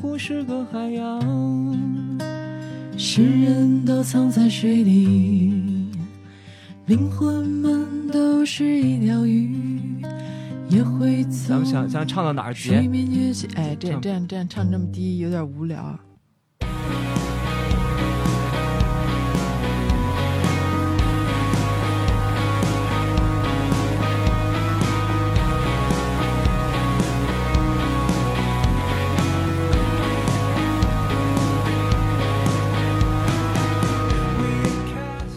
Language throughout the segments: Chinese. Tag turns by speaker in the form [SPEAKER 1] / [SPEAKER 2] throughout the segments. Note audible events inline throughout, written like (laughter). [SPEAKER 1] 不是个海洋，诗人都藏在水里，灵魂们都是一条鱼，也会走。
[SPEAKER 2] 咱们想想唱到哪儿
[SPEAKER 1] 水
[SPEAKER 2] 结？
[SPEAKER 1] 面跃起，哎，这
[SPEAKER 2] 唱
[SPEAKER 1] 这样这样唱这么低有点无聊。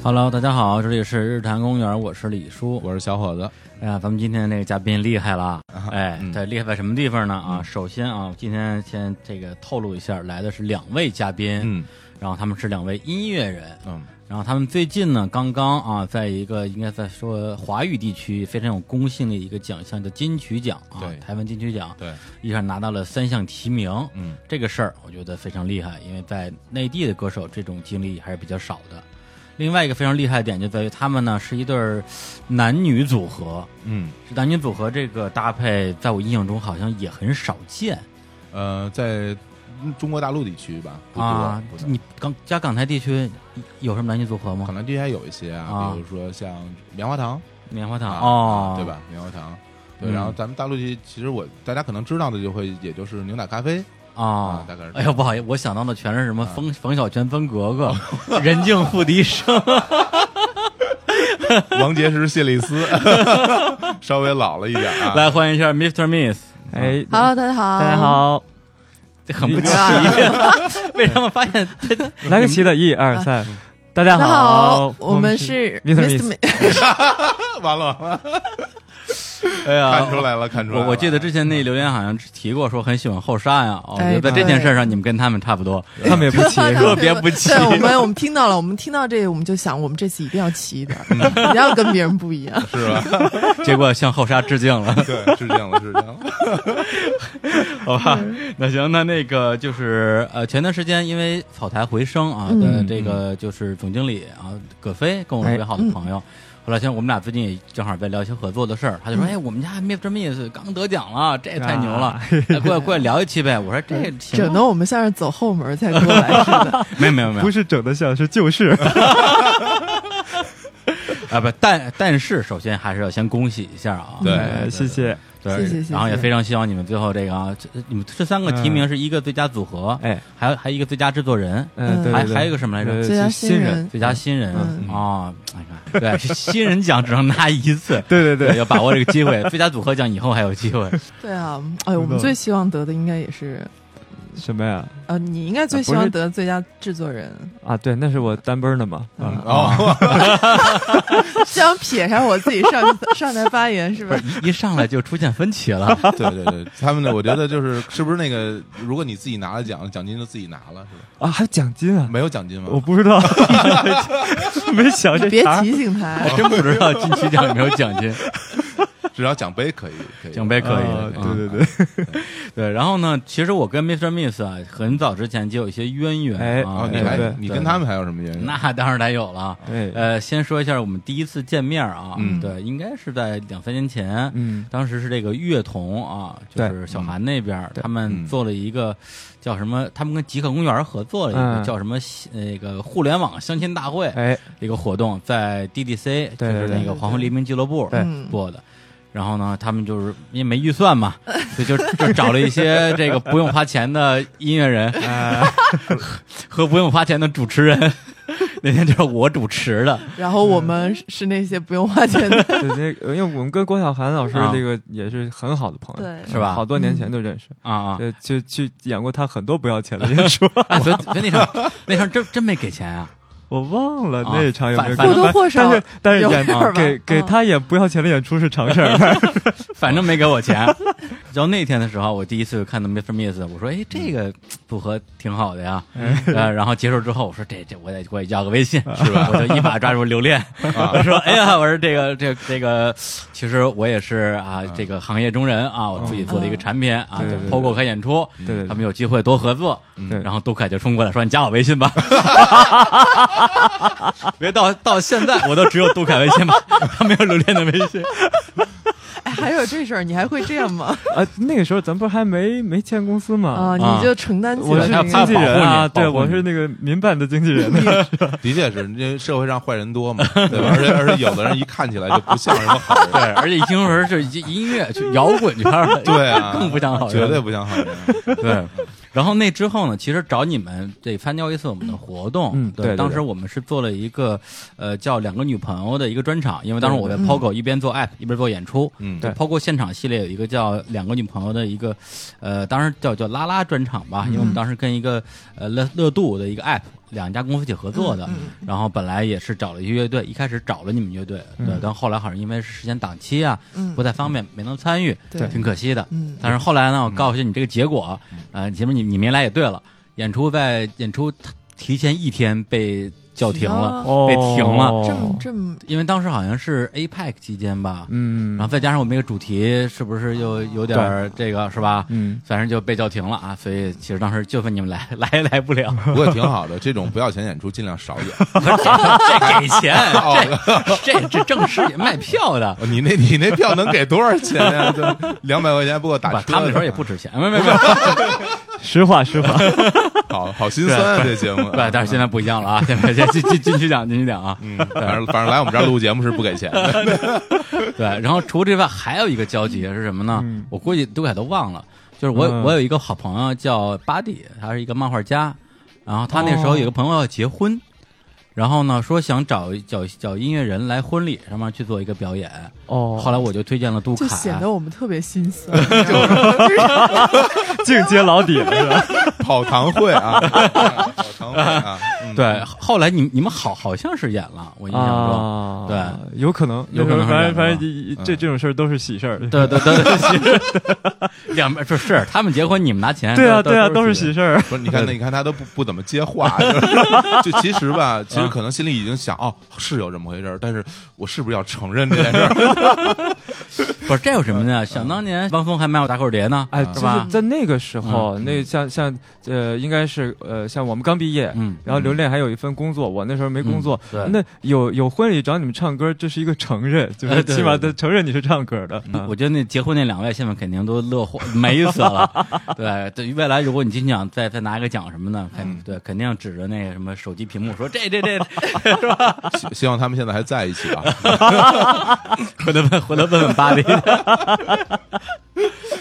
[SPEAKER 3] Hello，大家好，这里是日坛公园，我是李叔。
[SPEAKER 4] 我是小伙子，
[SPEAKER 3] 哎呀，咱们今天那个嘉宾厉害了，哎，
[SPEAKER 4] 嗯
[SPEAKER 3] 对，厉害在什么地方呢？啊，首先啊，今天先这个透露一下，来的是两位嘉宾，
[SPEAKER 4] 嗯
[SPEAKER 3] 然后他们是两位音乐人，
[SPEAKER 4] 嗯，
[SPEAKER 3] 然后他们最近呢，刚刚啊，在一个应该在说华语地区非常有公信力的一个奖项叫金曲奖啊
[SPEAKER 4] 对，
[SPEAKER 3] 台湾金曲奖，
[SPEAKER 4] 对，
[SPEAKER 3] 一下拿到了三项提名，
[SPEAKER 4] 嗯，
[SPEAKER 3] 这个事儿我觉得非常厉害，因为在内地的歌手这种经历还是比较少的。另外一个非常厉害的点就在于他们呢是一对儿男女组合，
[SPEAKER 4] 嗯，
[SPEAKER 3] 这男女组合这个搭配在我印象中好像也很少见
[SPEAKER 4] 呃，在中国大陆地区吧，不
[SPEAKER 3] 啊
[SPEAKER 4] 多，不。多。
[SPEAKER 3] 你港加港台地区有什么男女组合
[SPEAKER 4] 可
[SPEAKER 3] 吗？
[SPEAKER 4] 能地区还有一些
[SPEAKER 3] 啊
[SPEAKER 4] 啊，比如说像棉花糖
[SPEAKER 3] 棉花糖
[SPEAKER 4] 啊
[SPEAKER 3] 哦，
[SPEAKER 4] 对？吧？棉花糖，对。
[SPEAKER 3] 嗯
[SPEAKER 4] 然后咱们大陆地区，其实我大家可能知道的就会，也就是牛奶咖啡 (laughs)
[SPEAKER 3] 哦
[SPEAKER 4] 啊，，大概是这
[SPEAKER 3] 哎
[SPEAKER 4] 样。啊
[SPEAKER 3] 呦，不好意思，我想到的全是什么冯冯小泉、冯格
[SPEAKER 4] (laughs)
[SPEAKER 3] 格、任静、付笛生，
[SPEAKER 4] 王杰是谢丽斯， (laughs) 稍微老了一点啊。
[SPEAKER 3] (laughs) 来欢迎一下 Mr. Miss，
[SPEAKER 2] 哎，
[SPEAKER 1] Hello，大家好，啊
[SPEAKER 2] 大家，好，
[SPEAKER 3] 这很不吉
[SPEAKER 4] (laughs)
[SPEAKER 3] 利。为什么发现这
[SPEAKER 2] 来个齐的，一二三，大家
[SPEAKER 1] 大家
[SPEAKER 2] 好
[SPEAKER 1] 好，，我们是
[SPEAKER 2] Mr.
[SPEAKER 1] Mr.
[SPEAKER 2] Miss
[SPEAKER 1] Mi-
[SPEAKER 4] 完了，完了
[SPEAKER 3] 哎呀，
[SPEAKER 4] 看出来了，看出来
[SPEAKER 3] 我
[SPEAKER 4] 了。
[SPEAKER 3] 啊我记得之前那留言好像提过，说很喜欢后沙呀。哦我
[SPEAKER 1] 哎
[SPEAKER 3] 觉得在这件事上，你们跟他们差不多。 (laughs)
[SPEAKER 2] 他们也不
[SPEAKER 1] (laughs)
[SPEAKER 2] 齐，
[SPEAKER 3] 特别不齐
[SPEAKER 1] 对，我们我们听到了，我们听到这个，我们就想，我们这次一定要齐一点，
[SPEAKER 2] 嗯
[SPEAKER 1] 一定要跟别人不
[SPEAKER 2] (laughs)
[SPEAKER 1] 一样。
[SPEAKER 4] 是吧？
[SPEAKER 3] 结果向后沙致敬了，
[SPEAKER 4] (laughs) 对，致敬了，
[SPEAKER 3] (laughs)
[SPEAKER 4] 致敬了。
[SPEAKER 3] 好吧？那行，那那个就是呃，前段时间因为草台回声啊
[SPEAKER 1] 嗯
[SPEAKER 3] 的这个就是总经理啊葛飞，跟我特别好的朋友。后来，像我们俩最近也正好在聊一些合作的事儿，他就说：“
[SPEAKER 1] 嗯
[SPEAKER 3] 哎，我们家 Mr. Miss 刚得奖了，这也太牛了，哎过来过来聊一期呗。”我说：“这行
[SPEAKER 1] 整的我们像是走后门才过
[SPEAKER 2] (laughs)
[SPEAKER 1] 来似的。
[SPEAKER 3] 没有没有没有
[SPEAKER 2] 不是整的像是就是，
[SPEAKER 3] 啊，不，但但是首先还是要先恭喜一下啊，
[SPEAKER 4] 对
[SPEAKER 2] 哎谢谢，
[SPEAKER 3] 对，
[SPEAKER 1] 谢谢谢
[SPEAKER 3] 然后也
[SPEAKER 1] 谢
[SPEAKER 3] 非常希望你们最后这个啊，这你们这三个提
[SPEAKER 4] 嗯
[SPEAKER 3] 名是一个最佳组合，
[SPEAKER 2] 哎，
[SPEAKER 3] 还有还有一个最佳制作人，
[SPEAKER 2] 嗯，对，
[SPEAKER 3] 还
[SPEAKER 2] 对
[SPEAKER 3] 还有一个什么来着
[SPEAKER 2] 呃
[SPEAKER 1] 最佳
[SPEAKER 2] 新，
[SPEAKER 1] 人，
[SPEAKER 3] 最佳新人
[SPEAKER 1] 嗯
[SPEAKER 3] 哦，哎看，对， (laughs) 是新人奖只能拿一次
[SPEAKER 2] 对对对，
[SPEAKER 3] 要把握这个机会。 (laughs) 最佳组合奖以后还有机会，
[SPEAKER 1] 对啊，哎，我
[SPEAKER 2] 嗯
[SPEAKER 1] 们最希望得的应该也是，
[SPEAKER 2] 什么呀？
[SPEAKER 1] 呃，你应该最希
[SPEAKER 2] 啊不
[SPEAKER 1] 望
[SPEAKER 2] 是
[SPEAKER 1] 得最佳制作人，
[SPEAKER 2] 啊，对，那是我单班的嘛，啊，
[SPEAKER 4] 哦，
[SPEAKER 1] 想撇开我自己
[SPEAKER 2] (laughs)
[SPEAKER 1] 上上台发言是吧？
[SPEAKER 3] 一一上来就出现分歧
[SPEAKER 4] (laughs)
[SPEAKER 3] 了。
[SPEAKER 4] 哦对对对，他们呢，我觉得就是是不是那个，如果你自己拿了奖，奖金就自己拿了，是吧？
[SPEAKER 2] 啊，还有奖金啊，
[SPEAKER 4] 没有奖金吗？
[SPEAKER 2] 我不知道， (laughs) 没想这
[SPEAKER 1] 别
[SPEAKER 2] 啥
[SPEAKER 1] 提醒他
[SPEAKER 3] 还，真不知道金曲奖有没有奖金，
[SPEAKER 4] 只要奖杯可以，可以
[SPEAKER 3] 奖杯可以
[SPEAKER 2] 啊
[SPEAKER 3] 的，嗯
[SPEAKER 2] 对对对。
[SPEAKER 3] 对。然后呢，其实我跟 Mr. Miss 啊，很早之前就有一些渊
[SPEAKER 2] 哎
[SPEAKER 3] 源啊
[SPEAKER 4] 哦，，你
[SPEAKER 2] 哎
[SPEAKER 4] 还
[SPEAKER 2] 对
[SPEAKER 4] 你跟他们还有什么渊源？
[SPEAKER 3] 那当然得有了。
[SPEAKER 2] 对，
[SPEAKER 3] 呃，先说一下我们第一次见面啊，
[SPEAKER 4] 嗯
[SPEAKER 3] 对，应该是在两三年前，
[SPEAKER 2] 嗯，
[SPEAKER 3] 当时是这个乐童啊，就
[SPEAKER 2] 对
[SPEAKER 3] 是小韩那边儿，
[SPEAKER 2] 对嗯
[SPEAKER 3] 他们做了一个叫什么，他们跟极客公园合作了一个
[SPEAKER 2] 嗯
[SPEAKER 3] 叫什么西那个互联网相亲大会
[SPEAKER 2] 哎，
[SPEAKER 3] 一个活动，在 DDC 就
[SPEAKER 2] 对
[SPEAKER 3] 是
[SPEAKER 2] 对对
[SPEAKER 3] 那个黄昏黎明俱乐部
[SPEAKER 2] 对
[SPEAKER 1] 嗯
[SPEAKER 3] 做的。然后呢，他们就是因为没预
[SPEAKER 2] (laughs)
[SPEAKER 3] 算嘛，所以就就找了一些这个不用花钱的音乐人，
[SPEAKER 2] (laughs) 啊，
[SPEAKER 3] (laughs) 和不用花钱的主持人。 (laughs) 那天就是我主持的，
[SPEAKER 1] 然后
[SPEAKER 2] 嗯
[SPEAKER 1] 我们是那些不用花钱的， (laughs)
[SPEAKER 2] 对，这个因为我们跟郭晓涵老师
[SPEAKER 3] 啊
[SPEAKER 2] 这个也是很好的朋友，
[SPEAKER 1] 对嗯
[SPEAKER 3] 是吧
[SPEAKER 2] 好多年前就认识，
[SPEAKER 3] 啊啊！
[SPEAKER 2] 对，就去演过他很多不要钱的演
[SPEAKER 3] (laughs)
[SPEAKER 2] 出，
[SPEAKER 3] 啊，所以所以那场那场真真没给钱啊！
[SPEAKER 2] 我忘了
[SPEAKER 3] 啊
[SPEAKER 2] 那场有没有看
[SPEAKER 3] 反
[SPEAKER 1] 或
[SPEAKER 3] 正
[SPEAKER 2] 到，
[SPEAKER 1] 多或少
[SPEAKER 2] 但是但是
[SPEAKER 1] 有
[SPEAKER 2] 演
[SPEAKER 1] 点儿吧
[SPEAKER 2] 给给
[SPEAKER 1] 嗯
[SPEAKER 2] 他演不要钱的演 (laughs) 出是常事儿，
[SPEAKER 3] 反正没给我钱。然后那天的时候，我第一次看到 Mr. Miss，我说：“哎，这个组合挺好的呀。”
[SPEAKER 2] 嗯
[SPEAKER 3] 呃，然后结束之后，我说：“这这，我得我也要个微
[SPEAKER 2] 啊
[SPEAKER 3] 信，是吧？”我就一把抓住留恋，我说：“哎呀，我说这个这这个，其实我也是啊，这个行业中人啊，我自己做了一个产品啊
[SPEAKER 2] 嗯对对对
[SPEAKER 3] ，POGO 开演出，
[SPEAKER 2] 对对嗯
[SPEAKER 3] 他
[SPEAKER 2] 对
[SPEAKER 3] 们有机会多合作。”
[SPEAKER 2] 对，
[SPEAKER 3] 然后杜凯就冲过来说：“你加我微信
[SPEAKER 2] (laughs)
[SPEAKER 3] 吧。”别到到现在，我都只有杜凯微信吧，他没有榴莲的微信。
[SPEAKER 1] 哎还有这事儿，你还会这样吗？
[SPEAKER 2] 啊，那个时候咱不是还没没签公司吗？
[SPEAKER 1] 啊，你就承担起
[SPEAKER 2] 我
[SPEAKER 1] 了
[SPEAKER 2] 是
[SPEAKER 1] 这
[SPEAKER 2] 经纪
[SPEAKER 1] 个。
[SPEAKER 2] 人啊，
[SPEAKER 3] 他
[SPEAKER 2] 对
[SPEAKER 3] 保护你保护
[SPEAKER 2] 我
[SPEAKER 3] 你
[SPEAKER 2] 是那个民办的经纪人，
[SPEAKER 4] 的确是，因为社会上坏人多
[SPEAKER 3] (laughs)
[SPEAKER 4] 嘛，对吧？而且而且有的人一看起来就不像什么好人，
[SPEAKER 3] 对，而且一听说是音音乐就摇滚圈儿，
[SPEAKER 4] 对啊，
[SPEAKER 3] 更不像好人
[SPEAKER 4] 绝对不像好人。
[SPEAKER 3] 对。然后那之后呢，其实找你们得参加一次我们的活动，
[SPEAKER 2] 嗯对对对
[SPEAKER 3] 当时我们是做了一个呃叫两个女朋友的一个专场，因为当时我在
[SPEAKER 1] 嗯
[SPEAKER 3] POGO 一边做 app 一边做演出，
[SPEAKER 4] 嗯，
[SPEAKER 2] 对
[SPEAKER 3] POGO 现场系列有一个叫两个女朋友的一个呃，当时叫叫拉拉专场吧，因为我们当时跟一个呃乐乐度的一个 app 两家公司一起合作的，然后本来也是找了一个乐队，一开始找了你们乐队，对，但后来好像因为时间档期啊，
[SPEAKER 1] 嗯
[SPEAKER 3] 不太方便，没能参与，
[SPEAKER 1] 对
[SPEAKER 3] 挺可惜的。
[SPEAKER 1] 嗯
[SPEAKER 3] 但是后来呢，我告诉你这个结果，呃，前面你你没来也对了，演出在演出提前一天被叫停了，
[SPEAKER 2] 哦
[SPEAKER 3] 被停了，
[SPEAKER 1] 这么这么
[SPEAKER 3] 因为当时好像是 APEC 期间吧，
[SPEAKER 2] 嗯，
[SPEAKER 3] 然后再加上我们这个主题是不是又有点儿这个是吧？
[SPEAKER 2] 嗯，
[SPEAKER 3] 反正就被叫停了啊，所以其实当时就算你们来 (laughs) 来也来不了，
[SPEAKER 4] 不过挺好的，这种不要钱演出尽量少演。
[SPEAKER 3] 这给钱，
[SPEAKER 4] 哦，
[SPEAKER 3] (laughs) 这这这正是卖票的，
[SPEAKER 4] 你那你那票能给多少钱呀？对，两百块钱不够打
[SPEAKER 3] 不
[SPEAKER 4] 车，
[SPEAKER 3] 他们那时候也不值钱，没没没，
[SPEAKER 2] 实话实话，
[SPEAKER 4] 好好心酸啊，这节目。
[SPEAKER 3] 对，但是现在不一样了啊，现在现在进进进去讲进去讲啊，
[SPEAKER 4] 嗯，反正反正来我们这儿录节目是不给钱的。
[SPEAKER 3] (laughs) 对，然后除此之外还有一个交集是什么呢？
[SPEAKER 2] 嗯
[SPEAKER 3] 我估计杜凯都忘了，就是我、
[SPEAKER 2] 嗯
[SPEAKER 3] 我有一个好朋友叫巴迪，他是一个漫画家，然后他那时
[SPEAKER 2] 哦
[SPEAKER 3] 候有个朋友要结婚，然后呢说想找找找音乐人来婚礼上面去做一个表演，
[SPEAKER 2] 哦
[SPEAKER 3] 后来我就推荐了杜
[SPEAKER 1] 就
[SPEAKER 3] 凯，
[SPEAKER 1] 显得我们特别心酸。
[SPEAKER 2] (laughs) 净揭老底了是吧？
[SPEAKER 4] 跑堂会啊，跑堂会啊，嗯
[SPEAKER 3] 对，后来你你们好好像是演了，我印象
[SPEAKER 2] 啊，
[SPEAKER 3] 中。对，
[SPEAKER 2] 有可能，
[SPEAKER 3] 有可能嗯
[SPEAKER 2] 反正
[SPEAKER 3] 是
[SPEAKER 2] 反
[SPEAKER 3] 这样的吧
[SPEAKER 2] 正一这这种事儿都是喜事儿。
[SPEAKER 3] 对对对对，其实 (laughs) 两边是是他们结婚，你们拿钱。
[SPEAKER 2] (laughs) 对啊
[SPEAKER 3] 都
[SPEAKER 2] 对啊，
[SPEAKER 3] 都
[SPEAKER 2] 都是
[SPEAKER 3] 喜
[SPEAKER 2] 喜事儿。
[SPEAKER 4] 不是，
[SPEAKER 2] (laughs)
[SPEAKER 4] 你看，那你看他都不不怎么接话，就是 (laughs) 就其实吧，其实可能心里已经想，
[SPEAKER 2] 嗯
[SPEAKER 4] 哦，是有这么回事儿，但是我是不是要承认这件事
[SPEAKER 2] (laughs)
[SPEAKER 4] 儿？
[SPEAKER 3] 不是这有什么呢？想当年汪峰还买我打口碟呢，
[SPEAKER 2] 哎，
[SPEAKER 3] 是
[SPEAKER 2] 就
[SPEAKER 3] 吧嗯
[SPEAKER 2] 是在那个时候，那像像呃，应该是呃，像我们刚毕业，
[SPEAKER 3] 嗯
[SPEAKER 2] 然后刘恋还有一份工作，我那时候没工作，
[SPEAKER 3] 嗯
[SPEAKER 2] 那有有婚礼找你们唱歌，这是一个承
[SPEAKER 3] (laughs)
[SPEAKER 2] 认，就
[SPEAKER 3] 哎
[SPEAKER 2] 是
[SPEAKER 3] 对
[SPEAKER 2] 起码
[SPEAKER 3] 对
[SPEAKER 2] 得承认你是唱歌的。啊
[SPEAKER 3] 我觉得那结婚那两位现在肯定都乐坏美死了。对，对于未来如果你金奖再再拿一个奖什么的，肯对肯定指着那个什么手机屏幕说这这这，
[SPEAKER 4] 希希望他们现在还在一起啊。
[SPEAKER 3] 回头问回头问问巴黎。 (laughs)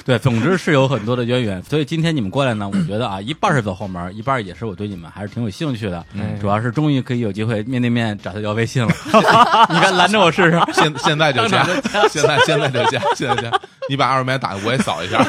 [SPEAKER 3] 对，总之是有很多的渊源，所以今天你们过来呢，我觉得啊，一半儿是走后门，一半儿也是我对你们还是挺有兴趣的，
[SPEAKER 2] 嗯
[SPEAKER 3] 主要是终于可以有机会面对面找他要微信了， (laughs) 你看拦着我试试，
[SPEAKER 4] 现现在就加， (laughs) 现在现在就加，现在加。你把二维码打，我也扫一下。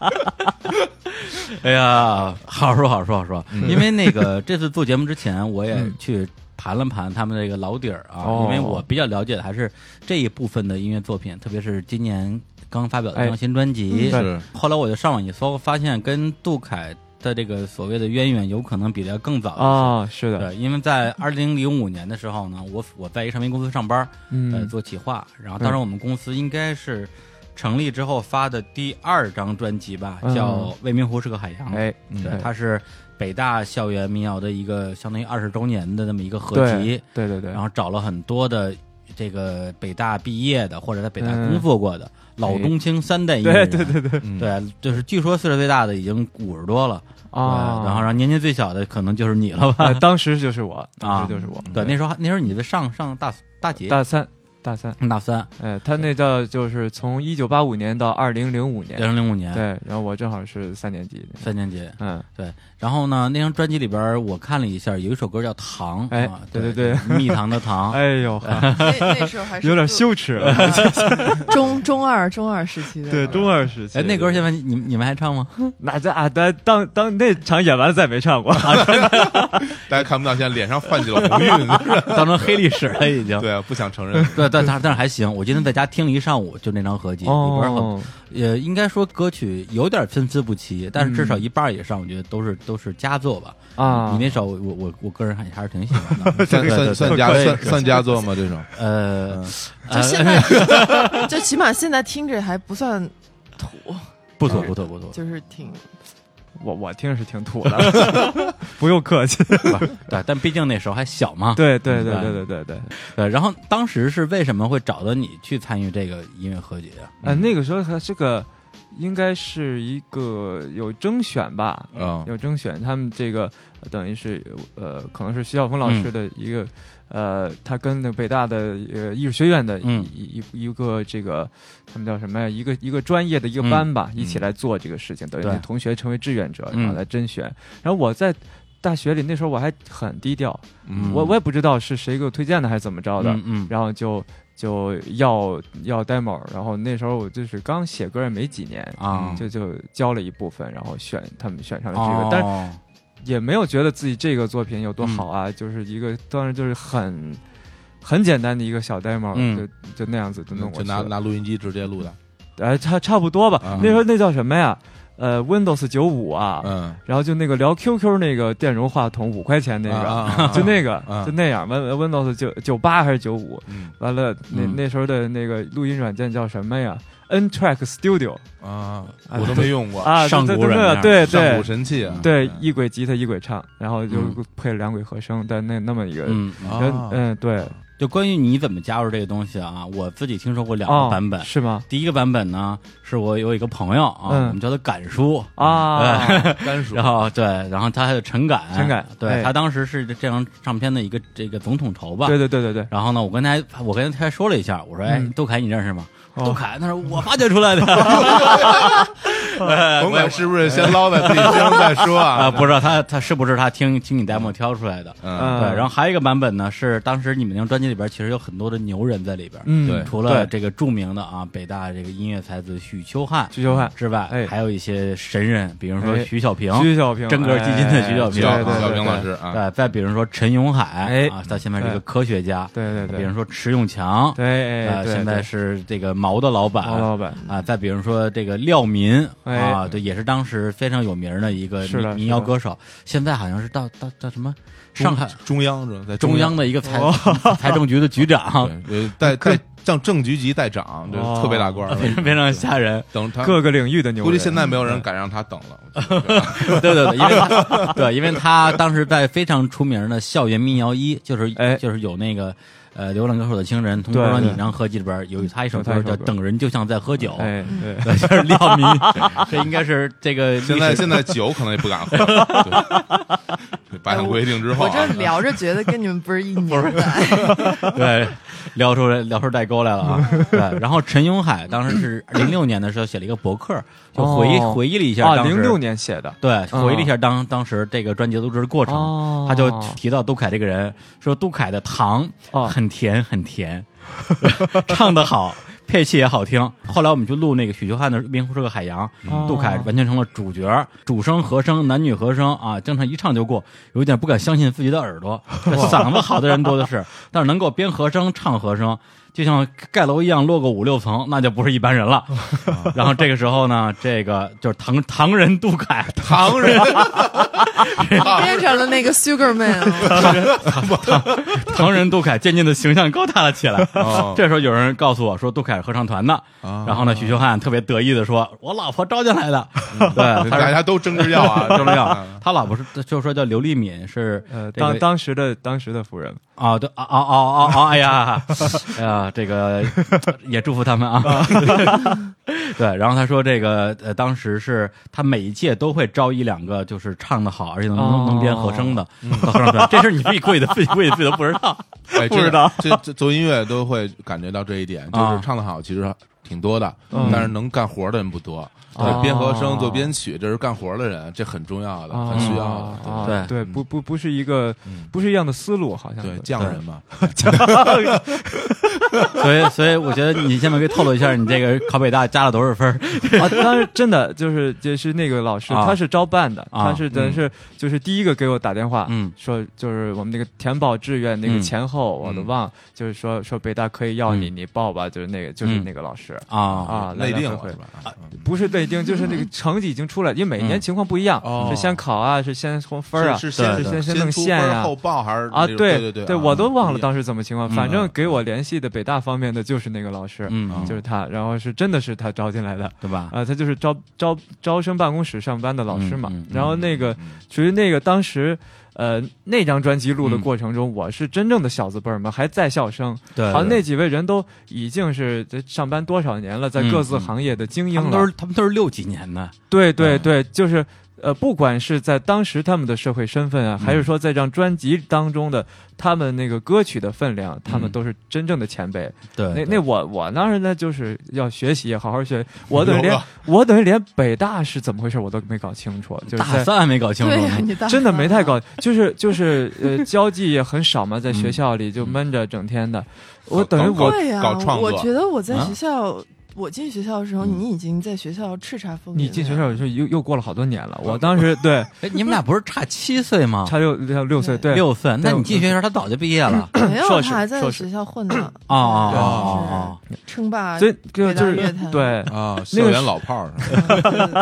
[SPEAKER 3] (laughs) 哎呀，好好说，好好说，好好说。
[SPEAKER 2] 嗯
[SPEAKER 3] 因为那个 (laughs) 这次做节目之前，我也去盘了盘他们这个老底儿啊，
[SPEAKER 2] 哦
[SPEAKER 3] 因为我比较了解的还是这一部分的音乐作品，特别是今年刚发表的
[SPEAKER 2] 哎
[SPEAKER 3] 这张新专辑。
[SPEAKER 2] 嗯
[SPEAKER 4] 是
[SPEAKER 3] 后来我就上网一搜，发现跟杜凯的这个所谓的渊源，有可能比这更早。
[SPEAKER 2] 啊，是的，
[SPEAKER 3] 对，因为在二零零五年的时候呢，我我在一个唱片公司上班，呃，
[SPEAKER 2] 嗯，
[SPEAKER 3] 做企划。然后当时
[SPEAKER 2] 嗯
[SPEAKER 3] 我们公司应该是成立之后发的第二张专辑吧，
[SPEAKER 2] 嗯
[SPEAKER 3] 叫《未名湖是个海洋》。
[SPEAKER 2] 哎，
[SPEAKER 4] 嗯
[SPEAKER 3] 对
[SPEAKER 2] 对，
[SPEAKER 3] 它是北大校园民谣的一个相当于二十周年的那么一个合
[SPEAKER 2] 对
[SPEAKER 3] 集，，
[SPEAKER 2] 对对对，
[SPEAKER 3] 然后找了很多的这个北大毕业的或者在北大工作过的、老中青三代音乐
[SPEAKER 2] 对
[SPEAKER 3] 人。
[SPEAKER 2] 哎对对对
[SPEAKER 4] 嗯
[SPEAKER 3] 对就是据说岁数最大的已经五十多了
[SPEAKER 2] 啊
[SPEAKER 3] 对，然后然后年纪最小的可能就是你了吧？
[SPEAKER 2] 哎 (laughs) 当时就是我，当时就是我，
[SPEAKER 3] 啊对，那时候还那时候你在上上大大几？
[SPEAKER 2] 嗯大三，大三，
[SPEAKER 3] 大三，
[SPEAKER 2] 哎，他那叫就是从一九八五年到二零零五年
[SPEAKER 3] 二，零零五年，
[SPEAKER 2] 对，然后我正好是三年级，
[SPEAKER 3] 三年级。
[SPEAKER 2] 嗯，
[SPEAKER 3] 然后呢，那张专辑里边儿我看了一下，有一首歌叫《糖》，
[SPEAKER 2] 哎
[SPEAKER 3] 啊
[SPEAKER 2] 对
[SPEAKER 3] 对
[SPEAKER 2] 对对，
[SPEAKER 3] 蜜糖的糖，
[SPEAKER 2] (laughs) 哎呦，
[SPEAKER 1] 那那时候还是
[SPEAKER 2] 有点
[SPEAKER 1] (laughs)
[SPEAKER 2] 羞耻了，
[SPEAKER 1] 中中二中二时期的
[SPEAKER 2] (laughs) 对，中二时期，
[SPEAKER 3] 哎，那歌儿现在你你你们还唱吗？
[SPEAKER 2] 那这啊，当当当那场演完了再没唱
[SPEAKER 3] (laughs)
[SPEAKER 2] 过，
[SPEAKER 4] 大家看不到，现在脸上泛起了红晕。
[SPEAKER 2] (laughs)
[SPEAKER 3] (laughs) 当成黑历史了已经。
[SPEAKER 4] 对，不想承认。
[SPEAKER 3] (laughs) 对，但但但是还行。我今天在家听了一上午，就那张合集，里边很
[SPEAKER 2] 哦，
[SPEAKER 3] 也应该说歌曲有点参差不齐，但是至少一半以上，我觉得都是都是佳作吧。
[SPEAKER 2] 嗯啊
[SPEAKER 3] 你那首我我我个人还还是挺喜欢
[SPEAKER 4] (laughs)
[SPEAKER 3] 的。
[SPEAKER 4] 算算算佳算算佳作吗？这种
[SPEAKER 3] 呃，
[SPEAKER 1] 就现
[SPEAKER 2] (laughs)
[SPEAKER 1] 在， (laughs) 就起码现在听着还不算土，
[SPEAKER 3] 不错不错不错，
[SPEAKER 1] 就是挺
[SPEAKER 2] 我我听是挺土的， (laughs) 不用客气。
[SPEAKER 3] 对，但毕竟那时候还小嘛。
[SPEAKER 2] 对对对对对对对，
[SPEAKER 3] 对，然后当时是为什么会找到你去参与这个音乐合集啊？
[SPEAKER 2] 呃，那个时候他这个应该是一个有征选吧，
[SPEAKER 3] 啊
[SPEAKER 4] 嗯
[SPEAKER 2] 有征选，他们这个呃等于是呃，可能是徐晓峰老师的一个、呃，他跟那北大的呃艺术学院的一、
[SPEAKER 3] 嗯
[SPEAKER 2] 一一一个这个他们叫什么呀？一个一个专业的一个班吧，
[SPEAKER 3] 嗯
[SPEAKER 2] 一起来做这个事情，等于
[SPEAKER 3] 对
[SPEAKER 2] 是同学成为志愿者，
[SPEAKER 3] 嗯
[SPEAKER 2] 然后来甄选。然后我在大学里那时候我还很低调，
[SPEAKER 3] 嗯
[SPEAKER 2] 我我也不知道是谁给我推荐的还是怎么着的，
[SPEAKER 3] 嗯嗯，
[SPEAKER 2] 然后就。就要要 demo，然后那时候我就是刚写歌也没几年
[SPEAKER 3] 啊
[SPEAKER 2] 就就交了一部分，然后选他们选上了这个，
[SPEAKER 3] 哦嗯
[SPEAKER 2] 但是也没有觉得自己这个作品有多好啊，就是一个当然就是很很简单的一个小 demo，、
[SPEAKER 3] 嗯
[SPEAKER 2] 就就那样子就弄过
[SPEAKER 4] 就
[SPEAKER 2] 去
[SPEAKER 4] 拿
[SPEAKER 2] 了，
[SPEAKER 4] 拿录音机直接录的，
[SPEAKER 2] 哎，差差不多吧。
[SPEAKER 3] 嗯
[SPEAKER 4] 啊
[SPEAKER 2] 那时候那叫什么呀？呃，Windows 九五啊，
[SPEAKER 4] 嗯，
[SPEAKER 2] 然后就那个聊 QQ 那个电容话筒五块钱那个，
[SPEAKER 4] 个
[SPEAKER 3] 嗯
[SPEAKER 2] 就那个、
[SPEAKER 4] 啊
[SPEAKER 2] 就那样，Win Windows 九九八还是九五？
[SPEAKER 4] 嗯
[SPEAKER 2] 完了，那、
[SPEAKER 3] 嗯
[SPEAKER 2] 那时候的那个录音软件叫什么呀？N Track Studio
[SPEAKER 4] 啊，我都没用过，
[SPEAKER 2] 啊，
[SPEAKER 3] 上
[SPEAKER 2] 对
[SPEAKER 3] 古
[SPEAKER 2] 对对
[SPEAKER 3] 软件
[SPEAKER 2] 对
[SPEAKER 4] 上古
[SPEAKER 2] 对
[SPEAKER 4] 神器啊，
[SPEAKER 2] 对，
[SPEAKER 4] 嗯
[SPEAKER 2] 一轨吉他一轨唱，然后就
[SPEAKER 3] 嗯
[SPEAKER 2] 配两轨和声，但那那么一个
[SPEAKER 3] 嗯，嗯
[SPEAKER 4] 啊
[SPEAKER 2] 嗯，嗯，对，
[SPEAKER 3] 就关于你怎么加入这个东西啊，我自己听说过两
[SPEAKER 2] 哦
[SPEAKER 3] 个版本。
[SPEAKER 2] 是吗？
[SPEAKER 3] 第一个版本呢，是我有一个朋友啊，
[SPEAKER 2] 嗯
[SPEAKER 3] 我们叫他敢叔。
[SPEAKER 2] 啊，
[SPEAKER 4] 甘薯
[SPEAKER 3] 然后嗯 (laughs) 对，然后他还有陈敢，
[SPEAKER 2] 陈敢
[SPEAKER 3] 对、
[SPEAKER 2] 哎
[SPEAKER 3] 他当时是这张唱片的一个这个总统筹吧。
[SPEAKER 2] 对对对对对，
[SPEAKER 3] 然后呢，我跟他我跟他说了一下，我说：“哎，
[SPEAKER 2] 嗯
[SPEAKER 3] 杜凯你认识吗？”
[SPEAKER 2] 哦
[SPEAKER 3] 杜凯他说：“我发掘
[SPEAKER 2] (laughs)
[SPEAKER 3] 出来的。 (laughs) 哎”
[SPEAKER 4] (laughs) 甭管是不是先捞在自己身上再说
[SPEAKER 3] 啊，
[SPEAKER 4] 啊，
[SPEAKER 3] 不知道他他是不是他听听你 demo 挑出来的。
[SPEAKER 4] 嗯，
[SPEAKER 3] 对，然后还有一个版本呢，是当时你们那张专辑里边其实有很多的牛人在里边，
[SPEAKER 2] 嗯，
[SPEAKER 4] 对
[SPEAKER 3] 除了
[SPEAKER 2] 对
[SPEAKER 3] 这个著名的啊北大这个音乐才子许秋汉
[SPEAKER 2] 徐秋汉、
[SPEAKER 3] 之外，
[SPEAKER 2] 哎
[SPEAKER 3] 还有一些神人，比如说
[SPEAKER 2] 哎
[SPEAKER 3] 徐小平，
[SPEAKER 2] 徐小平、
[SPEAKER 3] 真格基金的徐小
[SPEAKER 2] 哎
[SPEAKER 3] 平
[SPEAKER 4] 小
[SPEAKER 2] 对对
[SPEAKER 4] 小
[SPEAKER 2] 对
[SPEAKER 4] 平老师啊，
[SPEAKER 3] 对，再比如说陈永海
[SPEAKER 2] 哎
[SPEAKER 3] 啊，他现在是一个
[SPEAKER 2] 对
[SPEAKER 3] 科学家，
[SPEAKER 2] 对对对
[SPEAKER 3] 比如说迟永强，
[SPEAKER 2] 对，哎
[SPEAKER 3] 啊，
[SPEAKER 2] 对
[SPEAKER 3] 现在
[SPEAKER 2] 对
[SPEAKER 3] 是这个毛的老板，
[SPEAKER 2] 王老板，
[SPEAKER 3] 啊，再比如说这个廖民
[SPEAKER 2] 哎
[SPEAKER 3] 啊，对，也是当时非常有名的一个
[SPEAKER 2] 是的
[SPEAKER 3] 民民
[SPEAKER 2] 是
[SPEAKER 3] 谣
[SPEAKER 2] 的
[SPEAKER 3] 歌手，现在好像是到到到什么上海
[SPEAKER 4] 中央是吧在
[SPEAKER 3] 中央
[SPEAKER 4] 央
[SPEAKER 3] 的一个财
[SPEAKER 2] 哦
[SPEAKER 3] (laughs) 财政局的局长，
[SPEAKER 4] 对，带带正正局级代长，这
[SPEAKER 2] 哦
[SPEAKER 4] 特别大官
[SPEAKER 3] (laughs)
[SPEAKER 4] 儿，
[SPEAKER 3] 非常非常吓人。
[SPEAKER 4] 等他
[SPEAKER 2] 各个领域的牛人，嗯
[SPEAKER 4] 估计现在没有人敢让他等了，我觉
[SPEAKER 3] (laughs)
[SPEAKER 4] 得
[SPEAKER 3] 对对 (laughs) 对，因为他对，因为他当时在非常出名的校园民谣一，就是
[SPEAKER 2] 哎
[SPEAKER 3] 就是有那个。呃，浏览歌手的情人，同桌
[SPEAKER 2] 对
[SPEAKER 3] 的你
[SPEAKER 2] 对
[SPEAKER 3] 那张合集里边有他一
[SPEAKER 2] 哎
[SPEAKER 3] 首
[SPEAKER 2] 有他
[SPEAKER 3] 歌
[SPEAKER 2] 一首
[SPEAKER 3] 叫
[SPEAKER 2] 歌
[SPEAKER 3] 《等人就像在喝酒》，
[SPEAKER 2] 哎对。
[SPEAKER 3] 对， (laughs) 就是
[SPEAKER 2] (laughs)
[SPEAKER 3] 廖民，这应该是这个
[SPEAKER 4] 现
[SPEAKER 3] 历
[SPEAKER 4] 在
[SPEAKER 3] 史
[SPEAKER 4] 现在酒可能也不敢喝，对 (laughs) 这八项规定之后
[SPEAKER 1] 我
[SPEAKER 4] 啊，
[SPEAKER 1] 这 (laughs) 聊着觉得跟你们
[SPEAKER 2] (laughs)
[SPEAKER 1] 不是一年代，
[SPEAKER 3] 对，聊出来聊出代沟来
[SPEAKER 2] (laughs)
[SPEAKER 3] 了啊！对，然后陈永海当时是零六年的时候写了一个博客，就回忆、
[SPEAKER 2] 哦
[SPEAKER 3] 回忆了一下
[SPEAKER 2] 啊，
[SPEAKER 3] 当时
[SPEAKER 2] 零六年写的，
[SPEAKER 3] 对，回忆了一下当、当时这个专辑录制的过程，
[SPEAKER 2] 嗯哦
[SPEAKER 3] 他就提到杜凯这个人，说杜凯的糖
[SPEAKER 2] 哦
[SPEAKER 3] 很甜很甜， (laughs) 唱的
[SPEAKER 2] (laughs)
[SPEAKER 3] 好。配器也好听，后来我们就录那个许秋汉的《冰湖是个海洋》
[SPEAKER 2] 哦
[SPEAKER 3] 杜凯完全成了主角，主声、和声、男女和声啊，经常一唱就过，有点不敢相信自己的
[SPEAKER 2] (laughs)
[SPEAKER 3] 耳朵。这嗓子好的人多的是，但是能够编和声、唱和声，就像盖楼一样落个五六层，那就不是一般
[SPEAKER 2] (laughs)
[SPEAKER 3] 人了。啊然后这个时候呢，这个就是唐唐人
[SPEAKER 2] (laughs)
[SPEAKER 3] 杜凯，
[SPEAKER 4] 唐人
[SPEAKER 1] 变成了那个 Sugar Man 啊了。
[SPEAKER 3] 唐人杜凯渐渐的形象高大了起
[SPEAKER 2] (laughs)
[SPEAKER 3] 来。
[SPEAKER 4] 哦
[SPEAKER 3] 这时候有人告诉我说，杜凯是合唱团的。
[SPEAKER 2] 哦
[SPEAKER 4] 啊
[SPEAKER 3] 然后呢，许秋汉特别得意的说：“我老婆招进来的。”
[SPEAKER 2] 嗯
[SPEAKER 3] 对，他
[SPEAKER 4] 大
[SPEAKER 3] (laughs) 是
[SPEAKER 4] 家都争着要啊，
[SPEAKER 3] 张
[SPEAKER 2] (laughs)
[SPEAKER 3] 亮
[SPEAKER 4] 啊
[SPEAKER 3] 他老婆是就是说叫刘丽敏，是
[SPEAKER 2] 呃，
[SPEAKER 3] 这个
[SPEAKER 2] 当当时的当时的夫人，
[SPEAKER 3] 啊，对啊啊啊啊！哎呀， (laughs) 哎呀，这个也祝福他
[SPEAKER 2] (laughs)
[SPEAKER 3] 们啊。对，然后他说这个呃，当时是他每一届都会招一两个，就是唱的好，而且能能
[SPEAKER 2] 哦
[SPEAKER 3] 能编和声的合唱团。这事儿你自己故意的，自己故意的自己都不知道。
[SPEAKER 4] (laughs) 哎，
[SPEAKER 3] 不知道
[SPEAKER 4] 这个这这做音乐都会感觉到这一点，就是
[SPEAKER 3] 啊
[SPEAKER 4] 唱的好其实挺多的，
[SPEAKER 2] 嗯
[SPEAKER 4] 但是能干活的人不多。
[SPEAKER 2] 哦
[SPEAKER 4] 对，编和声、做编曲，这是干活的人，这很重要的，很需要的。对
[SPEAKER 2] 啊
[SPEAKER 3] 对嗯
[SPEAKER 2] 对，不不不是一个
[SPEAKER 4] 嗯
[SPEAKER 2] 不是一样的思路，好像
[SPEAKER 4] 对，
[SPEAKER 2] 是
[SPEAKER 4] 匠人嘛，
[SPEAKER 3] (laughs) 所以，所以我觉得你先把给透露一下，你这个考北大加了多少分儿？
[SPEAKER 2] (laughs) 啊，当时真的就是就是那个老师，
[SPEAKER 3] 啊
[SPEAKER 2] 他是招办的，
[SPEAKER 3] 啊
[SPEAKER 2] 他是等于是就是第一个给我打电话，
[SPEAKER 3] 嗯
[SPEAKER 2] 说就是我们那个填报志愿那个
[SPEAKER 3] 嗯
[SPEAKER 2] 前后我都忘，就是说说北大可以要你，你报吧，就是那个就是
[SPEAKER 3] 嗯
[SPEAKER 2] 那个老师，是
[SPEAKER 3] (laughs) 啊，
[SPEAKER 2] 啊，来
[SPEAKER 4] 内
[SPEAKER 2] 来
[SPEAKER 4] 定
[SPEAKER 2] 回回
[SPEAKER 4] 了是吧？嗯
[SPEAKER 2] 不是内定，就是那
[SPEAKER 3] (laughs)
[SPEAKER 2] 个成绩已经出来，因为每年情况不一样
[SPEAKER 4] 嗯哦，
[SPEAKER 2] 是先考啊，是先从分儿啊，
[SPEAKER 4] 是是先
[SPEAKER 3] 对
[SPEAKER 2] 对
[SPEAKER 4] 先
[SPEAKER 2] 先弄
[SPEAKER 4] 出
[SPEAKER 2] 线
[SPEAKER 4] 分儿
[SPEAKER 2] 呀
[SPEAKER 4] 后报还是
[SPEAKER 2] 啊，
[SPEAKER 4] 对
[SPEAKER 2] 对
[SPEAKER 4] 对
[SPEAKER 2] 对，
[SPEAKER 4] 啊
[SPEAKER 2] 我都忘了当
[SPEAKER 4] 时
[SPEAKER 2] 时怎么情况，
[SPEAKER 3] 嗯
[SPEAKER 2] 反正给我联系的北大方面的就是那个老师，
[SPEAKER 3] 嗯，
[SPEAKER 2] 就是他，然后是真的是他招进来的，
[SPEAKER 3] 对吧？
[SPEAKER 2] 啊，他就是招招招生办公室上班的老师嘛。
[SPEAKER 3] 嗯嗯嗯
[SPEAKER 2] 然后那个，其实那个当时，呃，那张专辑录的过程中，我是真正的小字辈儿嘛，还在校生，
[SPEAKER 3] 对，
[SPEAKER 2] 好像那几位人都已经是在上班多少年了，在
[SPEAKER 3] 嗯
[SPEAKER 2] 各自行业的精英
[SPEAKER 3] 他
[SPEAKER 2] 了。
[SPEAKER 3] 们都是他们都是六几年的，
[SPEAKER 2] 对对对，就是。呃，不管是在当时他们的社会身份
[SPEAKER 3] 嗯
[SPEAKER 2] 啊，还是说在这张专辑当中的他们那个歌曲的分量，他们
[SPEAKER 3] 嗯
[SPEAKER 2] 都是真正的前辈。
[SPEAKER 3] 对，
[SPEAKER 2] 那
[SPEAKER 3] 对
[SPEAKER 2] 那我我当时呢就是要学习，好好学。我等于
[SPEAKER 4] 有
[SPEAKER 2] 连
[SPEAKER 4] 了
[SPEAKER 2] 我等于连北大是怎么回事我都没搞清楚，就是
[SPEAKER 3] 大
[SPEAKER 2] 在
[SPEAKER 3] 三还没搞清楚
[SPEAKER 1] 对呀，
[SPEAKER 3] 呢，
[SPEAKER 1] 你大
[SPEAKER 2] 真的没太搞
[SPEAKER 1] 啊，
[SPEAKER 2] 就是就是呃交际也很少嘛，在学
[SPEAKER 3] 嗯
[SPEAKER 2] 校里就闷着整天的。我
[SPEAKER 4] 搞
[SPEAKER 2] 等于
[SPEAKER 4] 搞
[SPEAKER 2] 我
[SPEAKER 1] 对呀、
[SPEAKER 4] 搞创作
[SPEAKER 1] 我觉得我在
[SPEAKER 3] 啊
[SPEAKER 1] 学校，我进学校的时候，
[SPEAKER 3] 嗯
[SPEAKER 1] 你已经在学校叱咤风云了。
[SPEAKER 2] 你进学校的时候又又过了好多年了，我当时对
[SPEAKER 3] 哎，你们俩不是差七岁吗？
[SPEAKER 2] 差六六六岁，对
[SPEAKER 3] 六岁，那
[SPEAKER 2] 对
[SPEAKER 3] 你进学校，他早就毕业了。
[SPEAKER 1] 没有，
[SPEAKER 2] 硕
[SPEAKER 1] 他
[SPEAKER 2] 士
[SPEAKER 1] 还在
[SPEAKER 2] 硕士
[SPEAKER 1] 学校混呢。
[SPEAKER 2] 啊
[SPEAKER 3] 哦哦
[SPEAKER 1] 对
[SPEAKER 3] 哦
[SPEAKER 1] 是称霸
[SPEAKER 2] 所以就
[SPEAKER 1] 北大
[SPEAKER 2] 就是
[SPEAKER 1] 乐坛
[SPEAKER 2] 对，
[SPEAKER 4] 啊，
[SPEAKER 2] 那
[SPEAKER 4] 校
[SPEAKER 2] 个
[SPEAKER 4] 园
[SPEAKER 2] 是
[SPEAKER 4] 老炮儿是吧，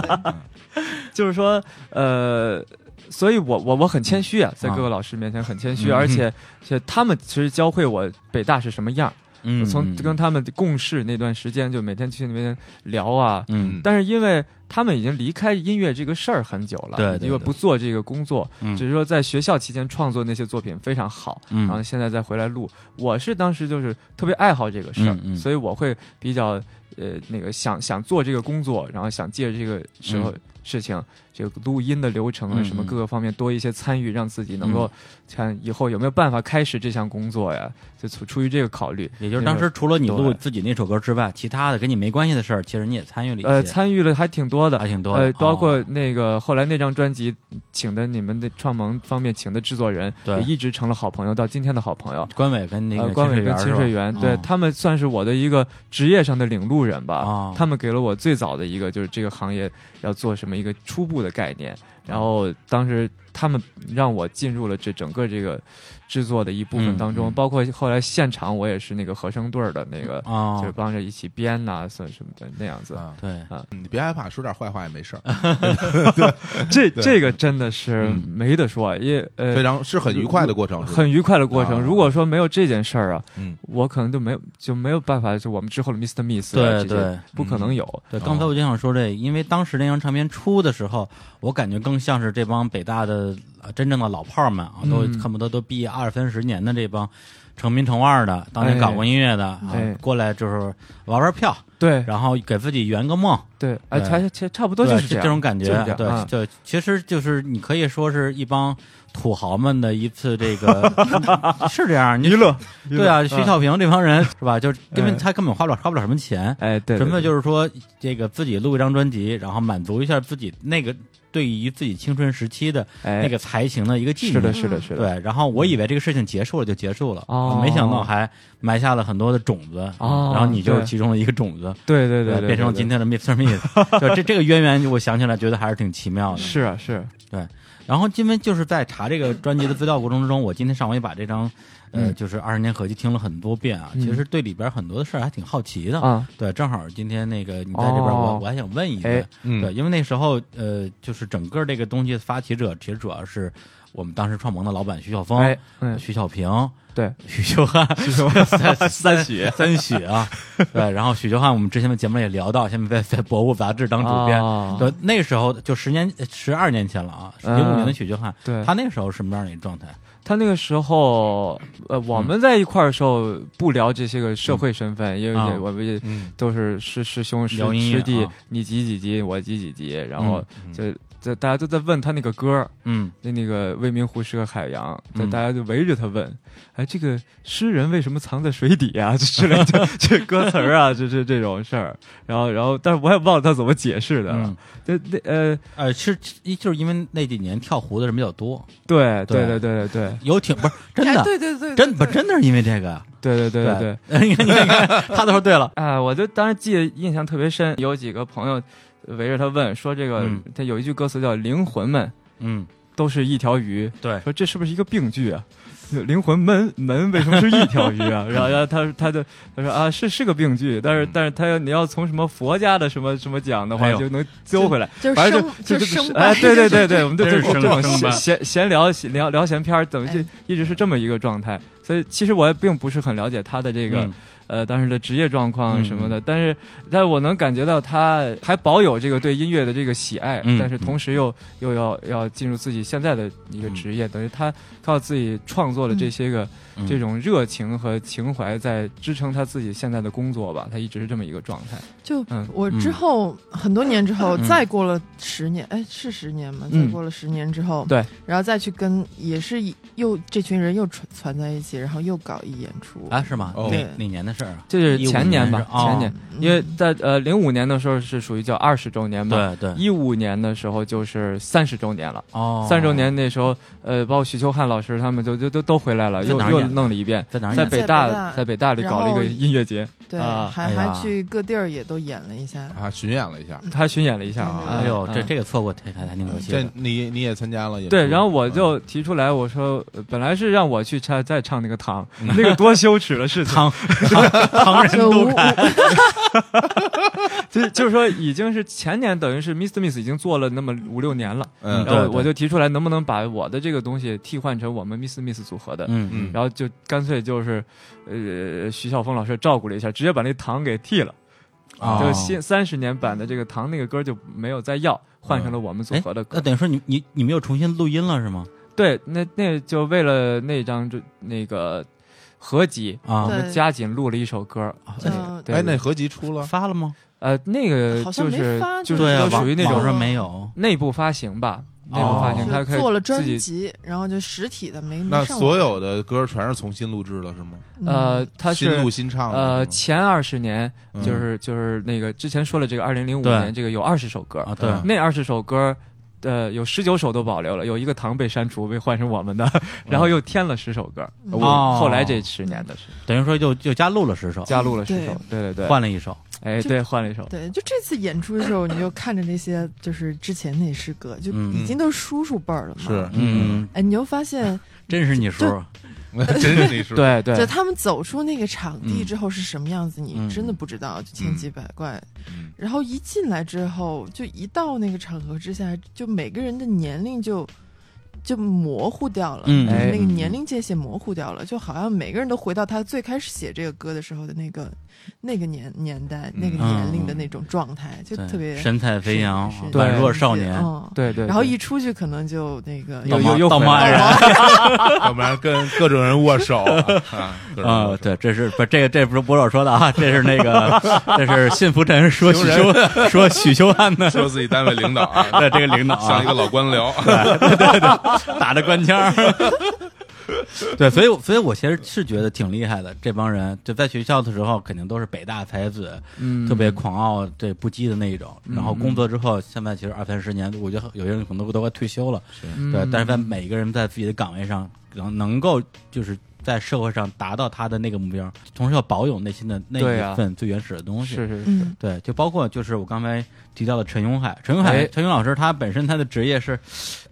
[SPEAKER 2] 就是说，呃，所以我我我很谦虚啊，在
[SPEAKER 3] 啊
[SPEAKER 2] 各个老师面前很谦
[SPEAKER 3] 嗯
[SPEAKER 2] 虚，而且且他们其实教会我北大是什么样。
[SPEAKER 3] 哦，嗯，
[SPEAKER 2] 我从
[SPEAKER 3] 嗯
[SPEAKER 2] 跟他们共事那段时间，就每天去那边聊啊。
[SPEAKER 3] 嗯
[SPEAKER 2] 但是因为他们已经离开音乐这个事儿很久了，
[SPEAKER 3] 对对
[SPEAKER 2] 因为
[SPEAKER 3] 对
[SPEAKER 2] 不做这个工作，
[SPEAKER 3] 嗯
[SPEAKER 2] 只是说在学校期间创作那些作品非常好，
[SPEAKER 3] 嗯
[SPEAKER 2] 然后现在再回来录。我是当时就是特别爱好这个事儿，
[SPEAKER 3] 嗯嗯
[SPEAKER 2] 所以我会比较呃那个想想做这个工作，然后想借这个时候。事情，这个录音的流程啊，
[SPEAKER 3] 嗯
[SPEAKER 2] 什么
[SPEAKER 3] 嗯
[SPEAKER 2] 各个方面多一些参与，让自己能
[SPEAKER 3] 嗯
[SPEAKER 2] 够看以后有没有办法开始这项工作呀？就出出于这个考虑，
[SPEAKER 3] 也就是当时除了你
[SPEAKER 2] 对
[SPEAKER 3] 录自己那首歌之外，其他的跟你没关系的事儿，其实你也参与了一些，
[SPEAKER 2] 呃，参与了还挺多的，
[SPEAKER 3] 还挺多的，
[SPEAKER 2] 呃，包括
[SPEAKER 3] 哦
[SPEAKER 2] 那个后来那张专辑请的你们的创盟方面请的制作人，
[SPEAKER 3] 对
[SPEAKER 2] 也一直成了好朋友，到今天的好朋友。
[SPEAKER 3] 关伟跟那
[SPEAKER 2] 呃，
[SPEAKER 3] 个
[SPEAKER 2] 关伟跟
[SPEAKER 3] 清
[SPEAKER 2] 秦水
[SPEAKER 3] 源
[SPEAKER 2] 源，
[SPEAKER 3] 吧
[SPEAKER 2] 对
[SPEAKER 3] 哦
[SPEAKER 2] 他们算是我的一个职业上的领路人吧。
[SPEAKER 3] 哦
[SPEAKER 2] 他们给了我最早的一个就是这个行业要做什么一个初步的概念，然后当时他们让我进入了这整个这个制作的一部分当中，
[SPEAKER 3] 嗯嗯
[SPEAKER 2] 包括后来现场我也是那个合声队儿的那个，
[SPEAKER 3] 哦
[SPEAKER 2] 就是帮着一起编呐、算什么的那样子。 (laughs)
[SPEAKER 4] 啊
[SPEAKER 3] 对，
[SPEAKER 4] 你别害怕，说点坏话也没事儿，
[SPEAKER 2] 呃
[SPEAKER 3] (laughs)
[SPEAKER 2] 这
[SPEAKER 4] 对
[SPEAKER 2] 这个真的是
[SPEAKER 3] 嗯
[SPEAKER 2] 没得说，也
[SPEAKER 4] 非
[SPEAKER 2] 呃
[SPEAKER 4] 常是很愉快的过程，是吧
[SPEAKER 2] 很愉快的过程。
[SPEAKER 4] 啊
[SPEAKER 2] 如果说没有这件事儿啊，
[SPEAKER 4] 嗯
[SPEAKER 2] 我可能就没有就没有办法，就我们之后的 Mr. Miss 啊
[SPEAKER 3] 对
[SPEAKER 2] 这些
[SPEAKER 3] 对嗯
[SPEAKER 2] 不可能有。
[SPEAKER 3] 对，刚才我就想说这，因为当时那张唱片出的时候，我感觉更像是这帮北大的呃真正的老炮儿们啊，都
[SPEAKER 2] 嗯
[SPEAKER 3] 恨不得都毕业二三十年的这帮成名成腕的，当年搞过音乐的啊
[SPEAKER 2] 哎，
[SPEAKER 3] 过来就是玩玩票，
[SPEAKER 2] 对
[SPEAKER 3] 然后给自己圆个梦，
[SPEAKER 2] 对，哎，
[SPEAKER 3] 对
[SPEAKER 2] 还其实差不多
[SPEAKER 3] 对
[SPEAKER 2] 就是
[SPEAKER 3] 这
[SPEAKER 2] 样，
[SPEAKER 3] 种感觉
[SPEAKER 2] 就是这样。
[SPEAKER 3] 对
[SPEAKER 2] 啊
[SPEAKER 3] 对，其实就是你可以说是一帮土豪们的一次这个
[SPEAKER 2] (laughs)
[SPEAKER 3] 是这样娱乐，对啊，徐小平这帮人是吧？就是根本
[SPEAKER 2] 嗯哎
[SPEAKER 3] 他根本花不了花不了什么钱，
[SPEAKER 2] 哎，对，
[SPEAKER 3] 纯粹
[SPEAKER 2] 是
[SPEAKER 3] 就是说，这个自己录一张专辑，然后满足一下自己那个对于自己青春时期的
[SPEAKER 2] 哎
[SPEAKER 3] 那个才情的一个记忆。
[SPEAKER 2] 是的，是的，是的。
[SPEAKER 3] 对。然后我以为这个事情结束了就结束了，
[SPEAKER 2] 哦
[SPEAKER 3] 没想到还埋下了很多的种子。
[SPEAKER 2] 哦
[SPEAKER 3] 然后你就是
[SPEAKER 2] 对
[SPEAKER 3] 其中的一个种子，
[SPEAKER 2] 对对对对，
[SPEAKER 3] 变成了
[SPEAKER 2] 对
[SPEAKER 3] 今。天的 Mr. Miss。就
[SPEAKER 2] (laughs)
[SPEAKER 3] 这这个渊源，我想起来觉得还是挺奇妙的。
[SPEAKER 2] 对是啊，是
[SPEAKER 3] 然后因为就是在查这个专辑的资料过程中，我今天上午也把这张。呃，
[SPEAKER 2] 嗯
[SPEAKER 3] 就是二十年合集听了很多遍啊，
[SPEAKER 2] 嗯
[SPEAKER 3] 其实对里边很多的事儿还挺好奇的
[SPEAKER 2] 啊，
[SPEAKER 3] 对，正好今天那个你在这边，我
[SPEAKER 2] 哦
[SPEAKER 3] 我还想问一
[SPEAKER 2] 哎
[SPEAKER 3] 问，
[SPEAKER 4] 嗯
[SPEAKER 3] 对，因为那时候呃，就是整个这个东西的发起者其实主要是我们当时创盟的老板徐晓峰、
[SPEAKER 2] 哎，嗯，
[SPEAKER 3] 徐小平、
[SPEAKER 2] 对，
[SPEAKER 3] 许秀汉、 (laughs)
[SPEAKER 2] 是什么？
[SPEAKER 3] 三三许三许啊，对，然后许秀汉我们之前的节目里也聊到，现在在在《博物》杂志当主编。
[SPEAKER 2] 啊
[SPEAKER 3] 对，那时候就十年、十二年前了啊，零五年的许秀汉，
[SPEAKER 2] 对
[SPEAKER 3] 他那时候什么样的一个状态？
[SPEAKER 2] 他那个时候，呃，
[SPEAKER 3] 嗯
[SPEAKER 2] 我们在一块儿的时候不聊这些个社会身份，因为
[SPEAKER 3] 啊
[SPEAKER 2] 也我们也
[SPEAKER 4] 嗯
[SPEAKER 2] 都是师师兄师
[SPEAKER 3] 聊音乐
[SPEAKER 2] 师弟
[SPEAKER 3] 啊，
[SPEAKER 2] 你几几级，我几几级，然后
[SPEAKER 4] 嗯
[SPEAKER 2] 就这大家都在问他那个歌儿，
[SPEAKER 3] 嗯，
[SPEAKER 2] 那那个未名湖是个海洋，就
[SPEAKER 3] 嗯
[SPEAKER 2] 大家就围着他问，哎，这个诗人为什么藏在水底啊？这 (laughs) 之类
[SPEAKER 3] (laughs)
[SPEAKER 2] 的这歌词儿啊，这这这种事儿，然后然后，但是我也忘了他怎么解释的了
[SPEAKER 3] 嗯。
[SPEAKER 2] 那那呃，
[SPEAKER 3] 呃，是就是因为那几年跳湖的人比较多，
[SPEAKER 2] 对对对
[SPEAKER 3] 对
[SPEAKER 2] 对对对
[SPEAKER 3] 游艇不是真
[SPEAKER 1] 哎
[SPEAKER 3] 的，
[SPEAKER 1] 对对
[SPEAKER 2] (laughs)
[SPEAKER 1] 对，
[SPEAKER 3] 真不
[SPEAKER 1] 对
[SPEAKER 3] 真的是因为这个，
[SPEAKER 2] 对对对对对。
[SPEAKER 3] 对， (laughs) 你看你看，他都说对
[SPEAKER 2] (laughs)
[SPEAKER 3] 了，
[SPEAKER 2] 啊，我就当时记得印象特别深，有几个朋友围着他问说：“这个、
[SPEAKER 3] 嗯
[SPEAKER 2] 他有一句歌词叫‘灵魂们
[SPEAKER 3] 嗯，’，
[SPEAKER 2] 都是一条鱼，
[SPEAKER 3] 对
[SPEAKER 2] 说这是不是一个病句啊？灵魂门门为什么是一条鱼
[SPEAKER 3] (laughs)
[SPEAKER 2] 啊？然后然后他他就他说啊是是个病句，但是但是他要你要从什么佛家的什么什么讲的话，
[SPEAKER 3] 嗯哎呦
[SPEAKER 2] 就能揪回来。
[SPEAKER 1] 就是
[SPEAKER 2] 反正
[SPEAKER 1] 生
[SPEAKER 2] 就
[SPEAKER 1] 就是
[SPEAKER 2] 就
[SPEAKER 1] 生
[SPEAKER 2] 哎，对对对对，我们就
[SPEAKER 3] 真
[SPEAKER 2] 就是
[SPEAKER 3] 生
[SPEAKER 2] 这种
[SPEAKER 3] 生
[SPEAKER 2] 闲
[SPEAKER 3] 掰
[SPEAKER 2] 闲闲聊闲聊聊闲篇儿，等于就
[SPEAKER 1] 哎
[SPEAKER 2] 一直是这么一个状态。所以其实我也并不是很了解他的这个
[SPEAKER 3] 嗯
[SPEAKER 2] 呃当时的职业状况什么的，但是但是我能感觉到他还保有这个对音乐的这个喜爱，
[SPEAKER 3] 嗯
[SPEAKER 2] 但是同时又又要要进入自己现在的一个职业，等于他靠自己创作的这些个、
[SPEAKER 3] 嗯
[SPEAKER 2] 这种热情和情怀在支撑他自己现在的工作吧，他一直是这么一个状态。
[SPEAKER 1] 就
[SPEAKER 2] 嗯
[SPEAKER 1] 我之后、很多年之后，
[SPEAKER 3] 嗯
[SPEAKER 1] 再过了十年，哎，是十年吗？
[SPEAKER 2] 嗯
[SPEAKER 1] 再过了十年之后，
[SPEAKER 2] 对，
[SPEAKER 1] 然后再去跟也是一又这群人又攒攒在一起，然后又搞一演出
[SPEAKER 3] (laughs) 啊，是吗？
[SPEAKER 4] 哦
[SPEAKER 3] 哪哪年的事儿啊？
[SPEAKER 2] 这是前年吧，
[SPEAKER 3] 15
[SPEAKER 2] 前
[SPEAKER 3] 年
[SPEAKER 2] 年
[SPEAKER 3] 是，啊
[SPEAKER 1] 嗯
[SPEAKER 2] 因为在呃零五年的时候是属于叫二十周年嘛，
[SPEAKER 3] 对对，
[SPEAKER 2] 一五年的时候就是三十周年了。
[SPEAKER 3] 哦，
[SPEAKER 2] 三十周年那时候，呃，包括徐秋汉老师他们就就都都回来了，
[SPEAKER 3] 在
[SPEAKER 2] 又
[SPEAKER 3] 哪儿
[SPEAKER 2] 又
[SPEAKER 3] 演的
[SPEAKER 2] 弄了一遍，
[SPEAKER 3] 在哪儿
[SPEAKER 2] 在
[SPEAKER 3] 演的？
[SPEAKER 2] 北
[SPEAKER 1] 啊在北大
[SPEAKER 2] 在北大里搞了一个
[SPEAKER 1] 然后
[SPEAKER 2] 音乐节，
[SPEAKER 1] 对，
[SPEAKER 2] 啊
[SPEAKER 1] 还、
[SPEAKER 3] 哎呀
[SPEAKER 1] 还去各地儿也都演了一下，
[SPEAKER 4] 啊，巡演了一
[SPEAKER 1] 嗯
[SPEAKER 4] 下，
[SPEAKER 2] 他巡演了一下。
[SPEAKER 1] 啊
[SPEAKER 2] 啊
[SPEAKER 3] 哎呦，
[SPEAKER 2] 啊
[SPEAKER 3] 这这个错过太还还挺可惜
[SPEAKER 4] 这
[SPEAKER 3] 的。
[SPEAKER 4] 你你也参加了演出，
[SPEAKER 2] 对，然后我
[SPEAKER 4] 嗯
[SPEAKER 2] 就提出来，我说呃本来是让我去唱再唱那个唐，
[SPEAKER 3] 嗯
[SPEAKER 2] 那
[SPEAKER 3] (laughs)
[SPEAKER 2] 个多羞耻的事情， (laughs)
[SPEAKER 3] 唐唐人
[SPEAKER 1] 所以
[SPEAKER 3] 都
[SPEAKER 1] (laughs) 无
[SPEAKER 3] 看，
[SPEAKER 2] 就是就是说已经是前年等于是 Mr. Miss 已经做了那么五六年了，
[SPEAKER 4] 嗯
[SPEAKER 2] 然
[SPEAKER 3] 对
[SPEAKER 2] 后
[SPEAKER 3] 对
[SPEAKER 2] 我就提出来能不能把我的这个东西替换成我们 Mr. Miss 组合的，
[SPEAKER 3] 嗯
[SPEAKER 4] 嗯，
[SPEAKER 2] 然后就干脆就是，呃，徐晓峰老师照顾了一下，直接把那糖给剃了，
[SPEAKER 3] 哦
[SPEAKER 2] 就新三十年版的这个糖那个歌就没有再要，换成了我们组
[SPEAKER 3] 哎
[SPEAKER 2] 合的歌。
[SPEAKER 3] 那等于说你你你们又重新录音了是吗？
[SPEAKER 2] 对，那那就为了那张就那个合集，
[SPEAKER 3] 啊
[SPEAKER 2] 我们
[SPEAKER 1] 对
[SPEAKER 2] 加紧录了一首歌。
[SPEAKER 1] 叫
[SPEAKER 2] 对
[SPEAKER 4] 哎，那合集出
[SPEAKER 1] 嗯
[SPEAKER 4] 了，
[SPEAKER 3] 发了吗？
[SPEAKER 2] 呃，那个
[SPEAKER 1] 好像
[SPEAKER 2] 就
[SPEAKER 1] 没
[SPEAKER 2] 是
[SPEAKER 1] 发
[SPEAKER 2] 就是
[SPEAKER 3] 对啊，
[SPEAKER 2] 就
[SPEAKER 3] 网
[SPEAKER 2] 属于那
[SPEAKER 3] 网
[SPEAKER 2] 种
[SPEAKER 3] 上没有。
[SPEAKER 2] 内部发行吧，内部发行，
[SPEAKER 3] 哦
[SPEAKER 2] 它可
[SPEAKER 1] 就
[SPEAKER 2] 以
[SPEAKER 1] 做了
[SPEAKER 2] 自
[SPEAKER 1] 专
[SPEAKER 2] 己
[SPEAKER 1] 辑，然后就实体的没
[SPEAKER 4] 那
[SPEAKER 1] 嗯没上
[SPEAKER 4] 所
[SPEAKER 1] 网嗯
[SPEAKER 4] 有的歌全是重新录制了是吗？
[SPEAKER 2] 呃，，它是
[SPEAKER 4] 新录新唱的
[SPEAKER 2] 呃，
[SPEAKER 4] 是
[SPEAKER 2] 前二十年
[SPEAKER 4] 嗯
[SPEAKER 2] 就是就是那个之前说了这个二零零五
[SPEAKER 3] 对
[SPEAKER 2] 年这个有二十首歌
[SPEAKER 3] 啊，对
[SPEAKER 4] 嗯
[SPEAKER 2] 那二十首歌。呃，有十九首都保留了，有一个糖被删除，被换成我们的， (laughs) 然后又添了十首歌。
[SPEAKER 1] 嗯
[SPEAKER 2] 我
[SPEAKER 3] 哦
[SPEAKER 2] 后来这十年的是
[SPEAKER 3] 等于说又又加录了十首，
[SPEAKER 2] 加入了十首，对对对，
[SPEAKER 3] 换了一首，
[SPEAKER 2] 哎
[SPEAKER 1] 就
[SPEAKER 2] 对换了一首，
[SPEAKER 1] 对，就这次演出的时候，你就看着那些就是之前那些歌，就
[SPEAKER 3] 嗯
[SPEAKER 1] 已经都是叔叔辈儿了嘛。
[SPEAKER 4] 吗是，
[SPEAKER 3] 嗯，
[SPEAKER 1] 哎，你就发现，
[SPEAKER 3] 真是你叔，嗯
[SPEAKER 4] (laughs) 真是你说，
[SPEAKER 2] 对嗯
[SPEAKER 1] 就
[SPEAKER 2] 对，
[SPEAKER 1] 他们走出那个场地之后是什么样子，
[SPEAKER 3] 嗯
[SPEAKER 1] 你真的不知道，就千奇百怪。
[SPEAKER 4] 嗯
[SPEAKER 1] 然后一进来之后，就一到那个场合之下，就每个人的年龄就就模糊掉了，
[SPEAKER 3] 嗯
[SPEAKER 1] 就是那个
[SPEAKER 2] 哎
[SPEAKER 1] 年龄界限模糊掉了，就好像每个人都回到他最开始写这个歌的时候的那个那个年年代、那个年龄的那种状态，就
[SPEAKER 3] 对
[SPEAKER 1] 特别
[SPEAKER 3] 神采嗯飞扬，
[SPEAKER 1] 是是
[SPEAKER 3] 宛若少年，
[SPEAKER 1] 嗯
[SPEAKER 2] 对对，
[SPEAKER 1] 然后
[SPEAKER 2] 对
[SPEAKER 1] 一出去可能就那个
[SPEAKER 2] 又
[SPEAKER 3] 道
[SPEAKER 2] 又
[SPEAKER 3] 貌
[SPEAKER 2] 又
[SPEAKER 3] 道
[SPEAKER 2] 回
[SPEAKER 3] 貌
[SPEAKER 2] 来
[SPEAKER 3] 岸然
[SPEAKER 4] 要不然跟各种人握手
[SPEAKER 2] (laughs)
[SPEAKER 4] 啊，各种人
[SPEAKER 3] 啊
[SPEAKER 4] 握！手
[SPEAKER 3] 对，这是不这个这不是博少说的啊，这是那
[SPEAKER 4] (laughs)
[SPEAKER 3] 个这是信福臣说许
[SPEAKER 4] 形
[SPEAKER 3] 修说许修案的
[SPEAKER 4] 说自己单位领导啊，
[SPEAKER 3] 的这个领导
[SPEAKER 4] 像一
[SPEAKER 3] 啊
[SPEAKER 4] 个，老官僚，
[SPEAKER 3] 打着官腔
[SPEAKER 4] (laughs)
[SPEAKER 3] 儿。对，所以我所以我其实是觉得挺厉害的，这帮人就在学校的时候肯定都是北大才子，
[SPEAKER 2] 嗯
[SPEAKER 3] 特别狂傲、对不羁的那一种。
[SPEAKER 4] 嗯
[SPEAKER 3] 然后工作之后，现在其实二三十年，我觉得有些人可能都都快退休了，
[SPEAKER 2] 嗯
[SPEAKER 3] 对。但是在每个人在自己的岗位上，能能够就是在社会上达到他的那个目标，同时要保有内心的那
[SPEAKER 2] 对啊
[SPEAKER 3] 一份最原始的东西。
[SPEAKER 2] 是是是，
[SPEAKER 1] 嗯，
[SPEAKER 3] 对，就包括就是我刚才提到的陈永海，陈永海，
[SPEAKER 2] 哎
[SPEAKER 3] 陈永老师他本身他的职业是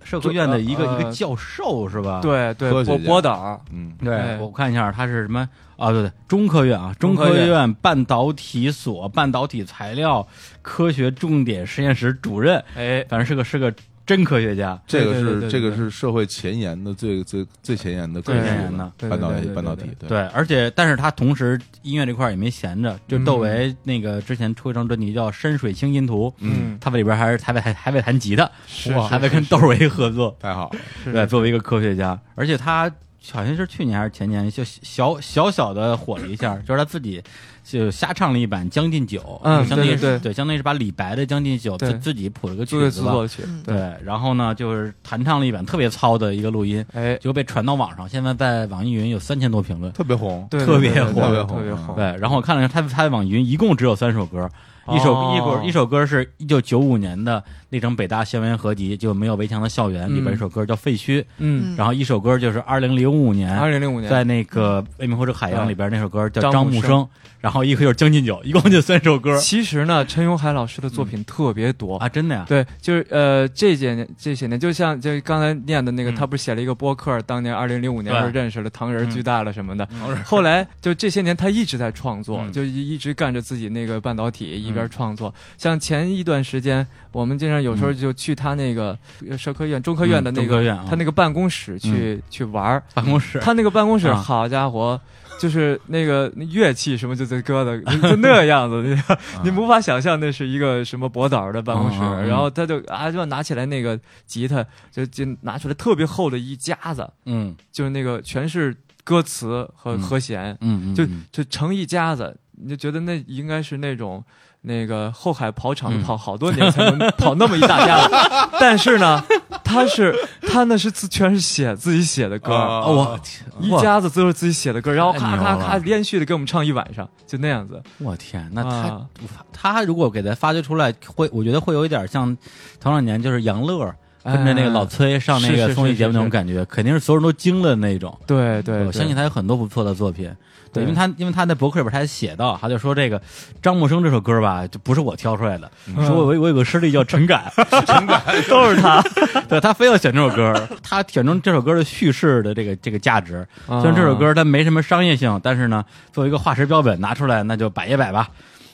[SPEAKER 3] 社科院的一个、
[SPEAKER 2] 呃
[SPEAKER 3] 一个教授是吧？
[SPEAKER 2] 对对
[SPEAKER 4] 科学
[SPEAKER 2] 博
[SPEAKER 4] 家
[SPEAKER 2] 博导，
[SPEAKER 4] 嗯，
[SPEAKER 3] 对，
[SPEAKER 2] 哎
[SPEAKER 3] 我看一下他是什么啊？对对，中科院啊，中
[SPEAKER 2] 中
[SPEAKER 3] 科
[SPEAKER 2] 科院
[SPEAKER 3] 院半导体所半导体材料科学重点实验室主任，
[SPEAKER 2] 哎
[SPEAKER 3] 反正是个是个真科学家。
[SPEAKER 4] 这个
[SPEAKER 2] 对对
[SPEAKER 4] 是
[SPEAKER 2] 对对
[SPEAKER 4] 这个是社会前沿的最最最前沿的科技
[SPEAKER 2] 最
[SPEAKER 3] 前沿的
[SPEAKER 2] 对
[SPEAKER 4] 半导
[SPEAKER 2] 对
[SPEAKER 4] 体
[SPEAKER 2] 对
[SPEAKER 4] 半导
[SPEAKER 2] 对
[SPEAKER 4] 体，对
[SPEAKER 3] 对，而且但是他同时音乐这块儿也没闲着，就窦
[SPEAKER 2] 嗯
[SPEAKER 3] 唯那个之前出一张专辑叫《山水清音图》，
[SPEAKER 4] 嗯，
[SPEAKER 3] 他们里边还是还会还还会弹吉他，
[SPEAKER 2] 是
[SPEAKER 3] 哇
[SPEAKER 2] 是
[SPEAKER 3] 还会
[SPEAKER 2] 是
[SPEAKER 3] 跟
[SPEAKER 2] 是
[SPEAKER 3] 窦唯合作，
[SPEAKER 4] 太好了，
[SPEAKER 2] 是
[SPEAKER 3] 对，作为一个科学家，而且他好像是去年还是前年，就小小小的火了一下，就是他自己就瞎唱了一版《将进酒》，
[SPEAKER 2] 嗯
[SPEAKER 3] 就相当于
[SPEAKER 2] 对对
[SPEAKER 3] 是对，相当于是把李白的《将进酒》
[SPEAKER 2] 对
[SPEAKER 3] 自自己谱了个
[SPEAKER 2] 做个
[SPEAKER 3] 曲
[SPEAKER 2] 制
[SPEAKER 3] 子吧
[SPEAKER 2] 作，曲，
[SPEAKER 1] 嗯
[SPEAKER 2] 对，
[SPEAKER 3] 对，然后呢，就是弹唱了一版特别糙的一个录音，
[SPEAKER 2] 哎
[SPEAKER 3] 就被传到网上，现在在网易云有三千多评论，
[SPEAKER 4] 特别红，
[SPEAKER 2] 对
[SPEAKER 3] 特
[SPEAKER 2] 对
[SPEAKER 3] 别
[SPEAKER 2] 对
[SPEAKER 3] 火
[SPEAKER 2] 特别
[SPEAKER 4] 特别
[SPEAKER 2] 特别
[SPEAKER 4] 红
[SPEAKER 2] 红，
[SPEAKER 3] 对，然后我看了一下，他他的网易云一共只有三首歌，一首、
[SPEAKER 2] 哦
[SPEAKER 3] 一首一首歌是一九九五年的历城北大校园合集，就没有围墙的校园里边一首歌叫《废墟》，
[SPEAKER 2] 嗯，
[SPEAKER 3] 然后一首歌就是二零零五
[SPEAKER 1] 嗯
[SPEAKER 3] 年
[SPEAKER 2] 二零零五年嗯
[SPEAKER 3] 在那个《未名湖这海洋》里边那首歌叫
[SPEAKER 2] 张
[SPEAKER 3] 张
[SPEAKER 2] 木
[SPEAKER 3] 木
[SPEAKER 2] 生
[SPEAKER 3] 生，然后一个就是《将进酒》，一共就三首歌
[SPEAKER 2] 其实呢，陈永海老师的作品特别多。
[SPEAKER 3] 啊，真的呀，
[SPEAKER 2] 对，就是呃，这些年这些年，就像就刚才念的那个，
[SPEAKER 3] 嗯
[SPEAKER 2] 他不是写了一个播客，当年二零零五年
[SPEAKER 3] 对
[SPEAKER 2] 时候认识了唐人巨大了什么的。
[SPEAKER 3] 嗯
[SPEAKER 2] (laughs) 后来就这些年，他一直在创作，
[SPEAKER 3] 嗯
[SPEAKER 2] 就一一直干着自己那个半导体，一边创作。像前一段时间，我们经常有时候就去他那个呃社科院、中科院的那
[SPEAKER 3] 嗯中科
[SPEAKER 2] 个、
[SPEAKER 3] 院啊
[SPEAKER 2] 他那个办公室去、去玩儿。
[SPEAKER 3] 办公室
[SPEAKER 2] 他那个办公室，
[SPEAKER 3] 啊
[SPEAKER 2] 好家伙， (laughs) 就是那个那乐器什么就在搁
[SPEAKER 3] (laughs)
[SPEAKER 2] 的，就那样子，你
[SPEAKER 3] 啊
[SPEAKER 2] 你无法想象那是一个什么博导的办公室。
[SPEAKER 3] 嗯嗯嗯
[SPEAKER 2] 然后他就啊，就拿起来那个吉他，就就拿出来特别厚的一夹子，
[SPEAKER 3] 嗯
[SPEAKER 2] 就是那个全是歌词和
[SPEAKER 3] 嗯
[SPEAKER 2] 和弦，
[SPEAKER 3] 嗯嗯
[SPEAKER 2] 就
[SPEAKER 3] 嗯
[SPEAKER 2] 就成一夹子，你就觉得那应该是那种那个后海跑场
[SPEAKER 3] 嗯
[SPEAKER 2] 跑好多年才能跑那么一大
[SPEAKER 3] (laughs)
[SPEAKER 2] 家子，但是呢，他是他那是自全是写自己写的歌，
[SPEAKER 4] 啊
[SPEAKER 3] 哦我天
[SPEAKER 2] 呃一
[SPEAKER 3] 我
[SPEAKER 2] 家子都是自己写的歌，然后
[SPEAKER 3] 太
[SPEAKER 2] 咔
[SPEAKER 3] 牛
[SPEAKER 2] 咔
[SPEAKER 3] 了
[SPEAKER 2] 咔连续的给我们唱一晚上，就那样子。
[SPEAKER 3] 我天，那他
[SPEAKER 2] 啊
[SPEAKER 3] 他如果给他发掘出来，会我觉得会有一点像头两年就是杨乐跟着那个老
[SPEAKER 2] 哎
[SPEAKER 3] 崔上那
[SPEAKER 2] 啊是是
[SPEAKER 3] 个
[SPEAKER 2] 是
[SPEAKER 3] 综艺节目那种
[SPEAKER 2] 是
[SPEAKER 3] 感觉，肯定是所有人都惊了那种。
[SPEAKER 2] 对对，
[SPEAKER 3] 我相信他有很多不错的作品，
[SPEAKER 2] 对
[SPEAKER 3] 对，因为他因为他在博客里边他也写到，他就说这个张默生这首歌吧，就不是我挑出来的，
[SPEAKER 2] 嗯
[SPEAKER 3] 说我我我有个师弟叫
[SPEAKER 2] (laughs)
[SPEAKER 3] 陈敢， (laughs)
[SPEAKER 2] 都是他。
[SPEAKER 3] 对他非要选这首歌，他选中这首歌的叙事的这个这个价值。
[SPEAKER 2] 啊
[SPEAKER 3] 虽然这首歌它没什么商业性，但是呢，作为一个化石标本拿出来，那就摆一摆吧。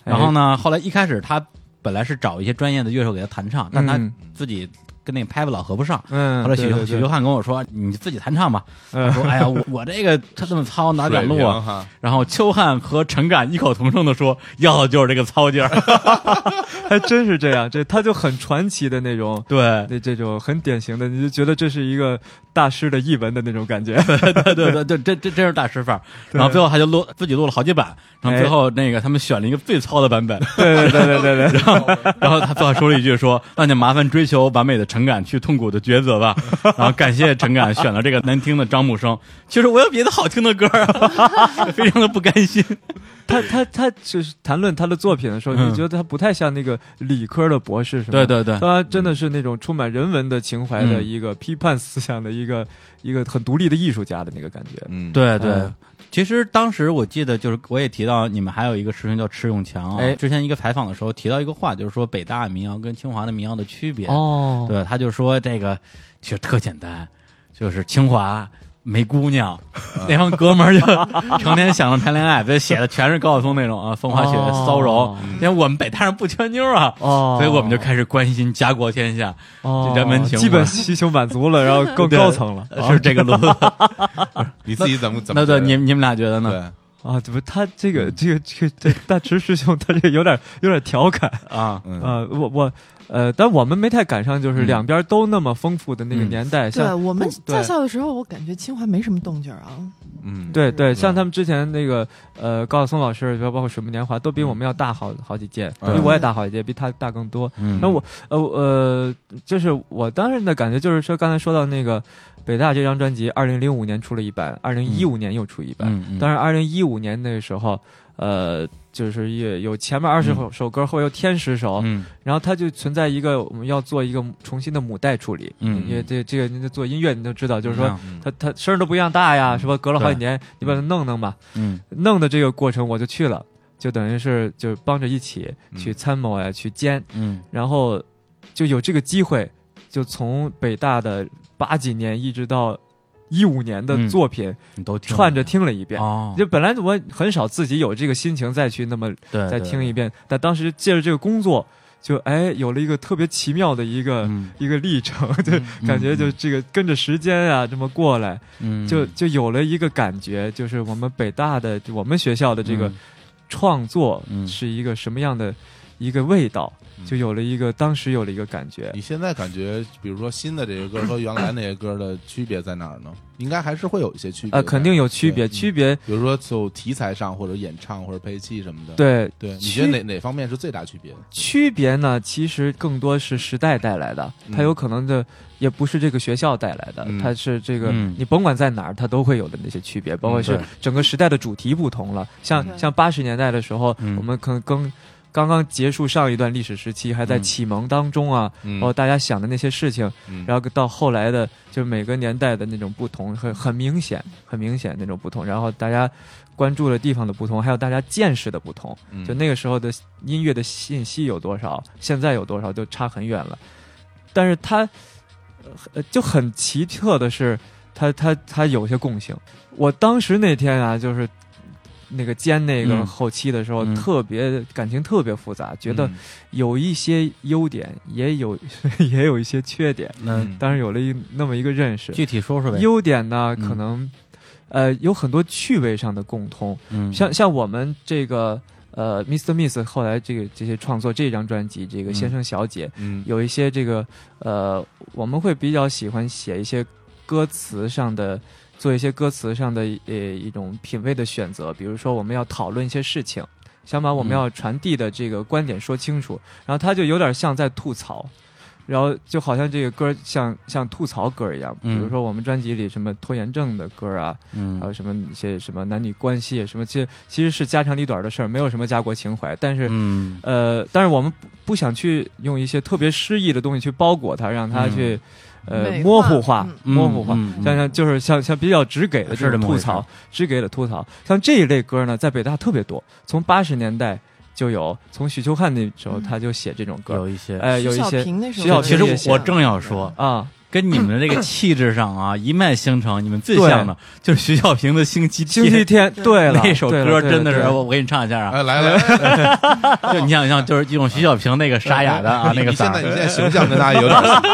[SPEAKER 2] 哎
[SPEAKER 3] 然后呢，后来一开始他本来是找一些专业的乐手给他弹唱，但他
[SPEAKER 2] 嗯
[SPEAKER 3] 自己跟那个拍子老合不上。
[SPEAKER 2] 嗯，
[SPEAKER 3] 后来许
[SPEAKER 2] 对对嗯
[SPEAKER 3] 许秋汉跟我说：“你自己弹唱吧。”我说：“哎呀，我我这个 (laughs) 他这么糙，哪敢录啊？”
[SPEAKER 4] 啊？
[SPEAKER 3] 然后秋汉和陈敢异口同声的说：“要的就是这个糙劲儿。
[SPEAKER 2] (laughs) 对还真是这样，这他就很传奇的那种”。
[SPEAKER 3] 对，
[SPEAKER 2] 那这种很典型的，你就觉得这是一个大师的译文的那种感觉。 (laughs)
[SPEAKER 3] 对对对，对，这这真是大师范儿。
[SPEAKER 2] 对哎
[SPEAKER 3] 然后最后他就录自己录了好几版，然后最后那个他们选了一个最糙的版本，
[SPEAKER 2] 对对对对对对，
[SPEAKER 3] (laughs) 然后他最后说了一句说：“那就麻烦追求完美的陈感去痛苦的抉择 (laughs) 吧。”然后感谢陈感选了这个难听的张木生。其实我有别的好听的歌 (laughs) 啊，非常的不甘心。
[SPEAKER 2] 他他他就是谈论他的作品的时候，
[SPEAKER 3] 嗯
[SPEAKER 2] 你觉得他不太像那个理科的博士，是吗？
[SPEAKER 3] 对对对，
[SPEAKER 2] 他真的是那种充满人文的情怀的
[SPEAKER 3] 嗯
[SPEAKER 2] 一个批判思想的一个一个很独立的艺术家的那个感觉。
[SPEAKER 4] 嗯，
[SPEAKER 3] 对对。
[SPEAKER 2] 嗯
[SPEAKER 3] 其实当时我记得，就是我也提到你们还有一个师兄叫迟永强、啊，
[SPEAKER 2] 哎
[SPEAKER 3] 之前一个采访的时候提到一个话，就是说北大民谣跟清华的民谣的区别。
[SPEAKER 2] 哦，
[SPEAKER 3] 对，他就说这个其实特简单，就是清华没姑
[SPEAKER 2] 啊
[SPEAKER 3] 娘，那帮哥们儿就成天想着谈恋爱，这写的全是高晓松那种啊，风花雪月骚
[SPEAKER 2] 哦
[SPEAKER 3] 扰。因为我们北大人不缺妞儿啊，
[SPEAKER 2] 哦，
[SPEAKER 3] 所以我们就开始关心家国天下，
[SPEAKER 2] 哦
[SPEAKER 3] 人文情怀
[SPEAKER 2] 基本需求满足了，然后更
[SPEAKER 3] 对呃
[SPEAKER 2] 高层了。
[SPEAKER 3] 是这
[SPEAKER 2] (laughs)
[SPEAKER 3] 个路子。
[SPEAKER 4] 你自己怎么怎么
[SPEAKER 3] 那
[SPEAKER 4] 觉得？
[SPEAKER 3] 对你们你们俩觉得呢？
[SPEAKER 4] 对
[SPEAKER 2] 啊，怎么他这个这个这个这大池师兄，他这个有点有点调侃
[SPEAKER 3] 啊，
[SPEAKER 4] 嗯
[SPEAKER 2] 啊，我我呃，但我们没太赶上，就是
[SPEAKER 3] 嗯
[SPEAKER 2] 两边都那么丰富的那个
[SPEAKER 3] 嗯
[SPEAKER 2] 年代，
[SPEAKER 1] 对
[SPEAKER 2] 像
[SPEAKER 1] 我们
[SPEAKER 2] 对
[SPEAKER 1] 在校的时候，我感觉清华没什么动静儿啊。
[SPEAKER 4] 嗯，
[SPEAKER 2] 对对，
[SPEAKER 4] 嗯
[SPEAKER 2] 像他们之前那个呃高晓松老师，包括水木年华，都比
[SPEAKER 3] 嗯
[SPEAKER 2] 我们要大好好几届，
[SPEAKER 4] 嗯
[SPEAKER 2] 比我也大好几届，比他大更多。
[SPEAKER 3] 嗯
[SPEAKER 2] 那我呃我呃，就是我当时的感觉就是说，刚才说到那个北大这张专辑，二零零五年出了一版，二零一五年又出一版。
[SPEAKER 3] 嗯嗯
[SPEAKER 2] 当然，二零一五年那个时候，呃，就是也有前面二十
[SPEAKER 3] 嗯
[SPEAKER 2] 首歌，后有天十首，
[SPEAKER 3] 嗯
[SPEAKER 2] 然后它就存在一个我们要做一个重新的母带处理。
[SPEAKER 3] 嗯
[SPEAKER 2] 因为这这个您做音乐，你都知道，就是说
[SPEAKER 3] 嗯
[SPEAKER 2] 它它声儿都不一样大呀，是吧？隔了好几年，你把它弄弄吧。
[SPEAKER 3] 嗯
[SPEAKER 2] 弄的这个过程我就去了，就等于是就帮着一起去参谋呀、去监，
[SPEAKER 3] 嗯
[SPEAKER 2] 然后就有这个机会，就从北大的八几年一直到一五年的
[SPEAKER 3] 嗯
[SPEAKER 2] 作品
[SPEAKER 3] 你都听
[SPEAKER 2] 串着听了一遍。
[SPEAKER 3] 哦，
[SPEAKER 2] 就本来我很少自己有这个心情再去那么
[SPEAKER 3] 对
[SPEAKER 2] 再听一
[SPEAKER 3] 遍。
[SPEAKER 2] 遍，但当时借着这个工作，就哎有了一个特别奇妙的一个、
[SPEAKER 3] 嗯
[SPEAKER 2] 一个历程， (laughs) 就
[SPEAKER 3] 嗯
[SPEAKER 2] 感觉就
[SPEAKER 3] 嗯
[SPEAKER 2] 这个跟着时间啊这么过来，
[SPEAKER 3] 嗯，
[SPEAKER 2] 就就有了一个感觉，就是我们北大的就我们学校的这个创作
[SPEAKER 3] 嗯
[SPEAKER 2] 是一个什么样的一个味道，
[SPEAKER 4] 嗯
[SPEAKER 2] 就有了一个当时有了一个感觉。
[SPEAKER 4] 你现在感觉，比如说新的这些歌和原来那些歌的区别在哪儿呢？应该还是会有一些区别的
[SPEAKER 2] 啊，肯定有区别，
[SPEAKER 4] 对
[SPEAKER 2] 区别
[SPEAKER 4] 比如说就题材上或者演唱或者配器什么的。
[SPEAKER 2] 对
[SPEAKER 4] 对，你
[SPEAKER 2] 区
[SPEAKER 4] 觉得哪哪方面是最大区别的？
[SPEAKER 2] 区别呢，其实更多是时代带来的，
[SPEAKER 4] 嗯
[SPEAKER 2] 它有可能的也不是这个学校带来的，
[SPEAKER 4] 嗯
[SPEAKER 2] 它是这个、
[SPEAKER 3] 嗯
[SPEAKER 2] 你甭管在哪儿，它都会有的那些区别，包括是
[SPEAKER 3] 对
[SPEAKER 2] 整个时代的主题不同了。像像八十年代的时候，
[SPEAKER 3] 嗯
[SPEAKER 2] 我们可能更刚刚结束上一段历史时期，还在
[SPEAKER 4] 嗯
[SPEAKER 2] 启蒙当中啊，
[SPEAKER 4] 嗯
[SPEAKER 2] 然后大家想的那些事情，
[SPEAKER 4] 嗯
[SPEAKER 2] 然后到后来的，就是每个年代的那种不同，很很明显，很明显那种不同。然后大家关注的地方的不同，还有大家见识的不同。
[SPEAKER 4] 嗯
[SPEAKER 2] 就那个时候的音乐的信息有多少，现在有多少，都差很远了。但是它，呃，就很奇特的是，它它它有些共性。我当时那天啊，就是那个兼那个
[SPEAKER 3] 嗯
[SPEAKER 2] 后期的时候，
[SPEAKER 3] 嗯
[SPEAKER 2] 特别感情特别复杂，觉得
[SPEAKER 4] 嗯
[SPEAKER 2] 有一些优点，也有 (laughs) 也有一些缺点。
[SPEAKER 3] 那
[SPEAKER 4] 嗯
[SPEAKER 2] 当然有了一那么一个认识。
[SPEAKER 3] 具体说说呗。
[SPEAKER 2] 优点呢，
[SPEAKER 3] 嗯
[SPEAKER 2] 可能、呃有很多趣味上的共通，
[SPEAKER 3] 嗯，
[SPEAKER 2] 像像我们这个呃 Mr. Miss 后来这个这些创作这张专辑，这个
[SPEAKER 3] 嗯
[SPEAKER 2] 先生小姐、
[SPEAKER 4] 嗯
[SPEAKER 2] 有一些这个呃，我们会比较喜欢写一些歌词上的。做一些歌词上的呃一种品味的选择，比如说我们要讨论一些事情，想把我们
[SPEAKER 3] 嗯
[SPEAKER 2] 要传递的这个观点说清楚，然后他就有点像在吐槽，然后就好像这个歌像像吐槽歌一样，比
[SPEAKER 3] 嗯
[SPEAKER 2] 如说我们专辑里什么拖延症的歌啊，
[SPEAKER 3] 嗯
[SPEAKER 2] 还有什么一些什么男女关系啊什么，其实其实是家长里短的事儿，没有什么家国情怀，但是。
[SPEAKER 3] 嗯
[SPEAKER 2] 呃，但是我们不不想去用一些特别诗意的东西去包裹它，让它去、呃
[SPEAKER 1] 美化
[SPEAKER 2] 模糊化、
[SPEAKER 1] 嗯
[SPEAKER 2] 模糊化。
[SPEAKER 3] 嗯嗯
[SPEAKER 2] 像像就是像像比较直给的
[SPEAKER 3] 是这
[SPEAKER 2] 种
[SPEAKER 3] 么
[SPEAKER 2] 吐
[SPEAKER 3] 回事
[SPEAKER 2] 槽，直给的吐槽。像这一类歌呢，在北大特别多，从八十年代就有，从许秋汉那时候
[SPEAKER 1] 嗯
[SPEAKER 2] 他就写这种歌，
[SPEAKER 3] 有一些。
[SPEAKER 2] 哎，有一
[SPEAKER 1] 徐小
[SPEAKER 2] 些
[SPEAKER 1] 平那时候
[SPEAKER 2] 徐小
[SPEAKER 1] 就
[SPEAKER 2] 平
[SPEAKER 1] 是
[SPEAKER 3] 其实
[SPEAKER 2] 也
[SPEAKER 3] 我
[SPEAKER 2] 写
[SPEAKER 3] 我正要说，
[SPEAKER 2] 啊，
[SPEAKER 3] 跟你们的这个气质上啊一脉相承，你们最像的就是徐小平的《星期
[SPEAKER 2] 星
[SPEAKER 3] 天
[SPEAKER 2] 期》天，
[SPEAKER 1] 对
[SPEAKER 2] 对了，
[SPEAKER 3] 那首
[SPEAKER 2] 对了
[SPEAKER 3] 歌，
[SPEAKER 2] 对了
[SPEAKER 3] 真的
[SPEAKER 2] 对
[SPEAKER 3] 是
[SPEAKER 2] 了
[SPEAKER 3] 我我给你唱一下啊，
[SPEAKER 4] 哎来来
[SPEAKER 2] (laughs)
[SPEAKER 4] 来，
[SPEAKER 3] 就你想象就是用徐小平那个沙哑的啊
[SPEAKER 4] 你
[SPEAKER 3] 那个
[SPEAKER 4] 哎你
[SPEAKER 3] 嗓
[SPEAKER 4] 现在
[SPEAKER 3] 儿
[SPEAKER 4] 你。现在形象跟大家有点
[SPEAKER 2] (laughs)
[SPEAKER 4] 像，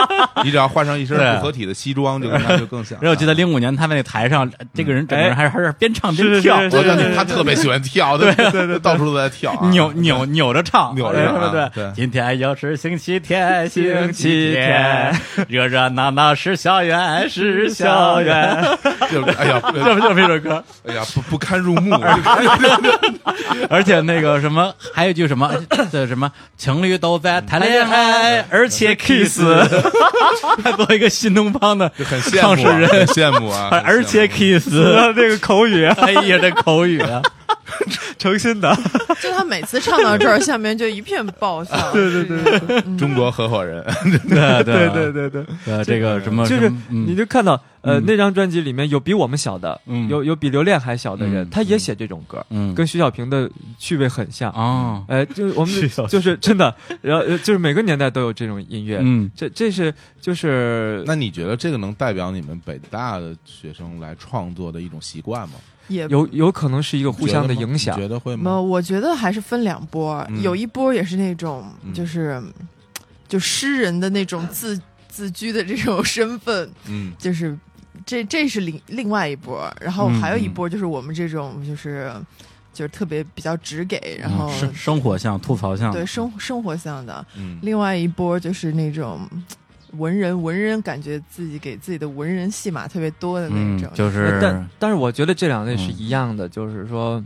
[SPEAKER 4] 你只要换上一身
[SPEAKER 3] 对
[SPEAKER 4] 不合体的西装，就跟他就更啊像。
[SPEAKER 3] 然
[SPEAKER 2] 啊
[SPEAKER 3] 后我记得零五年他们那台上，呃这个人整个人还是还是边唱边
[SPEAKER 2] 嗯哎是
[SPEAKER 3] 跳，
[SPEAKER 2] 是
[SPEAKER 4] 我告诉
[SPEAKER 2] 对
[SPEAKER 4] 你，他特别喜
[SPEAKER 2] (laughs)
[SPEAKER 4] 欢跳，对对对，到处都在跳啊，
[SPEAKER 3] 扭扭扭着唱，哎
[SPEAKER 4] 扭
[SPEAKER 3] 对
[SPEAKER 4] 着唱
[SPEAKER 3] 对
[SPEAKER 4] 啊
[SPEAKER 3] 对
[SPEAKER 4] 对
[SPEAKER 3] 今天又是星期天，星期
[SPEAKER 2] 期
[SPEAKER 3] 天
[SPEAKER 2] 天，
[SPEAKER 3] 热热闹闹是校园，是校园，
[SPEAKER 4] 就哎
[SPEAKER 2] (laughs)
[SPEAKER 4] 呀，不
[SPEAKER 3] 这不 (laughs) 就是这首歌？
[SPEAKER 4] 哎呀，不不堪入目。
[SPEAKER 3] 而且那个什么，还有一句什么，这什么情侣都在谈恋爱，而且
[SPEAKER 2] (laughs)
[SPEAKER 3] kiss，还做一个新东方的
[SPEAKER 4] 就很羡
[SPEAKER 3] 创始
[SPEAKER 4] 慕啊，很
[SPEAKER 3] 人，
[SPEAKER 4] 羡慕 (laughs) 啊，很
[SPEAKER 3] 而且
[SPEAKER 4] 羡慕
[SPEAKER 2] (laughs)
[SPEAKER 3] kiss，
[SPEAKER 2] 这个口语啊
[SPEAKER 3] 哎呀，这口语啊，
[SPEAKER 2] 诚心的，
[SPEAKER 1] 就他每次唱到这儿，下面就一片爆笑。对对对
[SPEAKER 4] 中国合伙人，
[SPEAKER 3] 对啊
[SPEAKER 2] 对对
[SPEAKER 3] 对
[SPEAKER 2] 对对。
[SPEAKER 3] 呃，这个什么
[SPEAKER 2] 就是你
[SPEAKER 3] 嗯
[SPEAKER 2] 就看到，呃，
[SPEAKER 3] 嗯
[SPEAKER 2] 那张专辑里面有比我们小的，
[SPEAKER 3] 嗯
[SPEAKER 2] 有有比刘恋还小的人
[SPEAKER 3] 嗯，
[SPEAKER 2] 他也写这种歌，
[SPEAKER 3] 嗯
[SPEAKER 2] 跟徐小平的趣味很像。
[SPEAKER 3] 哦，
[SPEAKER 2] 呃，就是我
[SPEAKER 3] 徐
[SPEAKER 2] 们
[SPEAKER 3] 小平
[SPEAKER 2] 就是真的，然后呃就是每个年代都有这种音乐，
[SPEAKER 3] 嗯
[SPEAKER 2] 这这是就是
[SPEAKER 4] (laughs) 那你觉得这个能代表你们北大的学生来创作的一种习惯吗？
[SPEAKER 1] 也
[SPEAKER 2] 有有可能是一个互相的影响
[SPEAKER 4] 你。觉得会
[SPEAKER 1] 么，
[SPEAKER 4] 吗？
[SPEAKER 1] 我觉得还是分两波，
[SPEAKER 4] 嗯
[SPEAKER 1] 有一波也是那种
[SPEAKER 4] 嗯
[SPEAKER 1] 就是就诗人的那种自自居的这种身份，
[SPEAKER 4] 嗯
[SPEAKER 1] 就是这这是另另外一波，然后还有一波就是我们这种就是、就是特别比较直给，然后
[SPEAKER 2] 哦
[SPEAKER 3] 嗯生生活像吐槽像
[SPEAKER 1] 对生生活向的，
[SPEAKER 4] 嗯
[SPEAKER 1] 另外一波就是那种文人文人感觉自己给自己的文人戏码特别多的那
[SPEAKER 3] 嗯
[SPEAKER 1] 种，，
[SPEAKER 3] 就是
[SPEAKER 2] 呃但但是我觉得这两类是一样的，就是说，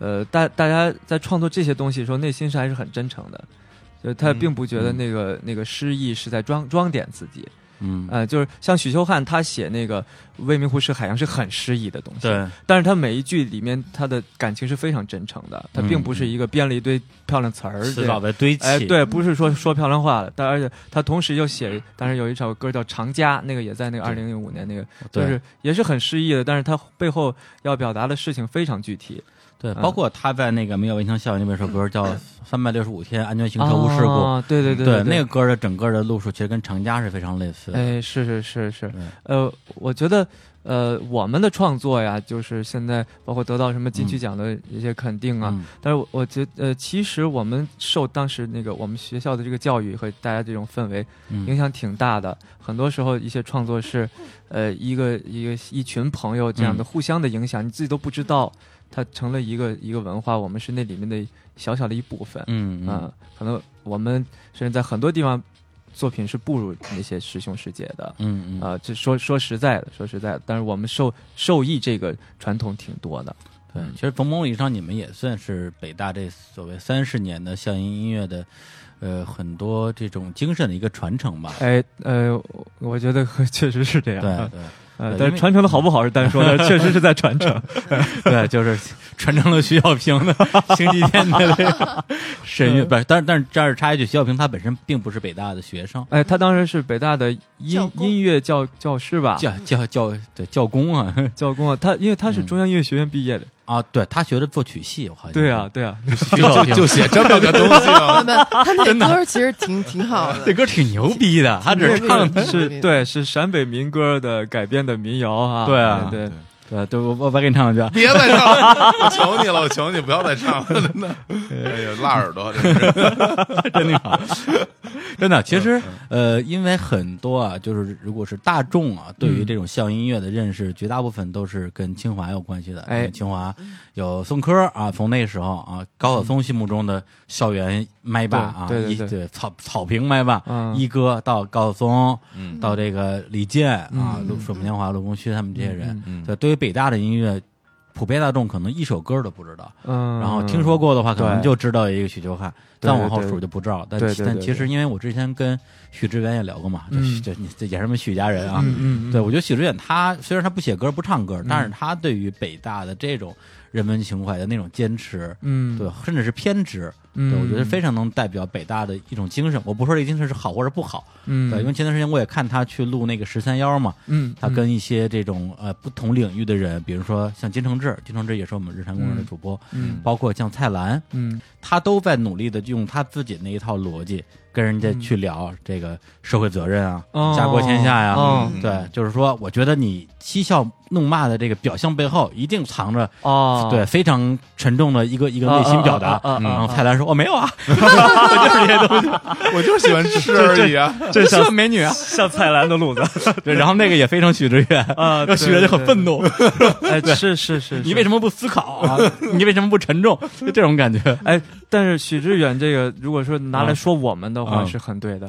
[SPEAKER 2] 呃，大大家在创作这些东西的时候，内心是还是很真诚的，就他
[SPEAKER 4] 嗯
[SPEAKER 2] 并不觉得
[SPEAKER 3] 嗯
[SPEAKER 2] 那个那个诗意是在装装点自己。
[SPEAKER 3] 嗯
[SPEAKER 2] 呃，就是像许秋汉他写那个《未名湖是海洋》是很诗意的东西，
[SPEAKER 3] 对
[SPEAKER 2] 但是他每一句里面他的感情是非常真诚的，他并不是一个编了一堆漂亮词儿
[SPEAKER 3] 迟
[SPEAKER 2] 这
[SPEAKER 3] 早
[SPEAKER 2] 样。
[SPEAKER 3] 的堆
[SPEAKER 2] 哎，
[SPEAKER 3] 砌，
[SPEAKER 2] 对，不是说说漂亮话的，但而且他同时又写，当时有一首歌叫《长家》，那个也在那个二零零五年那个，就
[SPEAKER 3] 对
[SPEAKER 2] 是也是很诗意的，但是他背后要表达的事情非常具体。
[SPEAKER 3] 对，
[SPEAKER 2] 嗯
[SPEAKER 3] 包括他在那个《没有围墙效应》那首歌叫《三百六十五天安全行车无事故》，
[SPEAKER 2] 啊对对
[SPEAKER 3] 哦对
[SPEAKER 2] 对，
[SPEAKER 3] 那个歌的整个的路数其实跟《成家》是非常类似的。嗯
[SPEAKER 2] 哎，是是是是
[SPEAKER 3] 对，
[SPEAKER 2] 呃，我觉得，呃，我们的创作呀，就是现在包括得到什么金曲奖的一些肯定啊，
[SPEAKER 3] 嗯
[SPEAKER 2] 但是我我觉得，呃，其实我们受当时那个我们学校的这个教育和大家这种氛围影
[SPEAKER 3] 嗯
[SPEAKER 2] 响挺大的，很多时候一些创作是，呃，一个一个一群朋友这样的
[SPEAKER 3] 嗯
[SPEAKER 2] 互相的影响，你自己都不知道，它成了一个一个文化，我们是那里面的小小的一部分，
[SPEAKER 3] 嗯嗯
[SPEAKER 2] 啊，可能我们甚至在很多地方作品是不如那些师兄师姐的。
[SPEAKER 3] 嗯嗯，
[SPEAKER 2] 啊，这说说实在的，说实在的，但是我们受受益这个传统挺多的。
[SPEAKER 3] 对，其实从某种意义上，你们也算是北大这所谓三十年的校园音乐的，呃，很多这种精神的一个传承吧。
[SPEAKER 2] 哎，呃，我觉得 (laughs) 确实是这样。
[SPEAKER 3] (laughs) 对对，
[SPEAKER 2] 呃，
[SPEAKER 3] 对
[SPEAKER 2] 但
[SPEAKER 3] 因
[SPEAKER 2] 是
[SPEAKER 3] 为
[SPEAKER 2] 传承的好不好是单说，但是确实是在传
[SPEAKER 3] (laughs)
[SPEAKER 2] 承。
[SPEAKER 3] 对，就是传承了徐小平 (laughs) 的星期天的这个 (laughs) 神韵，不是，但是但是这儿插一句，徐小平他本身并不是北大的学生，
[SPEAKER 2] 哎，他当时是北大的
[SPEAKER 1] 教
[SPEAKER 2] 音
[SPEAKER 1] 工
[SPEAKER 2] 音乐教教师吧，
[SPEAKER 3] 教教教对教工啊
[SPEAKER 2] 教工啊，他因为他是
[SPEAKER 3] 嗯
[SPEAKER 2] 中央音乐学院毕业的，
[SPEAKER 3] (laughs) 啊，对他学的作曲系，我好像
[SPEAKER 2] 对啊，，对啊，
[SPEAKER 3] 徐小平 (laughs)
[SPEAKER 4] (laughs) 就写这么个东西 (laughs) 吗？
[SPEAKER 1] 没有，他那歌儿其实挺挺好
[SPEAKER 3] 这
[SPEAKER 1] 的，
[SPEAKER 3] 歌挺牛逼的，他
[SPEAKER 2] 嗯
[SPEAKER 3] 只是
[SPEAKER 1] 挺
[SPEAKER 3] 唱
[SPEAKER 1] 牛
[SPEAKER 3] 的
[SPEAKER 1] 逼的
[SPEAKER 2] 是对，是陕北民歌的改编的民谣啊，
[SPEAKER 3] 对啊
[SPEAKER 2] 对，
[SPEAKER 3] 对，对我我再给你唱一句，啊
[SPEAKER 4] 别再唱 (laughs) 了，我求你了，我求你不要再唱了，真 (laughs) 的，哎呀，辣耳朵，真是
[SPEAKER 3] 真的好，真的。其
[SPEAKER 2] 嗯
[SPEAKER 3] 实呃，因为很多啊，就是如果是大众啊，对
[SPEAKER 2] 嗯
[SPEAKER 3] 于这种校园音乐的认识，绝大部分都是跟清华有关系的。
[SPEAKER 2] 哎
[SPEAKER 3] 因为清华有宋柯啊，从那时候啊，高晓松心目中的校园麦霸啊，
[SPEAKER 2] 对对
[SPEAKER 3] 一
[SPEAKER 2] 对对
[SPEAKER 3] 草草坪麦霸，
[SPEAKER 2] 嗯
[SPEAKER 3] 一哥到高晓松，
[SPEAKER 4] 嗯
[SPEAKER 3] 到这个李健啊，
[SPEAKER 2] 嗯
[SPEAKER 3] 陆水木年华、陆功勋他们这些人，
[SPEAKER 4] (laughs) 嗯嗯
[SPEAKER 3] 对，对于北大的音乐。普遍大众可能一首歌都不知道，
[SPEAKER 2] 嗯，
[SPEAKER 3] 然后听说过的话，可能
[SPEAKER 2] 对
[SPEAKER 3] 就知道一个许秋汉，
[SPEAKER 2] 对
[SPEAKER 3] 再往后
[SPEAKER 2] 对
[SPEAKER 3] 数就不知道。但
[SPEAKER 2] 对
[SPEAKER 3] 其
[SPEAKER 2] 对
[SPEAKER 3] 但
[SPEAKER 2] 对
[SPEAKER 3] 其实
[SPEAKER 2] 对
[SPEAKER 3] 因为我之前跟许志远也聊过嘛，这
[SPEAKER 2] 嗯
[SPEAKER 3] 这你这也是我们许家人啊。
[SPEAKER 2] 嗯，嗯嗯，嗯
[SPEAKER 3] 对，我觉得许志远他虽然他不写歌不唱歌，但是他对于北大的这种人文情怀的那种坚持，
[SPEAKER 2] 嗯，
[SPEAKER 3] 对，甚至是偏执，对
[SPEAKER 2] 嗯
[SPEAKER 3] 我觉得非常能代表北大的一种精神。我不说这个精神是好或者不好，
[SPEAKER 2] 嗯，
[SPEAKER 3] 对，因为前段时间我也看他去录那个十三幺嘛，
[SPEAKER 2] 嗯，
[SPEAKER 3] 他跟一些这种呃不同领域的人，比如说像金承志，金承志也是我们日常公园的主播，
[SPEAKER 2] 嗯
[SPEAKER 3] 包括像蔡澜，
[SPEAKER 2] 嗯
[SPEAKER 3] 他都在努力的用他自己那一套逻辑跟人家去聊这个社会责任啊、
[SPEAKER 2] 哦
[SPEAKER 3] 家国天下呀、
[SPEAKER 2] 哦
[SPEAKER 3] 对，就是说，我觉得你嬉笑怒骂的这个表象背后，一定藏着、
[SPEAKER 2] 哦，
[SPEAKER 3] (laughs) 对非常沉重的一个一个内心表达。
[SPEAKER 2] 啊啊啊啊啊啊
[SPEAKER 3] 然后蔡澜说：“我、没有啊，
[SPEAKER 4] 我就是喜欢吃而已啊，
[SPEAKER 2] 这像
[SPEAKER 3] 是美女啊。
[SPEAKER 2] 像蔡澜的路
[SPEAKER 3] (laughs)
[SPEAKER 2] 子”
[SPEAKER 3] 对，然后那个也非常许知远
[SPEAKER 2] 啊
[SPEAKER 3] 然后许知远就很愤
[SPEAKER 2] 怒，
[SPEAKER 3] 怒。 (laughs)
[SPEAKER 2] 哎，是是是，
[SPEAKER 3] 你为
[SPEAKER 2] 什
[SPEAKER 3] 什么不思考啊？ (laughs) 你为什么不沉重？就这种感觉。
[SPEAKER 2] 么？哎，但是许知远这个，如果说拿来
[SPEAKER 3] 嗯
[SPEAKER 2] 说我们的话，
[SPEAKER 3] 嗯
[SPEAKER 2] 是很对的，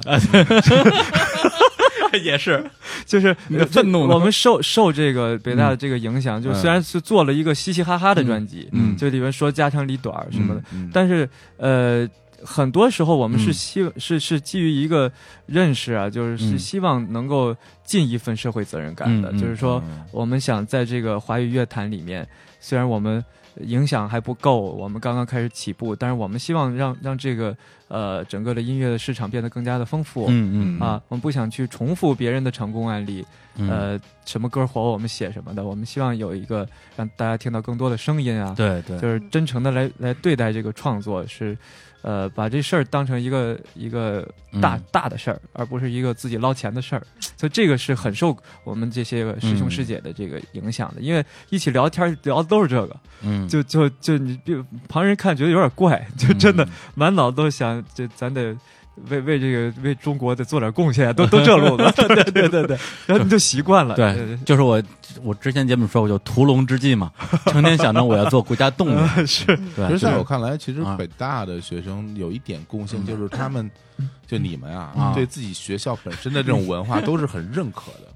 [SPEAKER 3] (laughs) 也是，
[SPEAKER 2] (laughs) 就是呃
[SPEAKER 3] 你的愤怒呢
[SPEAKER 2] 我们受受这个北大的这个影响，就
[SPEAKER 3] 嗯
[SPEAKER 2] 虽然是做了一个嘻嘻哈哈的专辑，
[SPEAKER 3] 嗯嗯
[SPEAKER 2] 就里面说家长里短儿什么的，
[SPEAKER 4] 嗯，
[SPEAKER 2] 但是呃，很多时候我们是
[SPEAKER 3] 嗯
[SPEAKER 2] 希、是是基于一个认识啊，就是是
[SPEAKER 3] 嗯
[SPEAKER 2] 希望能够尽一份社会责任感的，
[SPEAKER 3] 嗯嗯
[SPEAKER 2] 就是说我们想在这个华语乐坛里面，虽然我们。影响还不够，我们刚刚开始起步，但是我们希望让让这个呃整个的音乐的市场变得更加的丰富，
[SPEAKER 3] 嗯嗯
[SPEAKER 2] 啊，我们不想去重复别人的成功案例，
[SPEAKER 3] 嗯，
[SPEAKER 2] 呃，什么歌火我们写什么的，我们希望有一个让大家听到更多的声音啊，
[SPEAKER 3] 对对，
[SPEAKER 2] 就是真诚的来来对待这个创作，是，呃，把这事儿当成一个一个大、
[SPEAKER 3] 嗯
[SPEAKER 2] 大的事儿，而不是一个自己捞钱的事儿，所以这个是很受我们这些个师兄
[SPEAKER 3] 嗯
[SPEAKER 2] 师姐的这个影响的，因为一起聊天儿聊的都是这个，
[SPEAKER 3] 嗯，
[SPEAKER 2] 就就就你别旁人看觉得有点怪，就真
[SPEAKER 3] 嗯
[SPEAKER 2] 的满脑子都想，这咱得为为这个为中国得做点贡献，都都这路子， (laughs) 对对对对，然后你就习惯了，
[SPEAKER 3] 对，就是我我之前节目说过，就屠龙之计
[SPEAKER 2] (laughs)
[SPEAKER 3] 嘛，成天想着我要做国家动物，是对，
[SPEAKER 4] 其实在
[SPEAKER 3] 就
[SPEAKER 4] 我看来，其实
[SPEAKER 3] 啊
[SPEAKER 4] 北大的学生有一点共性，
[SPEAKER 3] 嗯
[SPEAKER 4] 就是他们，就你们
[SPEAKER 3] 啊
[SPEAKER 4] 啊，对自己学校本身的这 (laughs) 种文化都是很认可的。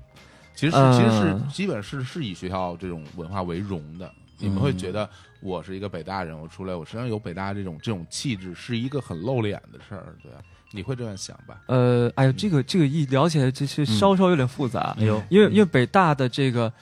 [SPEAKER 4] 其实是，
[SPEAKER 2] 嗯
[SPEAKER 4] 其实是基本是是以学校这种文化为荣的。你们会觉得我是一个北大人，我出来我身上有北大这种这种气质，是一个很露脸的事儿，对吧？啊你会这样想吧？
[SPEAKER 2] 呃，哎呀，这个这个一聊起来，这
[SPEAKER 3] 嗯
[SPEAKER 2] 是稍稍有点复杂，啊
[SPEAKER 3] 哎呦，
[SPEAKER 2] 因为因为北大的这个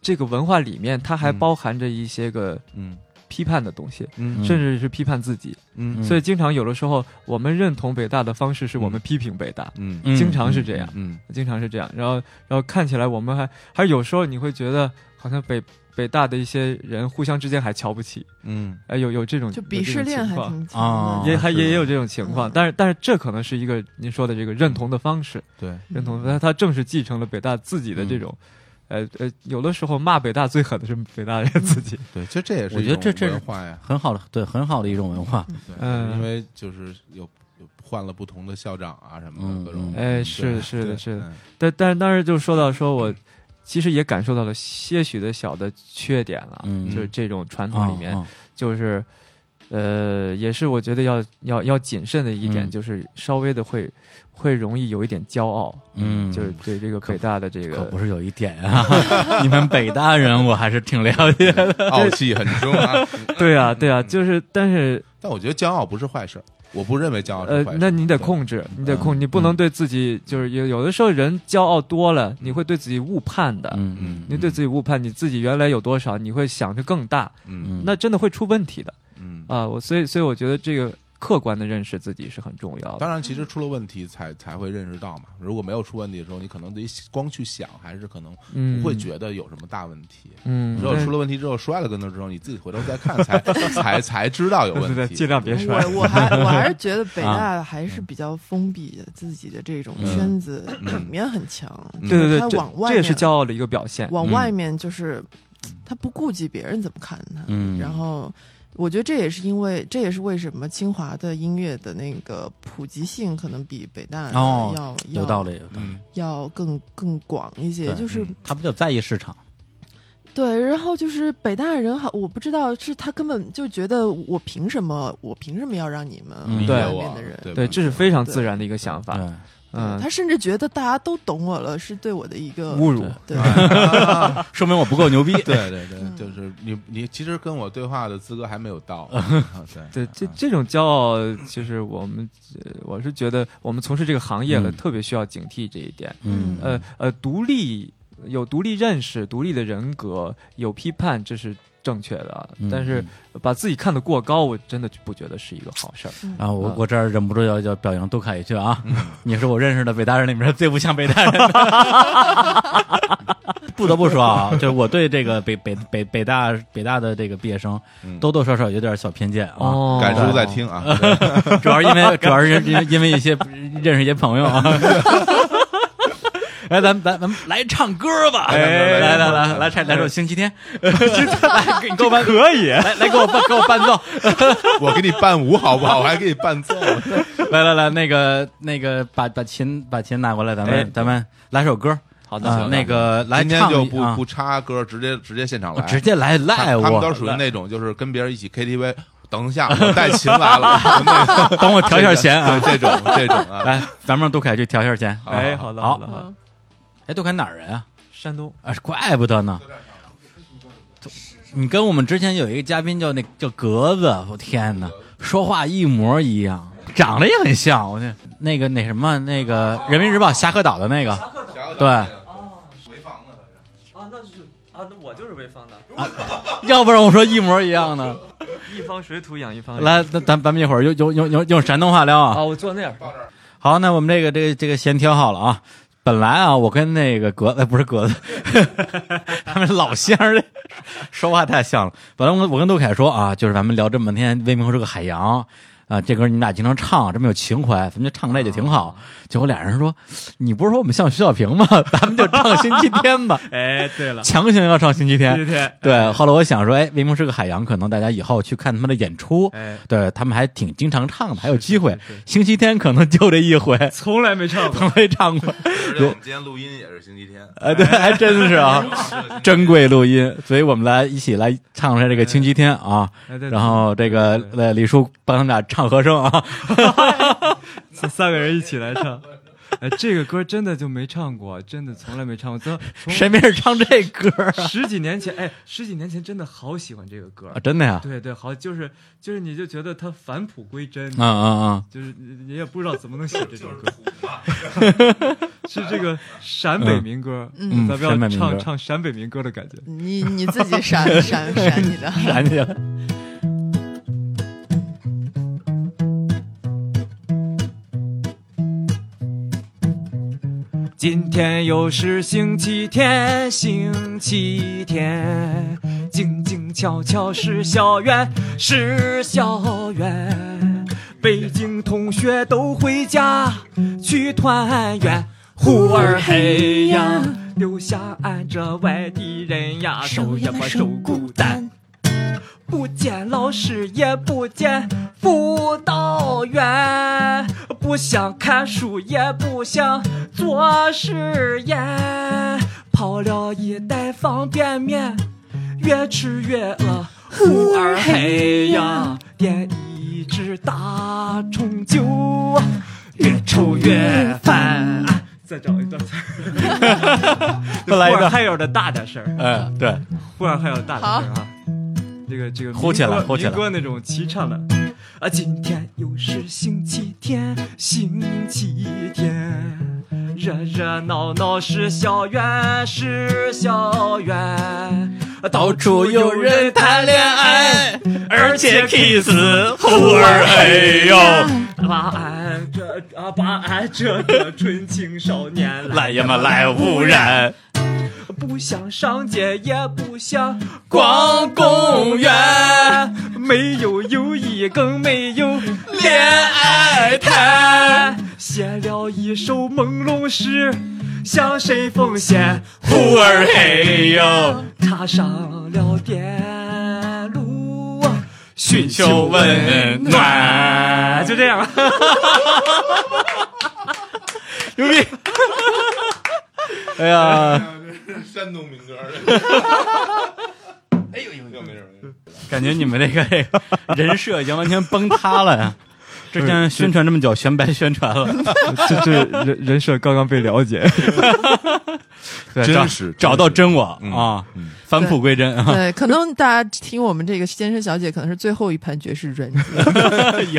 [SPEAKER 2] 这个文化里面，它还包含着一些个
[SPEAKER 4] 嗯
[SPEAKER 2] 批判的东西。
[SPEAKER 4] 嗯
[SPEAKER 3] 嗯
[SPEAKER 2] 甚至是批判自己，
[SPEAKER 4] 嗯
[SPEAKER 2] 所以经常有的时候，我们认同北大的方式是我们批评北大，
[SPEAKER 4] 嗯
[SPEAKER 3] 嗯
[SPEAKER 2] 经常是这样，
[SPEAKER 4] 嗯
[SPEAKER 2] 经常是这样。然后，然后看起来我们还还有时候你会觉得好像北北大的一些人互相之间还瞧不起，
[SPEAKER 4] 嗯
[SPEAKER 2] 哎，有有这种
[SPEAKER 1] 就
[SPEAKER 2] 有
[SPEAKER 1] 鄙
[SPEAKER 2] 这
[SPEAKER 1] 视
[SPEAKER 2] 种
[SPEAKER 1] 链
[SPEAKER 2] 情
[SPEAKER 1] 还
[SPEAKER 2] 况
[SPEAKER 1] 挺
[SPEAKER 3] 啊
[SPEAKER 1] 强的。
[SPEAKER 2] 也还
[SPEAKER 3] 是的
[SPEAKER 2] 也也有这种情况，
[SPEAKER 1] 嗯
[SPEAKER 2] 但是但是这可能是一个您说的这个认同的方式，
[SPEAKER 4] 对，
[SPEAKER 1] 嗯
[SPEAKER 2] 认同它它正是继承了北大自己的这种，呃呃，有的时候骂北大最狠的是北大人自
[SPEAKER 1] (laughs)
[SPEAKER 2] 己，
[SPEAKER 4] 对，其实这也是
[SPEAKER 3] 我觉得
[SPEAKER 4] 一种
[SPEAKER 3] 这这是
[SPEAKER 4] 文化呀，
[SPEAKER 3] 很好的，对，很好的一种文
[SPEAKER 2] (laughs)
[SPEAKER 3] 化，
[SPEAKER 4] 对
[SPEAKER 2] 嗯
[SPEAKER 4] 因为就是有有换了不同的校长啊什么
[SPEAKER 3] 嗯
[SPEAKER 4] 的各种，
[SPEAKER 2] 哎，
[SPEAKER 4] 对
[SPEAKER 2] 是的，是的，
[SPEAKER 4] 对
[SPEAKER 2] 是的，
[SPEAKER 4] 嗯
[SPEAKER 2] 但但但是就说到说我。其实也感受到了些许的小的缺点了，
[SPEAKER 3] 嗯
[SPEAKER 2] 就是这种传
[SPEAKER 3] 啊
[SPEAKER 2] 统里面，
[SPEAKER 3] 啊
[SPEAKER 2] 就是，呃，也是我觉得要要要谨慎的一点，
[SPEAKER 3] 嗯
[SPEAKER 2] 就是稍微的会会容易有一点骄傲，
[SPEAKER 3] 嗯
[SPEAKER 2] 就是对这个
[SPEAKER 3] 可
[SPEAKER 2] 北大的这
[SPEAKER 3] 可不
[SPEAKER 2] 个，
[SPEAKER 3] 是有一点啊，你 (laughs) 们北大人我还是挺了
[SPEAKER 2] (laughs)
[SPEAKER 3] 解的，
[SPEAKER 4] 傲气很重啊。 (laughs)
[SPEAKER 2] 对啊对啊，就是但是
[SPEAKER 4] 但我觉得骄傲不是坏事儿，我不认为骄傲是
[SPEAKER 2] 呃
[SPEAKER 4] 坏，事。
[SPEAKER 2] 那你得
[SPEAKER 4] 对
[SPEAKER 2] 控制，你得控，
[SPEAKER 4] 嗯
[SPEAKER 2] 你不能
[SPEAKER 3] 嗯
[SPEAKER 2] 对自己就是有有的时候人骄傲多了，你会对自己误判的，
[SPEAKER 3] 嗯
[SPEAKER 4] 嗯
[SPEAKER 3] 嗯，
[SPEAKER 2] 你对自己误判，你自己原来有多少，你会想着更大，
[SPEAKER 4] 嗯
[SPEAKER 2] 那真的会出问题的
[SPEAKER 4] 嗯，
[SPEAKER 2] 啊！我所以所以我觉得这个客观的认识自己是很重要的
[SPEAKER 4] 当。然，其实出了问题才才会认识到嘛。如果没有出问题的时候，你可能得光去想，还是可能
[SPEAKER 2] 嗯，
[SPEAKER 4] 不会觉得有什么大问题。
[SPEAKER 2] 嗯，
[SPEAKER 4] 只有
[SPEAKER 2] 对
[SPEAKER 4] 出了问题之后摔了跟头之后，你自己回头再看
[SPEAKER 2] (laughs)
[SPEAKER 4] 才才才知道有
[SPEAKER 2] 对对
[SPEAKER 4] 问
[SPEAKER 2] (laughs) 对，
[SPEAKER 4] 题。
[SPEAKER 2] 尽量别摔。
[SPEAKER 1] 我我还我还是觉得北大还是比较封闭的，自己的这种
[SPEAKER 3] 嗯
[SPEAKER 1] 圈子
[SPEAKER 4] 嗯
[SPEAKER 1] 里面很强，
[SPEAKER 4] 嗯
[SPEAKER 2] 对对
[SPEAKER 1] 他
[SPEAKER 2] 对，
[SPEAKER 1] 往
[SPEAKER 2] 这
[SPEAKER 1] 外
[SPEAKER 2] 这也是
[SPEAKER 1] 面
[SPEAKER 2] 骄傲的一个表现。
[SPEAKER 1] 往外面就是他不顾及别人怎么看他，
[SPEAKER 3] 嗯
[SPEAKER 1] 然后。我觉得这也是因为，这也是为什么清华的音乐的那个普及性可能比北大要、
[SPEAKER 3] 哦
[SPEAKER 1] 要
[SPEAKER 3] 有道理，有道理。
[SPEAKER 4] 嗯
[SPEAKER 1] 要更更广一些，
[SPEAKER 3] 对
[SPEAKER 1] 就是
[SPEAKER 4] 嗯
[SPEAKER 3] 他比较在意市场，
[SPEAKER 1] 对，然后就是北大人好，我不知道是他根本就觉得我凭什么，我凭什么要让你们
[SPEAKER 3] 嗯
[SPEAKER 4] 理
[SPEAKER 2] 对
[SPEAKER 4] 解
[SPEAKER 1] 外面
[SPEAKER 4] 我
[SPEAKER 1] 的人，，
[SPEAKER 4] 对
[SPEAKER 2] 对，
[SPEAKER 4] 吧
[SPEAKER 2] 这
[SPEAKER 4] (laughs)
[SPEAKER 2] 是非常
[SPEAKER 1] 对
[SPEAKER 2] 自然的一个想法。
[SPEAKER 3] 对，
[SPEAKER 2] 嗯
[SPEAKER 1] 他，甚至觉得大家都懂我了，是对我的一个
[SPEAKER 2] 侮辱
[SPEAKER 3] 对。
[SPEAKER 1] 对，
[SPEAKER 2] (laughs)
[SPEAKER 3] 说明我不够牛逼。
[SPEAKER 4] (laughs) 对对对，
[SPEAKER 1] 嗯
[SPEAKER 4] 就是你你其实跟我对话的资格还没有
[SPEAKER 2] (laughs)
[SPEAKER 4] 到。啊
[SPEAKER 2] 对，这这种骄傲，就是我们，呃我是觉得我们从事这个行业了，
[SPEAKER 3] 嗯
[SPEAKER 2] 特别需要警惕这一点。
[SPEAKER 3] 嗯，
[SPEAKER 2] 呃呃，独立有独立认识、独立的人格、有批判，这是正确的啊。
[SPEAKER 3] 嗯
[SPEAKER 2] 但是把自己看得过高，我真的就不觉得是一个好事儿。
[SPEAKER 3] 然后我
[SPEAKER 2] 啊
[SPEAKER 3] 我这儿忍不住要要表扬杜凯一句啊，你是我认识的北大人里面最不像北大人的。不得不说啊，就是我对这个北北北北大北大的这个毕业生
[SPEAKER 4] 嗯
[SPEAKER 3] 多多少少有点小偏见啊，
[SPEAKER 2] 哦
[SPEAKER 4] 感受在
[SPEAKER 2] (laughs)
[SPEAKER 4] 听啊，对
[SPEAKER 3] 主要是因为主要是因为因为一些认识一些朋友啊。哎，咱们咱咱们来唱歌吧！
[SPEAKER 4] 哎
[SPEAKER 3] 来来来来唱来首《星期天》，来给你给我伴
[SPEAKER 2] 可以，
[SPEAKER 3] 来来给我伴给我伴奏，
[SPEAKER 4] 我给你伴舞好不好？我还给你伴奏。
[SPEAKER 3] (laughs) 来来来，那个那个，把把琴把琴拿过来，咱们、
[SPEAKER 2] 哎
[SPEAKER 3] 咱们来首歌
[SPEAKER 2] 好的，
[SPEAKER 3] 啊、
[SPEAKER 4] 行
[SPEAKER 3] 那个来
[SPEAKER 4] 今天
[SPEAKER 3] 唱
[SPEAKER 4] 就
[SPEAKER 3] 一
[SPEAKER 4] 不
[SPEAKER 3] 啊哦
[SPEAKER 4] 不插歌，直接直接现场来，
[SPEAKER 3] 直接来赖
[SPEAKER 4] 他
[SPEAKER 3] 我，
[SPEAKER 4] 他们都属于
[SPEAKER 3] (laughs)
[SPEAKER 4] 那种就是跟别人一起 KTV，等一下我带琴
[SPEAKER 3] (laughs)
[SPEAKER 4] 来了，那个
[SPEAKER 3] 等我调一下弦啊，
[SPEAKER 4] 对这种这种啊，
[SPEAKER 3] (laughs) 来，咱们让杜凯去调一下弦。
[SPEAKER 2] 哎，
[SPEAKER 4] 好
[SPEAKER 2] 好的，
[SPEAKER 3] 啊好
[SPEAKER 2] 的，好的
[SPEAKER 1] 嗯，
[SPEAKER 3] 哎，杜凯哪儿人啊？
[SPEAKER 2] 山东，
[SPEAKER 3] 啊，怪不得呢。你跟我们之前有一个嘉宾叫那叫格子，我天哪，说话一模一样，长得也很像。我那那个那什么那个《人民日报》侠客岛的那个，对，
[SPEAKER 2] 啊，那就是啊，那我就是潍坊的，
[SPEAKER 3] 要不然我说一模一样呢。
[SPEAKER 2] 啊一方水土养一方人。
[SPEAKER 3] 来，咱咱咱们一会儿用用用用用山东话聊啊
[SPEAKER 2] 啊，。我坐那儿，
[SPEAKER 3] 好，那我们这个这个这个弦挑好了啊。本来啊，我跟那个格哎不是格子， (laughs) 他们老乡儿的说话太像了。本来我跟我跟杜凯说啊，就是咱们聊这么半天，《未名湖是个海洋》啊、这歌你们俩经常唱，这么有情怀，咱们就唱这就挺好。结果俩人说，你不是说我们像徐小平吗？ (laughs) 咱们就唱星期天吧，
[SPEAKER 2] 哎，对
[SPEAKER 3] (laughs)
[SPEAKER 2] 了，
[SPEAKER 3] 强行要唱星期天。
[SPEAKER 2] 天，
[SPEAKER 3] 对，后来我想说，哎，《未名湖是个海洋》，可能大家以后去看他们的演出，
[SPEAKER 2] 哎，
[SPEAKER 3] 对他们还挺经常唱的，还有机会。
[SPEAKER 2] 是是
[SPEAKER 3] 星期天可能就这一回。
[SPEAKER 2] 从来没唱过。
[SPEAKER 3] 从没唱过。
[SPEAKER 4] 而且我们今天录音也是星期天，
[SPEAKER 3] 呃，对，还真是
[SPEAKER 2] 哎
[SPEAKER 3] 啊，珍贵录音，所以我们来一起来唱一下这个《星期天》啊，
[SPEAKER 2] 哎对
[SPEAKER 3] 然后这个
[SPEAKER 2] 对对哦
[SPEAKER 3] 呃李叔帮他们俩唱和声啊，
[SPEAKER 2] 三三个人一起来唱。 (laughs) 哎，这个歌真的就没唱过，真的从来没唱过。从从
[SPEAKER 3] (laughs) 谁没事唱这歌啊？
[SPEAKER 2] (laughs) 十几年前，哎，十几年前真的好喜欢这个歌。
[SPEAKER 3] 啊真的呀，
[SPEAKER 2] 对对，好，就是就是，你就觉得它返璞归真，
[SPEAKER 3] 嗯嗯嗯，
[SPEAKER 2] (laughs) 就是你你也不知道怎么能写这种歌。 (laughs) 是这个陕北民歌，
[SPEAKER 1] 嗯
[SPEAKER 2] 咱们
[SPEAKER 3] 陕北
[SPEAKER 2] 要
[SPEAKER 3] 民
[SPEAKER 2] 唱
[SPEAKER 3] 歌
[SPEAKER 2] 唱陕北民歌的感觉。
[SPEAKER 1] 你你自己
[SPEAKER 4] (laughs)
[SPEAKER 1] 闪闪闪你的，
[SPEAKER 3] 然去了。
[SPEAKER 2] 今天又是星期天，星期天，静静悄悄是校园，是校园。北京同学都回家去团圆，忽而黑呀，留下俺这外地人呀，受呀么受孤单。不见老师也不见辅导员，不想看书也不想做实验，泡了一袋方便面，越吃越饿，忽而黑呀，点一只大冲酒啊，越抽越烦。啊再找一段词 (laughs) 儿，
[SPEAKER 3] 再来一段
[SPEAKER 2] 忽而还有的大点声儿。
[SPEAKER 3] 嗯，对，
[SPEAKER 2] 忽然还有大点声啊！这个这个
[SPEAKER 3] 吼起来
[SPEAKER 2] 民歌
[SPEAKER 3] 吼起来
[SPEAKER 2] 民歌那种齐唱的。啊，今天又是星期天，星期天，热热闹闹是校园，是校园，啊到处有人谈恋爱，而且 kiss 忽而哎呦，把俺这啊把俺这个纯情少年来呀嘛来污染。不想上街，也不想逛公园，没有友谊，更没有恋爱谈。写了一首朦胧诗，向谁奉献？忽而嘿哟，踏上了颠路，啊寻求温暖。啊就这样吧。
[SPEAKER 5] 哎呀，
[SPEAKER 4] 山东民歌。 (laughs) 哎呦呦，没事没事。
[SPEAKER 3] 感觉你们那个这个人设已经完全崩塌了 (laughs) 呀！之前宣传这么久，全白宣传了，
[SPEAKER 5] (laughs) 这这人人设刚刚被
[SPEAKER 3] (laughs)
[SPEAKER 5] 了解，
[SPEAKER 3] 对
[SPEAKER 4] 真
[SPEAKER 3] 找
[SPEAKER 4] 是
[SPEAKER 3] 找到真我
[SPEAKER 4] 嗯
[SPEAKER 3] 啊，返璞归真啊！
[SPEAKER 1] 对，可能大家听我们这个先生小姐，可能是最后一盘爵士
[SPEAKER 4] (laughs)
[SPEAKER 1] 专辑。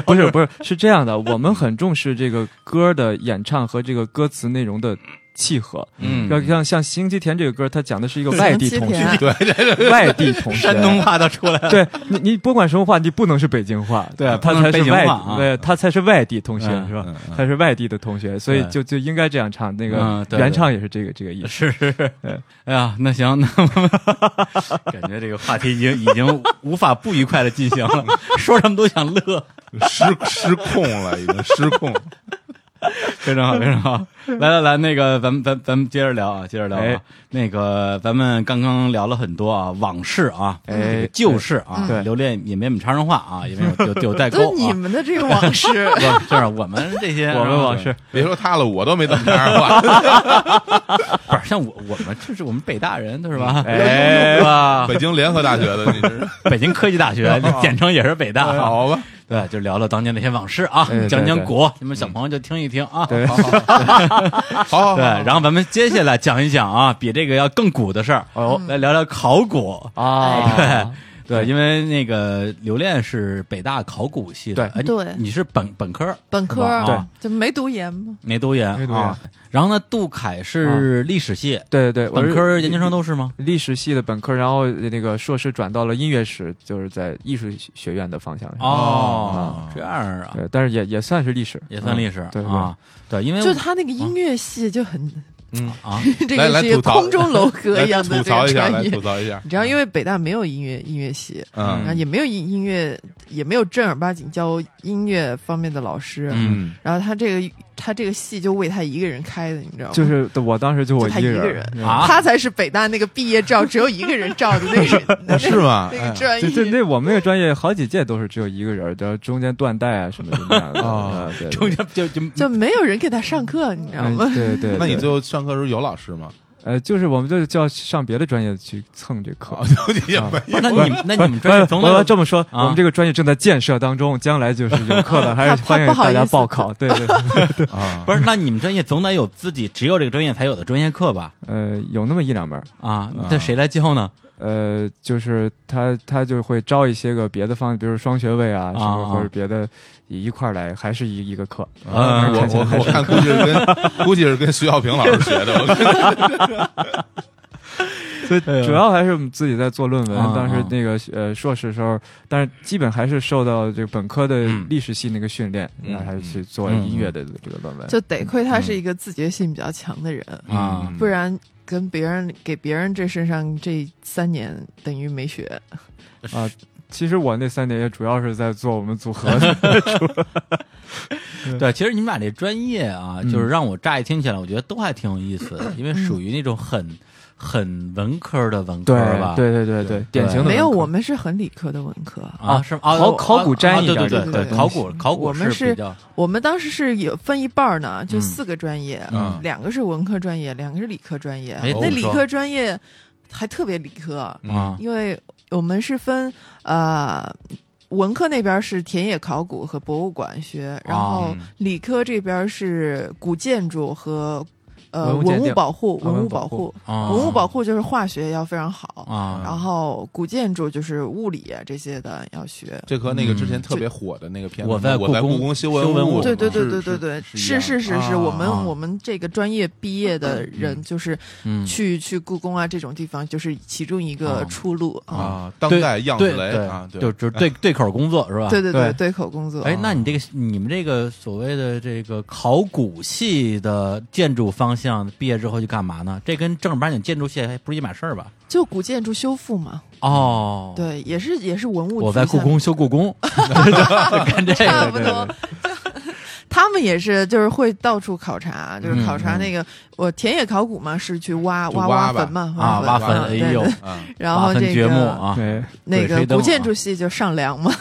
[SPEAKER 5] 不是不
[SPEAKER 3] (laughs)
[SPEAKER 5] 是是这样的，我们很重视这个歌的演唱和这个歌词内容的契合。
[SPEAKER 3] 嗯
[SPEAKER 5] 要像像《星期天》这个歌，它讲的是一个外地同
[SPEAKER 1] 星期
[SPEAKER 5] 学， (laughs) 对，外地同学，
[SPEAKER 3] 山东话都出来了，
[SPEAKER 5] 对你，你不管什么话，你不能是北京话，
[SPEAKER 3] (laughs) 对
[SPEAKER 5] 他
[SPEAKER 3] 不能
[SPEAKER 5] 才
[SPEAKER 3] 是
[SPEAKER 5] 是
[SPEAKER 3] 北京
[SPEAKER 5] 外，
[SPEAKER 3] 话啊
[SPEAKER 5] 对他才是外地同学
[SPEAKER 3] 嗯
[SPEAKER 5] 是吧
[SPEAKER 4] 嗯？
[SPEAKER 5] 他是外地的同学，所以
[SPEAKER 3] 对
[SPEAKER 5] 就就应该这样唱。那
[SPEAKER 3] 嗯
[SPEAKER 5] 个
[SPEAKER 3] 对对
[SPEAKER 5] 原唱也是这个这个意思。
[SPEAKER 3] (laughs) 是是是
[SPEAKER 5] 对，
[SPEAKER 3] 哎呀，那行，那我
[SPEAKER 5] (laughs)
[SPEAKER 3] 们感觉这个话题已经已经无法不愉快的进行了，说什么都想乐，
[SPEAKER 4] 失失控了，已经失控。
[SPEAKER 3] 非常好，非常好。来来来，那个咱们咱咱们接着聊啊，接着聊
[SPEAKER 5] 哎
[SPEAKER 3] 啊。那个咱们刚刚聊了很多啊，往事啊，
[SPEAKER 5] 哎
[SPEAKER 3] 旧事啊，
[SPEAKER 5] 对
[SPEAKER 3] 留恋也没我们插上话啊，也没有有有代沟
[SPEAKER 1] 都
[SPEAKER 3] 啊
[SPEAKER 1] 是。你们的这个
[SPEAKER 4] (laughs)
[SPEAKER 1] 往事，
[SPEAKER 3] 不就是我们这些
[SPEAKER 5] (laughs)
[SPEAKER 3] 啊
[SPEAKER 5] 我们往事，
[SPEAKER 4] 别说他了，我都没怎么这样话。
[SPEAKER 3] 不是像我我们就是我们北大人对是吧？
[SPEAKER 5] 哎
[SPEAKER 3] 是吧？
[SPEAKER 4] (laughs) 北京联合大学的，你
[SPEAKER 3] (laughs)
[SPEAKER 4] 是
[SPEAKER 3] 北京科技大
[SPEAKER 5] (laughs)
[SPEAKER 3] 学简称也是北
[SPEAKER 5] 哎
[SPEAKER 3] 大
[SPEAKER 5] 哦
[SPEAKER 3] 啊。
[SPEAKER 4] 好吧？
[SPEAKER 3] 对，就聊聊当年那些往事啊
[SPEAKER 5] 对，对
[SPEAKER 3] 讲讲
[SPEAKER 5] 对嗯
[SPEAKER 3] 古，你们小朋友就听一听啊。 (laughs)
[SPEAKER 5] 对
[SPEAKER 3] 好好好
[SPEAKER 4] 好好
[SPEAKER 3] 对，
[SPEAKER 4] 好，
[SPEAKER 3] 然后咱们接下来讲一讲啊，比这个要更古的事儿，
[SPEAKER 5] 哦
[SPEAKER 3] 来聊聊考古。
[SPEAKER 1] 哎
[SPEAKER 3] 哎
[SPEAKER 5] 啊，
[SPEAKER 3] 对，因为那个刘恋是北大考古系的，哎
[SPEAKER 5] 对
[SPEAKER 3] 你
[SPEAKER 1] 对
[SPEAKER 3] 你是本本科，
[SPEAKER 1] 本科
[SPEAKER 3] 是吧啊
[SPEAKER 1] 儿啊就没读研嘛，
[SPEAKER 3] 没读研
[SPEAKER 5] 没读研
[SPEAKER 3] 啊。然后呢，杜凯是历史系，
[SPEAKER 5] 对对对，我
[SPEAKER 3] 本
[SPEAKER 5] 是
[SPEAKER 3] 科、研究生都是吗？
[SPEAKER 5] 历史系的本科，然后那个硕士转到了音乐史，就是在艺术学院的方向上。
[SPEAKER 3] 哦，这样啊，
[SPEAKER 5] 嗯对，但是也也算是历史，
[SPEAKER 3] 也算历史
[SPEAKER 5] 对
[SPEAKER 3] 啊。对，
[SPEAKER 4] 哎
[SPEAKER 3] 因为
[SPEAKER 1] 就他那个音乐系就
[SPEAKER 4] (laughs)
[SPEAKER 1] 很，
[SPEAKER 3] 啊，
[SPEAKER 1] 这
[SPEAKER 4] 啊来
[SPEAKER 1] 个
[SPEAKER 4] 来
[SPEAKER 1] 是一个
[SPEAKER 4] 吐槽
[SPEAKER 1] 空中
[SPEAKER 4] (laughs)
[SPEAKER 1] 楼阁
[SPEAKER 4] 来
[SPEAKER 1] 一样的
[SPEAKER 4] 吐
[SPEAKER 1] 这
[SPEAKER 4] 槽
[SPEAKER 1] 个
[SPEAKER 4] 一下，
[SPEAKER 1] 专
[SPEAKER 4] 来
[SPEAKER 1] 业
[SPEAKER 4] 吐。槽一啊下
[SPEAKER 1] 你。知道，因为北大没有音乐音乐系，然后
[SPEAKER 4] 嗯
[SPEAKER 1] 也没有音音乐，也没有正儿八经教音乐方面的老师，
[SPEAKER 3] 嗯，
[SPEAKER 1] 然后他这个他这个系就为他一个人开的，你知道吗？
[SPEAKER 5] 就是我当时就我
[SPEAKER 1] 就他
[SPEAKER 5] 一个
[SPEAKER 1] 一个
[SPEAKER 5] 人
[SPEAKER 1] 人
[SPEAKER 5] 对
[SPEAKER 3] 啊
[SPEAKER 1] 他才是北大那个毕业照只有一个人照的那个
[SPEAKER 4] (laughs)
[SPEAKER 1] 那
[SPEAKER 4] 是
[SPEAKER 1] (laughs)
[SPEAKER 4] 吗？
[SPEAKER 1] 那
[SPEAKER 4] 哎
[SPEAKER 1] 个
[SPEAKER 4] 呀
[SPEAKER 1] 专
[SPEAKER 5] 就就
[SPEAKER 1] 业。
[SPEAKER 5] 那我们那个专业好几届都是只有一个人儿，然后中间断代啊什么什么样的
[SPEAKER 4] 哦
[SPEAKER 5] 啊，对
[SPEAKER 3] 中
[SPEAKER 5] 对
[SPEAKER 3] 间就就
[SPEAKER 1] 就没有人给他上课，你知道
[SPEAKER 5] 嗯
[SPEAKER 1] 吗？
[SPEAKER 5] 对
[SPEAKER 3] (laughs)
[SPEAKER 5] 对，
[SPEAKER 4] 那你
[SPEAKER 5] 对
[SPEAKER 4] 最后上课的时候有老师吗？ (laughs)
[SPEAKER 5] 呃，就是我们就是就要上别的专业去蹭这
[SPEAKER 3] 哦
[SPEAKER 5] (laughs) 课。
[SPEAKER 4] 也没
[SPEAKER 3] 不是那你们那你们专业
[SPEAKER 5] 不
[SPEAKER 3] 总
[SPEAKER 5] 呃我要
[SPEAKER 3] 得
[SPEAKER 5] 这么说，
[SPEAKER 3] 啊
[SPEAKER 5] 我们这个专业正在建设当中，将来就是有课
[SPEAKER 1] (laughs)
[SPEAKER 5] 的，还
[SPEAKER 1] 怕
[SPEAKER 5] 是欢迎
[SPEAKER 1] 怕不好
[SPEAKER 5] 大家
[SPEAKER 1] 意思 (laughs)
[SPEAKER 5] 报考。对对，
[SPEAKER 4] 有啊，
[SPEAKER 3] 不是那你们专业总得有自己只有这个专业才有的专业课吧？
[SPEAKER 5] 呃，有那么一两门儿，
[SPEAKER 3] 啊，这谁来教呢？
[SPEAKER 5] 呃，就是他他就会招一些个别的方，比如双学位啊，什么
[SPEAKER 3] 啊
[SPEAKER 5] 或者别的一块儿来，还是一一个课。
[SPEAKER 4] 啊 (laughs)
[SPEAKER 3] 嗯
[SPEAKER 4] 我我我看估计是 (laughs) 跟估计是跟徐小平老师学的。我 (laughs) 看
[SPEAKER 5] 所以
[SPEAKER 3] 哎
[SPEAKER 5] 主要还是我们自己在做论文。
[SPEAKER 3] 啊
[SPEAKER 5] 当时
[SPEAKER 3] 啊
[SPEAKER 5] 那个呃硕士时候，但是基本还是受到这个本科的
[SPEAKER 3] 嗯
[SPEAKER 5] 历史系那个训练，
[SPEAKER 4] 嗯
[SPEAKER 5] 然后还是去做
[SPEAKER 3] 嗯
[SPEAKER 5] 音乐的这个论文。
[SPEAKER 1] (laughs) 就得亏他是一个自觉性比较强的人，
[SPEAKER 4] 嗯
[SPEAKER 3] 啊
[SPEAKER 1] 不然跟别人给别人这身上这三年等于没学。
[SPEAKER 5] 其实我那三年也主要是在做我
[SPEAKER 3] (laughs)
[SPEAKER 5] 们组合的
[SPEAKER 3] 对，其实你们俩这专业啊，
[SPEAKER 5] 嗯
[SPEAKER 3] 就是让我乍一听起来，我觉得都还挺有意思的，因为属于那种很很文科的文科
[SPEAKER 5] 对
[SPEAKER 3] 吧？
[SPEAKER 5] 对对对对，典型的
[SPEAKER 1] 没有，
[SPEAKER 5] 文科
[SPEAKER 1] 我们是很理科的文科，
[SPEAKER 3] 啊，
[SPEAKER 5] 啊
[SPEAKER 3] 是吗啊，
[SPEAKER 5] 考
[SPEAKER 3] 啊
[SPEAKER 5] 考古沾
[SPEAKER 3] 啊
[SPEAKER 5] 一
[SPEAKER 3] 对
[SPEAKER 5] 点
[SPEAKER 3] 对
[SPEAKER 5] 这
[SPEAKER 1] 个
[SPEAKER 3] 对
[SPEAKER 1] 东
[SPEAKER 3] 考
[SPEAKER 5] 西
[SPEAKER 3] 古考古
[SPEAKER 1] 我们
[SPEAKER 3] 比
[SPEAKER 1] 是
[SPEAKER 3] 较
[SPEAKER 1] 我们当时是有分一半儿呢，就
[SPEAKER 3] 嗯
[SPEAKER 1] 四个专业，
[SPEAKER 4] 嗯
[SPEAKER 1] 两个是文科专业，两个是理科专业
[SPEAKER 3] 哎。
[SPEAKER 1] 那
[SPEAKER 3] 你
[SPEAKER 1] 理
[SPEAKER 3] 说
[SPEAKER 1] 科专业还特别理科，
[SPEAKER 3] 啊，
[SPEAKER 1] 因为我们是分呃。文科那边是田野考古哦和博物馆学，然后
[SPEAKER 4] 嗯
[SPEAKER 1] 理科这边是古建筑和呃
[SPEAKER 5] 文物鉴
[SPEAKER 1] 文物
[SPEAKER 5] 定
[SPEAKER 1] 保护，
[SPEAKER 5] 啊文
[SPEAKER 1] 文
[SPEAKER 5] 物
[SPEAKER 1] 物
[SPEAKER 5] 保
[SPEAKER 1] 保
[SPEAKER 5] 护
[SPEAKER 1] 护，
[SPEAKER 4] 嗯
[SPEAKER 1] 哦
[SPEAKER 3] 啊
[SPEAKER 1] 文物保护就是化学要非常好，
[SPEAKER 3] 啊，
[SPEAKER 1] 然后古建筑就是物理啊这些的要学。
[SPEAKER 4] 这和那个之前
[SPEAKER 3] 嗯
[SPEAKER 4] 特别火的那个片子，
[SPEAKER 3] 我在
[SPEAKER 4] 我在
[SPEAKER 3] 故宫
[SPEAKER 4] 故宫修
[SPEAKER 3] 修文
[SPEAKER 4] 文
[SPEAKER 3] 物
[SPEAKER 4] 物，
[SPEAKER 1] 对对对
[SPEAKER 4] 是
[SPEAKER 1] 对对对，
[SPEAKER 4] 是
[SPEAKER 1] 是
[SPEAKER 4] 一样
[SPEAKER 1] 是是，
[SPEAKER 5] 啊
[SPEAKER 1] 我们
[SPEAKER 3] 啊
[SPEAKER 1] 我们这个专业毕业的人，就是
[SPEAKER 3] 嗯，
[SPEAKER 1] 去去故宫啊这种地方，就是其中一
[SPEAKER 3] 啊
[SPEAKER 1] 个出路
[SPEAKER 4] 的
[SPEAKER 1] 啊。
[SPEAKER 4] 啊，当
[SPEAKER 3] 对
[SPEAKER 4] 代样
[SPEAKER 3] 对
[SPEAKER 4] 子雷
[SPEAKER 3] 对
[SPEAKER 4] 啊，对
[SPEAKER 3] 就
[SPEAKER 4] (laughs)
[SPEAKER 3] 就是对对口工作是吧？
[SPEAKER 1] 对对对
[SPEAKER 5] 对，
[SPEAKER 1] 对口工作。
[SPEAKER 3] 啊哎，那你这个你们这个所谓的这个考古系的建筑方向，毕业之后去干嘛呢？这跟正儿八经建筑系还不是一码事儿吧？
[SPEAKER 1] 就古建筑修复嘛，
[SPEAKER 3] 哦，，
[SPEAKER 1] 对，也是也是文物。
[SPEAKER 3] 我在故宫修故
[SPEAKER 1] (laughs)
[SPEAKER 3] 宫，干这
[SPEAKER 1] 差
[SPEAKER 3] 个
[SPEAKER 1] 不多。
[SPEAKER 3] (laughs)
[SPEAKER 1] 他们也是，就是会到处考察，就是考察
[SPEAKER 3] 嗯嗯
[SPEAKER 1] 那个我田野考古嘛，是去挖
[SPEAKER 4] 就
[SPEAKER 1] 挖
[SPEAKER 4] 挖吧
[SPEAKER 1] 坟嘛，
[SPEAKER 3] 啊，挖
[SPEAKER 1] 挖
[SPEAKER 3] 坟，
[SPEAKER 1] 嗯
[SPEAKER 3] 哎
[SPEAKER 1] 对
[SPEAKER 3] 呦
[SPEAKER 1] 对，
[SPEAKER 4] 啊，
[SPEAKER 1] 然
[SPEAKER 3] 挖
[SPEAKER 1] 后
[SPEAKER 3] 坟
[SPEAKER 1] 这
[SPEAKER 3] 掘墓
[SPEAKER 1] 个
[SPEAKER 3] 啊，
[SPEAKER 5] 对，
[SPEAKER 1] 那
[SPEAKER 3] 鬼吹
[SPEAKER 1] 个
[SPEAKER 3] 灯
[SPEAKER 1] 古
[SPEAKER 3] 啊
[SPEAKER 1] 建筑系就上梁嘛，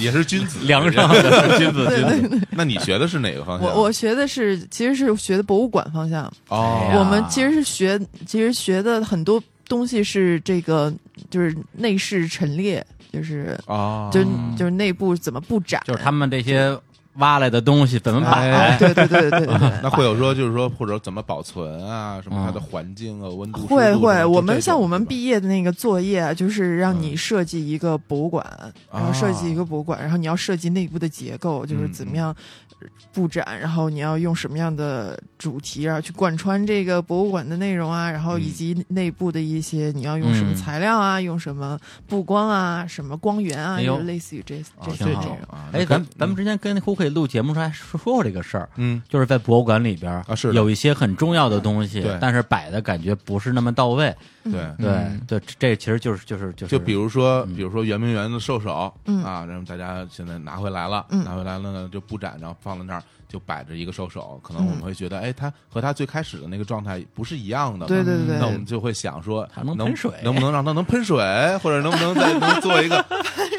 [SPEAKER 4] 也是
[SPEAKER 1] (laughs)
[SPEAKER 4] 君子
[SPEAKER 3] 梁上
[SPEAKER 4] 人家君 (laughs) 子
[SPEAKER 1] 对对
[SPEAKER 4] 君
[SPEAKER 1] (laughs)
[SPEAKER 4] 子。那你学的是哪个方向？
[SPEAKER 1] 我我学的是其实是学的博物馆方向，
[SPEAKER 4] 哦
[SPEAKER 3] 哎，呀
[SPEAKER 1] 我们其实是学其实学的很多东西是这个就是内饰陈列，就是
[SPEAKER 4] 哦，
[SPEAKER 1] 就就是内部怎么布展，
[SPEAKER 3] 就是他们这些挖来的东西怎么摆，
[SPEAKER 1] 啊，对对对对对对。
[SPEAKER 4] 那会有说，就是说，或者怎么保存啊，什么它的
[SPEAKER 3] 嗯
[SPEAKER 4] 环境啊、温度、湿
[SPEAKER 1] 会
[SPEAKER 4] 度什么
[SPEAKER 1] 会，
[SPEAKER 4] 就
[SPEAKER 1] 我
[SPEAKER 4] 这
[SPEAKER 1] 们
[SPEAKER 4] 种
[SPEAKER 1] 像我们
[SPEAKER 4] 对吧
[SPEAKER 1] 毕业的那个作业，啊就是让你
[SPEAKER 4] 嗯啊
[SPEAKER 1] 设计一个博物馆，然后设计一个博物馆，然后你要设计内部的结构，就是
[SPEAKER 4] 嗯
[SPEAKER 1] 怎么样呃布展，然后你要用什么样的主题啊去贯穿这个博物馆的内容啊，然后以
[SPEAKER 4] 嗯
[SPEAKER 1] 及内部的一些你要用什么
[SPEAKER 3] 嗯
[SPEAKER 1] 材料啊，用什么布光啊，什么光源啊，
[SPEAKER 3] 哎呦
[SPEAKER 1] 就类似于这
[SPEAKER 4] 啊
[SPEAKER 1] 这
[SPEAKER 4] 这
[SPEAKER 1] 些
[SPEAKER 3] 挺
[SPEAKER 1] 内
[SPEAKER 3] 好
[SPEAKER 1] 容。
[SPEAKER 4] 啊，
[SPEAKER 3] 哎，
[SPEAKER 4] 那
[SPEAKER 3] 咱
[SPEAKER 4] 嗯
[SPEAKER 3] 咱们之前跟胡可以录节目时候还说说过这个事儿，
[SPEAKER 4] 嗯
[SPEAKER 3] 就是在博物馆里边
[SPEAKER 4] 啊是的
[SPEAKER 3] 有一些很重要的东西
[SPEAKER 4] 对，
[SPEAKER 3] 但是摆的感觉不是那么到位。
[SPEAKER 4] 对。
[SPEAKER 3] 对
[SPEAKER 5] 嗯
[SPEAKER 3] 对，这这其实就是就是就是，
[SPEAKER 4] 就比如说，
[SPEAKER 3] 嗯
[SPEAKER 4] 比如说圆明园的兽首，
[SPEAKER 1] 嗯
[SPEAKER 4] 啊，然后大家现在拿回来了，
[SPEAKER 1] 嗯
[SPEAKER 4] 拿回来了呢就布展，然后放在那儿就摆着一个兽首，可能我们
[SPEAKER 1] 嗯
[SPEAKER 4] 会觉得，哎，它和它最开始的那个状态不是一样的，
[SPEAKER 1] 对对对
[SPEAKER 4] 那我
[SPEAKER 1] 对
[SPEAKER 4] 们就会想说，
[SPEAKER 3] 它能
[SPEAKER 4] 能
[SPEAKER 3] 喷水
[SPEAKER 4] 能不能让它能喷水，或者能不能再 (laughs) 能做一个，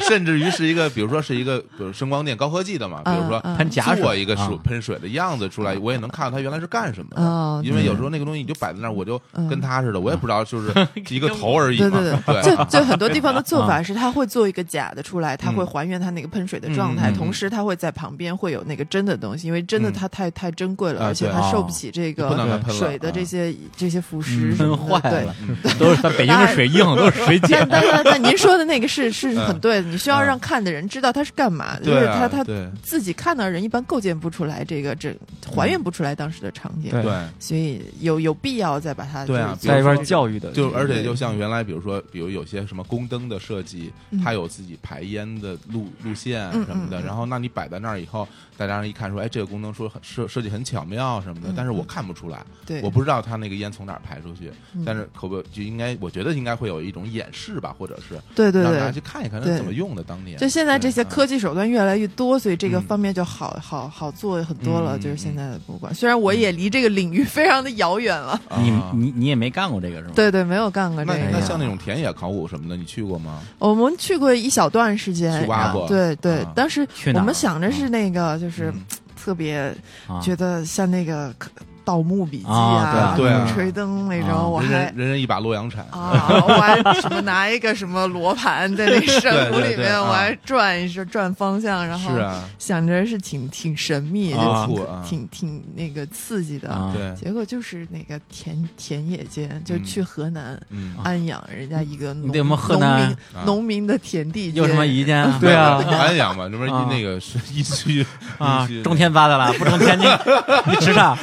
[SPEAKER 4] 甚至于是一个，比如说是一个，比如声光电高科技的嘛，比如说
[SPEAKER 1] 嗯嗯
[SPEAKER 3] 喷假
[SPEAKER 4] 做
[SPEAKER 3] 水
[SPEAKER 4] 一个水
[SPEAKER 3] 啊
[SPEAKER 4] 喷水的样子出来，我也能看到它原来是干什么的。
[SPEAKER 1] 哦嗯
[SPEAKER 4] 因为有时候那个东西你就摆在那儿，我就跟它似的，我也不知道就是一个头而已
[SPEAKER 1] 对
[SPEAKER 4] 嘛。
[SPEAKER 1] 对啊对，
[SPEAKER 4] 对
[SPEAKER 1] 就就很多地方的做法是，它会做一个假的出来，它会还原它那个喷水的状态，
[SPEAKER 4] 嗯嗯嗯嗯
[SPEAKER 1] 同时它会在旁边会有那个真的东西，因为真的
[SPEAKER 4] 嗯
[SPEAKER 1] 它太太珍贵了，
[SPEAKER 4] 啊
[SPEAKER 1] 而且
[SPEAKER 4] 对哦
[SPEAKER 1] 它受不起这
[SPEAKER 4] 不能
[SPEAKER 1] 个
[SPEAKER 4] 再喷了嗯
[SPEAKER 1] 水的这
[SPEAKER 4] 啊
[SPEAKER 1] 些这些腐蚀什
[SPEAKER 3] 喷
[SPEAKER 1] 么
[SPEAKER 3] 坏
[SPEAKER 1] 的。嗯对
[SPEAKER 3] 了，， (laughs) 都是北京的水硬，都是水碱
[SPEAKER 1] 但。但但但您说的那个是是
[SPEAKER 4] (laughs) 嗯
[SPEAKER 1] 很对的，你需要
[SPEAKER 4] 嗯
[SPEAKER 1] 让看的人知道它是干嘛的，就
[SPEAKER 4] 对
[SPEAKER 1] 是
[SPEAKER 4] 啊
[SPEAKER 1] 他他
[SPEAKER 4] 对
[SPEAKER 1] 自己看到的人一般构建不出来这个这还原不出来当时的场景，
[SPEAKER 5] 对
[SPEAKER 4] 对。
[SPEAKER 1] 所以有有必要再把它
[SPEAKER 4] 对啊
[SPEAKER 1] 就是
[SPEAKER 5] 在一边
[SPEAKER 1] 做
[SPEAKER 5] 教育的，
[SPEAKER 4] 就而且就像原来，比如说，比如有些什么宫灯的设计，
[SPEAKER 1] 嗯
[SPEAKER 4] 它有自己排烟的路路线
[SPEAKER 1] 嗯
[SPEAKER 4] 什么的。
[SPEAKER 1] 嗯嗯
[SPEAKER 4] 然后，那你摆在那儿以后，大家一看说，哎，这个宫灯说很设设计很巧妙什么的
[SPEAKER 1] 嗯，
[SPEAKER 4] 但是我看不出来，
[SPEAKER 1] 对，
[SPEAKER 4] 我不知道它那个烟从哪儿排出去。
[SPEAKER 1] 嗯
[SPEAKER 4] 但是可不就应该，我觉得应该会有一种演示吧，或者是
[SPEAKER 1] 对对
[SPEAKER 4] 让大
[SPEAKER 1] 对
[SPEAKER 4] 家去看一看它
[SPEAKER 1] 对
[SPEAKER 4] 怎么用的当年。
[SPEAKER 1] 就现在这些
[SPEAKER 4] 对啊
[SPEAKER 1] 科技手段越来越多，所以这个
[SPEAKER 4] 嗯
[SPEAKER 1] 方面就好、好好做很多了。
[SPEAKER 4] 嗯
[SPEAKER 1] 就是现在的博物馆，虽然我也离这个领域非常的遥远了，
[SPEAKER 4] 啊
[SPEAKER 3] 你你你也没干过这个是吗？
[SPEAKER 1] (laughs) 对对，没有干过这
[SPEAKER 4] 那
[SPEAKER 1] 个。
[SPEAKER 4] 那像那种田野考古什么的，你去过吗？
[SPEAKER 1] 我们去过一小段时间，
[SPEAKER 4] 去挖
[SPEAKER 1] 然后
[SPEAKER 4] 过
[SPEAKER 1] 哎对对，
[SPEAKER 4] 啊
[SPEAKER 1] 当时
[SPEAKER 3] 去哪
[SPEAKER 1] 我
[SPEAKER 3] 儿
[SPEAKER 1] 们想着是那个，就是
[SPEAKER 4] 嗯
[SPEAKER 1] 特别
[SPEAKER 3] 啊
[SPEAKER 1] 觉得像那个可《盗墓笔记》
[SPEAKER 3] 啊
[SPEAKER 4] 对啊对啊
[SPEAKER 1] 吹灯那种，
[SPEAKER 3] 啊
[SPEAKER 1] 我
[SPEAKER 4] 人
[SPEAKER 1] 还
[SPEAKER 4] 人。人人一把洛阳铲，
[SPEAKER 1] 啊！我还什么拿一个什么罗盘在
[SPEAKER 4] (laughs)
[SPEAKER 1] 那山谷
[SPEAKER 4] 对对
[SPEAKER 1] 里
[SPEAKER 4] 对
[SPEAKER 1] 面，
[SPEAKER 4] 啊
[SPEAKER 1] 我还转一转转方向，然后
[SPEAKER 4] 是啊，
[SPEAKER 1] 想着是挺挺神秘，就
[SPEAKER 4] 啊
[SPEAKER 1] 挺
[SPEAKER 4] 酷啊
[SPEAKER 1] 挺挺那个刺激的。
[SPEAKER 3] 啊，
[SPEAKER 4] 对，
[SPEAKER 1] 结果就是那个田田野间，就
[SPEAKER 4] 嗯
[SPEAKER 1] 去河南
[SPEAKER 4] 嗯
[SPEAKER 3] 啊
[SPEAKER 1] 安阳，人家一个农
[SPEAKER 3] 你对我们河
[SPEAKER 1] 农
[SPEAKER 3] 南
[SPEAKER 1] 民
[SPEAKER 4] 啊
[SPEAKER 1] 农民的田地间，
[SPEAKER 3] 有什么疑
[SPEAKER 1] (laughs)
[SPEAKER 3] 见啊？
[SPEAKER 5] 对啊
[SPEAKER 4] 安阳嘛，这不是
[SPEAKER 3] 啊
[SPEAKER 4] 那个是一区
[SPEAKER 3] 啊
[SPEAKER 4] 一区，
[SPEAKER 3] 种天发的啦，不种天你
[SPEAKER 1] (laughs)
[SPEAKER 3] 你吃啥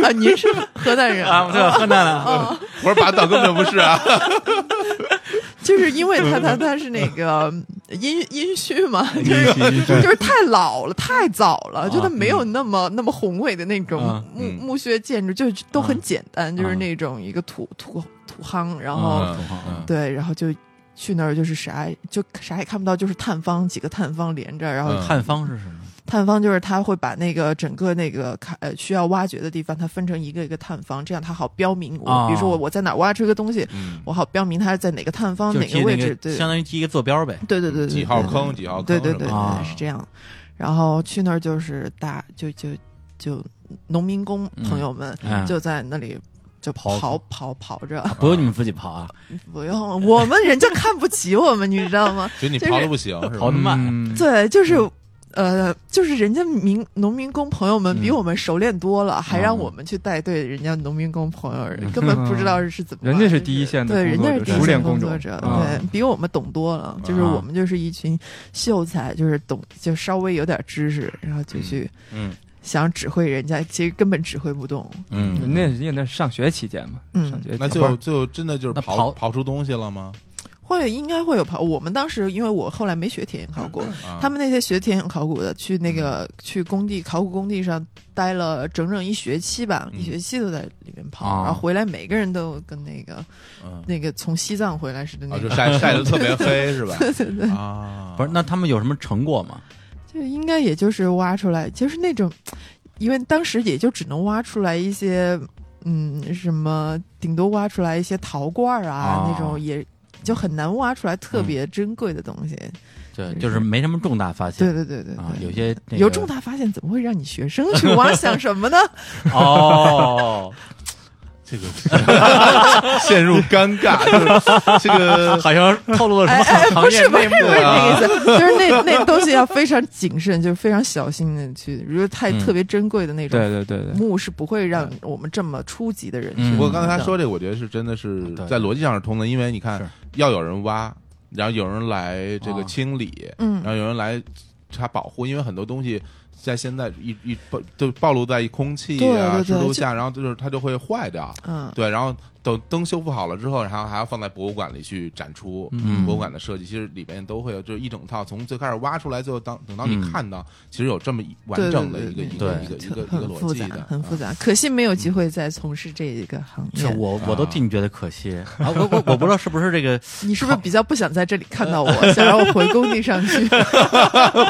[SPEAKER 1] 啊？您是河南人
[SPEAKER 3] 啊？我在河南了，
[SPEAKER 1] 哦
[SPEAKER 3] (laughs)
[SPEAKER 4] 胡说八道，根本不是啊！
[SPEAKER 1] 就是因为他他他是那
[SPEAKER 3] (laughs)
[SPEAKER 1] 个阴阴虚嘛，就是就是太老了，太早了，就他没有那么那么宏伟的那种
[SPEAKER 3] 嗯啊
[SPEAKER 1] 墓
[SPEAKER 4] 嗯
[SPEAKER 1] 墓穴建筑，就是都很简单，就是
[SPEAKER 3] 啊
[SPEAKER 1] 那种一个土土土夯，然后
[SPEAKER 3] 哦
[SPEAKER 4] 嗯嗯
[SPEAKER 1] 对，然后就去那儿就是啥也就啥也看不到，就是探方几个探方连着，然后
[SPEAKER 4] 嗯
[SPEAKER 3] 汉方是什么？
[SPEAKER 1] 探方就是他会把那个整个那个卡呃需要挖掘的地方，它分成一个一个探方，这样它好标明我，比如说
[SPEAKER 3] 哦
[SPEAKER 1] 我我在哪儿挖出一个东西，
[SPEAKER 4] 嗯，
[SPEAKER 1] 我好标明它是在哪个探方
[SPEAKER 3] 就
[SPEAKER 1] 哪
[SPEAKER 3] 记
[SPEAKER 1] 位
[SPEAKER 3] 那
[SPEAKER 1] 置，
[SPEAKER 3] 个
[SPEAKER 1] 对
[SPEAKER 3] 相当于记一个坐标呗。
[SPEAKER 1] 对对对对，
[SPEAKER 4] 几号
[SPEAKER 1] 对
[SPEAKER 4] 坑，几号坑
[SPEAKER 1] 对
[SPEAKER 4] 什么
[SPEAKER 1] 对
[SPEAKER 4] 的，哦
[SPEAKER 1] 对
[SPEAKER 3] 啊
[SPEAKER 1] 对是这样，然后去那儿就是大就就就农民工朋友们
[SPEAKER 3] 嗯嗯
[SPEAKER 1] 就在那里。就
[SPEAKER 3] 刨
[SPEAKER 1] 刨刨刨着， (laughs)
[SPEAKER 3] 不用你们自己刨啊，
[SPEAKER 1] 不用我们人家看不起我们，你知道吗？
[SPEAKER 4] 觉得你
[SPEAKER 1] 就是
[SPEAKER 4] 刨的不行，是吧
[SPEAKER 3] 刨的慢。
[SPEAKER 5] 嗯，
[SPEAKER 1] 对，就是。呃，就是人家民农民工朋友们比
[SPEAKER 3] 嗯
[SPEAKER 1] 我们熟练多了，还让
[SPEAKER 3] 嗯
[SPEAKER 1] 我们去带队，人家农民工朋
[SPEAKER 5] (laughs)
[SPEAKER 1] 友人根本不知道是怎么，
[SPEAKER 5] 人家是第一线的
[SPEAKER 1] 对，人
[SPEAKER 5] 工
[SPEAKER 1] 家是
[SPEAKER 5] 作者，
[SPEAKER 1] 第
[SPEAKER 6] 熟
[SPEAKER 1] 一线
[SPEAKER 6] 练
[SPEAKER 1] 工
[SPEAKER 6] 工种
[SPEAKER 1] 作者，
[SPEAKER 6] 啊
[SPEAKER 1] 对比我们懂多了。就是
[SPEAKER 3] 啊
[SPEAKER 1] 我们就是一群秀才，就是懂，就稍微有点知识，然后就去
[SPEAKER 3] 嗯
[SPEAKER 1] 想指挥人家，其实根本指挥不动。
[SPEAKER 3] 嗯，
[SPEAKER 5] 那人家那是上学期间嘛，
[SPEAKER 1] 嗯
[SPEAKER 5] 上学
[SPEAKER 4] 那
[SPEAKER 5] 期间
[SPEAKER 4] 就就真的就是
[SPEAKER 3] 那
[SPEAKER 4] 刨
[SPEAKER 3] 刨
[SPEAKER 4] 刨出东西了吗？
[SPEAKER 1] 会应该会有跑，我们当时因为我后来没学田野
[SPEAKER 5] 嗯
[SPEAKER 1] 考古，
[SPEAKER 4] 啊
[SPEAKER 1] 他们那些学田野考古的去那
[SPEAKER 3] 嗯
[SPEAKER 1] 个去工地考古工地上待了整整一学期吧，
[SPEAKER 4] 嗯
[SPEAKER 1] 一学期都在里面跑，
[SPEAKER 3] 啊
[SPEAKER 1] 然后回来每个人都跟那个
[SPEAKER 4] 嗯
[SPEAKER 1] 那个从西藏回来似的
[SPEAKER 4] 啊，
[SPEAKER 1] 那
[SPEAKER 4] 就
[SPEAKER 1] 个，
[SPEAKER 4] 晒晒得特别黑是吧？
[SPEAKER 1] (laughs) 对对对，
[SPEAKER 4] 啊，
[SPEAKER 3] 不是，那他们有什么成果吗？
[SPEAKER 1] 就应该也就是挖出来，就是那种，因为当时也就只能挖出来一些，嗯，什么顶多挖出来一些陶罐儿啊，
[SPEAKER 3] 啊嗯
[SPEAKER 1] 那种也就很难挖出来特别珍贵的东西。
[SPEAKER 3] 对，就是没什么重大发现
[SPEAKER 1] 对对对对对，
[SPEAKER 3] 嗯啊，有些那个
[SPEAKER 1] 有重大发现，怎么会让你学生去
[SPEAKER 3] (laughs)
[SPEAKER 1] 挖？想什么呢？
[SPEAKER 3] 哦，
[SPEAKER 4] (laughs) 这个陷入尴尬， (laughs) 就是这
[SPEAKER 3] (laughs)
[SPEAKER 4] 个
[SPEAKER 3] 好像透露了
[SPEAKER 1] 哎
[SPEAKER 3] 什
[SPEAKER 1] 哎，
[SPEAKER 3] 么
[SPEAKER 1] 不
[SPEAKER 3] 行业
[SPEAKER 1] 是不是
[SPEAKER 3] 内
[SPEAKER 1] 不是
[SPEAKER 3] 幕
[SPEAKER 1] 那
[SPEAKER 3] 啊？
[SPEAKER 1] 个意思， (laughs) 就是那那东西要非常谨慎，就是非常小心的去，如果太
[SPEAKER 3] 嗯
[SPEAKER 1] 特别珍贵的那种
[SPEAKER 5] 对对对对，
[SPEAKER 1] 墓是不会让我们这么初级的人去
[SPEAKER 3] 嗯
[SPEAKER 4] 不过刚才他说这个，我觉得是真的是
[SPEAKER 3] 对
[SPEAKER 4] 在逻辑上是通的，因为你看
[SPEAKER 3] 是
[SPEAKER 4] 要有人挖，然后有人来这个
[SPEAKER 3] 啊
[SPEAKER 4] 清理，
[SPEAKER 1] 嗯
[SPEAKER 4] 然后有人来查保护，因为很多东西在现在一一暴就暴露在空气
[SPEAKER 1] 对
[SPEAKER 4] 啊、
[SPEAKER 1] 对对
[SPEAKER 4] 湿度
[SPEAKER 1] 就
[SPEAKER 4] 下，然后就是它就会坏掉。
[SPEAKER 1] 嗯，
[SPEAKER 4] 对，然后等灯修复好了之后，然后还要放在博物馆里去展出。
[SPEAKER 3] 嗯
[SPEAKER 4] 博物馆的设计其实里面都会有，就是一整套从最开始挖出来，最后当等到你
[SPEAKER 3] 嗯
[SPEAKER 4] 看到，其实有这么一完
[SPEAKER 1] 对对
[SPEAKER 4] 整的
[SPEAKER 1] 对
[SPEAKER 4] 一个一
[SPEAKER 3] 对
[SPEAKER 4] 个一个一个一个
[SPEAKER 1] 很
[SPEAKER 4] 逻
[SPEAKER 1] 复
[SPEAKER 4] 辑
[SPEAKER 1] 杂
[SPEAKER 4] 的，，啊
[SPEAKER 1] 很
[SPEAKER 4] (laughs)
[SPEAKER 1] 复杂。可惜没有机会再从事这一个行
[SPEAKER 3] 这
[SPEAKER 4] 嗯
[SPEAKER 1] 业。
[SPEAKER 3] 我我都替你觉得可 (laughs) 惜啊！我我我不知道是不是这个
[SPEAKER 1] 你是不是比较不想在这里看到我，想让我回工地上
[SPEAKER 4] (laughs)
[SPEAKER 1] 去？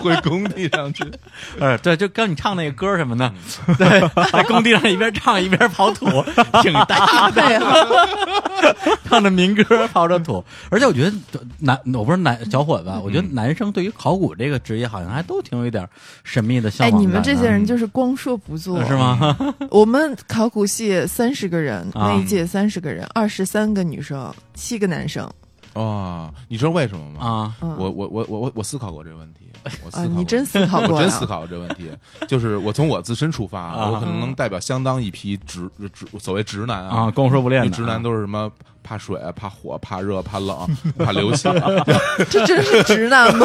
[SPEAKER 4] 回工地上去。
[SPEAKER 3] 呃，对，就刚你唱那个歌什么的， (laughs) 对，在工地上一边唱一边刨 (laughs) 土，挺
[SPEAKER 4] 哎
[SPEAKER 3] 大的，
[SPEAKER 1] 对，啊
[SPEAKER 4] 啊
[SPEAKER 3] 唱着民歌刨着土。而且我觉得男，我不是男小伙子，啊我觉得男生对于考古这个职业好像还都挺有一点神秘的向
[SPEAKER 1] 哎，
[SPEAKER 3] 往感
[SPEAKER 1] 你
[SPEAKER 3] 的。嗯
[SPEAKER 1] 们这些人就是光说不做，
[SPEAKER 4] 嗯
[SPEAKER 3] 是？吗？
[SPEAKER 1] 我们考古系三十个人，
[SPEAKER 3] 啊
[SPEAKER 1] 那一届三十个人，二十三个女生，七个男生。
[SPEAKER 4] 哦，你知道为什么
[SPEAKER 3] (laughs)
[SPEAKER 4] 吗？
[SPEAKER 3] 啊，
[SPEAKER 1] 嗯，
[SPEAKER 4] 我我我我我我思考过这个问题，我思
[SPEAKER 1] 啊，
[SPEAKER 4] 考过
[SPEAKER 1] 你真思考过呀？
[SPEAKER 4] 我真思考过这个问题，就是我从我自身出发，
[SPEAKER 3] 啊
[SPEAKER 4] 我可能能代表相当一批直直所谓直男
[SPEAKER 3] 啊，光说不
[SPEAKER 4] 因
[SPEAKER 3] 练
[SPEAKER 4] 为
[SPEAKER 3] 的
[SPEAKER 4] 直男都是什么怕水、怕火、怕热、怕冷、怕流血，啊
[SPEAKER 1] 这真是直男
[SPEAKER 4] (laughs)
[SPEAKER 1] 吗？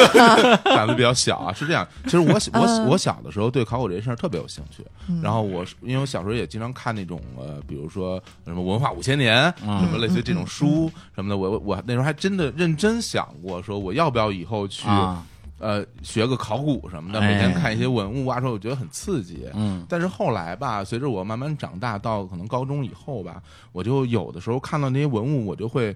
[SPEAKER 4] 胆子比较小啊。是这样，其实我小我
[SPEAKER 1] 嗯
[SPEAKER 4] 我小的时候对考古这件事儿特别有兴趣，
[SPEAKER 1] 嗯
[SPEAKER 4] 然后我是因为我小时候也经常看那种呃，比如说什么文化五千年，
[SPEAKER 3] 嗯
[SPEAKER 4] 什么类似于这种书什么的，我我我那时候还真的认真想过，说我要不要以后去
[SPEAKER 3] 啊，
[SPEAKER 4] 呃学个考古什么的，
[SPEAKER 3] 哎
[SPEAKER 4] 每天看一些文物啊，说我觉得很刺激。
[SPEAKER 3] 嗯
[SPEAKER 4] 但是后来吧，随着我慢慢长大，到可能高中以后吧，我就有的时候看到那些文物，我就会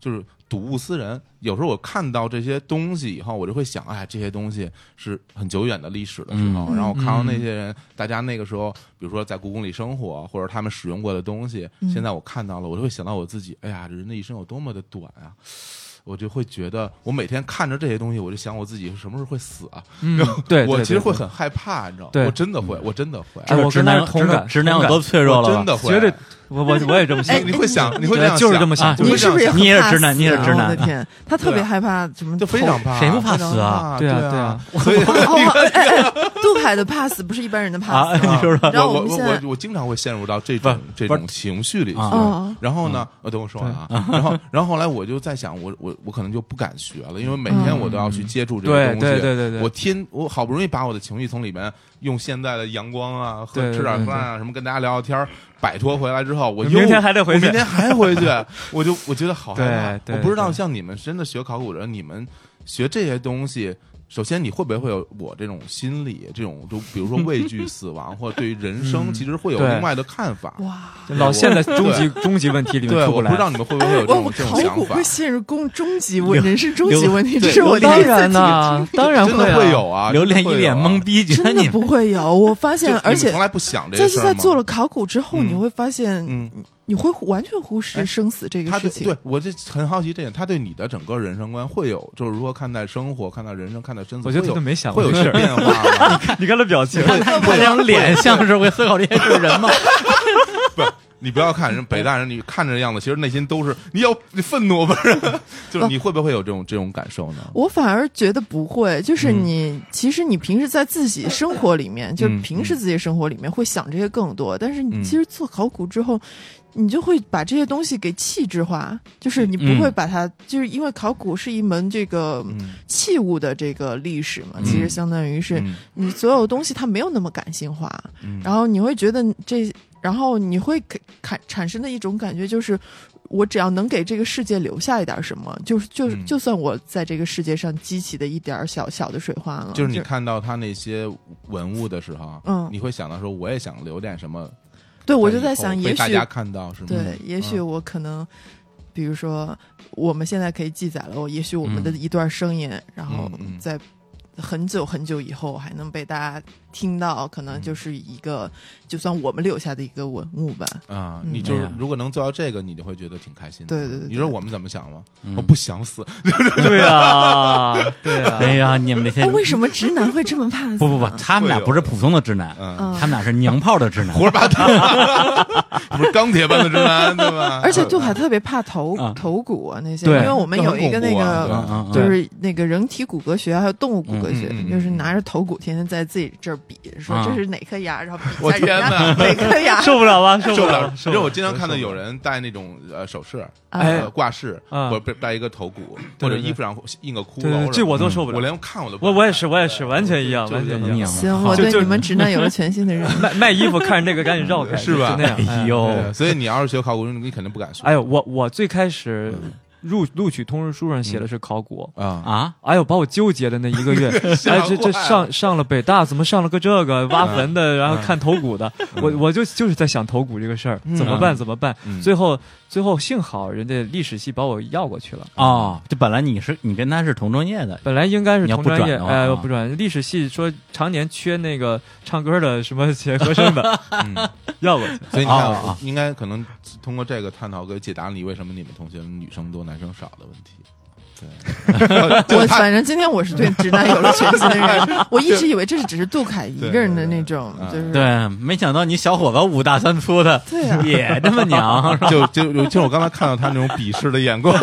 [SPEAKER 4] 就是睹物思人。有时候我看到这些东西以后，我就会想，哎，这些东西是很久远的历史的时候，
[SPEAKER 1] 嗯
[SPEAKER 4] 然后看到那些人，大家那个时候，比如说在故宫里生活，或者他们使用过的东西，
[SPEAKER 1] 嗯
[SPEAKER 4] 现在我看到了，我就会想到我自己，哎呀，人的一生有多么的短啊！我就会觉得，我每天看着这些东西，我就想我自己什么时候会死啊？
[SPEAKER 5] 嗯，对，对
[SPEAKER 4] 我其实
[SPEAKER 5] 对
[SPEAKER 4] 会很害怕，你知道吗？
[SPEAKER 5] 对
[SPEAKER 4] 我真的会，我真的会。
[SPEAKER 5] 哎我
[SPEAKER 3] 直
[SPEAKER 5] 跟他
[SPEAKER 3] 男
[SPEAKER 5] 是同感
[SPEAKER 3] 直男
[SPEAKER 5] 同
[SPEAKER 3] 有
[SPEAKER 5] 感
[SPEAKER 3] 多脆弱
[SPEAKER 4] 我
[SPEAKER 3] 了吧？
[SPEAKER 4] 真的会，
[SPEAKER 5] 绝对，我我我也这么想
[SPEAKER 1] 哎，
[SPEAKER 4] 你会想，你会这样想，
[SPEAKER 5] 就是这么
[SPEAKER 3] 啊
[SPEAKER 5] 想，
[SPEAKER 4] 我
[SPEAKER 1] 你
[SPEAKER 4] 会这
[SPEAKER 1] 是
[SPEAKER 4] 样
[SPEAKER 1] 不是也很
[SPEAKER 3] 你也是
[SPEAKER 4] 想
[SPEAKER 1] 怕
[SPEAKER 3] 直男
[SPEAKER 1] 死
[SPEAKER 3] 你也是
[SPEAKER 1] 啊
[SPEAKER 3] 直男
[SPEAKER 1] 我的天，他特别
[SPEAKER 4] 对啊
[SPEAKER 1] 害怕什么？
[SPEAKER 4] 就非常怕，
[SPEAKER 3] 谁不怕死啊？
[SPEAKER 4] 啊
[SPEAKER 5] 对啊
[SPEAKER 4] 啊，
[SPEAKER 5] 对
[SPEAKER 4] 啊
[SPEAKER 5] 啊。
[SPEAKER 4] 所以，
[SPEAKER 1] (laughs) 哦。哦哎哎，哎杜凯的怕死不是一般人的怕
[SPEAKER 3] 啊
[SPEAKER 1] 死，，
[SPEAKER 3] (laughs) (laughs) 你
[SPEAKER 4] (laughs)
[SPEAKER 3] 说说，
[SPEAKER 1] 然后
[SPEAKER 4] 我
[SPEAKER 1] 我们
[SPEAKER 4] 我
[SPEAKER 1] 现在
[SPEAKER 4] 我我经常会陷入到这种这
[SPEAKER 3] 不
[SPEAKER 4] 种情绪里去
[SPEAKER 3] 啊。
[SPEAKER 1] 哦
[SPEAKER 4] 然后
[SPEAKER 5] 嗯
[SPEAKER 4] 呢，呃，等我说完啊。 (laughs) 然后，然后后来我就在想，我我我可能就不敢学了，因为每天我都要去接触这个
[SPEAKER 5] 嗯
[SPEAKER 4] 东
[SPEAKER 5] 对
[SPEAKER 4] 西。
[SPEAKER 5] 对对对对，
[SPEAKER 4] 我天，我好不容易把我的情绪从里面用现在的阳光啊，喝
[SPEAKER 5] 对对
[SPEAKER 4] 吃点
[SPEAKER 5] 对
[SPEAKER 4] 饭啊，什么跟大家聊聊天儿摆脱回来之后，我又
[SPEAKER 5] 明天还得回
[SPEAKER 4] 我
[SPEAKER 5] 去
[SPEAKER 4] 明天还回去， (laughs) 我就我觉得好害怕。
[SPEAKER 5] 对对
[SPEAKER 4] 我不知道
[SPEAKER 5] 对嗯
[SPEAKER 4] 像你们真的学考古人，你们学这些东西。首先，你会不会会有我这种心理，这种就比如说畏惧死亡，或者对于人生
[SPEAKER 5] 嗯
[SPEAKER 4] 其实会有
[SPEAKER 5] 对
[SPEAKER 4] 另外的看法。
[SPEAKER 1] 哇，
[SPEAKER 5] 啊老陷在终极终极问题里面
[SPEAKER 4] 对，
[SPEAKER 5] 出
[SPEAKER 4] 我
[SPEAKER 5] 来。
[SPEAKER 4] 不知道你们会不会有这
[SPEAKER 1] 我哎
[SPEAKER 4] 种
[SPEAKER 1] 我
[SPEAKER 4] 这种
[SPEAKER 1] 考
[SPEAKER 4] 想
[SPEAKER 1] 古
[SPEAKER 4] 法
[SPEAKER 1] 会，陷入公终极问人生终极问题，这
[SPEAKER 4] 对
[SPEAKER 1] 是我第一
[SPEAKER 5] 当
[SPEAKER 1] 次
[SPEAKER 5] 然
[SPEAKER 1] 听
[SPEAKER 5] 啦，当然
[SPEAKER 4] 真的
[SPEAKER 5] 啊
[SPEAKER 4] 会有啊，
[SPEAKER 3] 榴莲
[SPEAKER 4] 真的
[SPEAKER 3] 一
[SPEAKER 4] 会有
[SPEAKER 3] 脸
[SPEAKER 4] 啊
[SPEAKER 3] 懵逼，觉得
[SPEAKER 1] 真的
[SPEAKER 3] 你
[SPEAKER 1] 不会有。我发
[SPEAKER 4] 就
[SPEAKER 1] 现
[SPEAKER 4] 你，
[SPEAKER 1] 而
[SPEAKER 4] 们
[SPEAKER 1] 且
[SPEAKER 4] 从来不想这
[SPEAKER 1] 但
[SPEAKER 4] 些
[SPEAKER 1] 是
[SPEAKER 4] 事儿
[SPEAKER 1] 在
[SPEAKER 4] 吗
[SPEAKER 1] 做了考古之后，
[SPEAKER 4] 嗯
[SPEAKER 1] 你会发现，
[SPEAKER 4] 嗯，
[SPEAKER 1] 你会完全忽视
[SPEAKER 4] 哎
[SPEAKER 1] 生死这个
[SPEAKER 4] 他
[SPEAKER 1] 事
[SPEAKER 4] 对
[SPEAKER 1] 情。
[SPEAKER 4] 对我这很好奇这点，他对你的整个人生观会有，就是如何看待生活、看待人生、看待生死，
[SPEAKER 5] 我觉得
[SPEAKER 4] 会
[SPEAKER 5] 他
[SPEAKER 4] 有
[SPEAKER 5] 都没想过
[SPEAKER 4] 会有
[SPEAKER 5] 这
[SPEAKER 4] 这
[SPEAKER 5] 事
[SPEAKER 4] 种
[SPEAKER 5] 儿。
[SPEAKER 4] 变
[SPEAKER 5] (laughs)
[SPEAKER 4] 化吗？
[SPEAKER 5] 你看他表情，
[SPEAKER 3] 看他看那张脸像是会思考这件事的人吗？
[SPEAKER 4] 不，你不要看人北大人，你看着这样子，其实内心都是你要你愤怒，不是？ (laughs) 就是你会不会有这种这种感受呢？
[SPEAKER 1] 哦我反而觉得不会，就是
[SPEAKER 4] 嗯
[SPEAKER 1] 你、其实你平时在自己生活里面，就是平时自己生活里面会想这些更多，但是
[SPEAKER 4] 嗯
[SPEAKER 1] 你其实做考古之后。你就会把这些东西给气质化，就是你不
[SPEAKER 3] 嗯
[SPEAKER 1] 会把它，就是因为考古是一门这个
[SPEAKER 4] 嗯
[SPEAKER 1] 器物的这个历史嘛，
[SPEAKER 4] 嗯
[SPEAKER 1] 其实相当于是
[SPEAKER 4] 嗯
[SPEAKER 1] 你所有东西它没有那么感性化，
[SPEAKER 4] 嗯
[SPEAKER 1] 然后你会觉得这，然后你会给产产生的一种感觉就是，我只要能给这个世界留下一点什么，就是就是
[SPEAKER 4] 嗯
[SPEAKER 1] 就算我在这个世界上激起的一点儿小小的水花啊了，
[SPEAKER 4] 就是你看到他那些文物的时候，啊
[SPEAKER 1] 嗯
[SPEAKER 4] 你会想到说我也想留点什么。
[SPEAKER 1] 对我就在想，
[SPEAKER 4] 以后
[SPEAKER 1] 也
[SPEAKER 4] 被大家嗯
[SPEAKER 1] 许
[SPEAKER 4] 看到是吗？
[SPEAKER 1] 对，也许我可能，比如说我们现在可以记载了，我也许我们的一段声音，然后
[SPEAKER 4] 嗯嗯
[SPEAKER 1] 在。很久很久以后还能被大家听到，可
[SPEAKER 4] 嗯
[SPEAKER 1] 能就是一个，就算我们留下的一个文物吧。
[SPEAKER 4] 啊，
[SPEAKER 1] 嗯
[SPEAKER 4] 你就是
[SPEAKER 3] 哎呀
[SPEAKER 4] 如果能做到这个，你就会觉得挺开心的。
[SPEAKER 1] 对对对对
[SPEAKER 4] 你说我们怎么想吗？
[SPEAKER 3] 嗯
[SPEAKER 4] 我不想死，
[SPEAKER 5] 对啊，对啊，
[SPEAKER 3] 哎呀，你们那些
[SPEAKER 4] 嗯
[SPEAKER 7] 哎，为什么直男会这么
[SPEAKER 4] (laughs)
[SPEAKER 7] 怕死？
[SPEAKER 3] 不不不，，他们俩不是普通的直男，
[SPEAKER 4] 嗯，
[SPEAKER 1] 嗯
[SPEAKER 3] 他，们俩是娘炮的直男
[SPEAKER 4] (laughs) 胡。说八道，不是钢铁般的直男，对吧？
[SPEAKER 1] 而且杜海特别怕头
[SPEAKER 3] 啊
[SPEAKER 1] 头骨啊那些，因
[SPEAKER 5] 嗯对。
[SPEAKER 1] 为我们有一个那
[SPEAKER 4] 那很恐怖
[SPEAKER 1] 个
[SPEAKER 4] 啊
[SPEAKER 3] 嗯嗯
[SPEAKER 1] 就
[SPEAKER 3] 嗯，
[SPEAKER 1] 是那个人体骨骼学还有动物骨骼学
[SPEAKER 4] 嗯嗯嗯，
[SPEAKER 1] 就是拿着头骨天天在自己这儿比，说
[SPEAKER 3] 啊
[SPEAKER 1] 这是哪颗牙，然后比
[SPEAKER 4] 我
[SPEAKER 1] 一下人
[SPEAKER 4] 天
[SPEAKER 1] 家
[SPEAKER 4] 哪
[SPEAKER 1] 哪颗牙
[SPEAKER 5] (laughs) 受不了吧？受
[SPEAKER 4] 受不
[SPEAKER 5] 了
[SPEAKER 4] 了，，
[SPEAKER 5] 受
[SPEAKER 4] 因为
[SPEAKER 5] 不了
[SPEAKER 4] 我经常看到有人戴那种呃首饰、
[SPEAKER 5] 哎
[SPEAKER 4] 呃挂饰，
[SPEAKER 5] 啊
[SPEAKER 4] 或者戴一个头骨，或
[SPEAKER 5] 对对
[SPEAKER 4] 者
[SPEAKER 5] 对
[SPEAKER 4] 衣服上印个骷髅
[SPEAKER 5] 对对
[SPEAKER 4] 什
[SPEAKER 5] 对
[SPEAKER 4] 么的。嗯
[SPEAKER 5] 这我都受不了
[SPEAKER 4] 我连看我都不
[SPEAKER 5] 我
[SPEAKER 4] 敢
[SPEAKER 5] 我也是，
[SPEAKER 4] 看
[SPEAKER 5] 我也是，完全一样，
[SPEAKER 4] 就是
[SPEAKER 5] 完全一
[SPEAKER 3] 娘
[SPEAKER 5] 样。
[SPEAKER 1] 行，我
[SPEAKER 5] 就
[SPEAKER 1] 对
[SPEAKER 5] 就
[SPEAKER 1] 你们直男有了全新的
[SPEAKER 4] (laughs)
[SPEAKER 1] 认识。
[SPEAKER 5] 卖卖衣服看着那个赶紧绕开，
[SPEAKER 4] 是吧
[SPEAKER 5] 就那
[SPEAKER 4] (laughs)
[SPEAKER 5] 样。
[SPEAKER 3] 哎
[SPEAKER 5] 哎
[SPEAKER 3] 呦，
[SPEAKER 4] 对所以你要是学考古，你肯定不敢说
[SPEAKER 5] 哎呦，我我最开始录录取通知书上写的是考古。
[SPEAKER 4] 啊。
[SPEAKER 3] 啊，
[SPEAKER 5] 哎呦，把我纠结的那一个月，
[SPEAKER 4] 吓
[SPEAKER 5] 哎，
[SPEAKER 4] 坏了
[SPEAKER 5] 这这上上了北大，怎么上了个这个挖坟的，然后看头骨的，我我就就是在想头骨这个事儿，
[SPEAKER 4] 嗯
[SPEAKER 5] 怎么办？怎么办？
[SPEAKER 4] 嗯
[SPEAKER 5] 最后最后幸好人家历史系把我要过去了，
[SPEAKER 3] 哦，这本来你是你跟他是同专业的，
[SPEAKER 5] 本来应该是
[SPEAKER 3] 你要
[SPEAKER 5] 同
[SPEAKER 3] 不
[SPEAKER 5] 专业，
[SPEAKER 3] 转的话
[SPEAKER 5] 哎，
[SPEAKER 3] 啊
[SPEAKER 5] 我不转历史系说常年缺那个唱歌的什么写和声的，
[SPEAKER 4] 嗯
[SPEAKER 5] 要过去。
[SPEAKER 4] (laughs) 所以你看，
[SPEAKER 3] 啊啊
[SPEAKER 4] 应该可能通过这个探讨，给解答你为什么你们同学女生多男生少的问题。
[SPEAKER 1] 我反正今天我是对直男有了全新的认
[SPEAKER 4] (laughs)
[SPEAKER 1] 识。我一直以为这是只是杜凯一个人的那种，
[SPEAKER 4] 对
[SPEAKER 1] 就
[SPEAKER 4] 对
[SPEAKER 1] 是
[SPEAKER 3] 对，没想到你小伙子五大三粗的，
[SPEAKER 1] 对啊
[SPEAKER 3] 也这么
[SPEAKER 4] (laughs)
[SPEAKER 3] 娘，
[SPEAKER 4] 就就就就我刚才看到他那种鄙视的眼光，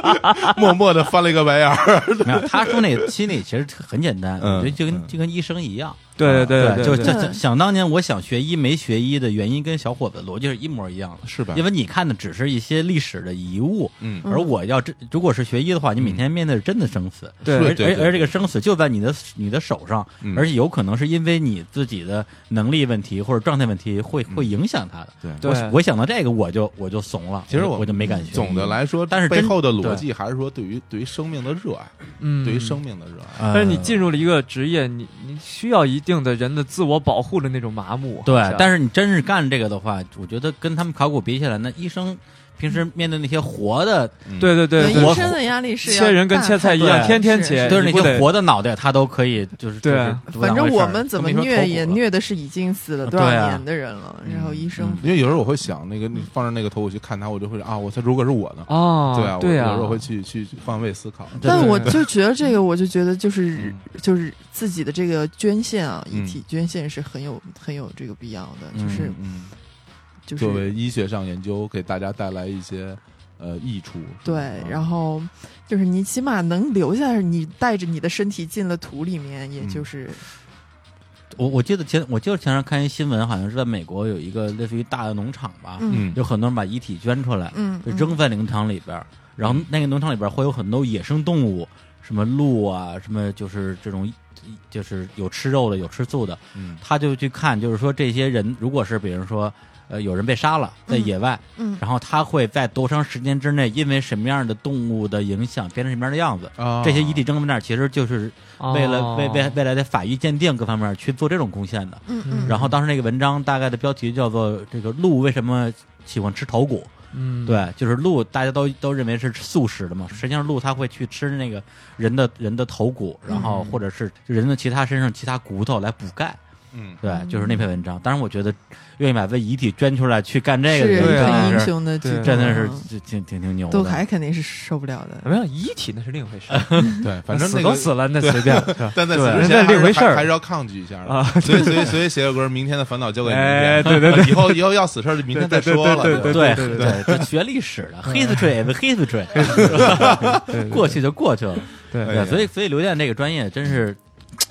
[SPEAKER 4] (laughs) 默默的翻了一个白眼儿。
[SPEAKER 3] 没有，他说那心里其实很简单，
[SPEAKER 4] 嗯
[SPEAKER 3] 我觉得就
[SPEAKER 4] 嗯
[SPEAKER 3] 跟就跟医生一样，
[SPEAKER 5] 对对
[SPEAKER 3] 就就
[SPEAKER 5] 对
[SPEAKER 1] 对
[SPEAKER 3] 想想当年我想学医没学医的原因跟小伙子的逻辑是一模一样的，
[SPEAKER 4] 是吧
[SPEAKER 3] 因为你看的只是一些历史的遗物，
[SPEAKER 4] 嗯
[SPEAKER 3] 而我要真如果是学医的话，你每天面对是真的生死，
[SPEAKER 5] 嗯对
[SPEAKER 3] 而
[SPEAKER 4] 对对
[SPEAKER 3] 而
[SPEAKER 4] 对
[SPEAKER 3] 而这个生死就在你的你的手上，
[SPEAKER 4] 嗯
[SPEAKER 3] 而且有可能是因为你自己的能力问题或者状态问题会会影响他的。
[SPEAKER 4] 对
[SPEAKER 5] 嗯对
[SPEAKER 3] 我我想到这个我就我就怂了，
[SPEAKER 4] 其实
[SPEAKER 3] 我
[SPEAKER 4] 我
[SPEAKER 3] 就我就没敢学。
[SPEAKER 4] 总的来说，
[SPEAKER 3] 但是
[SPEAKER 4] 背
[SPEAKER 3] 真
[SPEAKER 4] 后的逻辑还是说对于对于生命的热爱，
[SPEAKER 5] 嗯，
[SPEAKER 4] 对于生命的热爱。
[SPEAKER 3] 呃，
[SPEAKER 5] 但是你进入了一个职业，你你需要一定的人的自我保护的那种麻木。
[SPEAKER 3] 对，但
[SPEAKER 5] 是
[SPEAKER 3] 是
[SPEAKER 5] 啊
[SPEAKER 3] 你真是干这个的话，我觉得跟他们考古比起来，那医生平时面对那些活的，
[SPEAKER 4] 嗯
[SPEAKER 5] 对对对，
[SPEAKER 1] 医
[SPEAKER 5] 我
[SPEAKER 1] 生的压力是要
[SPEAKER 5] 切人跟
[SPEAKER 1] 大
[SPEAKER 5] 切菜一样，
[SPEAKER 3] 对
[SPEAKER 5] 天天
[SPEAKER 1] 是
[SPEAKER 5] 切，
[SPEAKER 3] 就是
[SPEAKER 5] 你
[SPEAKER 3] 那
[SPEAKER 5] 不
[SPEAKER 3] 些
[SPEAKER 5] 得
[SPEAKER 3] 活的脑袋，他都可以，就是
[SPEAKER 5] 对啊
[SPEAKER 3] 就是不
[SPEAKER 1] 反
[SPEAKER 3] 当
[SPEAKER 1] 正
[SPEAKER 3] 回事儿
[SPEAKER 1] 我们怎么
[SPEAKER 3] 更别说
[SPEAKER 1] 虐
[SPEAKER 3] 考古
[SPEAKER 1] 也
[SPEAKER 3] 了
[SPEAKER 1] 虐的是已经死了多少
[SPEAKER 5] 啊
[SPEAKER 1] 年的人了，然
[SPEAKER 5] 嗯
[SPEAKER 1] 后医生
[SPEAKER 4] 因为有时候我会想，那个你放着那个头，我去看他，我就会啊，我他如果是我呢？
[SPEAKER 5] 哦，
[SPEAKER 4] 对啊，我
[SPEAKER 5] 对
[SPEAKER 4] 有
[SPEAKER 5] 啊，
[SPEAKER 4] 时候会去去去换位思考。
[SPEAKER 3] 对
[SPEAKER 1] 但我就觉得这个，我就觉得就是
[SPEAKER 4] 嗯
[SPEAKER 1] 就是自己的这个捐献啊，
[SPEAKER 4] 嗯
[SPEAKER 1] 遗体捐献是很有很有这个必要的，
[SPEAKER 3] 嗯
[SPEAKER 1] 就是
[SPEAKER 4] 嗯，
[SPEAKER 1] 就
[SPEAKER 4] 作
[SPEAKER 1] 是
[SPEAKER 4] 为医学上研究，给大家带来一些呃益处。啊
[SPEAKER 1] 对，
[SPEAKER 4] 嗯
[SPEAKER 1] 然后就是你起码能留下，你带着你的身体进了土里面，也
[SPEAKER 4] 嗯
[SPEAKER 1] 就是
[SPEAKER 3] 我我记得前我就是前上看一新闻，好像是在美国有一个类似于大的农场吧，
[SPEAKER 4] 嗯
[SPEAKER 3] 有很多人把遗体捐出来，
[SPEAKER 1] 嗯
[SPEAKER 3] 就扔在农场里边儿，然后那个农场里边儿会有很多野生动物，什么鹿啊，什么就是这种。就是有吃肉的，有吃素的，
[SPEAKER 4] 嗯
[SPEAKER 3] 他就去看，就是说这些人，如果是比如说，呃，有人被杀了在
[SPEAKER 1] 嗯
[SPEAKER 3] 野外，
[SPEAKER 1] 嗯
[SPEAKER 3] 然后他会在多长时间之内，因为什么样的动物的影响变成什么样的样子。
[SPEAKER 4] 啊，
[SPEAKER 3] 这些遗体扔在那儿，其实就是
[SPEAKER 5] 哦
[SPEAKER 3] 为了为为未来的法医鉴定各方面去做这种贡献的。
[SPEAKER 1] 嗯
[SPEAKER 5] 嗯
[SPEAKER 3] 然后当时那个文章大概的标题叫做“这个鹿为什么喜欢吃头骨”，
[SPEAKER 5] 嗯，
[SPEAKER 3] 对，就是鹿，大家都都认为是素食的嘛，实际上鹿它会去吃那个人的人的头骨，然后或者是人的其他身上其他骨头来补钙。
[SPEAKER 4] 嗯，
[SPEAKER 3] 对，就是那篇文章。当然，我觉得愿意把为遗体捐出来去干这个
[SPEAKER 1] 是
[SPEAKER 3] 的人，
[SPEAKER 5] 对
[SPEAKER 3] 真
[SPEAKER 5] 啊
[SPEAKER 1] 挺
[SPEAKER 3] 的
[SPEAKER 1] 英
[SPEAKER 3] 是
[SPEAKER 1] 雄的举动，
[SPEAKER 5] 对
[SPEAKER 3] 真的是挺挺挺挺牛的。
[SPEAKER 1] 窦凯肯定是受不了的。
[SPEAKER 5] 没有遗体那是另一回事，
[SPEAKER 4] 对，反正
[SPEAKER 5] 死
[SPEAKER 4] 那
[SPEAKER 5] 都
[SPEAKER 4] 个
[SPEAKER 5] 死了，那随
[SPEAKER 4] (laughs)
[SPEAKER 5] 便是吧
[SPEAKER 4] 但在
[SPEAKER 5] 对
[SPEAKER 4] 此之前
[SPEAKER 5] 那另回事
[SPEAKER 4] 还
[SPEAKER 5] 儿
[SPEAKER 4] 是还是要抗拒一下的
[SPEAKER 5] 啊。
[SPEAKER 4] 所
[SPEAKER 5] (laughs)
[SPEAKER 4] 以所以所以写首歌，明天的烦恼交给明
[SPEAKER 5] 哎
[SPEAKER 4] 天。啊
[SPEAKER 5] 对对对，
[SPEAKER 4] 以后以后要死事儿就明天再说了。
[SPEAKER 5] 对对
[SPEAKER 3] 对
[SPEAKER 4] 对
[SPEAKER 5] 对对嗯
[SPEAKER 3] 对，这学历史的 history is (laughs) history，
[SPEAKER 5] 对对
[SPEAKER 3] 过去就过去了。
[SPEAKER 5] 对
[SPEAKER 4] 哎呀
[SPEAKER 3] 对，所以所以刘健这个专业真是，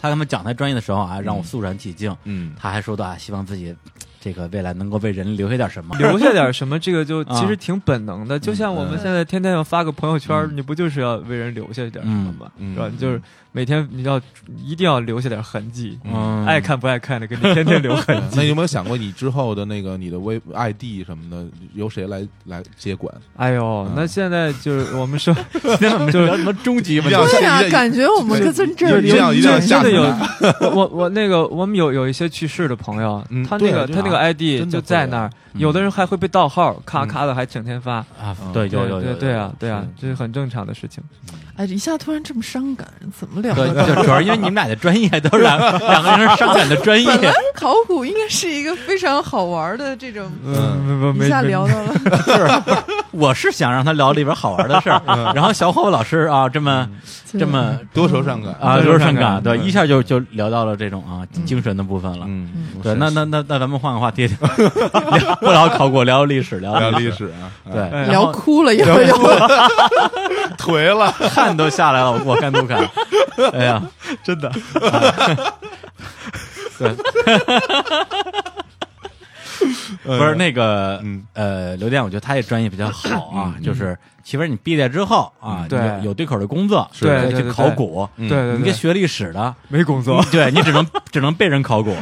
[SPEAKER 3] 他他们讲他专业的时候啊，让我肃然起敬。
[SPEAKER 4] 嗯，
[SPEAKER 3] 他还说到啊，希望自己这个未来能够为人留下点什么。
[SPEAKER 5] 留下点什么，这个就
[SPEAKER 3] 啊
[SPEAKER 5] 其实挺本能的。
[SPEAKER 4] 嗯
[SPEAKER 5] 就像我们现在天天要发个朋友圈，
[SPEAKER 3] 嗯
[SPEAKER 5] 你不就是要为人留下点什么吗？
[SPEAKER 4] 嗯
[SPEAKER 5] 是吧？
[SPEAKER 4] 嗯
[SPEAKER 5] 你就是每天你要一定要留下点痕迹，
[SPEAKER 3] 嗯，
[SPEAKER 5] 爱看不爱看的，给你天天留
[SPEAKER 4] (laughs)
[SPEAKER 5] 痕迹。
[SPEAKER 4] 那有没有想过你之后的那个你的微 ID 什么的，由谁来来接管？
[SPEAKER 5] 哎呦，
[SPEAKER 4] 嗯
[SPEAKER 5] 那现在就是我们
[SPEAKER 4] (laughs)
[SPEAKER 5] 说，
[SPEAKER 3] 就是什么终极
[SPEAKER 4] 一定要
[SPEAKER 1] 对呀、
[SPEAKER 4] 啊一定
[SPEAKER 1] 感觉我们
[SPEAKER 4] 对
[SPEAKER 1] 跟这儿
[SPEAKER 4] 一定啊要一定要
[SPEAKER 1] 有
[SPEAKER 4] 吓
[SPEAKER 5] 真
[SPEAKER 4] 死
[SPEAKER 5] 的有
[SPEAKER 4] 他，
[SPEAKER 5] (laughs) 我我我那个我们有有一些去世的朋友，
[SPEAKER 4] 嗯
[SPEAKER 5] 他
[SPEAKER 4] 对
[SPEAKER 5] 那个
[SPEAKER 4] 对
[SPEAKER 5] 他那个
[SPEAKER 4] 啊
[SPEAKER 5] ID
[SPEAKER 4] 真的
[SPEAKER 5] 就
[SPEAKER 4] 会嗯
[SPEAKER 5] 在
[SPEAKER 4] 啊
[SPEAKER 5] 那儿，
[SPEAKER 3] 嗯
[SPEAKER 5] 有的人还会被盗号，咔咔的还整天发。
[SPEAKER 3] 啊
[SPEAKER 4] 嗯，
[SPEAKER 3] 对，有有
[SPEAKER 5] 对
[SPEAKER 3] 有，
[SPEAKER 5] 对啊，对啊
[SPEAKER 4] 是，
[SPEAKER 5] 这是很正常的事情。
[SPEAKER 1] 哎，一下突然这么伤感，怎么啊聊
[SPEAKER 3] 有
[SPEAKER 1] 到这
[SPEAKER 3] 对，
[SPEAKER 1] 儿？
[SPEAKER 3] 就主要因为你们俩的专业都
[SPEAKER 5] (laughs)
[SPEAKER 3] 是两两个人伤感的专
[SPEAKER 1] 本来
[SPEAKER 3] 业，
[SPEAKER 1] 考古应该是一个非常好玩的这
[SPEAKER 5] (laughs)
[SPEAKER 1] 种，
[SPEAKER 5] 嗯，不不
[SPEAKER 1] 一
[SPEAKER 5] 没
[SPEAKER 1] 下
[SPEAKER 5] 没
[SPEAKER 1] 聊到了
[SPEAKER 5] (laughs)
[SPEAKER 3] 我是想让他聊里边好玩的事儿，
[SPEAKER 5] 嗯
[SPEAKER 3] 然后小伙老师啊，这么这么
[SPEAKER 4] 多愁善感
[SPEAKER 3] 啊，
[SPEAKER 5] 多
[SPEAKER 3] 都
[SPEAKER 5] 愁
[SPEAKER 3] 是
[SPEAKER 5] 善
[SPEAKER 3] 伤
[SPEAKER 5] 感
[SPEAKER 3] 感，对，
[SPEAKER 5] 对
[SPEAKER 3] 一下就就聊到了这种啊精神的部分了。
[SPEAKER 4] 嗯，
[SPEAKER 3] 对，
[SPEAKER 4] 是
[SPEAKER 3] 那那那那咱们换个话题，聊不聊考古，聊历史，聊
[SPEAKER 4] 聊
[SPEAKER 3] 历
[SPEAKER 4] 历
[SPEAKER 3] 史。
[SPEAKER 4] 史啊，啊
[SPEAKER 3] 对，，
[SPEAKER 5] 哎
[SPEAKER 3] 然
[SPEAKER 1] 聊
[SPEAKER 3] 后
[SPEAKER 1] 哭了，要要
[SPEAKER 4] 颓了，
[SPEAKER 3] 汗都下来了，我看都看，哎呀，
[SPEAKER 5] (laughs) 真的， (laughs)
[SPEAKER 4] 不
[SPEAKER 3] 不是那个
[SPEAKER 4] 嗯
[SPEAKER 3] 呃，刘健，我觉得他这专业比较好啊， (clears throat) 就是其实你毕业之后啊，
[SPEAKER 5] 嗯对
[SPEAKER 3] 有有对口的工作，
[SPEAKER 5] 是对
[SPEAKER 3] 可以
[SPEAKER 5] 对
[SPEAKER 3] 去
[SPEAKER 5] 对
[SPEAKER 3] 考古，
[SPEAKER 5] 对
[SPEAKER 4] 嗯
[SPEAKER 5] 对
[SPEAKER 3] 你这
[SPEAKER 5] 对，
[SPEAKER 3] 学历史的，
[SPEAKER 5] (laughs) 没工作。
[SPEAKER 3] 对你只能只能被人考古，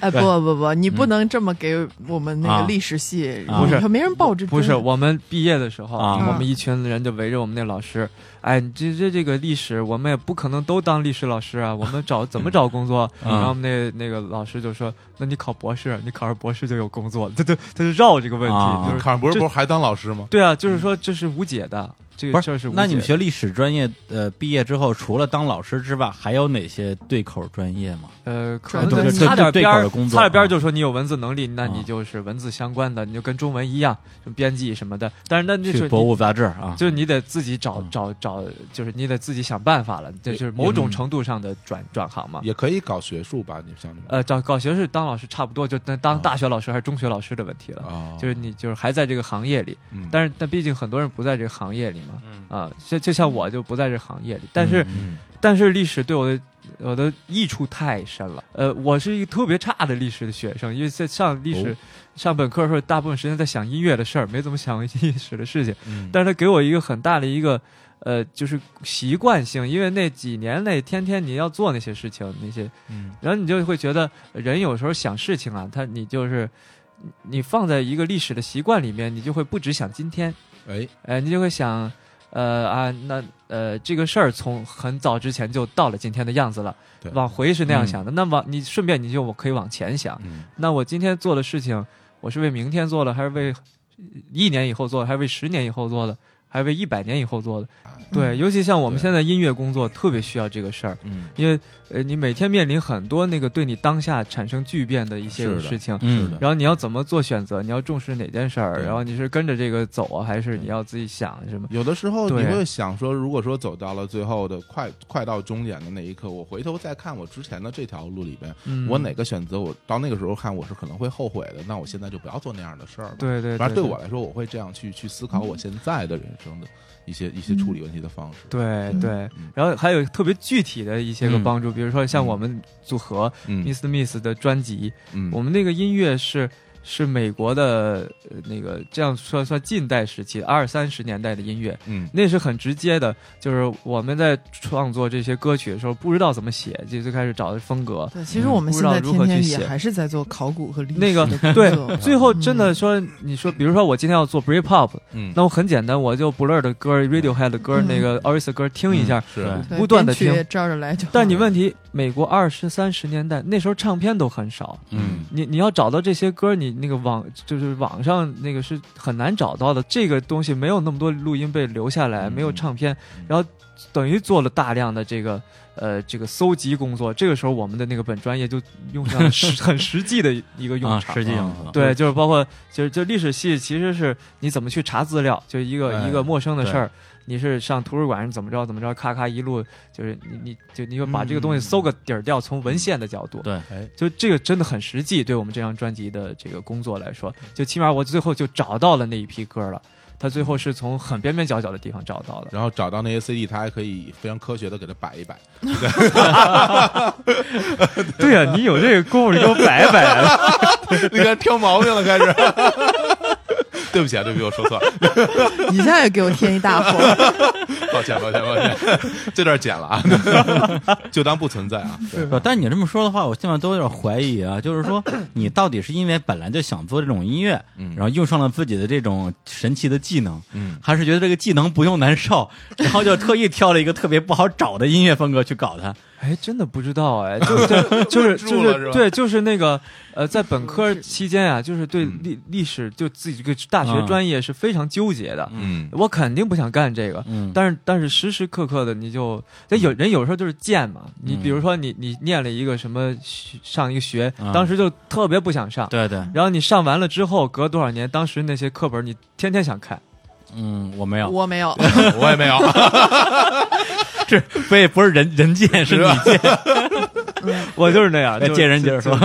[SPEAKER 1] 哎不不不，你
[SPEAKER 5] 嗯
[SPEAKER 1] 不能这么给我们那
[SPEAKER 3] 啊
[SPEAKER 1] 个历史系，
[SPEAKER 3] 啊
[SPEAKER 1] 我们可没人报这
[SPEAKER 5] 不是
[SPEAKER 1] 真的
[SPEAKER 5] 我们毕业的时候，
[SPEAKER 3] 啊
[SPEAKER 5] 我们一群人就围着我们那老师，哎，你这这这个历史，我们也不可能都当历史老师
[SPEAKER 3] (laughs)
[SPEAKER 5] 啊，我们找怎么找工作？
[SPEAKER 3] 嗯
[SPEAKER 5] 然后我们那那个老师就说，那你考博士，你考上博士就有工作，他就他就绕这个问
[SPEAKER 3] 啊
[SPEAKER 5] 题，就是
[SPEAKER 4] 坎儿不是
[SPEAKER 5] 这
[SPEAKER 4] 不是还当老师吗？
[SPEAKER 5] 对啊，就是说这是无解的，这
[SPEAKER 3] 不
[SPEAKER 5] 个
[SPEAKER 3] 是
[SPEAKER 5] 事儿是无解的。
[SPEAKER 3] 那你们学历史专业，呃，毕业之后除了当老师之外，还有哪些对口专业吗？
[SPEAKER 5] 呃，可
[SPEAKER 1] 转
[SPEAKER 5] 能
[SPEAKER 1] 对
[SPEAKER 5] 就
[SPEAKER 1] 对对
[SPEAKER 5] 擦点
[SPEAKER 3] 对
[SPEAKER 5] 边
[SPEAKER 3] 口
[SPEAKER 5] 儿
[SPEAKER 3] 的工，作
[SPEAKER 5] 擦点边
[SPEAKER 3] 啊
[SPEAKER 5] 儿就说你有文字能力，那
[SPEAKER 3] 啊
[SPEAKER 5] 你就是文字相关的，你就跟中文一样，什么编辑什么的。但是那那
[SPEAKER 3] 去
[SPEAKER 5] 是
[SPEAKER 3] 博
[SPEAKER 5] 你
[SPEAKER 3] 物杂志啊，
[SPEAKER 5] 就是你得自己找
[SPEAKER 3] 嗯
[SPEAKER 5] 找找，就是你得自己想办法了，这就是某种程度上的转转行嘛。
[SPEAKER 4] 也可以搞学术吧，你像这种
[SPEAKER 5] 呃，找搞学士当老师差不多，就当当
[SPEAKER 4] 啊
[SPEAKER 5] 大学老师还是中学老师的问题了。
[SPEAKER 4] 啊，
[SPEAKER 5] 呃就是你就是还在这个行业里，
[SPEAKER 4] 嗯，
[SPEAKER 5] 但是但毕竟很多人不在这个行业里嘛，
[SPEAKER 3] 嗯
[SPEAKER 5] 啊，就就像我就不在这行业里，但是
[SPEAKER 4] 嗯
[SPEAKER 5] 但是历史对我的我的益处太深了。呃，我是一个特别差的历史的学生，因为在上历史、
[SPEAKER 4] 哦
[SPEAKER 5] 上本科的时候，大部分时间在想音乐的事儿，没怎么想历史的事情。
[SPEAKER 4] 嗯
[SPEAKER 5] 但是它给我一个很大的一个呃，就是习惯性，因为那几年内天天你要做那些事情，那些
[SPEAKER 4] 嗯
[SPEAKER 5] 然后你就会觉得呃人有时候想事情啊，他你就是你你放在一个历史的习惯里面，你就会不只想今天，
[SPEAKER 4] 哎
[SPEAKER 5] 呃，你就会想，呃啊，那呃，这个事儿从很早之前就到了今天的样子了
[SPEAKER 4] 对，
[SPEAKER 5] 往回是那样想的。那么你顺便你就可以往前想，
[SPEAKER 4] 嗯
[SPEAKER 5] 那我今天做的事情，我是为明天做的，还是为一年以后做的，还是为十年以后做的，还是为一百年以后做的？
[SPEAKER 4] 嗯
[SPEAKER 5] 对，尤其像我们
[SPEAKER 4] 对
[SPEAKER 5] 现在音乐工作特别需要这个事儿，
[SPEAKER 4] 嗯
[SPEAKER 5] 因为呃，你每天面临很多那个对你当下产生巨变的一
[SPEAKER 4] 是
[SPEAKER 5] 些
[SPEAKER 4] 的
[SPEAKER 5] 事情，
[SPEAKER 3] 嗯
[SPEAKER 4] 是的
[SPEAKER 5] 然后你要怎么做选择？你要重视哪件事儿？
[SPEAKER 4] 对
[SPEAKER 5] 然后你是跟着这个走啊，还是你要自己想什么？
[SPEAKER 4] 有的时候你
[SPEAKER 5] 对
[SPEAKER 4] 会想说，如果说走到了最后的快快到终点的那一刻，我回头再看我之前的这条路里边，
[SPEAKER 5] 嗯，
[SPEAKER 4] 我哪个选择，我到那个时候看我是可能会后悔的，那我现在就不要做那样的事儿了。
[SPEAKER 5] 对对，
[SPEAKER 4] 反正对我来说，我会这样去去思考我现在的人生的一些一些处理问题的方式。
[SPEAKER 5] 对
[SPEAKER 1] 嗯
[SPEAKER 5] 对
[SPEAKER 4] 嗯。
[SPEAKER 5] 然后还有特别具体的一些个
[SPEAKER 3] 嗯
[SPEAKER 5] 帮助，比如说像我们组合
[SPEAKER 4] 嗯
[SPEAKER 5] Mr. Miss 的专辑，
[SPEAKER 4] 嗯，
[SPEAKER 5] 我们那个音乐是是美国的呃那个这样算算近代时期二三十年代的音乐，
[SPEAKER 4] 嗯
[SPEAKER 5] 那是很直接的，就是我们在创作这些歌曲的时候不知道怎么写，就最开始找的风格，
[SPEAKER 1] 对，其实我们
[SPEAKER 5] 嗯
[SPEAKER 1] 现在天天也还是在做考古和历史
[SPEAKER 5] 那个
[SPEAKER 1] 的工作
[SPEAKER 3] (laughs)
[SPEAKER 5] 对，最后真的说，你说，比如说我今天要做 Break Pop，
[SPEAKER 4] 嗯，
[SPEAKER 5] 那我很简单，我就 Blur 的歌、Radiohead 的歌、
[SPEAKER 1] 嗯
[SPEAKER 5] 那个 Oasis 的歌听一下。
[SPEAKER 4] 是啊
[SPEAKER 3] 对
[SPEAKER 1] 对
[SPEAKER 5] 不断地
[SPEAKER 1] 编曲
[SPEAKER 5] 听
[SPEAKER 1] 照着来就好。
[SPEAKER 5] 但你问题，美国二十三十年代那时候唱片都很少，
[SPEAKER 3] 嗯
[SPEAKER 5] 你你要找到这些歌，你那个网就是网上那个是很难找到的。这个东西没有那么多录音被留下来，
[SPEAKER 4] 嗯
[SPEAKER 5] 没有唱片
[SPEAKER 4] 嗯，
[SPEAKER 5] 然后等于做了大量的这个呃这个搜集工作，这个时候我们的那个本专业就用上了实 (laughs) 很实际的一嗯个用
[SPEAKER 3] 啊，
[SPEAKER 5] 场。
[SPEAKER 3] 实际用途，
[SPEAKER 5] 对，就是包括就是就历史系其实是你怎么去查资料，就是一个、
[SPEAKER 4] 哎
[SPEAKER 5] 一个陌生的事儿，你是上图书馆是怎么着怎么着，咔咔一路就是你你就你就把这个东西搜个底儿掉，从文献的角度，
[SPEAKER 3] 对，
[SPEAKER 4] 哎，
[SPEAKER 5] 就这个真的很实际，对我们这张专辑的这个工作来说，就起码我最后就找到了那一批歌了，他最后是从很边边角角的地方找到的，
[SPEAKER 4] 然后找到那些 CD，他还可以非常科学的给它摆一摆。
[SPEAKER 5] (laughs) 对呀、你有这个功夫，你给我摆一摆啊了。
[SPEAKER 4] 你看挑毛病了，开始。 (laughs) 对不起啊，对不起，我说错了，
[SPEAKER 1] (laughs) 你现在也给我添一大火，
[SPEAKER 4] 抱歉，抱歉，抱歉，这段剪了啊， (laughs) 就当不存在啊。对，
[SPEAKER 3] 不但你这么说的话，我现在都有点怀疑啊， (coughs) 就是说你到底是因为本来就想做这种音乐，
[SPEAKER 4] 嗯
[SPEAKER 3] 然后用上了自己的这种神奇的技能，
[SPEAKER 4] 嗯，
[SPEAKER 3] 还是觉得这个技能不用难受，然后就特意挑了一个特别不好找的音乐风格去搞它？
[SPEAKER 5] 哎，真的不知道哎，就就就是
[SPEAKER 4] 住
[SPEAKER 5] 就
[SPEAKER 4] 了
[SPEAKER 5] 是
[SPEAKER 4] 是吧
[SPEAKER 5] 对，就是那个呃，在本科期间啊，就是对
[SPEAKER 4] 嗯
[SPEAKER 5] 历历史就自己这个大学
[SPEAKER 3] 嗯
[SPEAKER 5] 专业是非常纠结的。
[SPEAKER 4] 嗯，
[SPEAKER 5] 我肯定不想干这个，
[SPEAKER 3] 嗯，
[SPEAKER 5] 但是但是时时刻刻的你就，但有人有时候就是贱嘛，你
[SPEAKER 3] 嗯
[SPEAKER 5] 比如说你你念了一个什么学上一个学
[SPEAKER 3] 嗯，
[SPEAKER 5] 当时就特别不想上，
[SPEAKER 3] 对对，
[SPEAKER 5] 然后你上完了之后，隔多少年，当时那些课本你天天想看，
[SPEAKER 3] 嗯，我没有， (laughs)
[SPEAKER 1] 我没
[SPEAKER 5] (laughs)
[SPEAKER 1] 有，
[SPEAKER 4] 嗯我也没有，
[SPEAKER 3] 是所以不是人人贱，是你贱，
[SPEAKER 5] 我就是那样，就
[SPEAKER 3] 见人就是说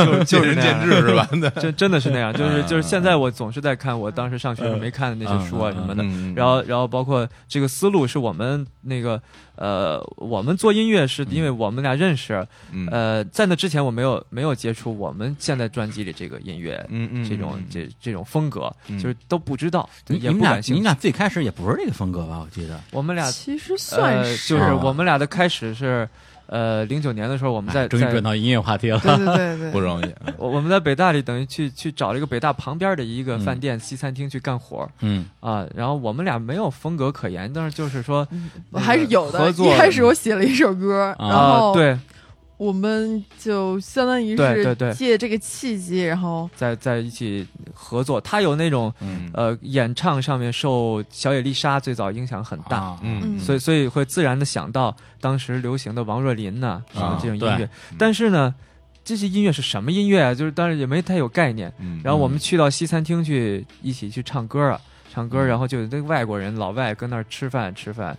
[SPEAKER 4] 见
[SPEAKER 5] 就就是
[SPEAKER 4] 仁
[SPEAKER 5] 那
[SPEAKER 4] 见智
[SPEAKER 5] 样
[SPEAKER 4] 是吧？
[SPEAKER 5] (laughs)
[SPEAKER 4] 那
[SPEAKER 3] (laughs)
[SPEAKER 5] 真真的是那样，就是
[SPEAKER 3] 嗯
[SPEAKER 5] 就是现在我总是在看我当时上学时候没看的那些书啊
[SPEAKER 3] 嗯
[SPEAKER 5] 什么的，
[SPEAKER 4] 嗯
[SPEAKER 5] 然后然后包括这个思路是我们那个呃，我们做音乐是因为我们俩认识，
[SPEAKER 4] 嗯
[SPEAKER 5] 呃，在那之前我没有没有接触我们现在专辑里这个音乐。
[SPEAKER 4] 嗯嗯
[SPEAKER 5] 这种这这种风格，
[SPEAKER 4] 嗯
[SPEAKER 5] 就是都不知道，
[SPEAKER 3] 你你
[SPEAKER 5] 也不
[SPEAKER 3] 们俩
[SPEAKER 5] 感兴
[SPEAKER 3] 你们
[SPEAKER 5] 趣。
[SPEAKER 3] 俩最开始也不是这个风格吧？我记得，
[SPEAKER 5] 我们俩
[SPEAKER 1] 其实算
[SPEAKER 5] 呃，
[SPEAKER 1] 是，
[SPEAKER 5] 就是
[SPEAKER 3] 啊
[SPEAKER 5] 我们俩的开始是，呃，零九年的时候我们在
[SPEAKER 3] 哎终于
[SPEAKER 5] 在
[SPEAKER 3] 转到音乐话题了。 (laughs)
[SPEAKER 1] 对对对
[SPEAKER 4] 不
[SPEAKER 1] 对，
[SPEAKER 4] 容易。
[SPEAKER 5] 呃 (laughs) 我我们在北大里等于去去找了一个北大旁边的一个饭店、西餐厅去干活儿
[SPEAKER 3] 嗯， (laughs)
[SPEAKER 5] 啊，然后我们俩没有风格可言，但是就是说
[SPEAKER 1] 我还是有
[SPEAKER 5] 合
[SPEAKER 1] 的。
[SPEAKER 5] 作
[SPEAKER 1] 一开始我写了一首歌，
[SPEAKER 3] 啊
[SPEAKER 1] 然后
[SPEAKER 5] 啊，对，
[SPEAKER 1] 我们就相当于
[SPEAKER 5] 对对
[SPEAKER 1] 是
[SPEAKER 5] 对
[SPEAKER 1] 借这个契机，然后
[SPEAKER 5] 在在一起合作，他有那种
[SPEAKER 4] 嗯
[SPEAKER 5] 呃演唱上面受小野丽莎最早影响很大，
[SPEAKER 3] 啊，
[SPEAKER 4] 嗯，
[SPEAKER 5] 所以所以会自然的想到当时流行的王若琳呐、什么
[SPEAKER 4] 啊
[SPEAKER 5] 这种音
[SPEAKER 3] 对
[SPEAKER 5] 乐，但是呢，这些音乐是什么音乐啊？就是当然也没太有概念。
[SPEAKER 4] 嗯，
[SPEAKER 5] 然后我们去到西餐厅去一起去唱歌啊，唱歌，然后就有那个外国人老外跟那儿吃饭吃饭，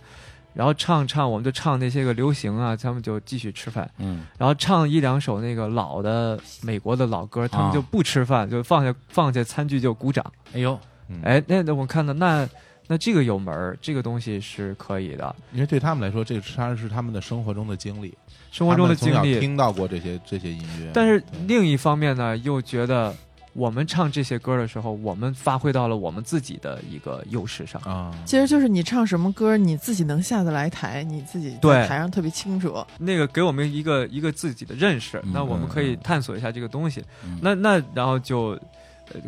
[SPEAKER 5] 然后唱唱，我们就唱那些个流行啊，他们就继续吃饭，
[SPEAKER 3] 嗯，
[SPEAKER 5] 然后唱一两首那个老的美国的老歌，
[SPEAKER 4] 啊
[SPEAKER 5] 他们就不吃饭，就放下放下餐具就鼓掌。
[SPEAKER 3] 哎呦，
[SPEAKER 4] 嗯
[SPEAKER 5] 哎，那那我看到那那这个有门儿，这个东西是可以的，
[SPEAKER 4] 因为对他们来说，这他是他们的生活中的经历，
[SPEAKER 5] 生活中的
[SPEAKER 4] 他们
[SPEAKER 5] 经
[SPEAKER 4] 从小
[SPEAKER 5] 历。
[SPEAKER 4] 听到过这些这些音乐，
[SPEAKER 5] 但是
[SPEAKER 4] 对
[SPEAKER 5] 另一方面呢，又觉得我们唱这些歌的时候，我们发挥到了我们自己的一个优势上。
[SPEAKER 4] 啊，
[SPEAKER 1] 其实就是你唱什么歌，你自己能下得来台，你自己在
[SPEAKER 5] 对
[SPEAKER 1] 台上特别清楚。
[SPEAKER 5] 那个给我们一个一个自己的认识，
[SPEAKER 3] 嗯
[SPEAKER 5] 那我们可以探索一下这个东西。
[SPEAKER 3] 嗯
[SPEAKER 5] 那那然后就、呃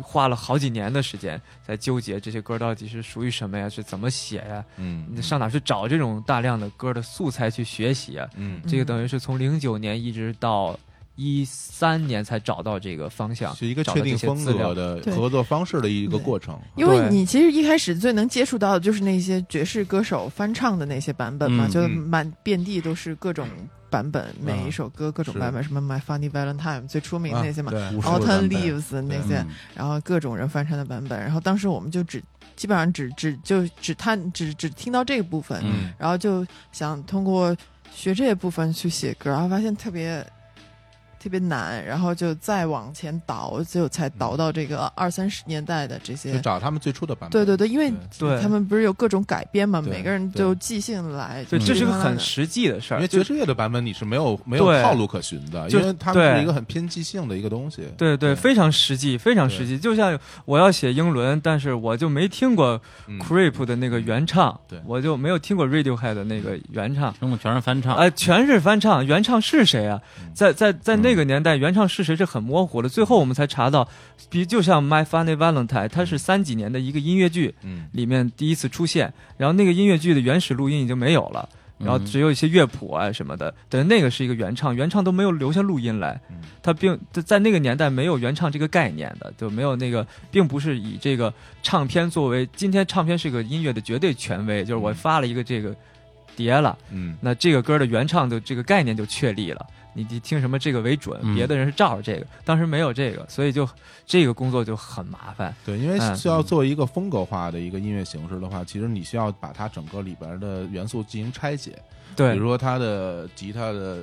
[SPEAKER 5] 花了好几年的时间在纠结这些歌到底是属于什么呀，是怎么写呀，
[SPEAKER 4] 嗯
[SPEAKER 5] 你上哪去找这种大量的歌的素材去学习啊？
[SPEAKER 4] 嗯，
[SPEAKER 5] 这个等于是从零九年一直到一三年才找到这个方向，
[SPEAKER 4] 是一个
[SPEAKER 5] 找
[SPEAKER 4] 确
[SPEAKER 5] 到
[SPEAKER 4] 定
[SPEAKER 5] 这些
[SPEAKER 4] 风
[SPEAKER 5] 资料
[SPEAKER 4] 格的
[SPEAKER 1] 对
[SPEAKER 4] 合作方式的一个
[SPEAKER 1] 对
[SPEAKER 4] 过程。啊
[SPEAKER 1] 因为
[SPEAKER 5] 对
[SPEAKER 1] 你其实一开始最能接触到的就是那些爵士歌手翻唱的那些版本嘛，
[SPEAKER 3] 嗯
[SPEAKER 1] 就是
[SPEAKER 4] 嗯
[SPEAKER 1] 满遍地都是各种版本，每一首歌各种
[SPEAKER 4] 是
[SPEAKER 1] 版本，什么《My Funny Valentine》最出名
[SPEAKER 4] 啊
[SPEAKER 1] 那些嘛，
[SPEAKER 4] 对
[SPEAKER 3] 无数
[SPEAKER 1] Autumn
[SPEAKER 3] 的版本
[SPEAKER 1] Leaves》那些，
[SPEAKER 3] 嗯
[SPEAKER 1] 然后各种人翻唱的版本，然后当时我们就只基本上只只就只探只只听到这个部分，
[SPEAKER 3] 嗯
[SPEAKER 1] 然后就想通过学这部分去写歌，然后发现特别特别难，然后就再往前倒，就才倒到这个二三十年代的这
[SPEAKER 4] 就
[SPEAKER 1] 些。
[SPEAKER 4] 找他们最初的版
[SPEAKER 1] 对
[SPEAKER 4] 本。
[SPEAKER 1] 对对，因为
[SPEAKER 5] 对
[SPEAKER 1] 他们不是有各种改编嘛，
[SPEAKER 4] 对
[SPEAKER 1] 每个人
[SPEAKER 4] 对
[SPEAKER 1] 都即兴来，
[SPEAKER 5] 对，这是个
[SPEAKER 1] 慢慢
[SPEAKER 5] 很
[SPEAKER 1] 地
[SPEAKER 5] 实际的事
[SPEAKER 4] 嗯因
[SPEAKER 5] 儿
[SPEAKER 4] 为。爵士乐的版本你是没有没有
[SPEAKER 5] 对
[SPEAKER 4] 套路可循的，因
[SPEAKER 5] 就
[SPEAKER 4] 为他们是
[SPEAKER 5] 对
[SPEAKER 4] 一个很偏即兴的一个东西。
[SPEAKER 5] 对
[SPEAKER 4] 对
[SPEAKER 5] 对，非常实际，非常
[SPEAKER 4] 对
[SPEAKER 5] 实际。就像我要写英伦，但是我就没听过
[SPEAKER 4] 嗯
[SPEAKER 5] Creep 的那个原唱，
[SPEAKER 4] 对
[SPEAKER 5] 我就没有听过 Radiohead 的那个原唱，
[SPEAKER 3] 中国全是翻唱，
[SPEAKER 5] 哎，全是翻唱。原唱是谁啊
[SPEAKER 4] 嗯？
[SPEAKER 5] 在在在那个年代，原唱是谁是很模糊的。最后我们才查到，比就像《My Funny Valentine》，它是三几年的一个音乐剧
[SPEAKER 4] 嗯，
[SPEAKER 5] 里面第一次出现，然后那个音乐剧的原始录音已经没有了。然后
[SPEAKER 3] 嗯
[SPEAKER 5] 只有一些乐谱啊什么的，等于那个是一个原唱，原唱都没有留下录音来
[SPEAKER 4] 嗯，
[SPEAKER 5] 它并在在那个年代没有原唱这个概念的，就没有那个，并不是以这个唱片作为今天唱片是个音乐的绝对权威，就是我
[SPEAKER 4] 嗯
[SPEAKER 5] 发了一个这个碟了，
[SPEAKER 4] 嗯
[SPEAKER 5] 那这个歌的原唱的这个概念就确立了。你你听什么这个为准，
[SPEAKER 3] 嗯
[SPEAKER 5] 别的人是照着这个，当时没有这个，所以就这个工作就很麻烦。
[SPEAKER 4] 对，因为
[SPEAKER 5] 嗯
[SPEAKER 4] 需要做一个风格化的一个音乐形式的话，其实你需要把它整个里边的元素进行拆解，比
[SPEAKER 5] 对
[SPEAKER 4] 如说它的吉他的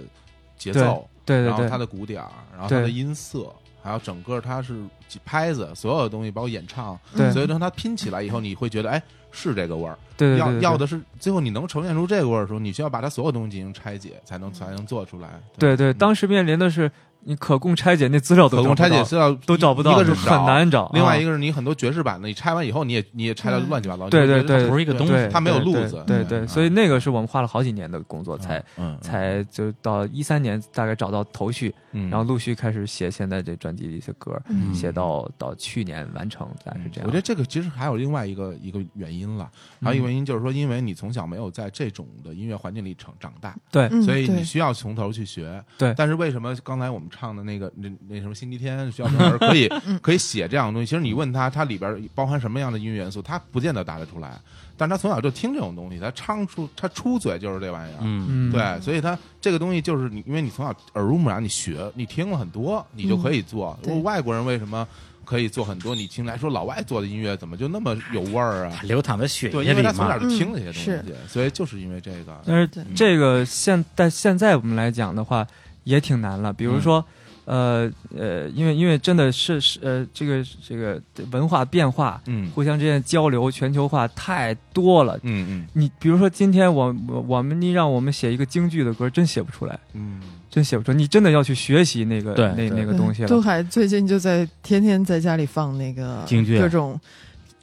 [SPEAKER 4] 节奏，
[SPEAKER 5] 对
[SPEAKER 4] 然后
[SPEAKER 5] 对
[SPEAKER 4] 它的
[SPEAKER 5] 对，
[SPEAKER 4] 鼓点儿，然后它的
[SPEAKER 5] 对
[SPEAKER 4] 音色，还有整个它是几拍子，所有的东西包括演唱，
[SPEAKER 5] 对
[SPEAKER 4] 所以当它拼起来以后，你会觉得哎是这个味儿。
[SPEAKER 5] 对对
[SPEAKER 4] 要
[SPEAKER 5] 对
[SPEAKER 4] 要的是最后你能呈现出这个味儿的时候，你需要把它所有东西进行拆解，才能才能做出来。
[SPEAKER 5] 对对，当时面临的是你可供拆解那资料
[SPEAKER 4] 嗯
[SPEAKER 5] 都
[SPEAKER 4] 可供
[SPEAKER 5] 找
[SPEAKER 4] 拆
[SPEAKER 5] 不到
[SPEAKER 4] 解资料
[SPEAKER 5] 都啊找不到，
[SPEAKER 4] 一个是
[SPEAKER 5] 很
[SPEAKER 4] 少
[SPEAKER 5] 难找，
[SPEAKER 4] 另外一
[SPEAKER 5] 个
[SPEAKER 4] 个是你很多爵士版的，你拆完以后你也你也拆的乱七八糟，
[SPEAKER 5] 对
[SPEAKER 4] 你会觉得
[SPEAKER 5] 对
[SPEAKER 4] 它
[SPEAKER 3] 不是一个东西
[SPEAKER 5] 对，
[SPEAKER 4] 它没有路
[SPEAKER 5] 对
[SPEAKER 4] 子
[SPEAKER 5] 对
[SPEAKER 4] 对
[SPEAKER 5] 对，
[SPEAKER 4] 嗯
[SPEAKER 5] 所以那个是我们花了好几年的工作才。
[SPEAKER 4] 嗯
[SPEAKER 5] 才就到一三年，大概找到头绪，
[SPEAKER 4] 嗯
[SPEAKER 5] 然后陆续开始写现在这专辑的一些歌，
[SPEAKER 1] 嗯
[SPEAKER 5] 写到到去年完成，大概是这样。
[SPEAKER 4] 嗯我觉得这个其实还有另外一个一个原因了，还有一
[SPEAKER 5] 嗯
[SPEAKER 4] 个原因就是说，因为你从小没有在这种的音乐环境里长长大，
[SPEAKER 5] 对
[SPEAKER 1] 嗯
[SPEAKER 4] 所以你
[SPEAKER 1] 对
[SPEAKER 4] 需要从头去学。
[SPEAKER 5] 对
[SPEAKER 4] 但是为什么刚才我们唱的那个那那什么星期天，徐小平老师可
[SPEAKER 1] (laughs)
[SPEAKER 4] 以
[SPEAKER 1] 嗯
[SPEAKER 4] 可以写这样的东西？其实你问他，他里边包含什么样的音乐元素，他不见得答得出来。但他从小就听这种东西，他唱出他出嘴就是这玩意儿。
[SPEAKER 3] 嗯
[SPEAKER 5] 嗯，
[SPEAKER 4] 对，所以他这个东西就是你，因为你从小耳濡目染，你学，你听了很多，你就可以做。
[SPEAKER 1] 嗯对
[SPEAKER 4] 我外国人为什么可以做很多？你听来说老外做的音乐怎么就那么有味儿啊？
[SPEAKER 3] 流淌在血
[SPEAKER 4] 对，
[SPEAKER 3] 液
[SPEAKER 4] 因为
[SPEAKER 3] 里
[SPEAKER 4] 他从
[SPEAKER 3] 嘛，
[SPEAKER 4] 小就听这些
[SPEAKER 1] 是
[SPEAKER 4] 东西，所以就是因为这个，
[SPEAKER 5] 但是
[SPEAKER 1] 嗯对
[SPEAKER 5] 这个现在现在我们来讲的话，也挺难了。比如
[SPEAKER 4] 嗯
[SPEAKER 5] 说，呃呃，因为因为真的是是呃，这个这个文化变化，
[SPEAKER 4] 嗯
[SPEAKER 5] 互相之间的交流，全球化太多了。
[SPEAKER 4] 嗯嗯
[SPEAKER 5] 你比如说，今天我我我们你让我们写一个京剧的歌，真写不出来，
[SPEAKER 4] 嗯，
[SPEAKER 5] 真写不出来。你真的要去学习那个
[SPEAKER 3] 对
[SPEAKER 5] 那
[SPEAKER 3] 对
[SPEAKER 5] 那个
[SPEAKER 1] 对
[SPEAKER 5] 东西
[SPEAKER 1] 杜
[SPEAKER 5] 了。
[SPEAKER 1] 海最近就在天天在家里放那个
[SPEAKER 3] 京剧啊
[SPEAKER 1] 各种。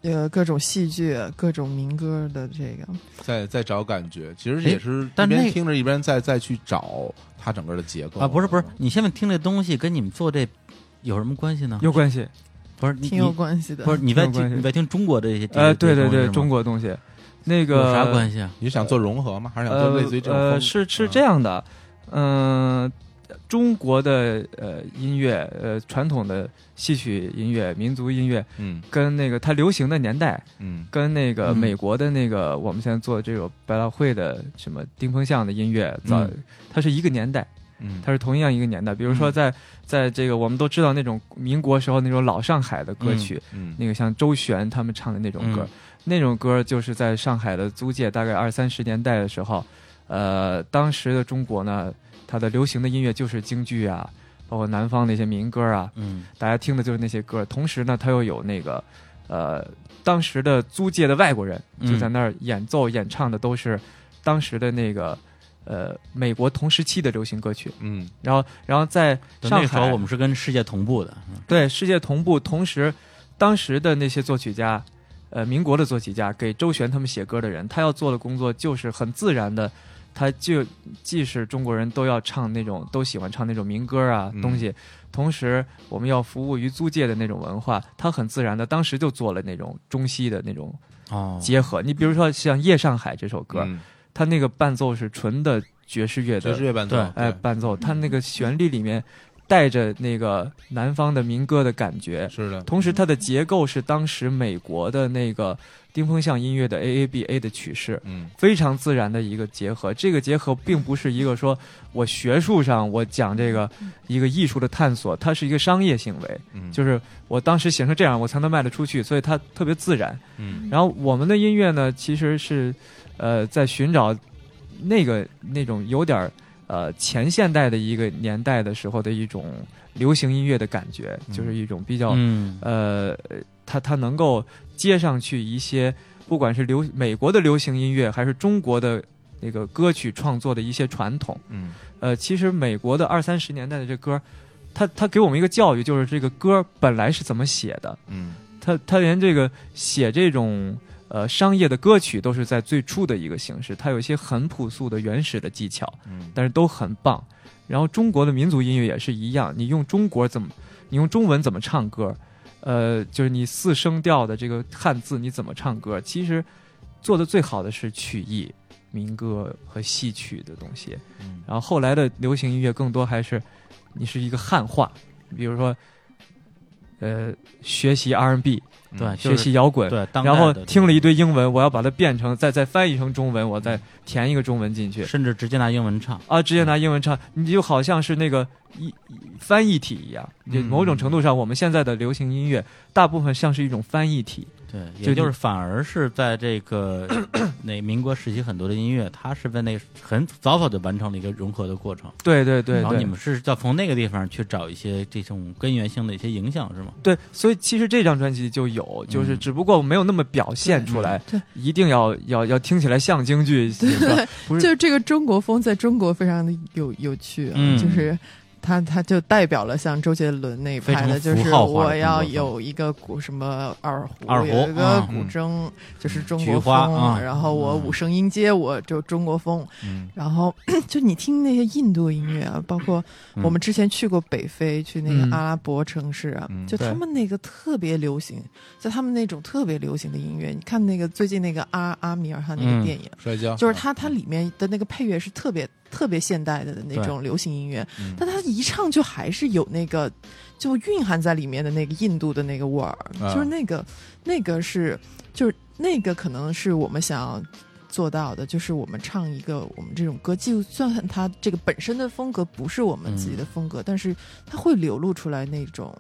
[SPEAKER 1] 呃，各种戏剧、各种民歌的这个，
[SPEAKER 4] 在在找感觉，其实
[SPEAKER 3] 诶
[SPEAKER 4] 也是一
[SPEAKER 3] 但
[SPEAKER 4] 边
[SPEAKER 3] 那
[SPEAKER 4] 听着一边再再去找它整个的结构嗯
[SPEAKER 3] 啊，不是不是，你现在听这东西跟你们做这有什么关系呢？
[SPEAKER 5] 有关系，
[SPEAKER 3] 不是你
[SPEAKER 1] 挺有
[SPEAKER 3] 你
[SPEAKER 1] 关系的。
[SPEAKER 3] 不是你在
[SPEAKER 5] 挺有关系
[SPEAKER 3] 听你在听中国的这些哎
[SPEAKER 5] 呃，对对对，中
[SPEAKER 3] 国
[SPEAKER 5] 国东西，那个
[SPEAKER 3] 有啥关系啊？啊
[SPEAKER 4] 你想做融合吗？还是想做
[SPEAKER 5] 呃
[SPEAKER 4] 类似于这种风格？
[SPEAKER 5] 呃，是
[SPEAKER 4] 嗯
[SPEAKER 5] 是这样的，嗯、中国的呃音乐，呃传统的戏曲音乐、民族音乐，
[SPEAKER 4] 嗯
[SPEAKER 5] 跟那个它流行的年代，
[SPEAKER 4] 嗯
[SPEAKER 5] 跟那个
[SPEAKER 3] 嗯
[SPEAKER 5] 美国的那个、我们现在做这种百老汇的什么丁鹏相的音乐，早、
[SPEAKER 3] 嗯
[SPEAKER 5] 它是一个年代，
[SPEAKER 4] 嗯，
[SPEAKER 5] 它是同样一个年代。比如说
[SPEAKER 3] 嗯
[SPEAKER 5] 在、在这个我们都知道那种民国时候那种老上海的歌
[SPEAKER 3] 嗯
[SPEAKER 5] 曲，
[SPEAKER 4] 嗯
[SPEAKER 5] 那个像周璇他们唱的那种歌，
[SPEAKER 3] 嗯
[SPEAKER 5] 那种歌就是在上海的租界，大概二三十年代的时候，呃，当时的中国呢，它的流行的音乐就是京剧啊，包括南方那些民歌啊，
[SPEAKER 3] 嗯
[SPEAKER 5] 大家听的就是那些歌。同时呢，它又有那个，呃，当时的租界的外国人
[SPEAKER 3] 嗯
[SPEAKER 5] 就在那儿演奏、演唱的都是当时的那个。呃，美国同时期的流行歌曲，
[SPEAKER 4] 嗯
[SPEAKER 5] 然后，然后在
[SPEAKER 3] 对
[SPEAKER 5] 上
[SPEAKER 3] 那个时
[SPEAKER 5] 海
[SPEAKER 3] 候，我们是跟世界同步的，嗯
[SPEAKER 5] 对，世界同步。同时，当时的那些作曲家，呃，民国的作曲家给周璇他们写歌的人，他要做的工作就是很自然的，他就既是中国人都要唱那种都喜欢唱那种民歌啊、
[SPEAKER 4] 嗯
[SPEAKER 5] 东西，同时我们要服务于租界的那种文化，他很自然的当时就做了那种中西的那种
[SPEAKER 3] 哦
[SPEAKER 5] 结合。你比如说像《夜上海》这首歌，
[SPEAKER 4] 嗯
[SPEAKER 5] 它那个伴奏是纯的爵士乐
[SPEAKER 4] 爵
[SPEAKER 5] 的
[SPEAKER 4] 士乐伴奏
[SPEAKER 3] 对，
[SPEAKER 5] 哎，
[SPEAKER 4] 对
[SPEAKER 5] 伴奏，它那个旋律里面带着那个南方的民歌的感觉，
[SPEAKER 4] 是的，
[SPEAKER 5] 同时它的结构是当时美国的那个丁风向音乐的 A A B A 的曲式，
[SPEAKER 4] 嗯
[SPEAKER 5] 非常自然的一个结合。这个结合并不是一个说我学术上我讲这个一个艺术的探索，它是一个商业行为，
[SPEAKER 4] 嗯，
[SPEAKER 5] 就是我当时写成这样，我才能卖得出去，所以它特别自然。
[SPEAKER 4] 嗯
[SPEAKER 5] 然后我们的音乐呢，其实是，呃，在寻找那个那种有点儿呃前现代的一个年代的时候的一种流行音乐的感觉，
[SPEAKER 4] 嗯
[SPEAKER 5] 就是一种比较、
[SPEAKER 3] 嗯
[SPEAKER 5] 呃，它它能够接上去一些，不管是流美国的流行音乐，还是中国的那个歌曲创作的一些传统。
[SPEAKER 4] 嗯
[SPEAKER 5] 呃，其实美国的二三十年代的这歌儿，它它给我们一个教育，就是这个歌儿本来是怎么写的。
[SPEAKER 4] 嗯
[SPEAKER 5] 他他连这个写这种呃商业的歌曲都是在最初的一个形式，它有一些很朴素的原始的技巧，
[SPEAKER 4] 嗯，
[SPEAKER 5] 但是都很棒。然后中国的民族音乐也是一样，你用中国怎么，你用中文怎么唱歌，呃，就是你四声调的这个汉字你怎么唱歌，其实做的最好的是曲艺、民歌和戏曲的东西。
[SPEAKER 4] 嗯
[SPEAKER 5] 然后后来的流行音乐更多还是你是一个汉化，比如说呃学习 R&B，
[SPEAKER 4] 嗯
[SPEAKER 3] 对，就
[SPEAKER 5] 学
[SPEAKER 3] 是
[SPEAKER 5] 习摇滚，
[SPEAKER 3] 对，当代
[SPEAKER 5] 然后
[SPEAKER 3] 的
[SPEAKER 5] 听了一堆英文，我要把它变成再再翻译成中文，我再填一个中文进去
[SPEAKER 3] 甚至直接拿英文唱，
[SPEAKER 5] 啊，直接拿英文唱，你就好像是那个一一翻译体一样。就
[SPEAKER 4] 嗯
[SPEAKER 5] 某种程度上，我们现在的流行音乐大部分像是一种翻译体，
[SPEAKER 3] 对，
[SPEAKER 5] 就
[SPEAKER 3] 也就是反而是在这个那民国时期很多的音乐，它是在那很早早就完成了一个融合的过程。
[SPEAKER 5] 对对对
[SPEAKER 3] 然后
[SPEAKER 5] 对
[SPEAKER 3] 你们是要从那个地方去找一些这种根源性的一些影响，是吗？
[SPEAKER 5] 对，所以其实这张专辑就有，就是
[SPEAKER 4] 嗯
[SPEAKER 5] 只不过我没有那么表现出来，
[SPEAKER 1] 对
[SPEAKER 5] 一定要要要听起来像
[SPEAKER 4] (laughs)
[SPEAKER 5] 京剧，是吧不
[SPEAKER 1] 就是是这个中国风在中国非常的有有趣啊，
[SPEAKER 3] 嗯
[SPEAKER 1] 就是他他就代表了像周杰伦那一派的，
[SPEAKER 3] 非
[SPEAKER 1] 就
[SPEAKER 3] 常
[SPEAKER 1] 是
[SPEAKER 3] 符号化的
[SPEAKER 1] 我要有一个古什么二胡，
[SPEAKER 3] 二胡
[SPEAKER 1] 有一个
[SPEAKER 3] 啊
[SPEAKER 1] 古筝，就是中
[SPEAKER 3] 菊
[SPEAKER 1] 国
[SPEAKER 3] 花
[SPEAKER 1] 风，
[SPEAKER 3] 啊
[SPEAKER 1] 然后我
[SPEAKER 3] 嗯
[SPEAKER 1] 五声音阶我就中国风，
[SPEAKER 3] 嗯，
[SPEAKER 1] 然后 (clears throat) 就你听那些印度音乐啊，包括
[SPEAKER 3] 嗯
[SPEAKER 1] 我们之前去过北非，去那个
[SPEAKER 5] 嗯
[SPEAKER 1] 阿拉伯城市啊，
[SPEAKER 4] 嗯
[SPEAKER 1] 就
[SPEAKER 5] 对
[SPEAKER 1] 他们那个特别流行，就他们那种特别流行的音乐，你看那个最近那个阿阿米尔汗那
[SPEAKER 3] 嗯
[SPEAKER 1] 个电影。
[SPEAKER 4] 摔跤
[SPEAKER 1] 就是它它里面的那个配乐是特别特别现代的那种流行音乐，
[SPEAKER 4] 嗯
[SPEAKER 1] 但它一唱就还是有那个就蕴含在里面的那个印度的那个味儿，
[SPEAKER 4] 啊
[SPEAKER 1] 就是那个那个是就是那个可能是我们想要。做到的就是我们唱一个我们这种歌，就算它这个本身的风格不是我们自己的风格，但是它会流露出来那种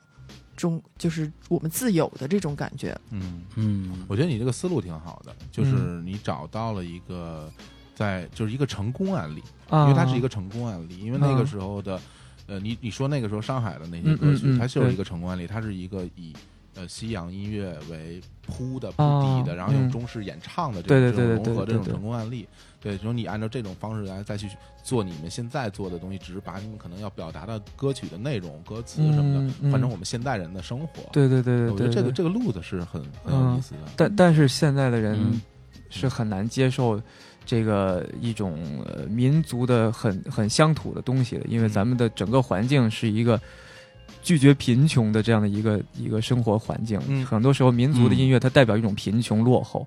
[SPEAKER 1] 中就是我们自有的这种感觉。
[SPEAKER 4] 嗯，
[SPEAKER 3] 嗯，
[SPEAKER 4] 我觉得你这个思路挺好的，就是你找到了一个在就是一个成功案例，
[SPEAKER 5] 啊，
[SPEAKER 4] 因为它是一个成功案例，因为那
[SPEAKER 5] 啊
[SPEAKER 4] 个时候的，呃，你你说那个时候上海的那些
[SPEAKER 5] 嗯
[SPEAKER 4] 歌
[SPEAKER 5] 嗯
[SPEAKER 4] 曲，
[SPEAKER 5] 嗯
[SPEAKER 4] 它就是
[SPEAKER 5] 对
[SPEAKER 4] 一个成功案例，它是一个以呃西洋音乐为铺的铺
[SPEAKER 5] 啊
[SPEAKER 4] 底的，然后用
[SPEAKER 5] 嗯
[SPEAKER 4] 中式演唱的这
[SPEAKER 5] 对
[SPEAKER 4] 种
[SPEAKER 5] 对
[SPEAKER 4] 这种
[SPEAKER 5] 对对
[SPEAKER 4] 融合
[SPEAKER 5] 对
[SPEAKER 4] 这种
[SPEAKER 5] 对对
[SPEAKER 4] 成功案例，对，就是你按照这种方式来再去做你们现在做的东西，只是把你们可能要表达的歌曲的内容、歌词什么
[SPEAKER 5] 嗯
[SPEAKER 4] 的，
[SPEAKER 5] 嗯
[SPEAKER 4] 反正我们现代人的生活，
[SPEAKER 5] 对对对
[SPEAKER 4] 我
[SPEAKER 5] 对
[SPEAKER 4] 觉得
[SPEAKER 5] 对
[SPEAKER 4] 这个
[SPEAKER 5] 对
[SPEAKER 4] 这个路子是很很有意
[SPEAKER 5] 嗯
[SPEAKER 4] 思的。
[SPEAKER 5] 但但是现在的人
[SPEAKER 3] 嗯
[SPEAKER 5] 是很难接受这个一种呃民族的很很乡土的东西的，因为咱们的整个环境是一个拒绝贫穷的这样的一个一个生活环境。
[SPEAKER 4] 嗯
[SPEAKER 5] 很多时候，民族的音乐它代表一种贫穷落后，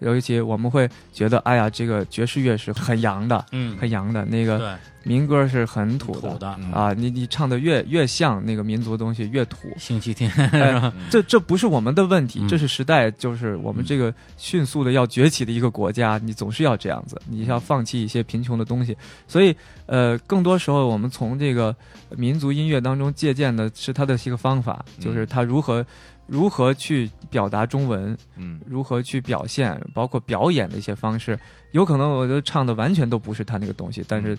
[SPEAKER 5] 尤其我们会觉得，哎呀，这个爵士乐是很洋的，
[SPEAKER 3] 嗯，
[SPEAKER 5] 很洋的，那个
[SPEAKER 3] 对，
[SPEAKER 5] 民歌是很土的
[SPEAKER 3] 土的，
[SPEAKER 4] 嗯
[SPEAKER 5] 啊，你你唱的越越像那个民族的东西越土。
[SPEAKER 3] 星期天，
[SPEAKER 5] 哎，
[SPEAKER 4] 嗯
[SPEAKER 5] 这这不是我们的问题
[SPEAKER 3] 嗯，
[SPEAKER 5] 这是时代，就是我们这个迅速的要崛起的一个国家，你总是要这样子，你要放弃一些贫穷的东西。所以，呃，更多时候我们从这个民族音乐当中借鉴的是它的一个方法，
[SPEAKER 4] 嗯
[SPEAKER 5] 就是它如何如何去表达中文，
[SPEAKER 4] 嗯
[SPEAKER 5] 如何去表现，包括表演的一些方式。有可能我就唱的完全都不是他那个东西，但是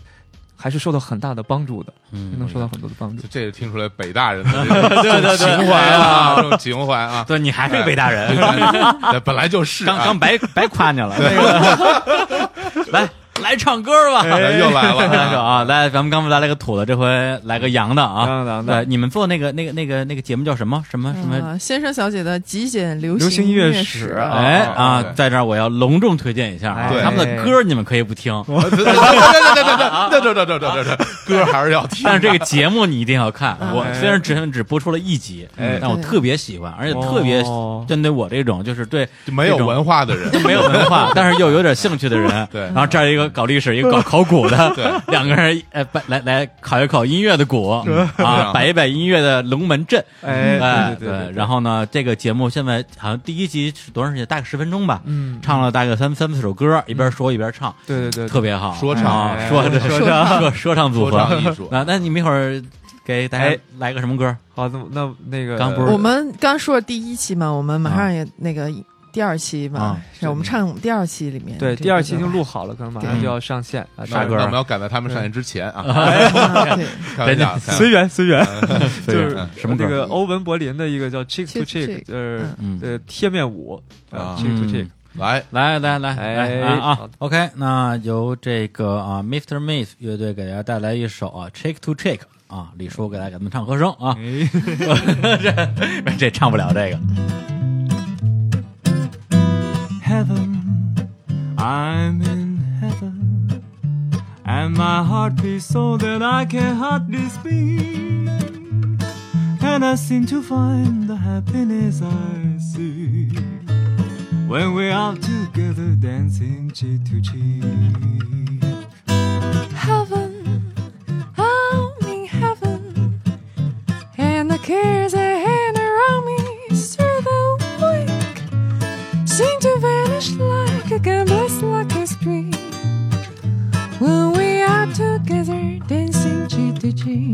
[SPEAKER 5] 还是受到很大的帮助的，能
[SPEAKER 3] 嗯，
[SPEAKER 5] 受到很多的帮助
[SPEAKER 4] 就。这个听出来北大
[SPEAKER 5] (laughs)
[SPEAKER 4] 人的这种
[SPEAKER 3] 对对对
[SPEAKER 4] 情怀啊，这种情怀啊，
[SPEAKER 3] 对你还是北大人，
[SPEAKER 4] 对，本来就是
[SPEAKER 3] 刚
[SPEAKER 4] 啊
[SPEAKER 3] 刚白白夸你了，那个 (laughs) 来来唱歌吧，
[SPEAKER 4] 哎又
[SPEAKER 3] (laughs)
[SPEAKER 4] 来了
[SPEAKER 3] 来一首啊，来，咱们刚才来了个土的，这回来个洋的啊。
[SPEAKER 5] 当然
[SPEAKER 3] 对，
[SPEAKER 5] 的，
[SPEAKER 3] 你们做那个那个那个那个节目叫什么什么什么？
[SPEAKER 1] 啊，先生小姐的极简流
[SPEAKER 5] 流行
[SPEAKER 1] 行
[SPEAKER 5] 音乐
[SPEAKER 1] 乐
[SPEAKER 5] 史
[SPEAKER 1] 史
[SPEAKER 5] 啊
[SPEAKER 3] 哎
[SPEAKER 4] 哦
[SPEAKER 3] 啊，
[SPEAKER 4] 对
[SPEAKER 3] 在这儿我要隆重推荐一下啊，
[SPEAKER 5] 哎
[SPEAKER 3] 他们的歌你们可以不听，
[SPEAKER 4] 对对对对对对对对对对对，歌还是要听
[SPEAKER 3] 但是这个节目你一定要看。
[SPEAKER 1] 哎
[SPEAKER 3] 我虽然只只播出了一集，
[SPEAKER 5] 哎
[SPEAKER 3] 但我特别喜欢，而且特别
[SPEAKER 5] 哦
[SPEAKER 3] 针对我这种就是对 (laughs)
[SPEAKER 4] 没有文化的人，
[SPEAKER 3] 没有文化， (laughs) 但是又有点兴趣的人，
[SPEAKER 4] 对
[SPEAKER 3] 然后这儿一个搞历史，一个搞考古
[SPEAKER 5] (laughs)
[SPEAKER 3] 的，
[SPEAKER 4] 对，
[SPEAKER 3] 两个人呃，摆来来考一考音乐的鼓
[SPEAKER 5] (laughs)
[SPEAKER 3] 啊，摆一摆音乐的龙门阵，
[SPEAKER 5] 哎，
[SPEAKER 3] 对
[SPEAKER 5] 对对对，
[SPEAKER 3] 然后呢，这个节目现在好像第一集是多长时间？大概十分钟吧，
[SPEAKER 5] 嗯
[SPEAKER 3] 唱了大概三三四首歌，一边说一边唱，
[SPEAKER 5] 对对对，
[SPEAKER 3] 特别好，
[SPEAKER 4] 说唱
[SPEAKER 3] 啊
[SPEAKER 5] 哎
[SPEAKER 3] 说
[SPEAKER 1] 说
[SPEAKER 3] 说唱说说唱组
[SPEAKER 4] 说
[SPEAKER 3] 合
[SPEAKER 4] 唱艺术，
[SPEAKER 3] 啊，那你们一会儿给大家
[SPEAKER 5] 哎
[SPEAKER 3] 来个什么歌？
[SPEAKER 5] 好，那那那个
[SPEAKER 3] 刚不是
[SPEAKER 1] 我们刚说了第一期嘛，我们马上也那个第二期嘛，
[SPEAKER 3] 啊
[SPEAKER 1] 是我们唱我们第二期里面
[SPEAKER 5] 对
[SPEAKER 1] 这个
[SPEAKER 5] 第二期已经录好了，可能马上
[SPEAKER 3] 对
[SPEAKER 5] 就要上线啊。
[SPEAKER 4] 那
[SPEAKER 5] 大
[SPEAKER 4] 我们要赶在他们上线之前啊，
[SPEAKER 1] 啊对
[SPEAKER 4] 开玩笑，
[SPEAKER 5] (laughs) 随缘随缘， (laughs) 就是
[SPEAKER 4] 嗯
[SPEAKER 3] 什么歌
[SPEAKER 5] 那个欧文柏林的一个叫 Cheek to
[SPEAKER 1] Cheek to
[SPEAKER 5] Cheek，
[SPEAKER 1] Cheek，
[SPEAKER 5] 就是
[SPEAKER 3] 嗯
[SPEAKER 5] 呃贴面舞
[SPEAKER 4] 啊
[SPEAKER 5] 啊 Cheek to Cheek。
[SPEAKER 4] 来，
[SPEAKER 3] 来来来
[SPEAKER 5] 哎
[SPEAKER 3] 来啊
[SPEAKER 5] 好
[SPEAKER 3] 啊！OK，那由这个啊 Mr. Miss 乐队给大家带来一首啊 Check to Check 啊，李叔给大家给他们唱和声啊， (laughs) 这这唱不了这个。
[SPEAKER 5] Heaven, I'm in heaven, and my heart beats so that I can hardly speak. And I seem to find the happiness I seek when we're out together dancing cheek to cheek.
[SPEAKER 7] (laughs) heaven, I'm in heaven, and the kids are hanging around. seem to vanish like a gambler's lucky stream. When we are together, dancing cheek to cheek.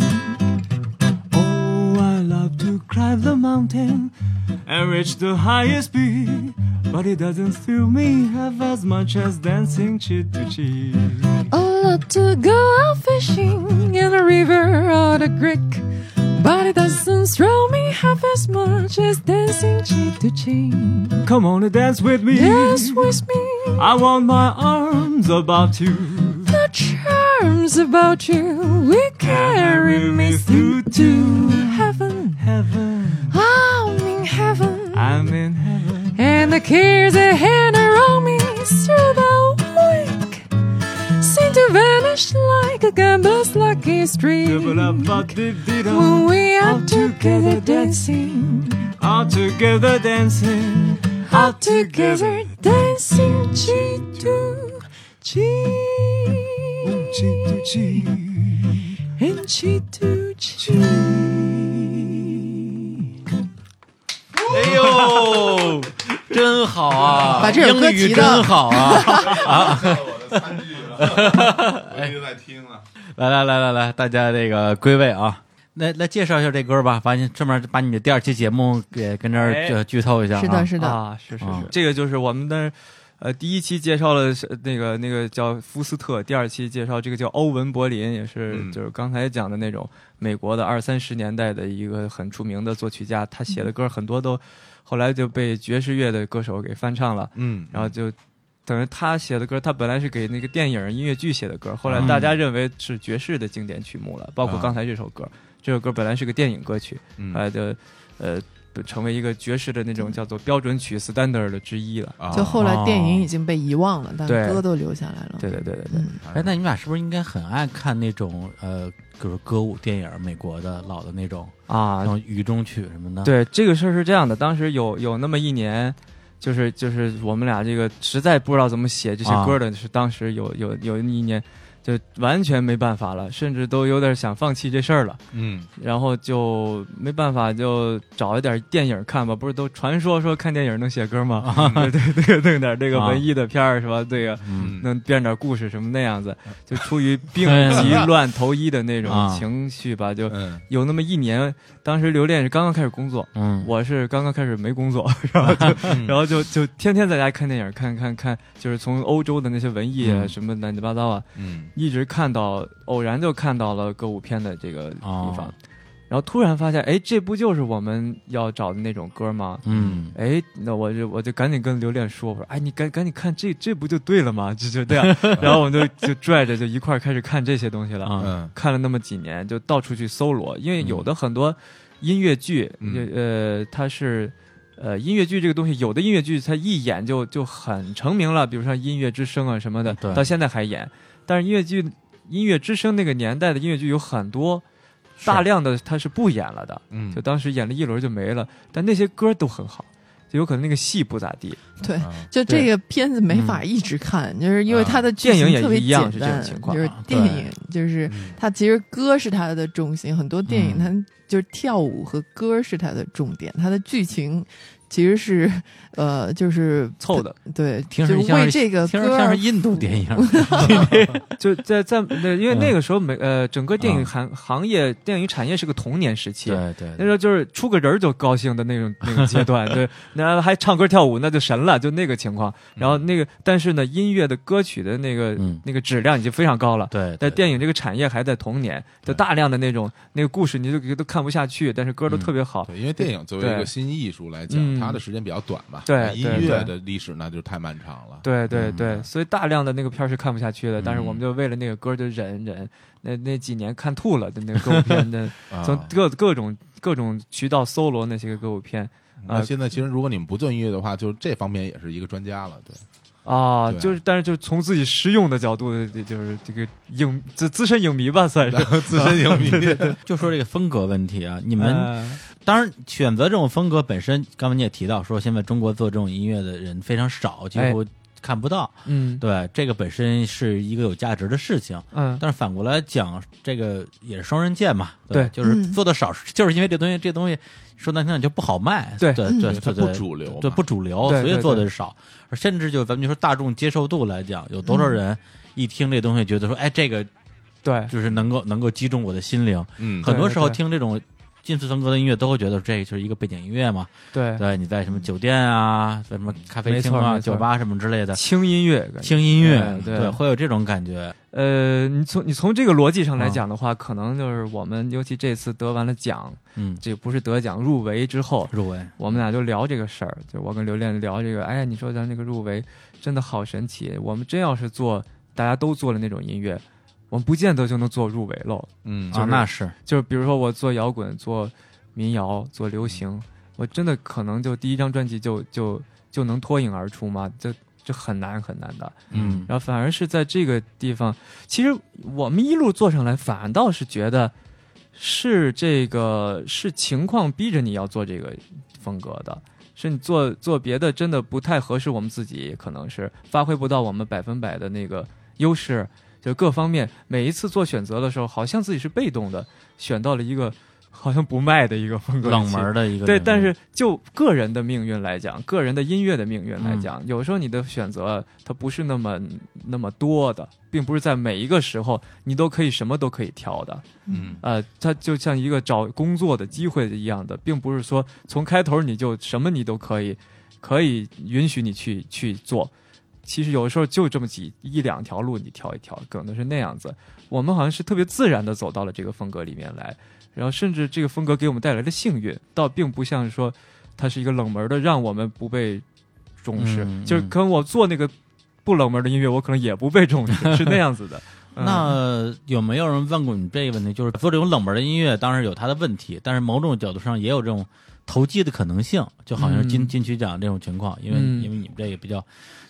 [SPEAKER 5] Oh, I love to climb the mountain and reach the highest peak, but it doesn't thrill me half as much as dancing cheek to cheek.
[SPEAKER 7] Oh, love to go out fishing in a river or the creek. But it doesn't thrill me half as much as dancing cheek to cheek.
[SPEAKER 5] Come on and dance with me.
[SPEAKER 7] Yes, with me.
[SPEAKER 5] I want my arms about you.
[SPEAKER 7] The charms about you will carry me through to heaven.
[SPEAKER 5] Heaven,
[SPEAKER 7] I'm in heaven.
[SPEAKER 5] I'm in heaven.
[SPEAKER 7] And the cares that hang around me through the week seem to vanish like a gambler's lucky streak. When
[SPEAKER 5] When
[SPEAKER 7] we are together dancing,
[SPEAKER 5] all together dancing,
[SPEAKER 7] all together dancing, cheek to cheek,
[SPEAKER 5] cheek to cheek.
[SPEAKER 7] and cheek to cheek.
[SPEAKER 3] 哎呦，真好啊！
[SPEAKER 1] 把这首歌
[SPEAKER 3] 英语
[SPEAKER 1] 提到
[SPEAKER 3] 真好啊！
[SPEAKER 4] 我的参与了，我一直在听啊。
[SPEAKER 3] 来来来来来，大家这个归位啊！来来介绍一下这歌吧，把你顺便把你的第二期节目给跟这儿
[SPEAKER 5] 哎
[SPEAKER 3] 就剧透一下、啊。
[SPEAKER 1] 是的，是的，
[SPEAKER 5] 啊，是是
[SPEAKER 3] 啊
[SPEAKER 5] 是，这个就是我们的呃第一期介绍了是那个那个叫福斯特，第二期介绍这个叫欧文柏林，也是
[SPEAKER 4] 嗯
[SPEAKER 5] 就是刚才讲的那种美国的二三十年代的一个很出名的作曲家，他写的歌很多都后来就被爵士乐的歌手给翻唱了，
[SPEAKER 4] 嗯，
[SPEAKER 5] 然后就。等于他写的歌，他本来是给那个电影音乐剧写的歌，后来
[SPEAKER 3] 嗯
[SPEAKER 5] 大家认为是爵士的经典曲目了，包括刚才这首歌。这首歌本来是个电影歌曲，
[SPEAKER 4] 嗯
[SPEAKER 5] 后来就呃不成为一个爵士的那种叫做标准曲 standard 的之一了。
[SPEAKER 4] 啊
[SPEAKER 1] 就后来电影已经被遗忘了，但
[SPEAKER 5] 哦对
[SPEAKER 1] 歌都留下来了。
[SPEAKER 5] 对对对对对，
[SPEAKER 1] 嗯，
[SPEAKER 3] 哎，那你们俩是不是应该很爱看那种呃，就是歌舞电影，美国的老的那种，
[SPEAKER 5] 啊
[SPEAKER 3] 像《雨中曲》什么的？，
[SPEAKER 5] 对这个事儿是这样的，当时有有那么一年。就是就是我们俩这个实在不知道怎么写这些歌的，是当时有有有一年就完全没办法了，甚至都有点想放弃这事儿了，
[SPEAKER 4] 嗯
[SPEAKER 5] 然后就没办法就找一点电影看吧，不是都传说说看电影能写歌吗？ (laughs) 对对对，弄点这个
[SPEAKER 3] 啊
[SPEAKER 5] 文艺的片儿是吧？这个
[SPEAKER 3] 嗯，
[SPEAKER 5] 能编点故事什么那样子，就出于病急乱投医的那种
[SPEAKER 3] 哎啊
[SPEAKER 5] 情绪吧，就
[SPEAKER 4] 嗯
[SPEAKER 5] 有那么一年，当时刘恋是刚刚开始工作，
[SPEAKER 3] 嗯，
[SPEAKER 5] 我是刚刚开始没工作，然
[SPEAKER 3] (laughs)
[SPEAKER 5] 后就
[SPEAKER 4] 嗯
[SPEAKER 5] 然后就就天天在家看电影，看看看，就是从欧洲的那些文艺啊
[SPEAKER 3] 嗯
[SPEAKER 5] 什么乱七八糟啊，
[SPEAKER 4] 嗯
[SPEAKER 5] 一直看到偶然就看到了歌舞片的这个地方
[SPEAKER 3] 哦，
[SPEAKER 5] 然后突然发现，哎，这不就是我们要找的那种歌吗？
[SPEAKER 3] 嗯，
[SPEAKER 5] 哎，那我就我就赶紧跟刘恋说，我说，哎，你赶赶紧看这这不就对了吗？就就这
[SPEAKER 4] (laughs)
[SPEAKER 5] 样，然后我们就就拽着就一块儿开始看这些东西了。
[SPEAKER 3] 啊
[SPEAKER 4] 嗯
[SPEAKER 5] 看了那么几年，就到处去搜罗，因为
[SPEAKER 3] 嗯
[SPEAKER 5] 有的很多音乐剧，
[SPEAKER 4] 嗯
[SPEAKER 5] 呃，它是呃音乐剧这个东西，有的音乐剧它一演就就很成名了，比如像《音乐之声》啊什么的
[SPEAKER 4] 嗯
[SPEAKER 3] 对，
[SPEAKER 5] 到现在还演。但是音乐剧《音乐之声》那个年代的音乐剧有很多大量的它是不演了的，
[SPEAKER 4] 嗯
[SPEAKER 5] 就当时演了一轮就没了，但那些歌都很好，就有可能那个戏不咋地。
[SPEAKER 1] 对，
[SPEAKER 4] 啊
[SPEAKER 1] 就这个片子没法一直看，就是因为它的剧
[SPEAKER 5] 嗯啊电影
[SPEAKER 1] 情
[SPEAKER 5] 也
[SPEAKER 1] 特别
[SPEAKER 5] 一样
[SPEAKER 1] 简
[SPEAKER 5] 是这种
[SPEAKER 1] 单
[SPEAKER 5] 情况
[SPEAKER 1] 就是
[SPEAKER 5] 啊
[SPEAKER 1] 电
[SPEAKER 3] 对
[SPEAKER 1] 影就是
[SPEAKER 4] 嗯
[SPEAKER 1] 它其实歌是它的重心，很多电影
[SPEAKER 3] 嗯
[SPEAKER 1] 它就是跳舞和歌是它的重点，它的剧情其实是呃就是
[SPEAKER 3] (laughs)
[SPEAKER 5] 凑的，
[SPEAKER 1] 对，
[SPEAKER 3] 听
[SPEAKER 1] 就
[SPEAKER 3] 着像
[SPEAKER 1] 为
[SPEAKER 3] 是
[SPEAKER 1] 这个
[SPEAKER 3] 听
[SPEAKER 1] 歌
[SPEAKER 3] 着像
[SPEAKER 1] 儿
[SPEAKER 3] 是印度
[SPEAKER 1] (laughs)
[SPEAKER 3] 电影，
[SPEAKER 5] 就在在那，因为
[SPEAKER 3] 嗯
[SPEAKER 5] 那个时候美呃，整个电
[SPEAKER 3] 啊
[SPEAKER 5] 影行行业、电影产业是个童年时期，
[SPEAKER 3] 对对
[SPEAKER 5] 那时候就是出个人儿就高兴
[SPEAKER 3] (laughs)
[SPEAKER 5] 的那种那种阶段，对，那还唱歌跳舞那就神了，就那个情况。然后那个，但是呢，音乐的歌曲的那个、
[SPEAKER 3] 嗯
[SPEAKER 5] 那个质量已经非常高了。
[SPEAKER 3] 对，
[SPEAKER 5] 但
[SPEAKER 3] 对
[SPEAKER 5] 电影这个产业还在童年，就
[SPEAKER 4] 对
[SPEAKER 5] 大量的那种那个故事，你就都看不下去，但是歌都
[SPEAKER 3] 嗯
[SPEAKER 5] 特别好。
[SPEAKER 4] 对，因为电影作为一个新艺术来讲，
[SPEAKER 5] 嗯
[SPEAKER 4] 它的时间比较短嘛。
[SPEAKER 5] 对
[SPEAKER 4] 那音
[SPEAKER 5] 对
[SPEAKER 4] 乐
[SPEAKER 5] 对
[SPEAKER 4] 的历史那就太漫长了。
[SPEAKER 5] 对对
[SPEAKER 3] 嗯
[SPEAKER 5] 对，所以大量的那个片儿是看不下去的，但是
[SPEAKER 3] 嗯
[SPEAKER 5] 我们就为了那个歌就忍忍，那那几年看吐了的那个歌舞
[SPEAKER 4] (laughs)
[SPEAKER 5] 片的。
[SPEAKER 4] 啊
[SPEAKER 5] 从各各种各种渠道搜罗那些个歌舞片
[SPEAKER 4] 那现在其实如果你们不做音乐的话，就这方面也是一个专家了。对，
[SPEAKER 5] 啊，
[SPEAKER 4] 对
[SPEAKER 5] 就是但是就是从自己实用的角度，就是这个影资资深影迷吧，算是。
[SPEAKER 4] 自身影
[SPEAKER 5] (laughs)
[SPEAKER 4] 迷。
[SPEAKER 3] 就说这个风格问题啊，你
[SPEAKER 5] 你
[SPEAKER 3] 们、
[SPEAKER 1] 哎
[SPEAKER 5] 嗯
[SPEAKER 3] 当然
[SPEAKER 1] 哎
[SPEAKER 3] 选择这种风格本身，刚才你也提到说，现在中国做这种音乐的人非常少，几乎看不到。
[SPEAKER 5] 嗯
[SPEAKER 3] 对，这个本身是一个有价值的事情，
[SPEAKER 5] 嗯
[SPEAKER 3] 但是反过来讲，这个也是双刃剑嘛。吧
[SPEAKER 5] 对
[SPEAKER 3] 就是
[SPEAKER 1] 嗯
[SPEAKER 3] 做的少，就是因为这东西，这东西说难听点就不好卖。
[SPEAKER 5] 对
[SPEAKER 3] 对
[SPEAKER 1] 嗯
[SPEAKER 3] 对，
[SPEAKER 4] 它
[SPEAKER 3] 对
[SPEAKER 4] 不主流嘛，
[SPEAKER 3] 对不主流，
[SPEAKER 5] 对
[SPEAKER 3] 所以
[SPEAKER 5] 对
[SPEAKER 3] 做的少。甚至就咱们就说大众接受度来讲，有多少
[SPEAKER 1] 嗯
[SPEAKER 3] 人一听这东西觉得说，哎，这个
[SPEAKER 5] 对
[SPEAKER 3] 就是能够能够击中我的心灵。
[SPEAKER 4] 嗯，
[SPEAKER 3] 很多时候
[SPEAKER 5] 对对
[SPEAKER 3] 听这种近似风格的音乐，都会觉得这就是一个背景音乐嘛。
[SPEAKER 5] 对，
[SPEAKER 3] 对，你在什么酒店啊，在什么咖啡厅啊、
[SPEAKER 5] 没错没错
[SPEAKER 3] 酒吧什么之类的，
[SPEAKER 5] 轻音乐感觉哎
[SPEAKER 3] 听音乐，
[SPEAKER 5] 对对
[SPEAKER 3] 会有这种感觉。
[SPEAKER 5] 呃，你从你从这个逻辑
[SPEAKER 4] 啊
[SPEAKER 5] 上来讲的话，可能就是我们尤其这次得完了奖，
[SPEAKER 3] 嗯，
[SPEAKER 5] 这不是得奖入围之后，
[SPEAKER 3] 入围，
[SPEAKER 5] 我们俩就聊这个事儿，就我跟刘恋聊这个，哎呀，你说咱这个入围真的好神奇，我们真要是做大家都做的那种音乐，我们不见得就能做入围喽。
[SPEAKER 4] 嗯
[SPEAKER 5] 就
[SPEAKER 3] 啊，
[SPEAKER 5] 是
[SPEAKER 3] 那是
[SPEAKER 5] 就是比如说我做摇滚、做民谣、做流行，我真的可能就第一张专辑就就就能脱颖而出吗？这这很难很难的。
[SPEAKER 3] 嗯
[SPEAKER 5] 然后反而是在这个地方，其实我们一路做上来，反倒是觉得是这个是情况逼着你要做这个风格的，是你做做别的真的不太合适我们自己，可能是发挥不到我们百分百的那个优势，就各方面每一次做选择的时候，好像自己是被动的，选到了一个好像不卖的一个风格，
[SPEAKER 3] 冷门的一个
[SPEAKER 5] 对，
[SPEAKER 3] 领域
[SPEAKER 5] 但是就个人的命运来讲，个人的音乐的命运来讲，
[SPEAKER 3] 嗯
[SPEAKER 5] 有时候你的选择它不是那么那么多的，并不是在每一个时候你都可以什么都可以挑的。
[SPEAKER 4] 嗯
[SPEAKER 5] 呃，它就像一个找工作的机会一样的，并不是说从开头你就什么你都可以，可以允许你去去做。其实有的时候就这么几一两条路，你挑一挑，可能是那样子。我们好像是特别自然的走到了这个风格里面来，然后甚至这个风格给我们带来的幸运，倒并不像说它是一个冷门的，让我们不被重视。
[SPEAKER 3] 嗯
[SPEAKER 5] 就是
[SPEAKER 3] 嗯
[SPEAKER 5] 可能我做那个不冷门的音乐，我可能也不被重视，是那样
[SPEAKER 3] (laughs)
[SPEAKER 5] 子的。嗯
[SPEAKER 3] 那有没有人问过你这个问题？就是做这种冷门的音乐，当然有它的问题，但是某种角度上也有这种投机的可能性，就好像是金、
[SPEAKER 5] 嗯
[SPEAKER 3] 金曲奖这种情况，因为、
[SPEAKER 5] 嗯
[SPEAKER 3] 因为你们这个比较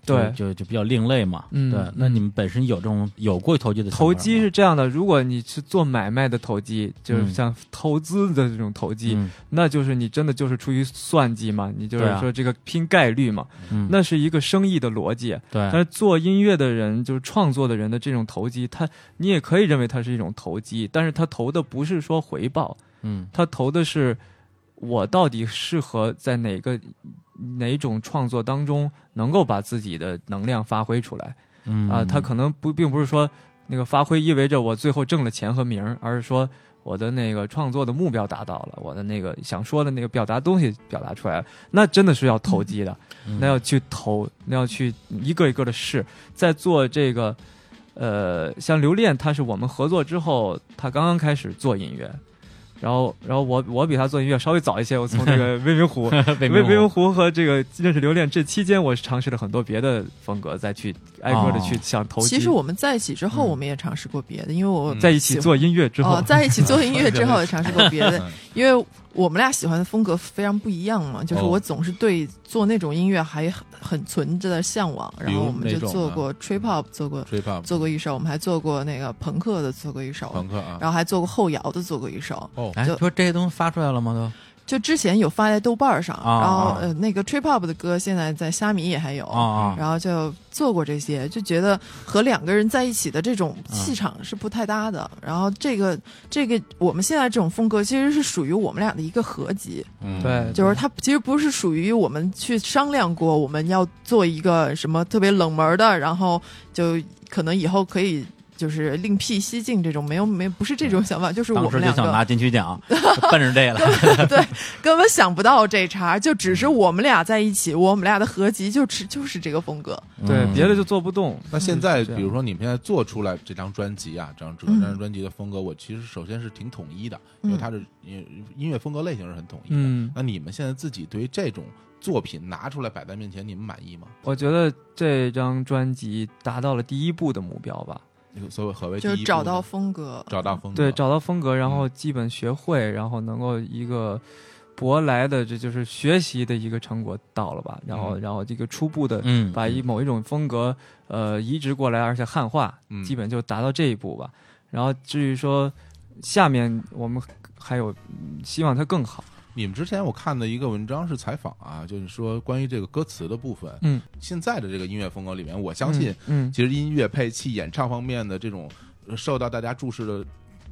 [SPEAKER 3] 就
[SPEAKER 5] 对
[SPEAKER 3] 就就比较另类嘛。
[SPEAKER 5] 嗯
[SPEAKER 3] 对
[SPEAKER 5] 嗯，
[SPEAKER 3] 那你们本身有这种有过投机的想法吗
[SPEAKER 5] 投机是这样的，如果你是做买卖的投机，就是
[SPEAKER 3] 嗯
[SPEAKER 5] 像投资的这种投机，
[SPEAKER 3] 嗯
[SPEAKER 5] 那就是你真的就是出于算计嘛，你就
[SPEAKER 3] 对
[SPEAKER 5] 是
[SPEAKER 3] 啊
[SPEAKER 5] 说这个拼概率嘛，
[SPEAKER 3] 嗯，哎
[SPEAKER 5] 那是一个生意的逻辑。但
[SPEAKER 3] 对
[SPEAKER 5] 是做音乐的人，就是创作的人的这种投机，他你也可以认为它是一种投机，但是他投的不是说回报，
[SPEAKER 3] 嗯
[SPEAKER 5] 他投的是我到底适合在哪个哪种创作当中能够把自己的能量发挥出来。
[SPEAKER 3] 嗯
[SPEAKER 5] 啊，他可能不并不是说那个发挥意味着我最后挣了钱和名儿，而是说我的那个创作的目标达到了，我的那个想说的那个表达东西表达出来了，那真的是要投机的，
[SPEAKER 3] 嗯
[SPEAKER 5] 那
[SPEAKER 3] (laughs)
[SPEAKER 5] 要去投，那要去一个一个的试，在做这个。呃，像刘恋，他是我们合作之后，他刚刚开始做音乐，然后，然后我我比他做音乐稍微早一些，我从这
[SPEAKER 3] (laughs)
[SPEAKER 5] 个未名湖
[SPEAKER 3] 魏
[SPEAKER 5] 微微
[SPEAKER 3] 明
[SPEAKER 5] 云
[SPEAKER 3] 武
[SPEAKER 5] 湖和这个认识留恋这期间，我是尝试了很多别的风格，再去挨个的去想投机。
[SPEAKER 1] 其实我们在一起之后，
[SPEAKER 5] 嗯
[SPEAKER 1] 我们也尝试过别的，因为我
[SPEAKER 4] 嗯
[SPEAKER 5] 在一起做音乐之后，
[SPEAKER 1] 哦，在一起做音乐之后也尝试过别的
[SPEAKER 4] 嗯，
[SPEAKER 1] 因为我们俩喜欢的风格非常不一样嘛。就是
[SPEAKER 4] 哦
[SPEAKER 1] 我总是对做那种音乐还很很存着的向往，然后我们
[SPEAKER 4] 比
[SPEAKER 1] 就
[SPEAKER 4] 如哪种
[SPEAKER 1] 做
[SPEAKER 4] 呢
[SPEAKER 1] 过 trip hop，做过
[SPEAKER 4] 吹泡
[SPEAKER 1] 做过一首，我们还做过那个朋克的，做过一首，
[SPEAKER 4] 朋克啊，
[SPEAKER 1] 然后还做过后摇的，做过一首。
[SPEAKER 4] 哦，
[SPEAKER 3] 哎，
[SPEAKER 1] 就
[SPEAKER 3] 说这些东西发出来了吗？
[SPEAKER 1] 就之前有发在豆瓣儿上，
[SPEAKER 3] 啊
[SPEAKER 1] 然后
[SPEAKER 3] 啊
[SPEAKER 1] 呃那个 trip hop 的歌现在在虾米也还有
[SPEAKER 3] 都啊啊，
[SPEAKER 1] 然后就做过这些，就觉得和两个人在一起的这种气场是不太搭的。然后这个这个我们现在这种风格其实是属于我们俩的一个合集，
[SPEAKER 4] 嗯
[SPEAKER 5] 对，
[SPEAKER 1] 就是它其实不是属于我们去商量过我们要做一个什么特别冷门的，然后就可能以后可以。就是另辟蹊径这种没有没不是这种想法，就是我
[SPEAKER 3] 当
[SPEAKER 1] 们
[SPEAKER 3] 时就
[SPEAKER 1] 两
[SPEAKER 3] 想拿
[SPEAKER 1] 个
[SPEAKER 3] 金曲
[SPEAKER 4] (laughs)
[SPEAKER 3] 奖，就奔着这个来，
[SPEAKER 1] 对根本想不到这茬，就只
[SPEAKER 3] 嗯
[SPEAKER 1] 是我们俩在一起，我们俩的合集就只就是这个风格。
[SPEAKER 5] 对、
[SPEAKER 3] 嗯
[SPEAKER 5] 别的就做不动。
[SPEAKER 1] 嗯
[SPEAKER 4] 那现在，
[SPEAKER 5] 这
[SPEAKER 4] 比
[SPEAKER 5] 样
[SPEAKER 4] 如说你们现在做出来这张专辑啊，这张整张专辑的风格，我其实首先是挺统一的，因为
[SPEAKER 1] 嗯
[SPEAKER 4] 它是音音乐风格类型是很统一的。
[SPEAKER 5] 嗯，
[SPEAKER 4] 那你们现在自己对于这种作品拿出来摆在面前，你们满意吗？
[SPEAKER 5] 我觉得这张专辑达到了第一步的目标吧。
[SPEAKER 4] 所谓何为
[SPEAKER 1] 就
[SPEAKER 4] 第
[SPEAKER 1] 是
[SPEAKER 4] 一步
[SPEAKER 1] 找
[SPEAKER 4] 呢
[SPEAKER 1] 到风格，
[SPEAKER 4] 找到风格，
[SPEAKER 5] 对，找到风格，然后基本学会，然后能够一个舶来的，这就是学习的一个成果到了吧。然后，
[SPEAKER 4] 嗯
[SPEAKER 5] 然后这个初步的
[SPEAKER 3] 嗯，
[SPEAKER 5] 把一某一种风格呃移植过来，而且汉化
[SPEAKER 4] 嗯，
[SPEAKER 5] 基本就达到这一步吧。然后至于说下面我们还有嗯希望它更好，
[SPEAKER 4] 你们之前我看的一个文章是采访啊，就是说关于这个歌词的部分，
[SPEAKER 5] 嗯，
[SPEAKER 4] 现在的这个音乐风格里面，我相信
[SPEAKER 5] 嗯，
[SPEAKER 4] 其实音乐配器、演唱方面的这种呃受到大家注视的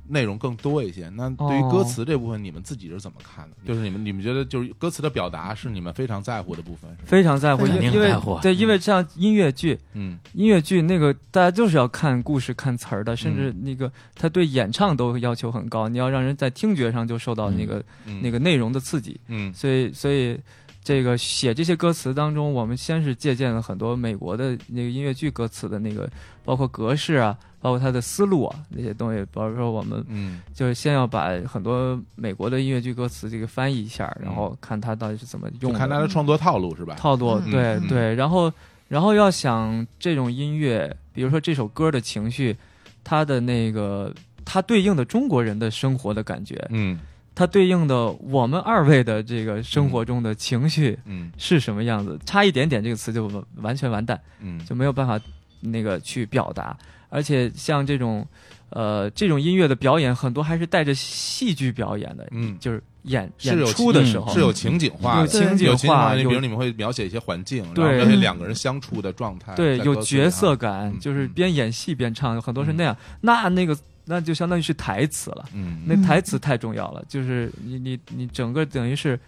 [SPEAKER 4] 内容更多一些。那
[SPEAKER 5] 哦
[SPEAKER 4] 对于歌词这部分，你们自己是怎么看的？就是你们你们觉得就是歌词的表达是你们非常在乎的部分，是吗？
[SPEAKER 5] 非常在乎，
[SPEAKER 1] 非
[SPEAKER 5] 因
[SPEAKER 1] 常
[SPEAKER 5] 为因
[SPEAKER 3] 在乎啊
[SPEAKER 5] 为对，因为像音乐剧，
[SPEAKER 4] 嗯
[SPEAKER 5] 音乐剧那个大家就是要看故事、看词儿的，甚至
[SPEAKER 3] 嗯
[SPEAKER 5] 那个他对演唱都要求很高，你要让人在听觉上就受到那个
[SPEAKER 4] 嗯，
[SPEAKER 5] 那
[SPEAKER 4] 个
[SPEAKER 5] 个内容的刺激。
[SPEAKER 4] 嗯
[SPEAKER 5] 所以，所以这个写这些歌词当中，我们先是借鉴了很多美国的那个音乐剧歌词的那个，包括格式啊，包括它的思路啊那些东西，包括说我们
[SPEAKER 4] 嗯
[SPEAKER 5] 就是先要把很多美国的音乐剧歌词这个翻译一下，然后看它到底是怎么
[SPEAKER 4] 嗯就
[SPEAKER 5] 用的。
[SPEAKER 4] 看他的创作套路是吧？
[SPEAKER 5] 套路，
[SPEAKER 1] 嗯
[SPEAKER 5] 对
[SPEAKER 4] 嗯
[SPEAKER 5] 对，然后然后要想这种音乐，比如说这首歌的情绪，它的那个它对应的中国人的生活的感觉，
[SPEAKER 4] 嗯
[SPEAKER 5] 它对应的我们二位的这个生活中的情绪
[SPEAKER 4] 嗯
[SPEAKER 5] 是什么样子，差一点点这个词就完完全完蛋，
[SPEAKER 4] 嗯，
[SPEAKER 5] 就没有办法那个去表达，而且像这种呃这种音乐的表演，很多还是带着戏剧表演的，
[SPEAKER 4] 嗯
[SPEAKER 5] 就是演
[SPEAKER 4] 是
[SPEAKER 5] 演
[SPEAKER 4] 有
[SPEAKER 5] 出的
[SPEAKER 4] 情嗯
[SPEAKER 5] 时候
[SPEAKER 4] 是有情景化的。
[SPEAKER 5] 有情
[SPEAKER 4] 有
[SPEAKER 5] 景
[SPEAKER 4] 情景化
[SPEAKER 5] 化，
[SPEAKER 4] 的，
[SPEAKER 5] 有
[SPEAKER 4] 比如你们会描写一些环境，然后
[SPEAKER 5] 对
[SPEAKER 4] 描写两个人相处的状态，
[SPEAKER 5] 对，
[SPEAKER 4] 在
[SPEAKER 5] 有
[SPEAKER 4] 歌词里
[SPEAKER 5] 角
[SPEAKER 4] 啊
[SPEAKER 5] 色感，
[SPEAKER 4] 嗯
[SPEAKER 5] 就是
[SPEAKER 4] 嗯
[SPEAKER 5] 边演戏边唱，很多是
[SPEAKER 4] 嗯
[SPEAKER 5] 那样。那那个那就相当于是台词了，
[SPEAKER 4] 嗯，
[SPEAKER 5] 那台词太重要了，就是你你你整个等于是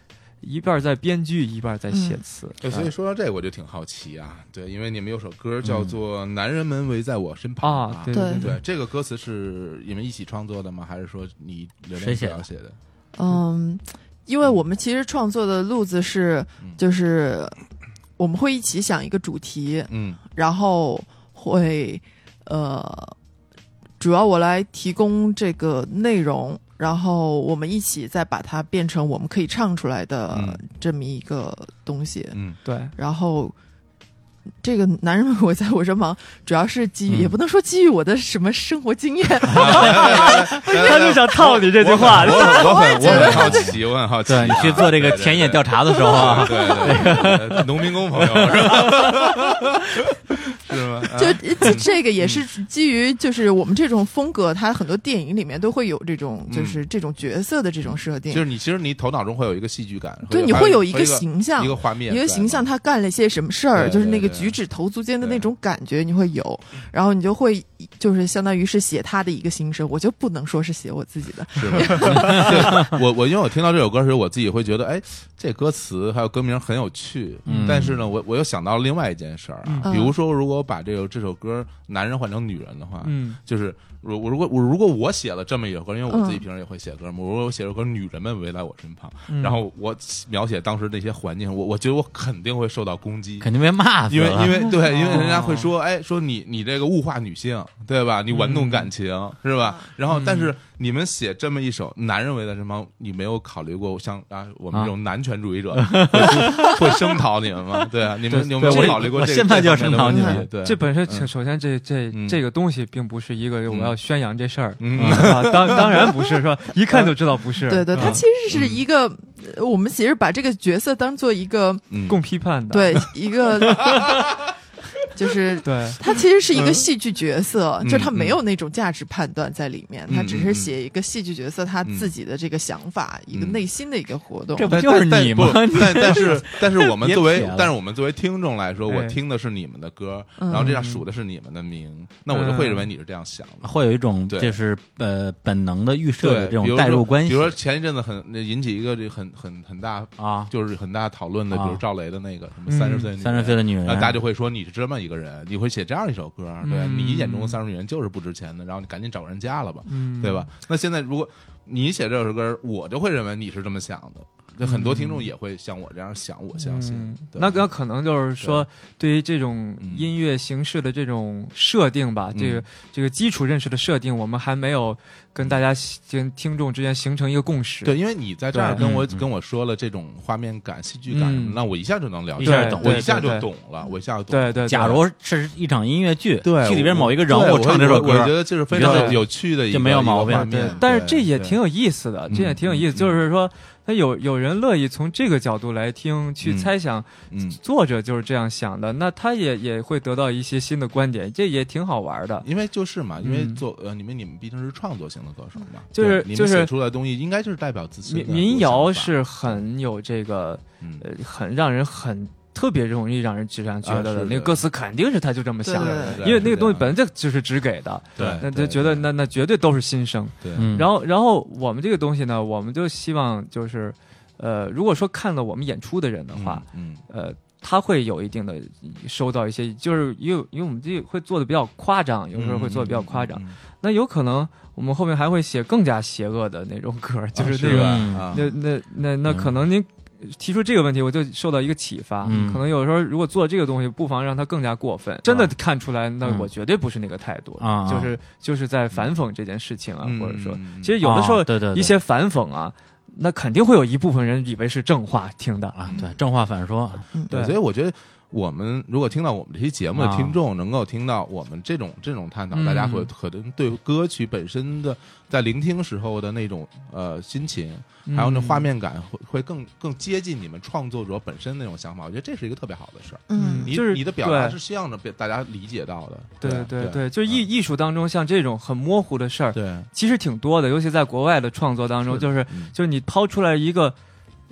[SPEAKER 5] 一半儿在编剧，一半儿在写
[SPEAKER 1] 嗯
[SPEAKER 5] 词。
[SPEAKER 4] 对，哎所以说到这个我就挺好奇啊，对，因为你们有首歌叫做《男人们围在我身旁》
[SPEAKER 5] 啊，对对
[SPEAKER 1] 对
[SPEAKER 4] 对，这个歌词是你们一起创作的吗？还是说你刘
[SPEAKER 3] 谁
[SPEAKER 4] 亮
[SPEAKER 3] 写的
[SPEAKER 4] 要写的？
[SPEAKER 1] 嗯，因为我们其实创作的路子是
[SPEAKER 4] 嗯，
[SPEAKER 1] 就是我们会一起想一个主题，
[SPEAKER 4] 嗯
[SPEAKER 1] 然后会呃，主要我来提供这个内容，然后我们一起再把它变成我们可以唱出来的
[SPEAKER 4] 嗯
[SPEAKER 1] 这么一个东西。
[SPEAKER 4] 嗯
[SPEAKER 5] 对，
[SPEAKER 1] 然后这个男人们围在我身旁，主要是基于、
[SPEAKER 3] 嗯
[SPEAKER 1] 也不能说基于我的什么生活经验，
[SPEAKER 5] 他
[SPEAKER 4] 他
[SPEAKER 5] 就想套你这句
[SPEAKER 4] 我
[SPEAKER 5] 话
[SPEAKER 4] 很。我很我很我很好奇，我很好奇啊。
[SPEAKER 3] 对你去做这个
[SPEAKER 4] 对
[SPEAKER 3] 田野调查的时候啊，
[SPEAKER 4] 对对对对，农民工朋友是吧？是吗？啊嗯
[SPEAKER 1] 就呃这这个也是基于就是我们这种风格，它很多电影里面都会有这种
[SPEAKER 4] 嗯
[SPEAKER 1] 就是这种角色的这种设
[SPEAKER 4] 就
[SPEAKER 1] 定，
[SPEAKER 4] 是你，其实你头脑中会有一个戏剧感，
[SPEAKER 1] 对，你
[SPEAKER 4] 会
[SPEAKER 1] 会有
[SPEAKER 4] 一
[SPEAKER 1] 一个形象
[SPEAKER 4] 一。个画面，
[SPEAKER 1] 一个形象，，他干了些什么事儿，
[SPEAKER 4] 对
[SPEAKER 1] 就是那
[SPEAKER 4] 对
[SPEAKER 1] 个
[SPEAKER 4] 对
[SPEAKER 1] 举止投足间的那
[SPEAKER 4] 对嗯
[SPEAKER 1] 种感觉，你会有，然后你就会就是相当于是写他的一个心声，我就不能说是写我自己的，
[SPEAKER 4] 是吧？对，我我因为我听到这首歌时，我自己会觉得，哎，这歌词还有歌名很有趣。
[SPEAKER 3] 嗯
[SPEAKER 4] 但是呢，我我又想到另外一件事儿啊，
[SPEAKER 1] 嗯
[SPEAKER 4] 比如说，如果我把这个这首歌男人换成女人的话，
[SPEAKER 5] 嗯，
[SPEAKER 4] 就是如我如果我如果我写了这么一首歌，因为我
[SPEAKER 1] 嗯
[SPEAKER 4] 自己平时也会写歌嘛，如果我写首歌，女人们围在我身旁，
[SPEAKER 5] 嗯
[SPEAKER 4] 然后我描写当时那些环境，我我觉得我肯定会受到攻击。
[SPEAKER 3] 肯定被啊骂死
[SPEAKER 4] 因为
[SPEAKER 3] 了。
[SPEAKER 4] 因为对，因为
[SPEAKER 5] 哦
[SPEAKER 4] 人家会说，哎，说你你这个物化女性，对吧？
[SPEAKER 3] 嗯
[SPEAKER 4] 你玩弄感情、是吧？然后，但是你们写这么一首《男人围在身旁》，你没有考虑过像啊我们这种男权主义者
[SPEAKER 3] 啊
[SPEAKER 4] 会会 (laughs) 声讨你
[SPEAKER 3] (laughs)
[SPEAKER 4] 们吗？对啊，你
[SPEAKER 5] 对
[SPEAKER 4] 们你们有
[SPEAKER 5] 对
[SPEAKER 4] 没有
[SPEAKER 5] 我
[SPEAKER 4] 考虑过
[SPEAKER 3] 我
[SPEAKER 4] 这个？
[SPEAKER 3] 现在就要声讨
[SPEAKER 1] 你
[SPEAKER 4] 们
[SPEAKER 1] 了，
[SPEAKER 4] 对，
[SPEAKER 5] 这本身
[SPEAKER 4] 嗯
[SPEAKER 5] 首先这这
[SPEAKER 4] 嗯
[SPEAKER 5] 这个东西并不是一个我要宣扬这事儿
[SPEAKER 4] 嗯
[SPEAKER 5] 啊，当当然不是说一看就知道不是，
[SPEAKER 1] 对对，
[SPEAKER 5] 啊
[SPEAKER 1] 他其实
[SPEAKER 4] 嗯
[SPEAKER 1] 是一个，呃我们其实把这个角色当做一个
[SPEAKER 4] (laughs) 嗯
[SPEAKER 5] 共批判的，
[SPEAKER 1] 对，一
[SPEAKER 4] (laughs)
[SPEAKER 1] 个就是
[SPEAKER 5] 对
[SPEAKER 1] 他其实是一个戏剧角色，
[SPEAKER 4] 嗯
[SPEAKER 1] 就他没有那种价值判断在里面，
[SPEAKER 4] 嗯
[SPEAKER 1] 他只是写一个戏剧角色他自己的这个想法，一个
[SPEAKER 4] 嗯
[SPEAKER 1] 内心的一个活动。
[SPEAKER 3] (laughs) 这不
[SPEAKER 4] 但
[SPEAKER 3] 就是
[SPEAKER 4] 但
[SPEAKER 3] 你
[SPEAKER 4] 不
[SPEAKER 3] 吗？
[SPEAKER 4] 但但是但是我们
[SPEAKER 3] 别
[SPEAKER 4] 作为
[SPEAKER 3] 撇了嗯
[SPEAKER 4] 但是我们作为听众来说，我
[SPEAKER 5] 哎
[SPEAKER 4] 听的是你们的歌，
[SPEAKER 1] 嗯
[SPEAKER 4] 然后这样数的是你们的名，那我就会认为你是这样想
[SPEAKER 3] (laughs)
[SPEAKER 4] 的。
[SPEAKER 3] 会有一种
[SPEAKER 4] 对
[SPEAKER 3] 就是呃本能的预设
[SPEAKER 4] 对，
[SPEAKER 3] 的这
[SPEAKER 4] 比如
[SPEAKER 3] 种
[SPEAKER 4] 说
[SPEAKER 3] 代入关系
[SPEAKER 4] 比如说前一阵子很那引起一个这很很很大，
[SPEAKER 3] 啊，
[SPEAKER 4] 就是很大讨论的，
[SPEAKER 3] 啊
[SPEAKER 4] 比如赵雷的那个什么
[SPEAKER 5] 嗯
[SPEAKER 4] 三十岁女人
[SPEAKER 3] 三十岁。的女人，
[SPEAKER 4] 然后大家就会说你是这么一个人，你会写这样一首歌，对、
[SPEAKER 5] 嗯
[SPEAKER 4] 你眼中的三十女人就是不值钱的，然后你赶紧找人嫁了吧，
[SPEAKER 5] 嗯，
[SPEAKER 4] 对吧？？那现在如果你写这首歌，我就会认为你是这么想的，那很多
[SPEAKER 3] 嗯
[SPEAKER 4] 听众也会像我这样想，我相信。
[SPEAKER 5] 嗯
[SPEAKER 4] 对
[SPEAKER 5] 那那可能就是说，对于这种
[SPEAKER 4] 嗯
[SPEAKER 5] 音乐形式的这种设定吧，
[SPEAKER 4] 嗯
[SPEAKER 5] 这个这个基础认识的设定，我们还没有跟大家跟听众之间形成一个共识。
[SPEAKER 4] 对，因为你在这儿
[SPEAKER 5] 对
[SPEAKER 4] 跟我
[SPEAKER 3] 嗯嗯
[SPEAKER 4] 跟我说了这种画面感、戏剧感什么，
[SPEAKER 5] 嗯
[SPEAKER 4] 那我一下就能了解，
[SPEAKER 3] 一下就懂
[SPEAKER 4] 我
[SPEAKER 5] 对
[SPEAKER 4] 一下就
[SPEAKER 5] 对对
[SPEAKER 4] 懂了，我一下就懂了。
[SPEAKER 5] 对对，
[SPEAKER 3] 假
[SPEAKER 5] 对
[SPEAKER 3] 如这是一场音乐剧，
[SPEAKER 4] 对
[SPEAKER 3] 剧里边某一个人
[SPEAKER 4] 对
[SPEAKER 3] 物
[SPEAKER 4] 我
[SPEAKER 3] 唱这首
[SPEAKER 4] 我我觉
[SPEAKER 3] 歌，
[SPEAKER 4] 得这是非常
[SPEAKER 5] 对
[SPEAKER 4] 有趣的一个，
[SPEAKER 3] 就没有毛病
[SPEAKER 4] 一个画
[SPEAKER 5] 对
[SPEAKER 4] 面
[SPEAKER 5] 但是这也挺有意思的，
[SPEAKER 4] 对
[SPEAKER 5] 这也挺有意思。
[SPEAKER 4] 嗯
[SPEAKER 5] 就是说，那有有人乐意从这个角度来听，去
[SPEAKER 4] 嗯
[SPEAKER 5] 猜想
[SPEAKER 4] 嗯，
[SPEAKER 5] 作者就是这样想的，那他也也会得到一些新的观点，这也挺好玩的。
[SPEAKER 4] 因为就是嘛，因为
[SPEAKER 5] 嗯
[SPEAKER 4] 做呃，你们你们毕竟是创作型的歌手嘛，
[SPEAKER 5] 就是
[SPEAKER 4] 对你
[SPEAKER 5] 就
[SPEAKER 4] 们
[SPEAKER 5] 是
[SPEAKER 4] 写出来的东西应该就是代表自己
[SPEAKER 5] 民
[SPEAKER 4] 的
[SPEAKER 5] 民谣
[SPEAKER 4] 想法，
[SPEAKER 5] 是很有这个
[SPEAKER 4] 嗯，
[SPEAKER 5] 呃，很让人很特别容易让人直然觉
[SPEAKER 4] 啊
[SPEAKER 5] 得
[SPEAKER 4] 是
[SPEAKER 5] 的，
[SPEAKER 4] 的
[SPEAKER 5] 那个歌词肯定是他就这么想的，
[SPEAKER 1] 对
[SPEAKER 4] 对
[SPEAKER 5] 呃因为那个东西
[SPEAKER 4] 是这
[SPEAKER 5] 本
[SPEAKER 4] 样
[SPEAKER 5] 来就就是只给的，
[SPEAKER 4] 对，
[SPEAKER 5] 那就
[SPEAKER 4] 对
[SPEAKER 5] 觉得
[SPEAKER 4] 对
[SPEAKER 5] 那那绝对都是新生。
[SPEAKER 4] 对，
[SPEAKER 3] 嗯，
[SPEAKER 5] 然后然后我们这个东西呢，我们就希望就是，呃，如果说看了我们演出的人的
[SPEAKER 4] 嗯
[SPEAKER 5] 话，，
[SPEAKER 4] 嗯，
[SPEAKER 5] 呃，他会有一定的收到一些，就是因为因为我们自己会做的比较夸张，有时候会做的比较夸张，
[SPEAKER 4] 嗯，嗯嗯
[SPEAKER 5] 那有可能我们后面还会写更加邪恶的那种歌， (laughs) 就是那
[SPEAKER 4] 啊
[SPEAKER 5] 个。
[SPEAKER 4] 吧啊
[SPEAKER 5] 那那那那
[SPEAKER 3] 嗯
[SPEAKER 5] 可能您提出这个问题，我就受到一个启发。
[SPEAKER 3] 嗯
[SPEAKER 5] 可能有时候如果做这个东西，不妨让它更加过
[SPEAKER 4] 啊
[SPEAKER 5] 分。真的看出来，那
[SPEAKER 3] 嗯
[SPEAKER 5] 我绝对不是那个态度，
[SPEAKER 3] 啊
[SPEAKER 5] 就是就是在反讽这件事情啊，
[SPEAKER 4] 嗯
[SPEAKER 5] 或者说，
[SPEAKER 4] 嗯
[SPEAKER 5] 其实有的时候
[SPEAKER 3] 啊对对对
[SPEAKER 5] 一些反讽啊，那肯定会有一部分人以为是正话听的。
[SPEAKER 3] 啊，对，正话反说，
[SPEAKER 5] 对
[SPEAKER 4] 所以我觉得我们如果听到我们这期节目的
[SPEAKER 3] 啊
[SPEAKER 4] 听众能够听到我们这种这种探讨，
[SPEAKER 5] 嗯
[SPEAKER 4] 大家会可能对歌曲本身的在聆听时候的那种呃心情，还
[SPEAKER 5] 嗯
[SPEAKER 4] 有那画面感会会更更接近你们创作者本身那种想法，我觉得这是一个特别好的事儿。
[SPEAKER 1] 嗯
[SPEAKER 4] 你
[SPEAKER 5] 就是
[SPEAKER 4] 你的表达
[SPEAKER 5] 对
[SPEAKER 4] 是希望着被大家理解到的，
[SPEAKER 5] 对
[SPEAKER 4] 对嗯
[SPEAKER 5] 对对，就是艺艺术当中像这种很模糊的事儿，
[SPEAKER 4] 对，
[SPEAKER 5] 其实挺多的，尤其在国外的创作当中，
[SPEAKER 4] 是
[SPEAKER 5] 就是
[SPEAKER 4] 嗯
[SPEAKER 5] 就是你抛出来一个，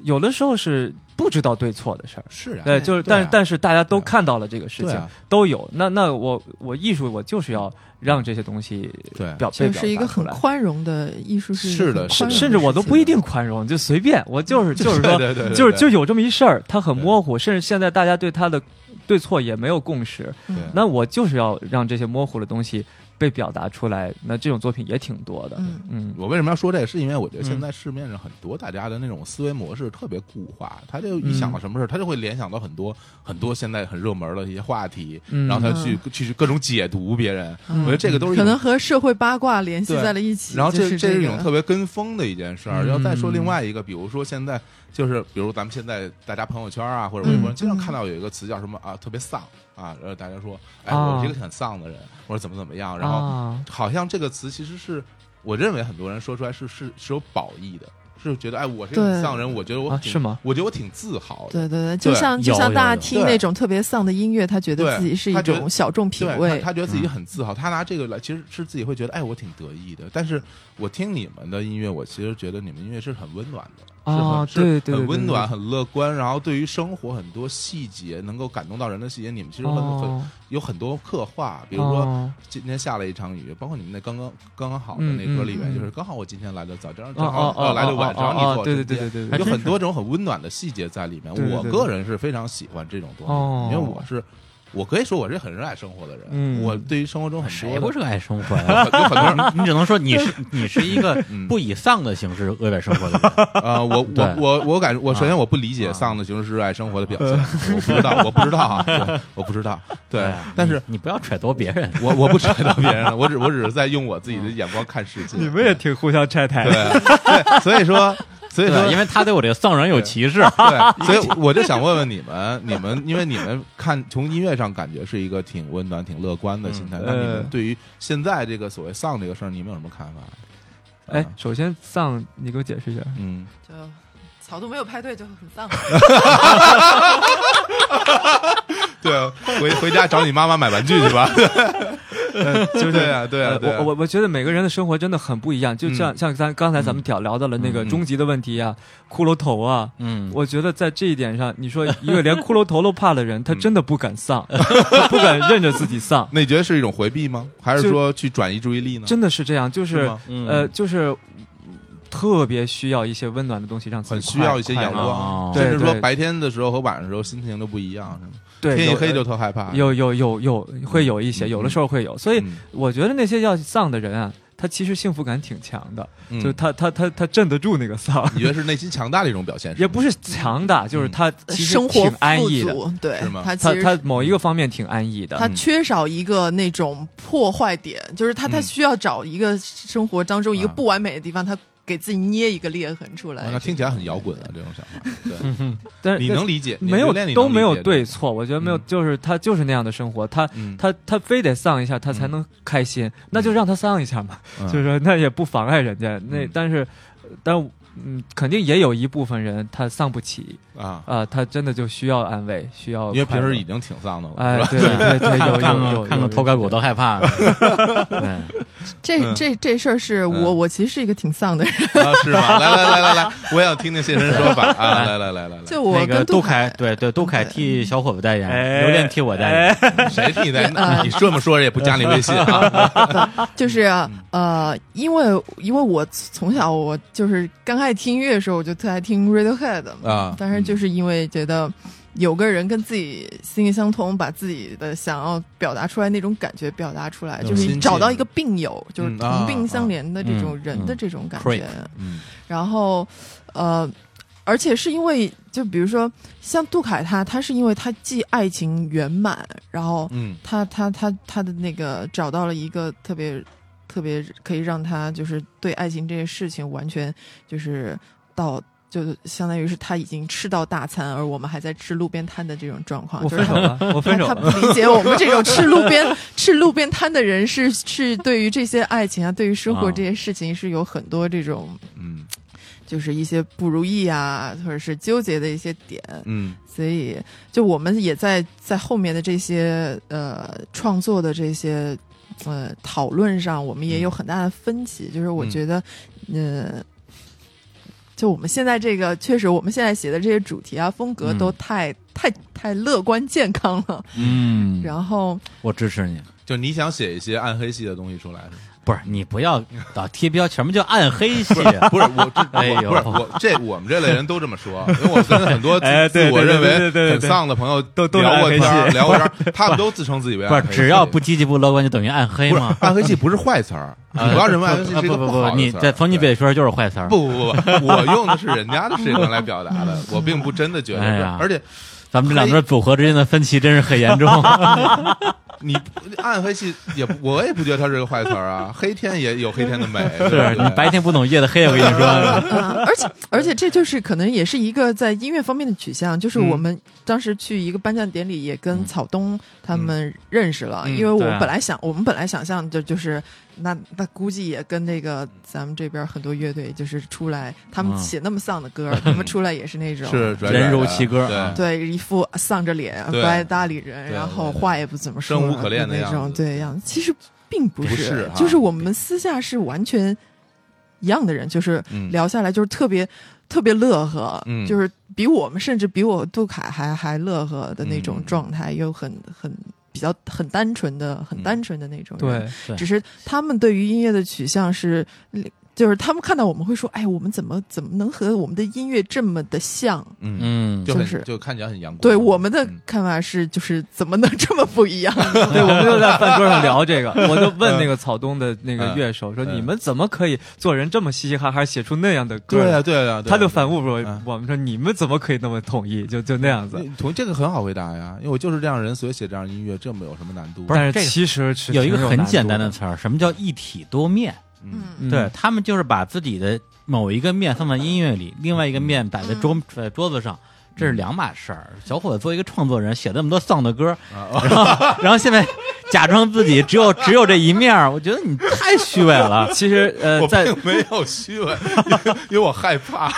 [SPEAKER 5] 有的时候是不知道对错的事儿。
[SPEAKER 4] 是啊，
[SPEAKER 5] 对，就是，
[SPEAKER 4] 对啊
[SPEAKER 5] 但是但是大家都
[SPEAKER 4] 对啊
[SPEAKER 5] 看到了这个事
[SPEAKER 4] 对
[SPEAKER 5] 情，
[SPEAKER 4] 啊
[SPEAKER 5] 都有。那那我我艺术我就是要让这些东西
[SPEAKER 4] 对
[SPEAKER 5] 表被
[SPEAKER 1] 就
[SPEAKER 5] 表
[SPEAKER 1] 是一
[SPEAKER 5] 达
[SPEAKER 1] 个
[SPEAKER 5] 出
[SPEAKER 1] 很
[SPEAKER 5] 来，
[SPEAKER 1] 宽容的艺术，是一个
[SPEAKER 4] 是的
[SPEAKER 1] 很
[SPEAKER 4] 是
[SPEAKER 1] 宽
[SPEAKER 4] 的
[SPEAKER 1] 容
[SPEAKER 5] 甚至我都不一
[SPEAKER 1] 事情
[SPEAKER 5] 定宽容，就随便，我就
[SPEAKER 1] (laughs)
[SPEAKER 5] 是就
[SPEAKER 4] (laughs)
[SPEAKER 5] 是
[SPEAKER 4] 对
[SPEAKER 5] 说，
[SPEAKER 4] 对对，对
[SPEAKER 5] 就是
[SPEAKER 4] 对
[SPEAKER 5] 就有这么一事儿，它很
[SPEAKER 4] 对
[SPEAKER 5] 模糊，甚至现在大家对它的对错也没有共识。
[SPEAKER 4] 对
[SPEAKER 1] 嗯
[SPEAKER 5] 那我就是要让这些模糊的东西被表达出来，那这种作品也挺多的。
[SPEAKER 1] 嗯
[SPEAKER 5] 嗯
[SPEAKER 4] 我为什么要说这个？是因为我觉得现
[SPEAKER 5] 嗯
[SPEAKER 4] 在市面上很多大家的那种思维模式特别固化，他就
[SPEAKER 1] 嗯
[SPEAKER 4] 一想到什么事儿，他就会联想到很多很多现在很热门的一些话题，
[SPEAKER 5] 嗯
[SPEAKER 4] 然后他去去各种解读别人。
[SPEAKER 1] 嗯
[SPEAKER 4] 我觉得这个都是一
[SPEAKER 1] 可
[SPEAKER 4] 种
[SPEAKER 1] 能和社会八卦联系
[SPEAKER 4] 对
[SPEAKER 1] 在了一起。
[SPEAKER 4] 然后
[SPEAKER 1] 这
[SPEAKER 4] 这
[SPEAKER 1] 这
[SPEAKER 4] 是一
[SPEAKER 1] 个
[SPEAKER 4] 种特别跟风的一件事儿。
[SPEAKER 5] 嗯
[SPEAKER 4] 要再说另外一个，比如说现在就是，比如咱们现在大家朋友圈啊或者微博上
[SPEAKER 1] 嗯
[SPEAKER 4] 经常看到有一个词叫什么啊，特别丧啊，然后大家说，哎，
[SPEAKER 5] 啊
[SPEAKER 1] 哦
[SPEAKER 4] 我是一个很丧的人，或者怎么怎么样，然后
[SPEAKER 5] 啊，
[SPEAKER 4] 好像这个词其实是我认为很多人说出来是是是有褒义的，是觉得哎，我是一个
[SPEAKER 1] 对
[SPEAKER 4] 很丧人，我觉得我
[SPEAKER 5] 啊
[SPEAKER 4] 挺
[SPEAKER 5] 是吗？
[SPEAKER 4] 我觉得我挺自豪
[SPEAKER 1] 对
[SPEAKER 4] 的。
[SPEAKER 1] 对对，就
[SPEAKER 4] 对
[SPEAKER 1] 像就
[SPEAKER 3] 有
[SPEAKER 1] 像大家
[SPEAKER 3] 有有
[SPEAKER 1] 听
[SPEAKER 4] 对
[SPEAKER 1] 那种特别丧的音乐，他觉
[SPEAKER 4] 对
[SPEAKER 1] 得自己是
[SPEAKER 4] 他
[SPEAKER 1] 一
[SPEAKER 4] 觉得
[SPEAKER 1] 种小众品
[SPEAKER 4] 对
[SPEAKER 1] 味
[SPEAKER 4] 他，。他觉得自己
[SPEAKER 3] 嗯
[SPEAKER 4] 很自豪，他拿这个来，其实是自己会觉得，哎，我挺得意的。但是我听你们的音乐，我其实觉得你们音乐是很温暖的，
[SPEAKER 5] 啊，
[SPEAKER 4] 是很
[SPEAKER 5] 对
[SPEAKER 4] 是
[SPEAKER 5] 对，对
[SPEAKER 4] 很温。暖、
[SPEAKER 5] 对
[SPEAKER 4] 很乐观，然后对于生活很多细节能够感动到人的细节，你们其实
[SPEAKER 5] 对
[SPEAKER 4] 很、很
[SPEAKER 5] 哦，
[SPEAKER 4] 有很多刻画，比如说、
[SPEAKER 5] 哦
[SPEAKER 4] 今天下了一场雨，包括你们那刚刚刚刚好的那歌里
[SPEAKER 1] 嗯
[SPEAKER 4] 面，
[SPEAKER 1] 嗯嗯
[SPEAKER 4] 就是刚好我今天来的早，正
[SPEAKER 5] 哦
[SPEAKER 4] 正好
[SPEAKER 5] 哦哦
[SPEAKER 4] 呃来的晚，
[SPEAKER 5] 哦
[SPEAKER 4] 正好你
[SPEAKER 5] 哦
[SPEAKER 4] 坐我
[SPEAKER 5] 对对
[SPEAKER 4] 身边
[SPEAKER 5] 对对对
[SPEAKER 3] 还
[SPEAKER 5] 对，
[SPEAKER 4] 有
[SPEAKER 3] 真
[SPEAKER 4] 很
[SPEAKER 3] 是
[SPEAKER 4] 多种很温暖的细节在里面。
[SPEAKER 5] 对对
[SPEAKER 4] 我
[SPEAKER 5] 对
[SPEAKER 4] 个人是非常喜欢这种东西
[SPEAKER 5] 哦
[SPEAKER 4] 的，因为我是我可以说我是很热爱生活的人，
[SPEAKER 5] 嗯
[SPEAKER 4] 我对于生活中很
[SPEAKER 3] 谁
[SPEAKER 4] 多
[SPEAKER 3] 不
[SPEAKER 4] 的
[SPEAKER 3] 热爱生活
[SPEAKER 4] (laughs)
[SPEAKER 3] 呀？
[SPEAKER 4] 有很多人
[SPEAKER 5] (laughs)
[SPEAKER 3] 你只能说
[SPEAKER 1] (laughs)
[SPEAKER 3] 你是你是一个
[SPEAKER 4] 嗯
[SPEAKER 3] 不以丧的形式恶表生活的人，
[SPEAKER 4] 啊，我
[SPEAKER 3] 对
[SPEAKER 4] 我我我感觉，我首先我不理解
[SPEAKER 3] 啊
[SPEAKER 4] 丧的形式是热爱生活的表现，
[SPEAKER 5] 啊
[SPEAKER 4] 我不知道，我不知道啊，
[SPEAKER 5] (laughs)
[SPEAKER 4] 对我不知道，对，
[SPEAKER 5] 哎
[SPEAKER 4] 但是
[SPEAKER 3] 你你不要揣度别人。
[SPEAKER 4] 我我不揣到别人了，我只我只是在用我自己的眼光看世界，
[SPEAKER 5] 你们也挺互相拆台
[SPEAKER 4] 对
[SPEAKER 5] 的。
[SPEAKER 4] 对，所以说所以说
[SPEAKER 3] 对，因为他对我这个丧人有歧视，
[SPEAKER 4] 对，所以我就想问问你们，你们因为你们看 (laughs) 从音乐上感觉是一个挺温暖、挺乐观的心态，
[SPEAKER 5] 嗯
[SPEAKER 4] 那你
[SPEAKER 5] 呃
[SPEAKER 4] 们对于现在这个所谓丧这个事儿，你们有什么看法？
[SPEAKER 5] 哎
[SPEAKER 4] 啊，
[SPEAKER 5] 首先丧，你给我解释
[SPEAKER 4] (laughs)
[SPEAKER 5] 一下。
[SPEAKER 4] 嗯，
[SPEAKER 1] 就草都没有派对就很丧。
[SPEAKER 4] 对，啊回回家找你妈妈买玩具去
[SPEAKER 5] (laughs)
[SPEAKER 4] 吧。
[SPEAKER 5] 就是
[SPEAKER 4] 对啊对啊
[SPEAKER 5] 呃
[SPEAKER 4] 对啊
[SPEAKER 5] 我我我觉得每个人的生活真的很不一样，就像、
[SPEAKER 4] 嗯
[SPEAKER 5] 像咱刚才咱们聊聊到了那个
[SPEAKER 4] 嗯嗯
[SPEAKER 5] 终极的问题啊，骷髅头啊。
[SPEAKER 3] 嗯，
[SPEAKER 5] 我觉得在这一点上，你说一个连骷髅头都怕的人，他
[SPEAKER 4] 嗯
[SPEAKER 5] 真的不敢
[SPEAKER 4] (laughs)
[SPEAKER 5] 丧，他不敢认着自己丧，
[SPEAKER 4] 那你觉得是一种回避吗？还是说去转移注意力呢？
[SPEAKER 5] 真的是这样，就是是
[SPEAKER 4] 吗
[SPEAKER 3] 嗯
[SPEAKER 5] 呃，就是特别需要一些温暖的东西，让自己
[SPEAKER 4] 很需
[SPEAKER 5] 快
[SPEAKER 4] 要一些
[SPEAKER 5] 快
[SPEAKER 4] 阳
[SPEAKER 5] 乐
[SPEAKER 4] 光，
[SPEAKER 3] 哦
[SPEAKER 4] 甚至
[SPEAKER 5] 对
[SPEAKER 4] 说
[SPEAKER 5] 对
[SPEAKER 4] 白天的时候和晚上的时候心情都不一样，是吗？
[SPEAKER 5] 对，
[SPEAKER 4] 天一
[SPEAKER 5] 有
[SPEAKER 4] 黑就特害怕。
[SPEAKER 5] 有有有有会有一些，
[SPEAKER 4] 啊嗯
[SPEAKER 5] 有的时候会有，所以
[SPEAKER 4] 嗯，
[SPEAKER 5] 我觉得那些要丧的人啊，他其实幸福感挺强的，
[SPEAKER 4] 嗯
[SPEAKER 5] 就他他他他镇得住那个
[SPEAKER 4] (laughs)
[SPEAKER 5] 丧，
[SPEAKER 4] 你觉得是内心强大的一种表现吗，
[SPEAKER 5] 也不是强大，
[SPEAKER 4] 嗯
[SPEAKER 5] 就是他其实
[SPEAKER 1] 呃生活
[SPEAKER 5] 挺安
[SPEAKER 1] 富
[SPEAKER 5] 逸的。
[SPEAKER 1] 足，对
[SPEAKER 4] 是吗
[SPEAKER 1] 他其
[SPEAKER 5] 他
[SPEAKER 1] 实
[SPEAKER 5] 他某一个方面挺安逸
[SPEAKER 1] 他
[SPEAKER 4] 嗯
[SPEAKER 5] 的，
[SPEAKER 1] 缺少一个那种破坏点，就是他他
[SPEAKER 4] 嗯
[SPEAKER 1] 需要找一个生活当中一个
[SPEAKER 4] 啊
[SPEAKER 1] 不完美的地方，他给自己捏一个裂痕出来
[SPEAKER 4] 哦哇。那听起来很摇滚啊，这种想法。对，
[SPEAKER 5] 但是
[SPEAKER 4] 你能理解，你
[SPEAKER 5] 没有
[SPEAKER 4] 榴莲你能
[SPEAKER 5] 都没
[SPEAKER 4] 理
[SPEAKER 5] 有
[SPEAKER 4] 解
[SPEAKER 5] 对，错，我觉得没有，
[SPEAKER 4] 嗯
[SPEAKER 5] 就是他就是那样的生活，他
[SPEAKER 4] 嗯，
[SPEAKER 5] 他他非得丧一下，他才能开 (laughs) 心，那就让他丧一下嘛，
[SPEAKER 4] 嗯
[SPEAKER 5] 就是说那也不妨碍人家那，
[SPEAKER 4] 嗯
[SPEAKER 5] 但是但嗯，肯定也有一部分人他丧不起
[SPEAKER 4] 啊，
[SPEAKER 5] 啊、他真的就需要安慰，需要
[SPEAKER 4] 因为平
[SPEAKER 5] 快乐
[SPEAKER 4] 时已经挺丧的了，
[SPEAKER 5] 哎
[SPEAKER 4] 是吧？，
[SPEAKER 5] 对对对，有
[SPEAKER 3] 看
[SPEAKER 5] 有有
[SPEAKER 3] 看看看偷改股都害怕了。对
[SPEAKER 1] 这
[SPEAKER 4] 嗯
[SPEAKER 1] 这这事儿是我我其实是一个挺丧的人，
[SPEAKER 5] (laughs)
[SPEAKER 4] 啊，是吗？来来来来来，我也想听听现身说法啊！来来来来来，
[SPEAKER 1] (laughs) 就我
[SPEAKER 3] 那个
[SPEAKER 1] 跟
[SPEAKER 3] 杜
[SPEAKER 1] 凯
[SPEAKER 3] 凯，对对，杜凯
[SPEAKER 4] 哎
[SPEAKER 3] 替小伙子代言，刘恋替我代言。
[SPEAKER 5] 哎，
[SPEAKER 4] 谁替 (laughs) 代？
[SPEAKER 1] 啊
[SPEAKER 4] 你这么说也不加你微信 (laughs) 啊？
[SPEAKER 1] (laughs) 就是
[SPEAKER 4] 嗯
[SPEAKER 1] 呃，因为因为我从小我就是刚开始听音乐的时候，我就特爱听 Radiohead
[SPEAKER 4] 啊
[SPEAKER 1] 但是就是因为觉得有个人跟自己心意相通，把自己的想要表达出来那种感觉表达出来，
[SPEAKER 4] 有
[SPEAKER 1] 就是
[SPEAKER 4] 亲
[SPEAKER 1] 你找到
[SPEAKER 4] 切
[SPEAKER 1] 一个病友，就是
[SPEAKER 4] 嗯啊
[SPEAKER 1] 同病相怜的这种
[SPEAKER 3] 嗯
[SPEAKER 1] 人的
[SPEAKER 3] 嗯
[SPEAKER 1] 这种感
[SPEAKER 3] Creep
[SPEAKER 1] 觉。
[SPEAKER 4] 嗯
[SPEAKER 1] 然后呃，而且是因为就比如说像杜凯他，他是因为他既爱情圆满，然后
[SPEAKER 4] 嗯
[SPEAKER 1] 他他他他的那个找到了一个特别特别可以让他就是对爱情这件事情完全就是到。就相当于是他已经吃到大餐，而我们还在吃路边摊的这种状况。
[SPEAKER 5] 我
[SPEAKER 1] 就是
[SPEAKER 5] 分手
[SPEAKER 1] 他
[SPEAKER 5] 了，我分手
[SPEAKER 1] 他
[SPEAKER 5] 了，
[SPEAKER 1] 不理解我们这种吃路边吃路边摊的人是是对于这些爱情啊，对于生活
[SPEAKER 3] 啊
[SPEAKER 1] 这些事情是有很多这种
[SPEAKER 4] 嗯
[SPEAKER 1] 就是一些不如意啊，或者是纠结的一些点，
[SPEAKER 4] 嗯
[SPEAKER 1] 所以就我们也在在后面的这些呃创作的这些呃讨论上，我们也有很大的分歧。就是
[SPEAKER 3] 嗯
[SPEAKER 1] 我觉得，呃，就我们现在这个确实，我们现在写的这些主题啊、风格
[SPEAKER 3] 嗯
[SPEAKER 1] 都太、太太乐观健康了。
[SPEAKER 3] 嗯，
[SPEAKER 1] 然后
[SPEAKER 3] 我支持你。
[SPEAKER 4] 就你想写一些暗黑系的东西出来是吗？
[SPEAKER 3] 不是你不要老贴标签，什么叫暗黑系？
[SPEAKER 4] 不 (laughs) 是
[SPEAKER 3] (laughs)
[SPEAKER 4] 我这，
[SPEAKER 3] 哎
[SPEAKER 4] 我
[SPEAKER 3] 呦
[SPEAKER 4] 不是我这我们这类人都这么说，因为我跟很多自
[SPEAKER 5] (laughs) 哎对
[SPEAKER 4] 自我
[SPEAKER 5] 对
[SPEAKER 4] 认
[SPEAKER 5] 对对
[SPEAKER 4] 为
[SPEAKER 5] 对对
[SPEAKER 4] 很
[SPEAKER 5] 对
[SPEAKER 4] 丧的朋友
[SPEAKER 5] 都都是
[SPEAKER 4] 聊过
[SPEAKER 5] 暗黑
[SPEAKER 4] 天儿，
[SPEAKER 5] 系
[SPEAKER 4] 聊过天
[SPEAKER 5] (laughs)
[SPEAKER 4] 儿，他们都自称自己为
[SPEAKER 3] 不是
[SPEAKER 4] 暗黑系
[SPEAKER 3] 只要不积极不乐观就等于暗黑
[SPEAKER 4] 不是
[SPEAKER 3] 吗？
[SPEAKER 4] 暗黑系不是坏
[SPEAKER 3] (laughs)
[SPEAKER 4] 词儿，你不要认为暗黑系
[SPEAKER 3] 啊
[SPEAKER 4] 是一
[SPEAKER 3] 不
[SPEAKER 4] 个
[SPEAKER 3] 不
[SPEAKER 4] 好
[SPEAKER 3] 不，
[SPEAKER 4] 的
[SPEAKER 3] 你
[SPEAKER 4] 词儿
[SPEAKER 3] 在从你 (laughs)
[SPEAKER 4] 对
[SPEAKER 3] 嘴说的就是坏词儿。，
[SPEAKER 4] 不不不，我用的是人家的世界观来表达的，我并不真的觉得
[SPEAKER 3] 哎
[SPEAKER 4] 是
[SPEAKER 3] 呀，
[SPEAKER 4] 而且
[SPEAKER 3] 咱们这两对组合之间的分歧真是很严重。 (laughs)
[SPEAKER 4] 你暗黑系也不，我也不觉得它是个坏词儿啊，黑天也有黑
[SPEAKER 3] (laughs)
[SPEAKER 4] 天的美，对
[SPEAKER 3] 是
[SPEAKER 4] 不对
[SPEAKER 3] 你白天不懂夜的黑，我跟你说。
[SPEAKER 1] 啊，而且而且这就是可能也是一个在音乐方面的取向，就是
[SPEAKER 4] 嗯
[SPEAKER 1] 我们当时去一个颁奖典礼，也跟草东他们认识了，
[SPEAKER 4] 嗯
[SPEAKER 1] 因为我
[SPEAKER 3] 对啊
[SPEAKER 1] 本来想，我们本来想象的就是。那那估计也跟那个咱们这边很多乐队，就是出来他们
[SPEAKER 3] 嗯
[SPEAKER 1] 写那么丧的歌，他们出来也是那种
[SPEAKER 4] 是拽拽的
[SPEAKER 3] 人如其歌啊
[SPEAKER 4] 对，
[SPEAKER 1] (laughs) 对一副丧着脸
[SPEAKER 4] 对
[SPEAKER 1] 不爱搭理人，
[SPEAKER 4] 对
[SPEAKER 1] 然后
[SPEAKER 4] 对
[SPEAKER 1] 话也不怎么说，
[SPEAKER 4] 生无可恋的
[SPEAKER 1] 那
[SPEAKER 4] 样
[SPEAKER 1] 种
[SPEAKER 4] 子
[SPEAKER 1] 对样子，其实并不
[SPEAKER 4] 不是哈
[SPEAKER 1] 就是我们私下是完全一样的人，就是
[SPEAKER 4] 嗯
[SPEAKER 1] 聊下来就是特别特别乐呵，
[SPEAKER 4] 嗯
[SPEAKER 1] 就是比我们甚至比我杜凯还还乐呵的那种
[SPEAKER 4] 嗯
[SPEAKER 1] 状态，又很很比较很单纯的、很
[SPEAKER 4] 嗯
[SPEAKER 1] 单纯的那种人，
[SPEAKER 5] 嗯对，
[SPEAKER 3] 对
[SPEAKER 1] 只是他们对于音乐的取向是。就是他们看到我们会说：“哎，我们怎么怎么能和我们的音乐这么的像？”
[SPEAKER 4] 嗯，
[SPEAKER 3] 嗯，
[SPEAKER 4] 就很
[SPEAKER 1] 就是
[SPEAKER 4] 就看起来很阳光。
[SPEAKER 1] 对我们的
[SPEAKER 4] 嗯
[SPEAKER 1] 看法是，就是怎么能这么不一样？
[SPEAKER 5] 对，我们就在饭桌上聊这个，我就问那个草东的那个乐手说：“
[SPEAKER 4] 嗯
[SPEAKER 5] 你们怎么可以做人这么嘻嘻哈哈，写出那样的歌
[SPEAKER 4] 对
[SPEAKER 5] 来
[SPEAKER 4] 啊？”对啊，对啊
[SPEAKER 5] 他就反问我
[SPEAKER 4] 嗯
[SPEAKER 5] 我们说：“你们怎么可以那么统一？就就那样子
[SPEAKER 4] 你同这个很好回答呀，因为我就是这样人，所以写这样音乐，这没有什么难度？”。
[SPEAKER 3] 是
[SPEAKER 5] 但
[SPEAKER 3] 这个
[SPEAKER 5] 其实是
[SPEAKER 3] 有一个
[SPEAKER 5] 挺
[SPEAKER 3] 很
[SPEAKER 5] 难
[SPEAKER 3] 简
[SPEAKER 5] 度
[SPEAKER 3] 单的
[SPEAKER 5] 的，
[SPEAKER 3] 词儿，什么叫一体多面？
[SPEAKER 4] 嗯，
[SPEAKER 5] 嗯
[SPEAKER 3] 对他们就是把自己的某一个面放在音乐里，另外一个面摆在桌在桌子上，这是两码事儿。小伙子作为一个创作人，写那么多丧的歌， (laughs) 然后然后现在假装自己只有只有这一面儿，我觉得你太虚伪 (laughs) 了。
[SPEAKER 5] 其实呃，
[SPEAKER 4] 我
[SPEAKER 5] 在
[SPEAKER 4] 并没有虚伪，因为我害
[SPEAKER 5] (laughs)
[SPEAKER 4] 怕。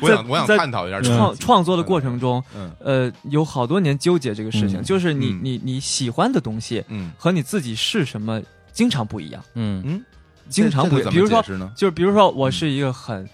[SPEAKER 4] 我想，我想
[SPEAKER 5] 在
[SPEAKER 4] 探讨一下
[SPEAKER 5] 创创作的过程中，
[SPEAKER 4] 嗯
[SPEAKER 5] 呃，有好多年纠结这个事情，
[SPEAKER 3] 嗯
[SPEAKER 5] 就是你
[SPEAKER 4] 嗯
[SPEAKER 5] 你你喜欢的东西
[SPEAKER 4] 嗯
[SPEAKER 5] 和你自己是什么经常不一样，
[SPEAKER 3] 嗯
[SPEAKER 4] 嗯，
[SPEAKER 5] 经常
[SPEAKER 4] 这
[SPEAKER 5] 不一
[SPEAKER 4] 这
[SPEAKER 5] 样。
[SPEAKER 4] 个
[SPEAKER 5] 比如
[SPEAKER 4] 怎么
[SPEAKER 5] 说
[SPEAKER 4] 解，释呢？
[SPEAKER 5] 就是比如说，我是一个很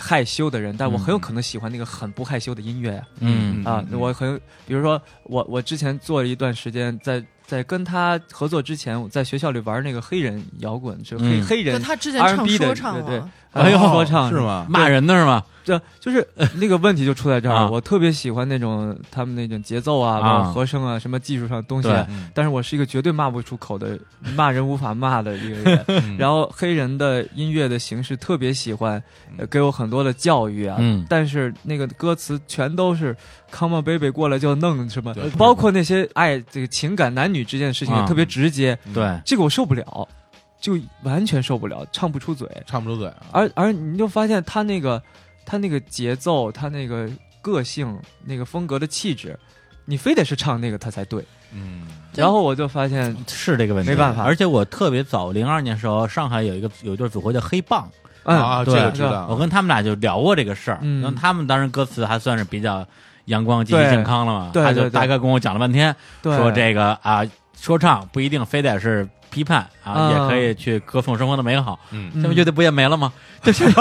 [SPEAKER 5] 害羞的人，但我
[SPEAKER 3] 嗯
[SPEAKER 5] 很有可能喜欢那个很不害羞的音乐呀。
[SPEAKER 3] 嗯
[SPEAKER 5] 啊，
[SPEAKER 4] 嗯
[SPEAKER 5] 我很，比如说我我之前做了一段时间，在在跟他合作之前，我在学校里玩那个黑人摇滚，就黑、
[SPEAKER 3] 嗯
[SPEAKER 5] 黑
[SPEAKER 1] 那
[SPEAKER 5] 人
[SPEAKER 1] 他之前唱
[SPEAKER 5] R&B 的
[SPEAKER 1] 说唱
[SPEAKER 5] 对
[SPEAKER 1] 了，
[SPEAKER 5] 还有
[SPEAKER 3] 哎呦
[SPEAKER 5] 说唱
[SPEAKER 4] 哦
[SPEAKER 5] 嗯
[SPEAKER 4] 是？吗？
[SPEAKER 3] 骂人的是吗？
[SPEAKER 5] 这就是呃那个问题就出在这儿了。
[SPEAKER 3] 啊
[SPEAKER 5] 我特别喜欢那种他们那种节奏啊、
[SPEAKER 3] 啊
[SPEAKER 5] 包括和声啊、什么技术上的东西啊，
[SPEAKER 4] 嗯
[SPEAKER 5] 但是我是一个绝对骂不出口的、骂人无法骂的一个人。
[SPEAKER 4] 嗯
[SPEAKER 5] 然后黑人的音乐的形式特别喜欢，呃，给我很多的教育啊。
[SPEAKER 3] 嗯
[SPEAKER 5] 但是那个歌词全都是 “come on baby” 过来就弄什么
[SPEAKER 4] 对，
[SPEAKER 5] 包括那些爱这个情感男女之间的事情也
[SPEAKER 3] 啊
[SPEAKER 5] 特别直接，
[SPEAKER 3] 对，
[SPEAKER 5] 这个我受不了，就完全受不了，唱不出嘴。
[SPEAKER 4] 唱不出嘴啊，
[SPEAKER 5] 而而你就发现他那个他那个节奏，他那个个性、那个风格的气质，你非得是唱那个他才对。
[SPEAKER 4] 嗯
[SPEAKER 5] 然后我就发现，
[SPEAKER 3] 是这个问题，
[SPEAKER 5] 没办法
[SPEAKER 3] 而且我特别早，零二年时候，上海有一个有一对组合叫黑棒，
[SPEAKER 4] 啊，这
[SPEAKER 3] 对
[SPEAKER 4] 个知
[SPEAKER 3] 我
[SPEAKER 5] 哦
[SPEAKER 4] 道，
[SPEAKER 3] 跟他们俩就聊过这个事儿，
[SPEAKER 5] 嗯
[SPEAKER 3] 然后他们当时歌词还算是比较阳光、积极、健康了嘛，
[SPEAKER 5] 对
[SPEAKER 3] 他
[SPEAKER 5] 对
[SPEAKER 3] 就
[SPEAKER 5] 对
[SPEAKER 3] 大概跟我讲了半天，
[SPEAKER 5] 对
[SPEAKER 3] 说这个啊，说唱不一定非得是批判啊，
[SPEAKER 5] 啊
[SPEAKER 3] 也可以去歌颂生活的美好，
[SPEAKER 4] 嗯，
[SPEAKER 5] 嗯
[SPEAKER 3] 这不乐队不也没了吗？就是是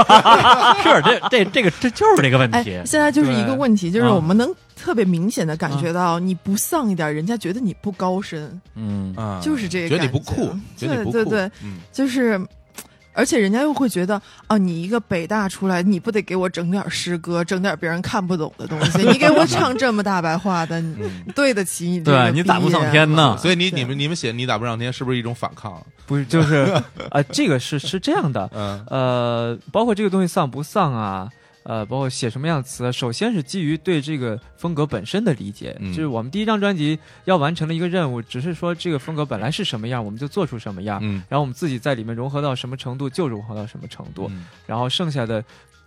[SPEAKER 3] 这这这个这就是这个问
[SPEAKER 1] 哎，
[SPEAKER 3] 题，
[SPEAKER 1] 现在就是一个
[SPEAKER 5] 对
[SPEAKER 1] 问题，就是
[SPEAKER 3] 啊
[SPEAKER 1] 我们能特别明显的感觉到，你不丧一点，人家觉得你不高深，
[SPEAKER 3] 嗯
[SPEAKER 4] 啊，
[SPEAKER 1] 就是这个
[SPEAKER 4] 觉得你不
[SPEAKER 1] 感觉
[SPEAKER 4] 酷，觉得你不酷，
[SPEAKER 1] 对对对，
[SPEAKER 4] 嗯，
[SPEAKER 1] 就是，而且人家又会觉得，啊，你一个北大出来，你不得给我整点诗歌，整点别人看不懂的东西，你给我唱这么大白话的，你
[SPEAKER 4] 嗯
[SPEAKER 1] 对得起你这个
[SPEAKER 3] 对啊你咋不
[SPEAKER 1] 毕业
[SPEAKER 3] 上天呢
[SPEAKER 1] 吗
[SPEAKER 4] 所以你你们你们写你咋不让天是不是一种反抗？
[SPEAKER 5] (laughs) 不是就是啊、这个是是这样的，
[SPEAKER 4] 嗯
[SPEAKER 5] 呃，包括这个东西丧不丧啊，呃，包括写什么样的词啊，首先是基于对这个风格本身的理解，
[SPEAKER 4] 嗯
[SPEAKER 5] 就是我们第一张专辑要完成的一个任务，只是说这个风格本来是什么样，我们就做出什么样，
[SPEAKER 4] 嗯，
[SPEAKER 5] 然后我们自己在里面融合到什么程度就融合到什么程度，
[SPEAKER 4] 嗯
[SPEAKER 5] 然后剩下的。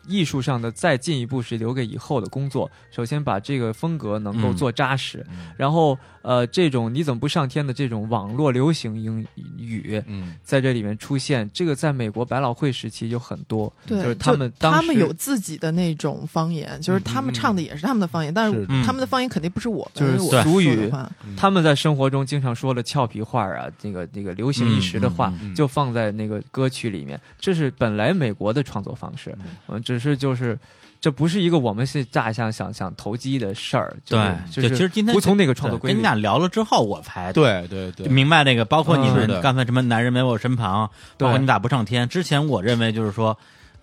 [SPEAKER 5] 艺术上的再进一步是留给以后的工作。首先把这个风格能够
[SPEAKER 3] 嗯
[SPEAKER 5] 做扎实，
[SPEAKER 4] 嗯
[SPEAKER 5] 然后呃，这种你怎么不上天的这种网络流行英语
[SPEAKER 4] 嗯
[SPEAKER 5] 在这里面出现，这个在美国百老汇时期有很多，
[SPEAKER 1] 对，
[SPEAKER 5] 就是他们当时
[SPEAKER 1] 他们有自己的那种方言，就是他们唱的也是他们的方言，但
[SPEAKER 4] 是
[SPEAKER 1] 是
[SPEAKER 4] 的
[SPEAKER 3] 嗯
[SPEAKER 1] 他们的方言肯定不是我们，
[SPEAKER 5] 就是
[SPEAKER 1] 我
[SPEAKER 5] 俗
[SPEAKER 1] 说的
[SPEAKER 5] 语
[SPEAKER 1] 话
[SPEAKER 4] 嗯
[SPEAKER 5] 他们在生活中经常说的俏皮话啊，那个那个流行一时的话
[SPEAKER 3] 嗯，
[SPEAKER 4] 嗯嗯
[SPEAKER 5] 就放在那个歌曲里面，这是本来美国的创作方式，嗯，只是就是。这不是一个我们是乍想想想投机的事儿，就是
[SPEAKER 3] 嗯对，就
[SPEAKER 5] 就
[SPEAKER 3] 其
[SPEAKER 5] 是
[SPEAKER 3] 实今天
[SPEAKER 5] 服从那个创作
[SPEAKER 3] 对
[SPEAKER 5] 规
[SPEAKER 3] 跟
[SPEAKER 5] 律
[SPEAKER 3] 你。俩聊了之后，我才
[SPEAKER 4] 对对对，
[SPEAKER 3] 明白这个，包括你
[SPEAKER 5] 嗯
[SPEAKER 4] 是
[SPEAKER 3] 们
[SPEAKER 4] 的
[SPEAKER 3] 刚才什么“男人没我身旁”，包括
[SPEAKER 5] 对
[SPEAKER 3] 你咋不上天。之前我认为就是说，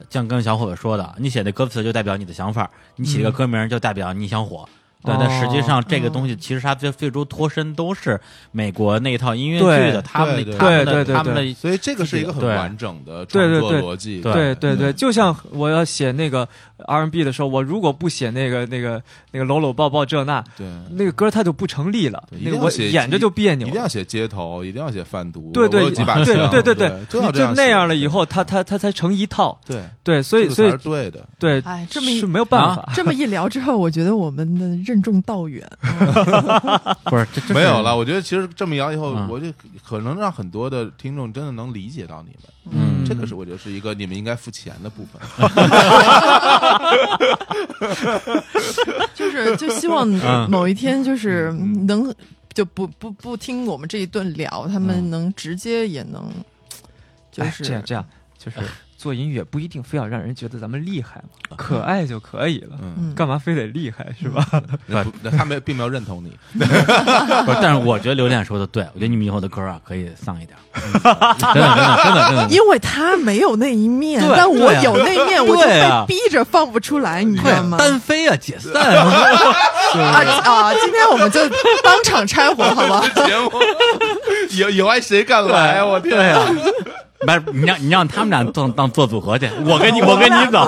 [SPEAKER 3] 像跟小伙子说的，你写的歌词就代表你的想法，你起个歌名就代表你想火。对，
[SPEAKER 5] 哦
[SPEAKER 3] 但实际上这个东西其实它最最终脱身都是美国那一套音乐剧的，
[SPEAKER 5] 对
[SPEAKER 3] 他们的
[SPEAKER 4] 对
[SPEAKER 3] 他们的
[SPEAKER 5] 对对对
[SPEAKER 3] 他们的
[SPEAKER 4] 所以这个是一个很
[SPEAKER 3] 对
[SPEAKER 4] 完整的
[SPEAKER 5] 对
[SPEAKER 4] 创
[SPEAKER 5] 对
[SPEAKER 4] 作
[SPEAKER 5] 对
[SPEAKER 4] 逻辑，
[SPEAKER 3] 对
[SPEAKER 5] 对对对，
[SPEAKER 4] 嗯
[SPEAKER 5] 就像我要写那个 R&B 的时候，我如果不写那个那个那个搂搂抱抱这那，
[SPEAKER 4] 对，
[SPEAKER 5] 那个歌它就不成立了，
[SPEAKER 4] 对一定
[SPEAKER 5] 那个
[SPEAKER 4] 要
[SPEAKER 5] 我
[SPEAKER 4] 写
[SPEAKER 5] 演着就别扭
[SPEAKER 4] 一
[SPEAKER 5] 了
[SPEAKER 4] 定要写街头，一定要写贩毒，
[SPEAKER 5] 对对
[SPEAKER 4] 我有几把
[SPEAKER 5] 对
[SPEAKER 4] 枪
[SPEAKER 5] 对对
[SPEAKER 4] 对
[SPEAKER 5] 对，
[SPEAKER 4] 就要
[SPEAKER 5] 你
[SPEAKER 4] 这样
[SPEAKER 5] 就
[SPEAKER 4] 写
[SPEAKER 5] 那样了以，后，它它它才成一套。
[SPEAKER 4] 对，
[SPEAKER 5] 对，所
[SPEAKER 4] 这
[SPEAKER 5] 以
[SPEAKER 4] 个啊
[SPEAKER 5] 所
[SPEAKER 4] 才
[SPEAKER 5] 以
[SPEAKER 4] 是对的，
[SPEAKER 5] 对，
[SPEAKER 1] 哎这么一
[SPEAKER 5] 是没有办法。
[SPEAKER 1] 这么一聊之后，我觉得我们的任重道远。
[SPEAKER 3] 不是啊这这是
[SPEAKER 4] 没有了。我觉得其实这么聊以后，
[SPEAKER 3] 嗯
[SPEAKER 4] 我就可能让很多的听众真的能理解到你们，
[SPEAKER 3] 嗯
[SPEAKER 4] 这个是我觉得是一个你们应该付钱的部
[SPEAKER 5] (laughs)
[SPEAKER 4] 分。
[SPEAKER 1] 就是就希望
[SPEAKER 3] 嗯
[SPEAKER 1] 某一天就是
[SPEAKER 4] 嗯
[SPEAKER 1] 能就不不不听我们这一顿聊，他们
[SPEAKER 3] 嗯
[SPEAKER 1] 能直接也能就
[SPEAKER 5] 哎
[SPEAKER 1] 是
[SPEAKER 5] 这样这样，就是做音乐不一定非要让人觉得咱们厉害嘛，可爱就可以了，
[SPEAKER 4] 嗯，
[SPEAKER 1] 嗯
[SPEAKER 5] 干嘛非得厉害是吧？
[SPEAKER 4] 那不那他们并没有认同
[SPEAKER 5] (laughs)
[SPEAKER 4] 你，
[SPEAKER 3] 不是， (laughs) 但是我觉得榴莲说的对，我觉得你们以后的歌啊可以丧
[SPEAKER 5] (laughs)
[SPEAKER 3] 一点，真的真的真的真的，
[SPEAKER 1] 因为他没有那一面，
[SPEAKER 3] 对
[SPEAKER 1] 但我
[SPEAKER 3] 对啊
[SPEAKER 1] 有那面，我就
[SPEAKER 3] 对
[SPEAKER 1] 被
[SPEAKER 3] 啊
[SPEAKER 1] 逼着放不出来，你知道吗
[SPEAKER 3] 对？单飞啊，解散啊，
[SPEAKER 1] 啊啊！今天我们就当场拆伙，好吧？
[SPEAKER 4] 节目有有爱谁敢来？我天
[SPEAKER 3] 对哎呀、啊， (laughs) 不是你让你让他们俩当当做组合去，我跟你我跟你走，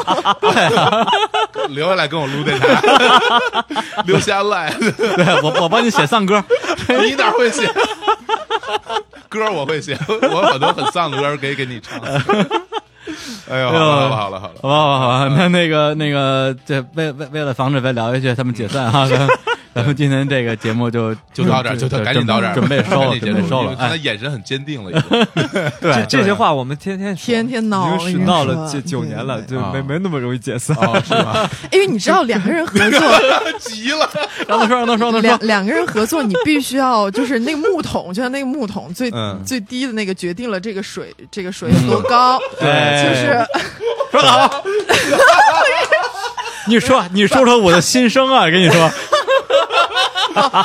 [SPEAKER 4] 留下来跟我录电台， (laughs) 留下来，
[SPEAKER 3] 对我我帮你写丧歌，
[SPEAKER 4] (laughs) 你哪会写？歌我会写，我有很多很丧的歌可以给你唱。 (laughs) 哎呦，好了好
[SPEAKER 3] 好，
[SPEAKER 4] 了好了
[SPEAKER 3] 吧好吧好吧，那那个那个，这为为为了防止再聊下去，他们解散啊，咱们咱们今天这个节目就
[SPEAKER 4] 就到这儿，就到赶紧到这儿，
[SPEAKER 3] 嗯准备收了，
[SPEAKER 4] 赶紧
[SPEAKER 3] 准备
[SPEAKER 4] 结束
[SPEAKER 3] 收了，
[SPEAKER 4] 看他
[SPEAKER 3] 哎，
[SPEAKER 4] 眼神很坚定了，已经。
[SPEAKER 3] 对
[SPEAKER 5] 这些话我们天天说
[SPEAKER 1] 天天闹
[SPEAKER 5] 已
[SPEAKER 1] 我跟
[SPEAKER 5] 经是
[SPEAKER 1] 你
[SPEAKER 5] 闹
[SPEAKER 1] 说
[SPEAKER 5] 了这九年了，
[SPEAKER 1] 对
[SPEAKER 5] 就没
[SPEAKER 4] 啊
[SPEAKER 5] 没那么容易解散。
[SPEAKER 4] 哦，是 (laughs) 吗？
[SPEAKER 1] 因为你知道两个人合作，
[SPEAKER 4] 急了，
[SPEAKER 3] 让他说让他说让他
[SPEAKER 1] 两
[SPEAKER 3] 说，
[SPEAKER 1] 两个人合作，你必须要就是那个木桶，就像那个木桶最
[SPEAKER 4] 嗯
[SPEAKER 1] 最低的那个决定了这个水这个水
[SPEAKER 3] 嗯
[SPEAKER 1] 有多高，就是
[SPEAKER 3] 说的好。
[SPEAKER 4] (laughs)
[SPEAKER 3] 你说，你说说我的心声啊！跟你说，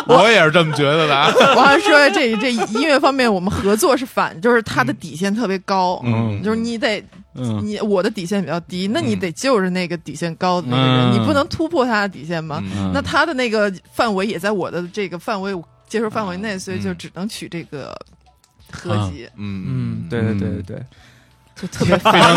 [SPEAKER 4] 我也是这么觉得的啊。
[SPEAKER 1] (laughs) 我还说这这音乐方面我们合作是反，就是他的底线特别高，
[SPEAKER 4] 嗯
[SPEAKER 1] 就是你得
[SPEAKER 3] 嗯，
[SPEAKER 1] 你我的底线比较低，那你得就是那个底线高的那个人，
[SPEAKER 3] 嗯
[SPEAKER 1] 你不能突破他的底线吗？
[SPEAKER 4] 嗯
[SPEAKER 1] 那他的那个范围也在我的这个范围接受范围内，所以就只能取这个合集，
[SPEAKER 4] 嗯
[SPEAKER 5] 嗯，对对对对对，
[SPEAKER 1] 就特别
[SPEAKER 3] 非常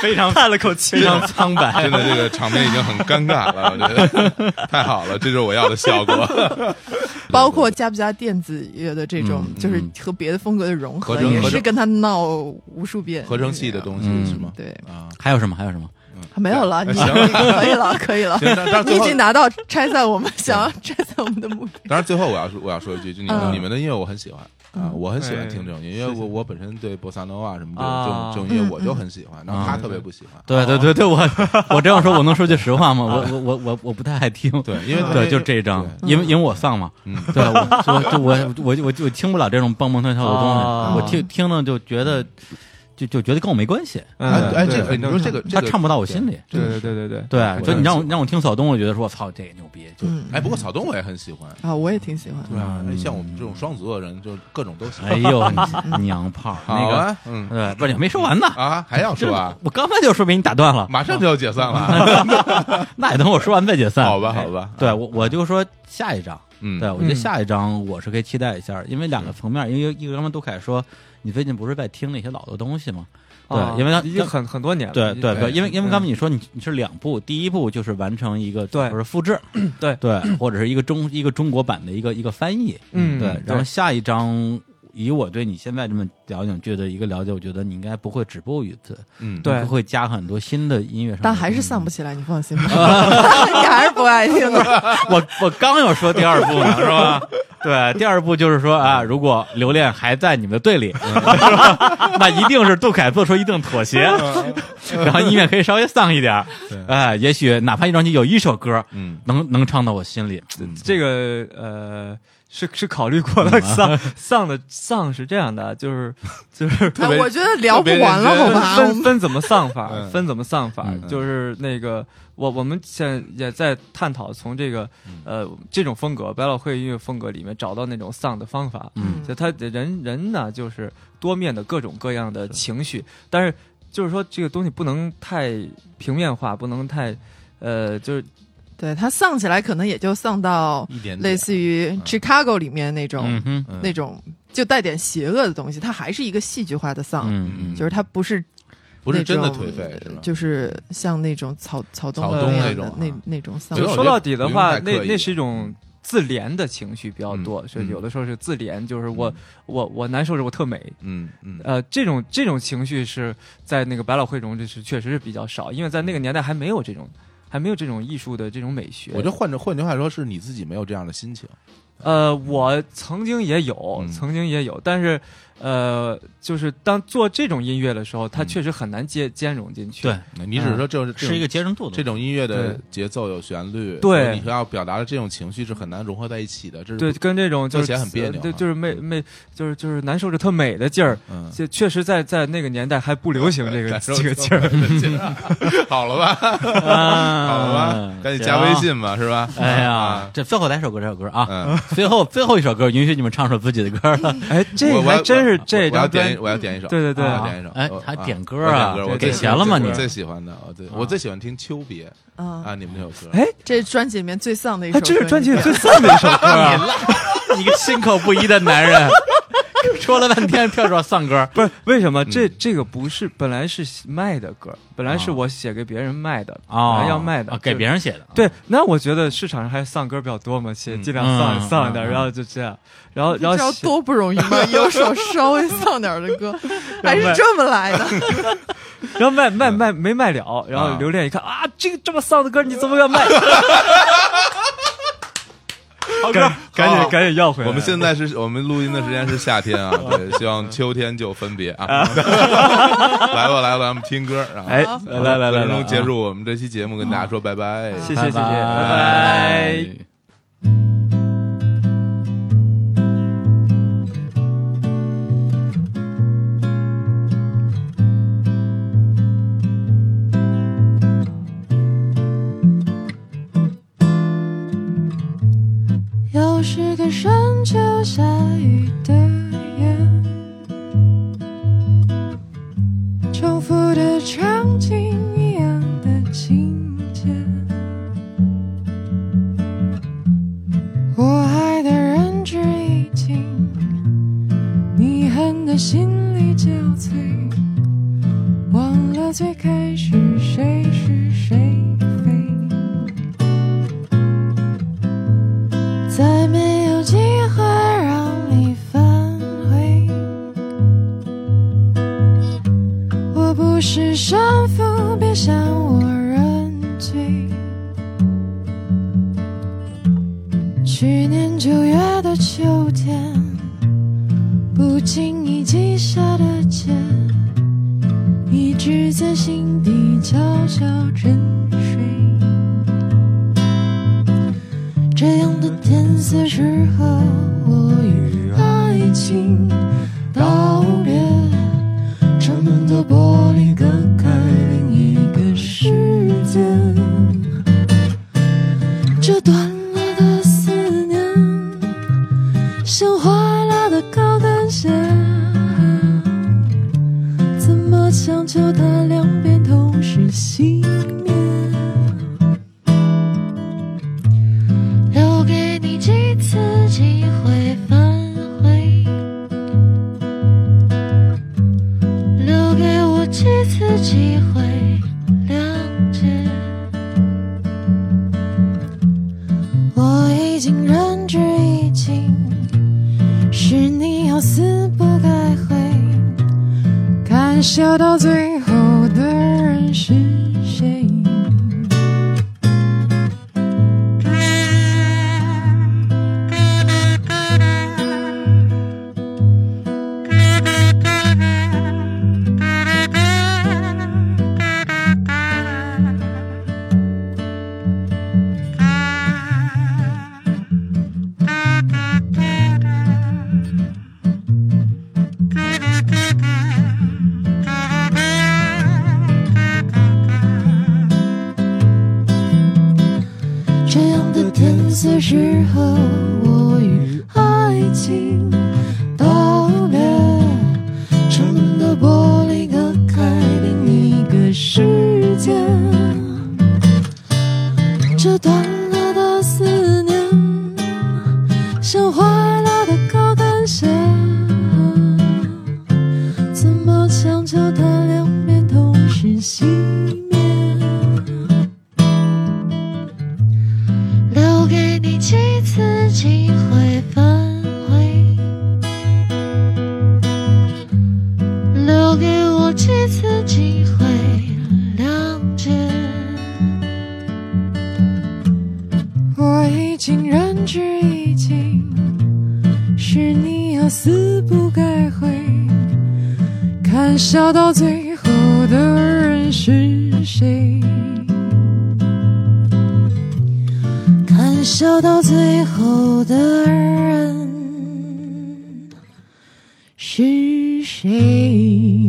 [SPEAKER 3] 非常叹了口气，非常苍白，
[SPEAKER 4] 真的这个场面已经很尴尬了，我觉得太好了，这就是我要的效果。 (laughs)
[SPEAKER 1] 包括加不加电子乐的这种，
[SPEAKER 4] 嗯
[SPEAKER 1] 就是和别的风格的融合，
[SPEAKER 4] 合成
[SPEAKER 1] 也
[SPEAKER 4] 合
[SPEAKER 1] 是
[SPEAKER 4] 成
[SPEAKER 1] 跟他闹无数遍
[SPEAKER 4] 合成器的东西
[SPEAKER 3] 嗯
[SPEAKER 4] 是吗？
[SPEAKER 1] 对，
[SPEAKER 4] 啊，
[SPEAKER 3] 还有什么？还有什么？
[SPEAKER 1] 没有了，你
[SPEAKER 4] 行
[SPEAKER 1] 可以了，可以了。
[SPEAKER 4] (laughs) 行，
[SPEAKER 3] (laughs)
[SPEAKER 4] 但但
[SPEAKER 1] 你
[SPEAKER 4] 是最
[SPEAKER 1] 已
[SPEAKER 4] 后
[SPEAKER 1] 经拿到拆散我们 (laughs) 想要拆散我们的目标。
[SPEAKER 4] (laughs) 当然，最后我要说，我要说一句，就你、
[SPEAKER 1] 嗯
[SPEAKER 4] 你们的音乐我很喜欢啊，
[SPEAKER 1] 嗯
[SPEAKER 4] 我很喜欢
[SPEAKER 5] 哎
[SPEAKER 4] 听这种音乐，因为我我本身对波萨诺瓦什么这
[SPEAKER 5] 啊
[SPEAKER 4] 种这种这种
[SPEAKER 1] 嗯
[SPEAKER 4] 音乐我就很喜欢，然后他
[SPEAKER 3] 嗯
[SPEAKER 4] 特别不喜欢。
[SPEAKER 3] 对对对对，
[SPEAKER 4] (laughs)
[SPEAKER 3] 我我这样说，我能说句实话吗？我我我我我不太爱听，
[SPEAKER 4] 对，因为他
[SPEAKER 3] 对，就这一张，因为因为我丧嘛，
[SPEAKER 4] 嗯，
[SPEAKER 3] 对我我就我我我就听不了这种蹦蹦跳跳的东
[SPEAKER 5] 啊
[SPEAKER 3] 西，我听听了就觉得就就觉得跟我没关系，
[SPEAKER 5] 嗯
[SPEAKER 4] 哎哎，
[SPEAKER 5] 对
[SPEAKER 4] 这个你说这个
[SPEAKER 3] 他
[SPEAKER 4] 这个
[SPEAKER 3] 唱不到我心里。
[SPEAKER 5] 对对对对对，
[SPEAKER 3] 对，就
[SPEAKER 4] 我也
[SPEAKER 3] 你让我
[SPEAKER 4] 喜欢
[SPEAKER 3] 让我听小东，我觉得说我操，这个牛逼，就
[SPEAKER 1] 嗯
[SPEAKER 4] 哎，不过草东我也很喜欢，
[SPEAKER 1] 啊，我也挺喜欢的。
[SPEAKER 4] 对啊，
[SPEAKER 3] 嗯
[SPEAKER 4] 哎像我们这种双子座的人，就各种都喜欢。
[SPEAKER 3] 哎呦你 (laughs) 娘炮儿，
[SPEAKER 4] 好
[SPEAKER 3] 那个
[SPEAKER 4] 啊，嗯
[SPEAKER 3] 对，不是你没说完呢，
[SPEAKER 4] 啊，还要说
[SPEAKER 3] (laughs)
[SPEAKER 4] 啊，
[SPEAKER 3] 我刚才就说被你打断了，
[SPEAKER 4] 马上就要解散了，
[SPEAKER 3] 那也等我说完再解散，
[SPEAKER 4] 好吧，好吧，
[SPEAKER 3] 对我我就说下一张，
[SPEAKER 4] 嗯，
[SPEAKER 3] 对我觉得
[SPEAKER 5] 嗯
[SPEAKER 3] 下一张我是可以期待一下，因为两个层面，因为一个刚刚杜凯说你最近不是在听那些老的东西吗？对
[SPEAKER 5] 啊
[SPEAKER 3] 因为他
[SPEAKER 5] 已经很很多年了，
[SPEAKER 3] 对对
[SPEAKER 4] 对
[SPEAKER 3] 对，因为因为
[SPEAKER 5] 嗯
[SPEAKER 3] 刚才你说你你是两步，第一步就是完成一个
[SPEAKER 5] 对
[SPEAKER 3] 就是复制，
[SPEAKER 5] 对
[SPEAKER 3] (clears throat) 对，或者是一个中一个中国版的一个一个翻译，
[SPEAKER 5] 嗯
[SPEAKER 3] 对
[SPEAKER 5] 对，
[SPEAKER 3] 然后下一张。以我对你现在这么了解，觉得一个了解，我觉得你应该不会止步于此，
[SPEAKER 4] 嗯，
[SPEAKER 5] 对
[SPEAKER 3] 会加很多新的音乐上的
[SPEAKER 1] 但
[SPEAKER 3] 东西。
[SPEAKER 1] 还是丧不起来，你放
[SPEAKER 4] (laughs)
[SPEAKER 1] 心吧，你还是不爱听的。
[SPEAKER 3] 我我刚要说第二步呢，是吧？对，第二步就是说啊，如果留恋还在你们的队里，嗯是吧？那一定是杜凯做出一定妥协，然后音乐可以稍微丧一点儿
[SPEAKER 4] 嗯对，
[SPEAKER 3] 哎，也许哪怕一张专辑有一首歌
[SPEAKER 4] 嗯，
[SPEAKER 3] 能能唱到我心里，
[SPEAKER 5] 这个呃是是考虑过了，丧丧的丧是这样的，啊就是就是
[SPEAKER 1] 哎
[SPEAKER 4] (laughs) 特别
[SPEAKER 1] 我觉得聊不完了，好
[SPEAKER 5] 分
[SPEAKER 1] 吧？我
[SPEAKER 5] 分
[SPEAKER 1] 们
[SPEAKER 5] 分怎么丧法
[SPEAKER 4] 嗯，
[SPEAKER 5] 分怎么丧法
[SPEAKER 3] 嗯，
[SPEAKER 5] 就是那个我我们现在也在探讨从这个
[SPEAKER 4] 嗯
[SPEAKER 5] 呃这种风格百老汇音乐风格里面找到那种丧的方法。
[SPEAKER 3] 嗯
[SPEAKER 5] 就他人人呢，就是多面的各种各样的情绪，
[SPEAKER 4] 嗯
[SPEAKER 5] 但是就是说这个东西不能太平面化，不能太呃，就是
[SPEAKER 1] 对他丧起来，可能也就丧到
[SPEAKER 4] 一点点
[SPEAKER 1] 类似于 Chicago 里面那种
[SPEAKER 3] 嗯哼，
[SPEAKER 4] 嗯
[SPEAKER 1] 那种就带点邪恶的东西，它还是一个戏剧化的
[SPEAKER 4] 啊
[SPEAKER 1] 丧，
[SPEAKER 3] 嗯
[SPEAKER 1] 就是它不是
[SPEAKER 4] 不是
[SPEAKER 1] 那
[SPEAKER 4] 真的
[SPEAKER 1] 种
[SPEAKER 4] 颓废是吧？
[SPEAKER 1] 就是像那种草草东
[SPEAKER 4] 草
[SPEAKER 5] 东
[SPEAKER 1] 那样
[SPEAKER 5] 那
[SPEAKER 1] 的
[SPEAKER 4] 种
[SPEAKER 1] 那
[SPEAKER 4] 啊
[SPEAKER 1] 那种丧
[SPEAKER 4] 没
[SPEAKER 5] 就
[SPEAKER 4] 有
[SPEAKER 5] 说到底的
[SPEAKER 4] 我觉
[SPEAKER 5] 话，那
[SPEAKER 4] 得不用太刻意
[SPEAKER 5] 那是一种自怜的情绪比较多，
[SPEAKER 4] 嗯
[SPEAKER 5] 所以
[SPEAKER 4] 嗯
[SPEAKER 5] 有的时候是自怜，就是我、
[SPEAKER 4] 嗯
[SPEAKER 5] 我我难受时我特美，
[SPEAKER 4] 嗯嗯，
[SPEAKER 5] 呃，这种这种情绪是在那个百老汇中，就是确实是比较少，因为在那个年代还没有这种。还没有这种艺术的这种美学，
[SPEAKER 4] 我觉得换着换句话说，是你自己没有这样的心情，
[SPEAKER 5] 呃，我曾经也有，
[SPEAKER 4] 嗯
[SPEAKER 5] 曾经也有，但是，呃，就是当做这种音乐的时候，它
[SPEAKER 4] 嗯
[SPEAKER 5] 确实很难兼兼容进去。
[SPEAKER 3] 对，
[SPEAKER 4] 你只是
[SPEAKER 5] 嗯
[SPEAKER 4] 说这种这
[SPEAKER 3] 是
[SPEAKER 4] 种
[SPEAKER 3] 一个接生度的
[SPEAKER 4] 这种音乐的
[SPEAKER 5] 对
[SPEAKER 4] 节奏有旋律，
[SPEAKER 5] 对
[SPEAKER 4] 和你要表达的这种情绪是很难融合在一起的，这是
[SPEAKER 5] 对，跟这种就
[SPEAKER 4] 做起
[SPEAKER 5] 是
[SPEAKER 4] 来很别扭
[SPEAKER 5] 对，
[SPEAKER 4] 哈
[SPEAKER 5] 就是没没，就是就是难受着特美的劲儿，
[SPEAKER 4] 嗯，
[SPEAKER 5] 这确实在在那个年代还不流行
[SPEAKER 4] (laughs)
[SPEAKER 5] 这个
[SPEAKER 4] 感受
[SPEAKER 5] 这个劲儿。
[SPEAKER 4] 啊 (laughs) 好了吧，好了吧
[SPEAKER 5] 嗯
[SPEAKER 3] 啊，，
[SPEAKER 4] 赶紧加微。信吧，是吧？
[SPEAKER 3] 哎呀
[SPEAKER 4] 啊，，
[SPEAKER 3] 这最后来首歌，这首歌啊，
[SPEAKER 4] 嗯，
[SPEAKER 3] 最后最后一首歌，允许你们唱首自己的歌了。
[SPEAKER 5] 哎，这
[SPEAKER 4] 我
[SPEAKER 5] 个
[SPEAKER 4] 我
[SPEAKER 5] 还真是这
[SPEAKER 4] 我要
[SPEAKER 5] 张
[SPEAKER 4] 点一
[SPEAKER 5] 专，
[SPEAKER 4] 我要点一首，
[SPEAKER 5] 对对对
[SPEAKER 4] 我要点一首，
[SPEAKER 3] 哎
[SPEAKER 4] 我
[SPEAKER 3] 还
[SPEAKER 4] 啊
[SPEAKER 3] 点歌
[SPEAKER 4] 我点
[SPEAKER 3] 啊
[SPEAKER 4] 歌，
[SPEAKER 5] 对
[SPEAKER 4] 我最
[SPEAKER 5] 给
[SPEAKER 4] 喜
[SPEAKER 5] 钱
[SPEAKER 3] 了吗
[SPEAKER 4] 我
[SPEAKER 3] 你
[SPEAKER 4] 最喜欢的，我最我最喜欢听《秋别》
[SPEAKER 1] 啊
[SPEAKER 4] 啊，。你们这首歌，
[SPEAKER 5] 啊哎，
[SPEAKER 1] 这是专辑里面最丧的一首
[SPEAKER 4] 啊
[SPEAKER 5] 还
[SPEAKER 1] 歌，
[SPEAKER 5] 真啊是专辑
[SPEAKER 1] 你
[SPEAKER 4] (laughs)
[SPEAKER 5] 里
[SPEAKER 1] 看
[SPEAKER 5] 最丧的一首歌啊。
[SPEAKER 3] (laughs) 你个心口不一的男人， (laughs) 说了半天跳出丧歌，
[SPEAKER 5] 不是为什么？这
[SPEAKER 4] 嗯
[SPEAKER 5] 这个不是本来是卖的歌，本来是我写给别人卖的，
[SPEAKER 3] 啊、
[SPEAKER 5] 本来要卖的
[SPEAKER 3] 啊，给
[SPEAKER 5] 就
[SPEAKER 3] 别人写的，
[SPEAKER 5] 对，那我觉得市场上还是丧歌比较多嘛，写
[SPEAKER 4] 嗯
[SPEAKER 5] 尽量丧
[SPEAKER 3] 嗯
[SPEAKER 5] 一丧一点，
[SPEAKER 3] 嗯嗯
[SPEAKER 5] 然后就这样，然后
[SPEAKER 1] 你
[SPEAKER 5] 然
[SPEAKER 1] 知道
[SPEAKER 5] 后写
[SPEAKER 1] 多不容易
[SPEAKER 5] (laughs)
[SPEAKER 1] 吗？有首稍微丧点儿的歌，还是这么来的。
[SPEAKER 5] 然后卖卖卖没卖了，然后
[SPEAKER 4] 啊
[SPEAKER 5] 刘恋一看啊，这个这么丧的歌你怎么敢卖？
[SPEAKER 3] 啊
[SPEAKER 5] 好歌， (laughs) 赶
[SPEAKER 4] 好
[SPEAKER 5] 紧赶紧要回来。
[SPEAKER 4] 我们现在是我们录音的时间是夏天啊，对，希望秋天就分别
[SPEAKER 5] (laughs)
[SPEAKER 4] 啊，来吧来吧，咱们听歌啊，
[SPEAKER 5] 哎，来来来来
[SPEAKER 4] 分
[SPEAKER 5] 来，啊
[SPEAKER 4] 钟结束我们这期节目，跟大家说拜拜，
[SPEAKER 5] 谢谢谢谢，
[SPEAKER 3] 拜拜
[SPEAKER 5] 拜拜。
[SPEAKER 7] 又是个深秋下雨的夜，重复的场景一样的情节。我爱的人只已经，你恨的心力交瘁，忘了最开始谁是谁非。再没有机会让你反悔。我不是胜负，别向我认秋天，不经意记下的茧，一直在心底悄悄沉睡。这样的天色适合我与爱情道别，城门的玻璃隔开另一个世界。这断了的思念，像坏了的高跟鞋，怎么强求它两边同时熄灭？留给你几次机会反悔，留给我几次机会谅解。我已经仁至义尽，是你好似不该回。看笑到最后的人是谁？这样的天色适合我与爱情道别。城门的玻璃隔开另一个世界，这断了的思念，像坏了的高跟鞋，怎么强求它两边同时熄灭？留给你几次机会反悔，留给我几次机会谅解。我已经仁至义尽，是你好死不该回。看笑到最后的人是谁？看笑到最后的人是谁？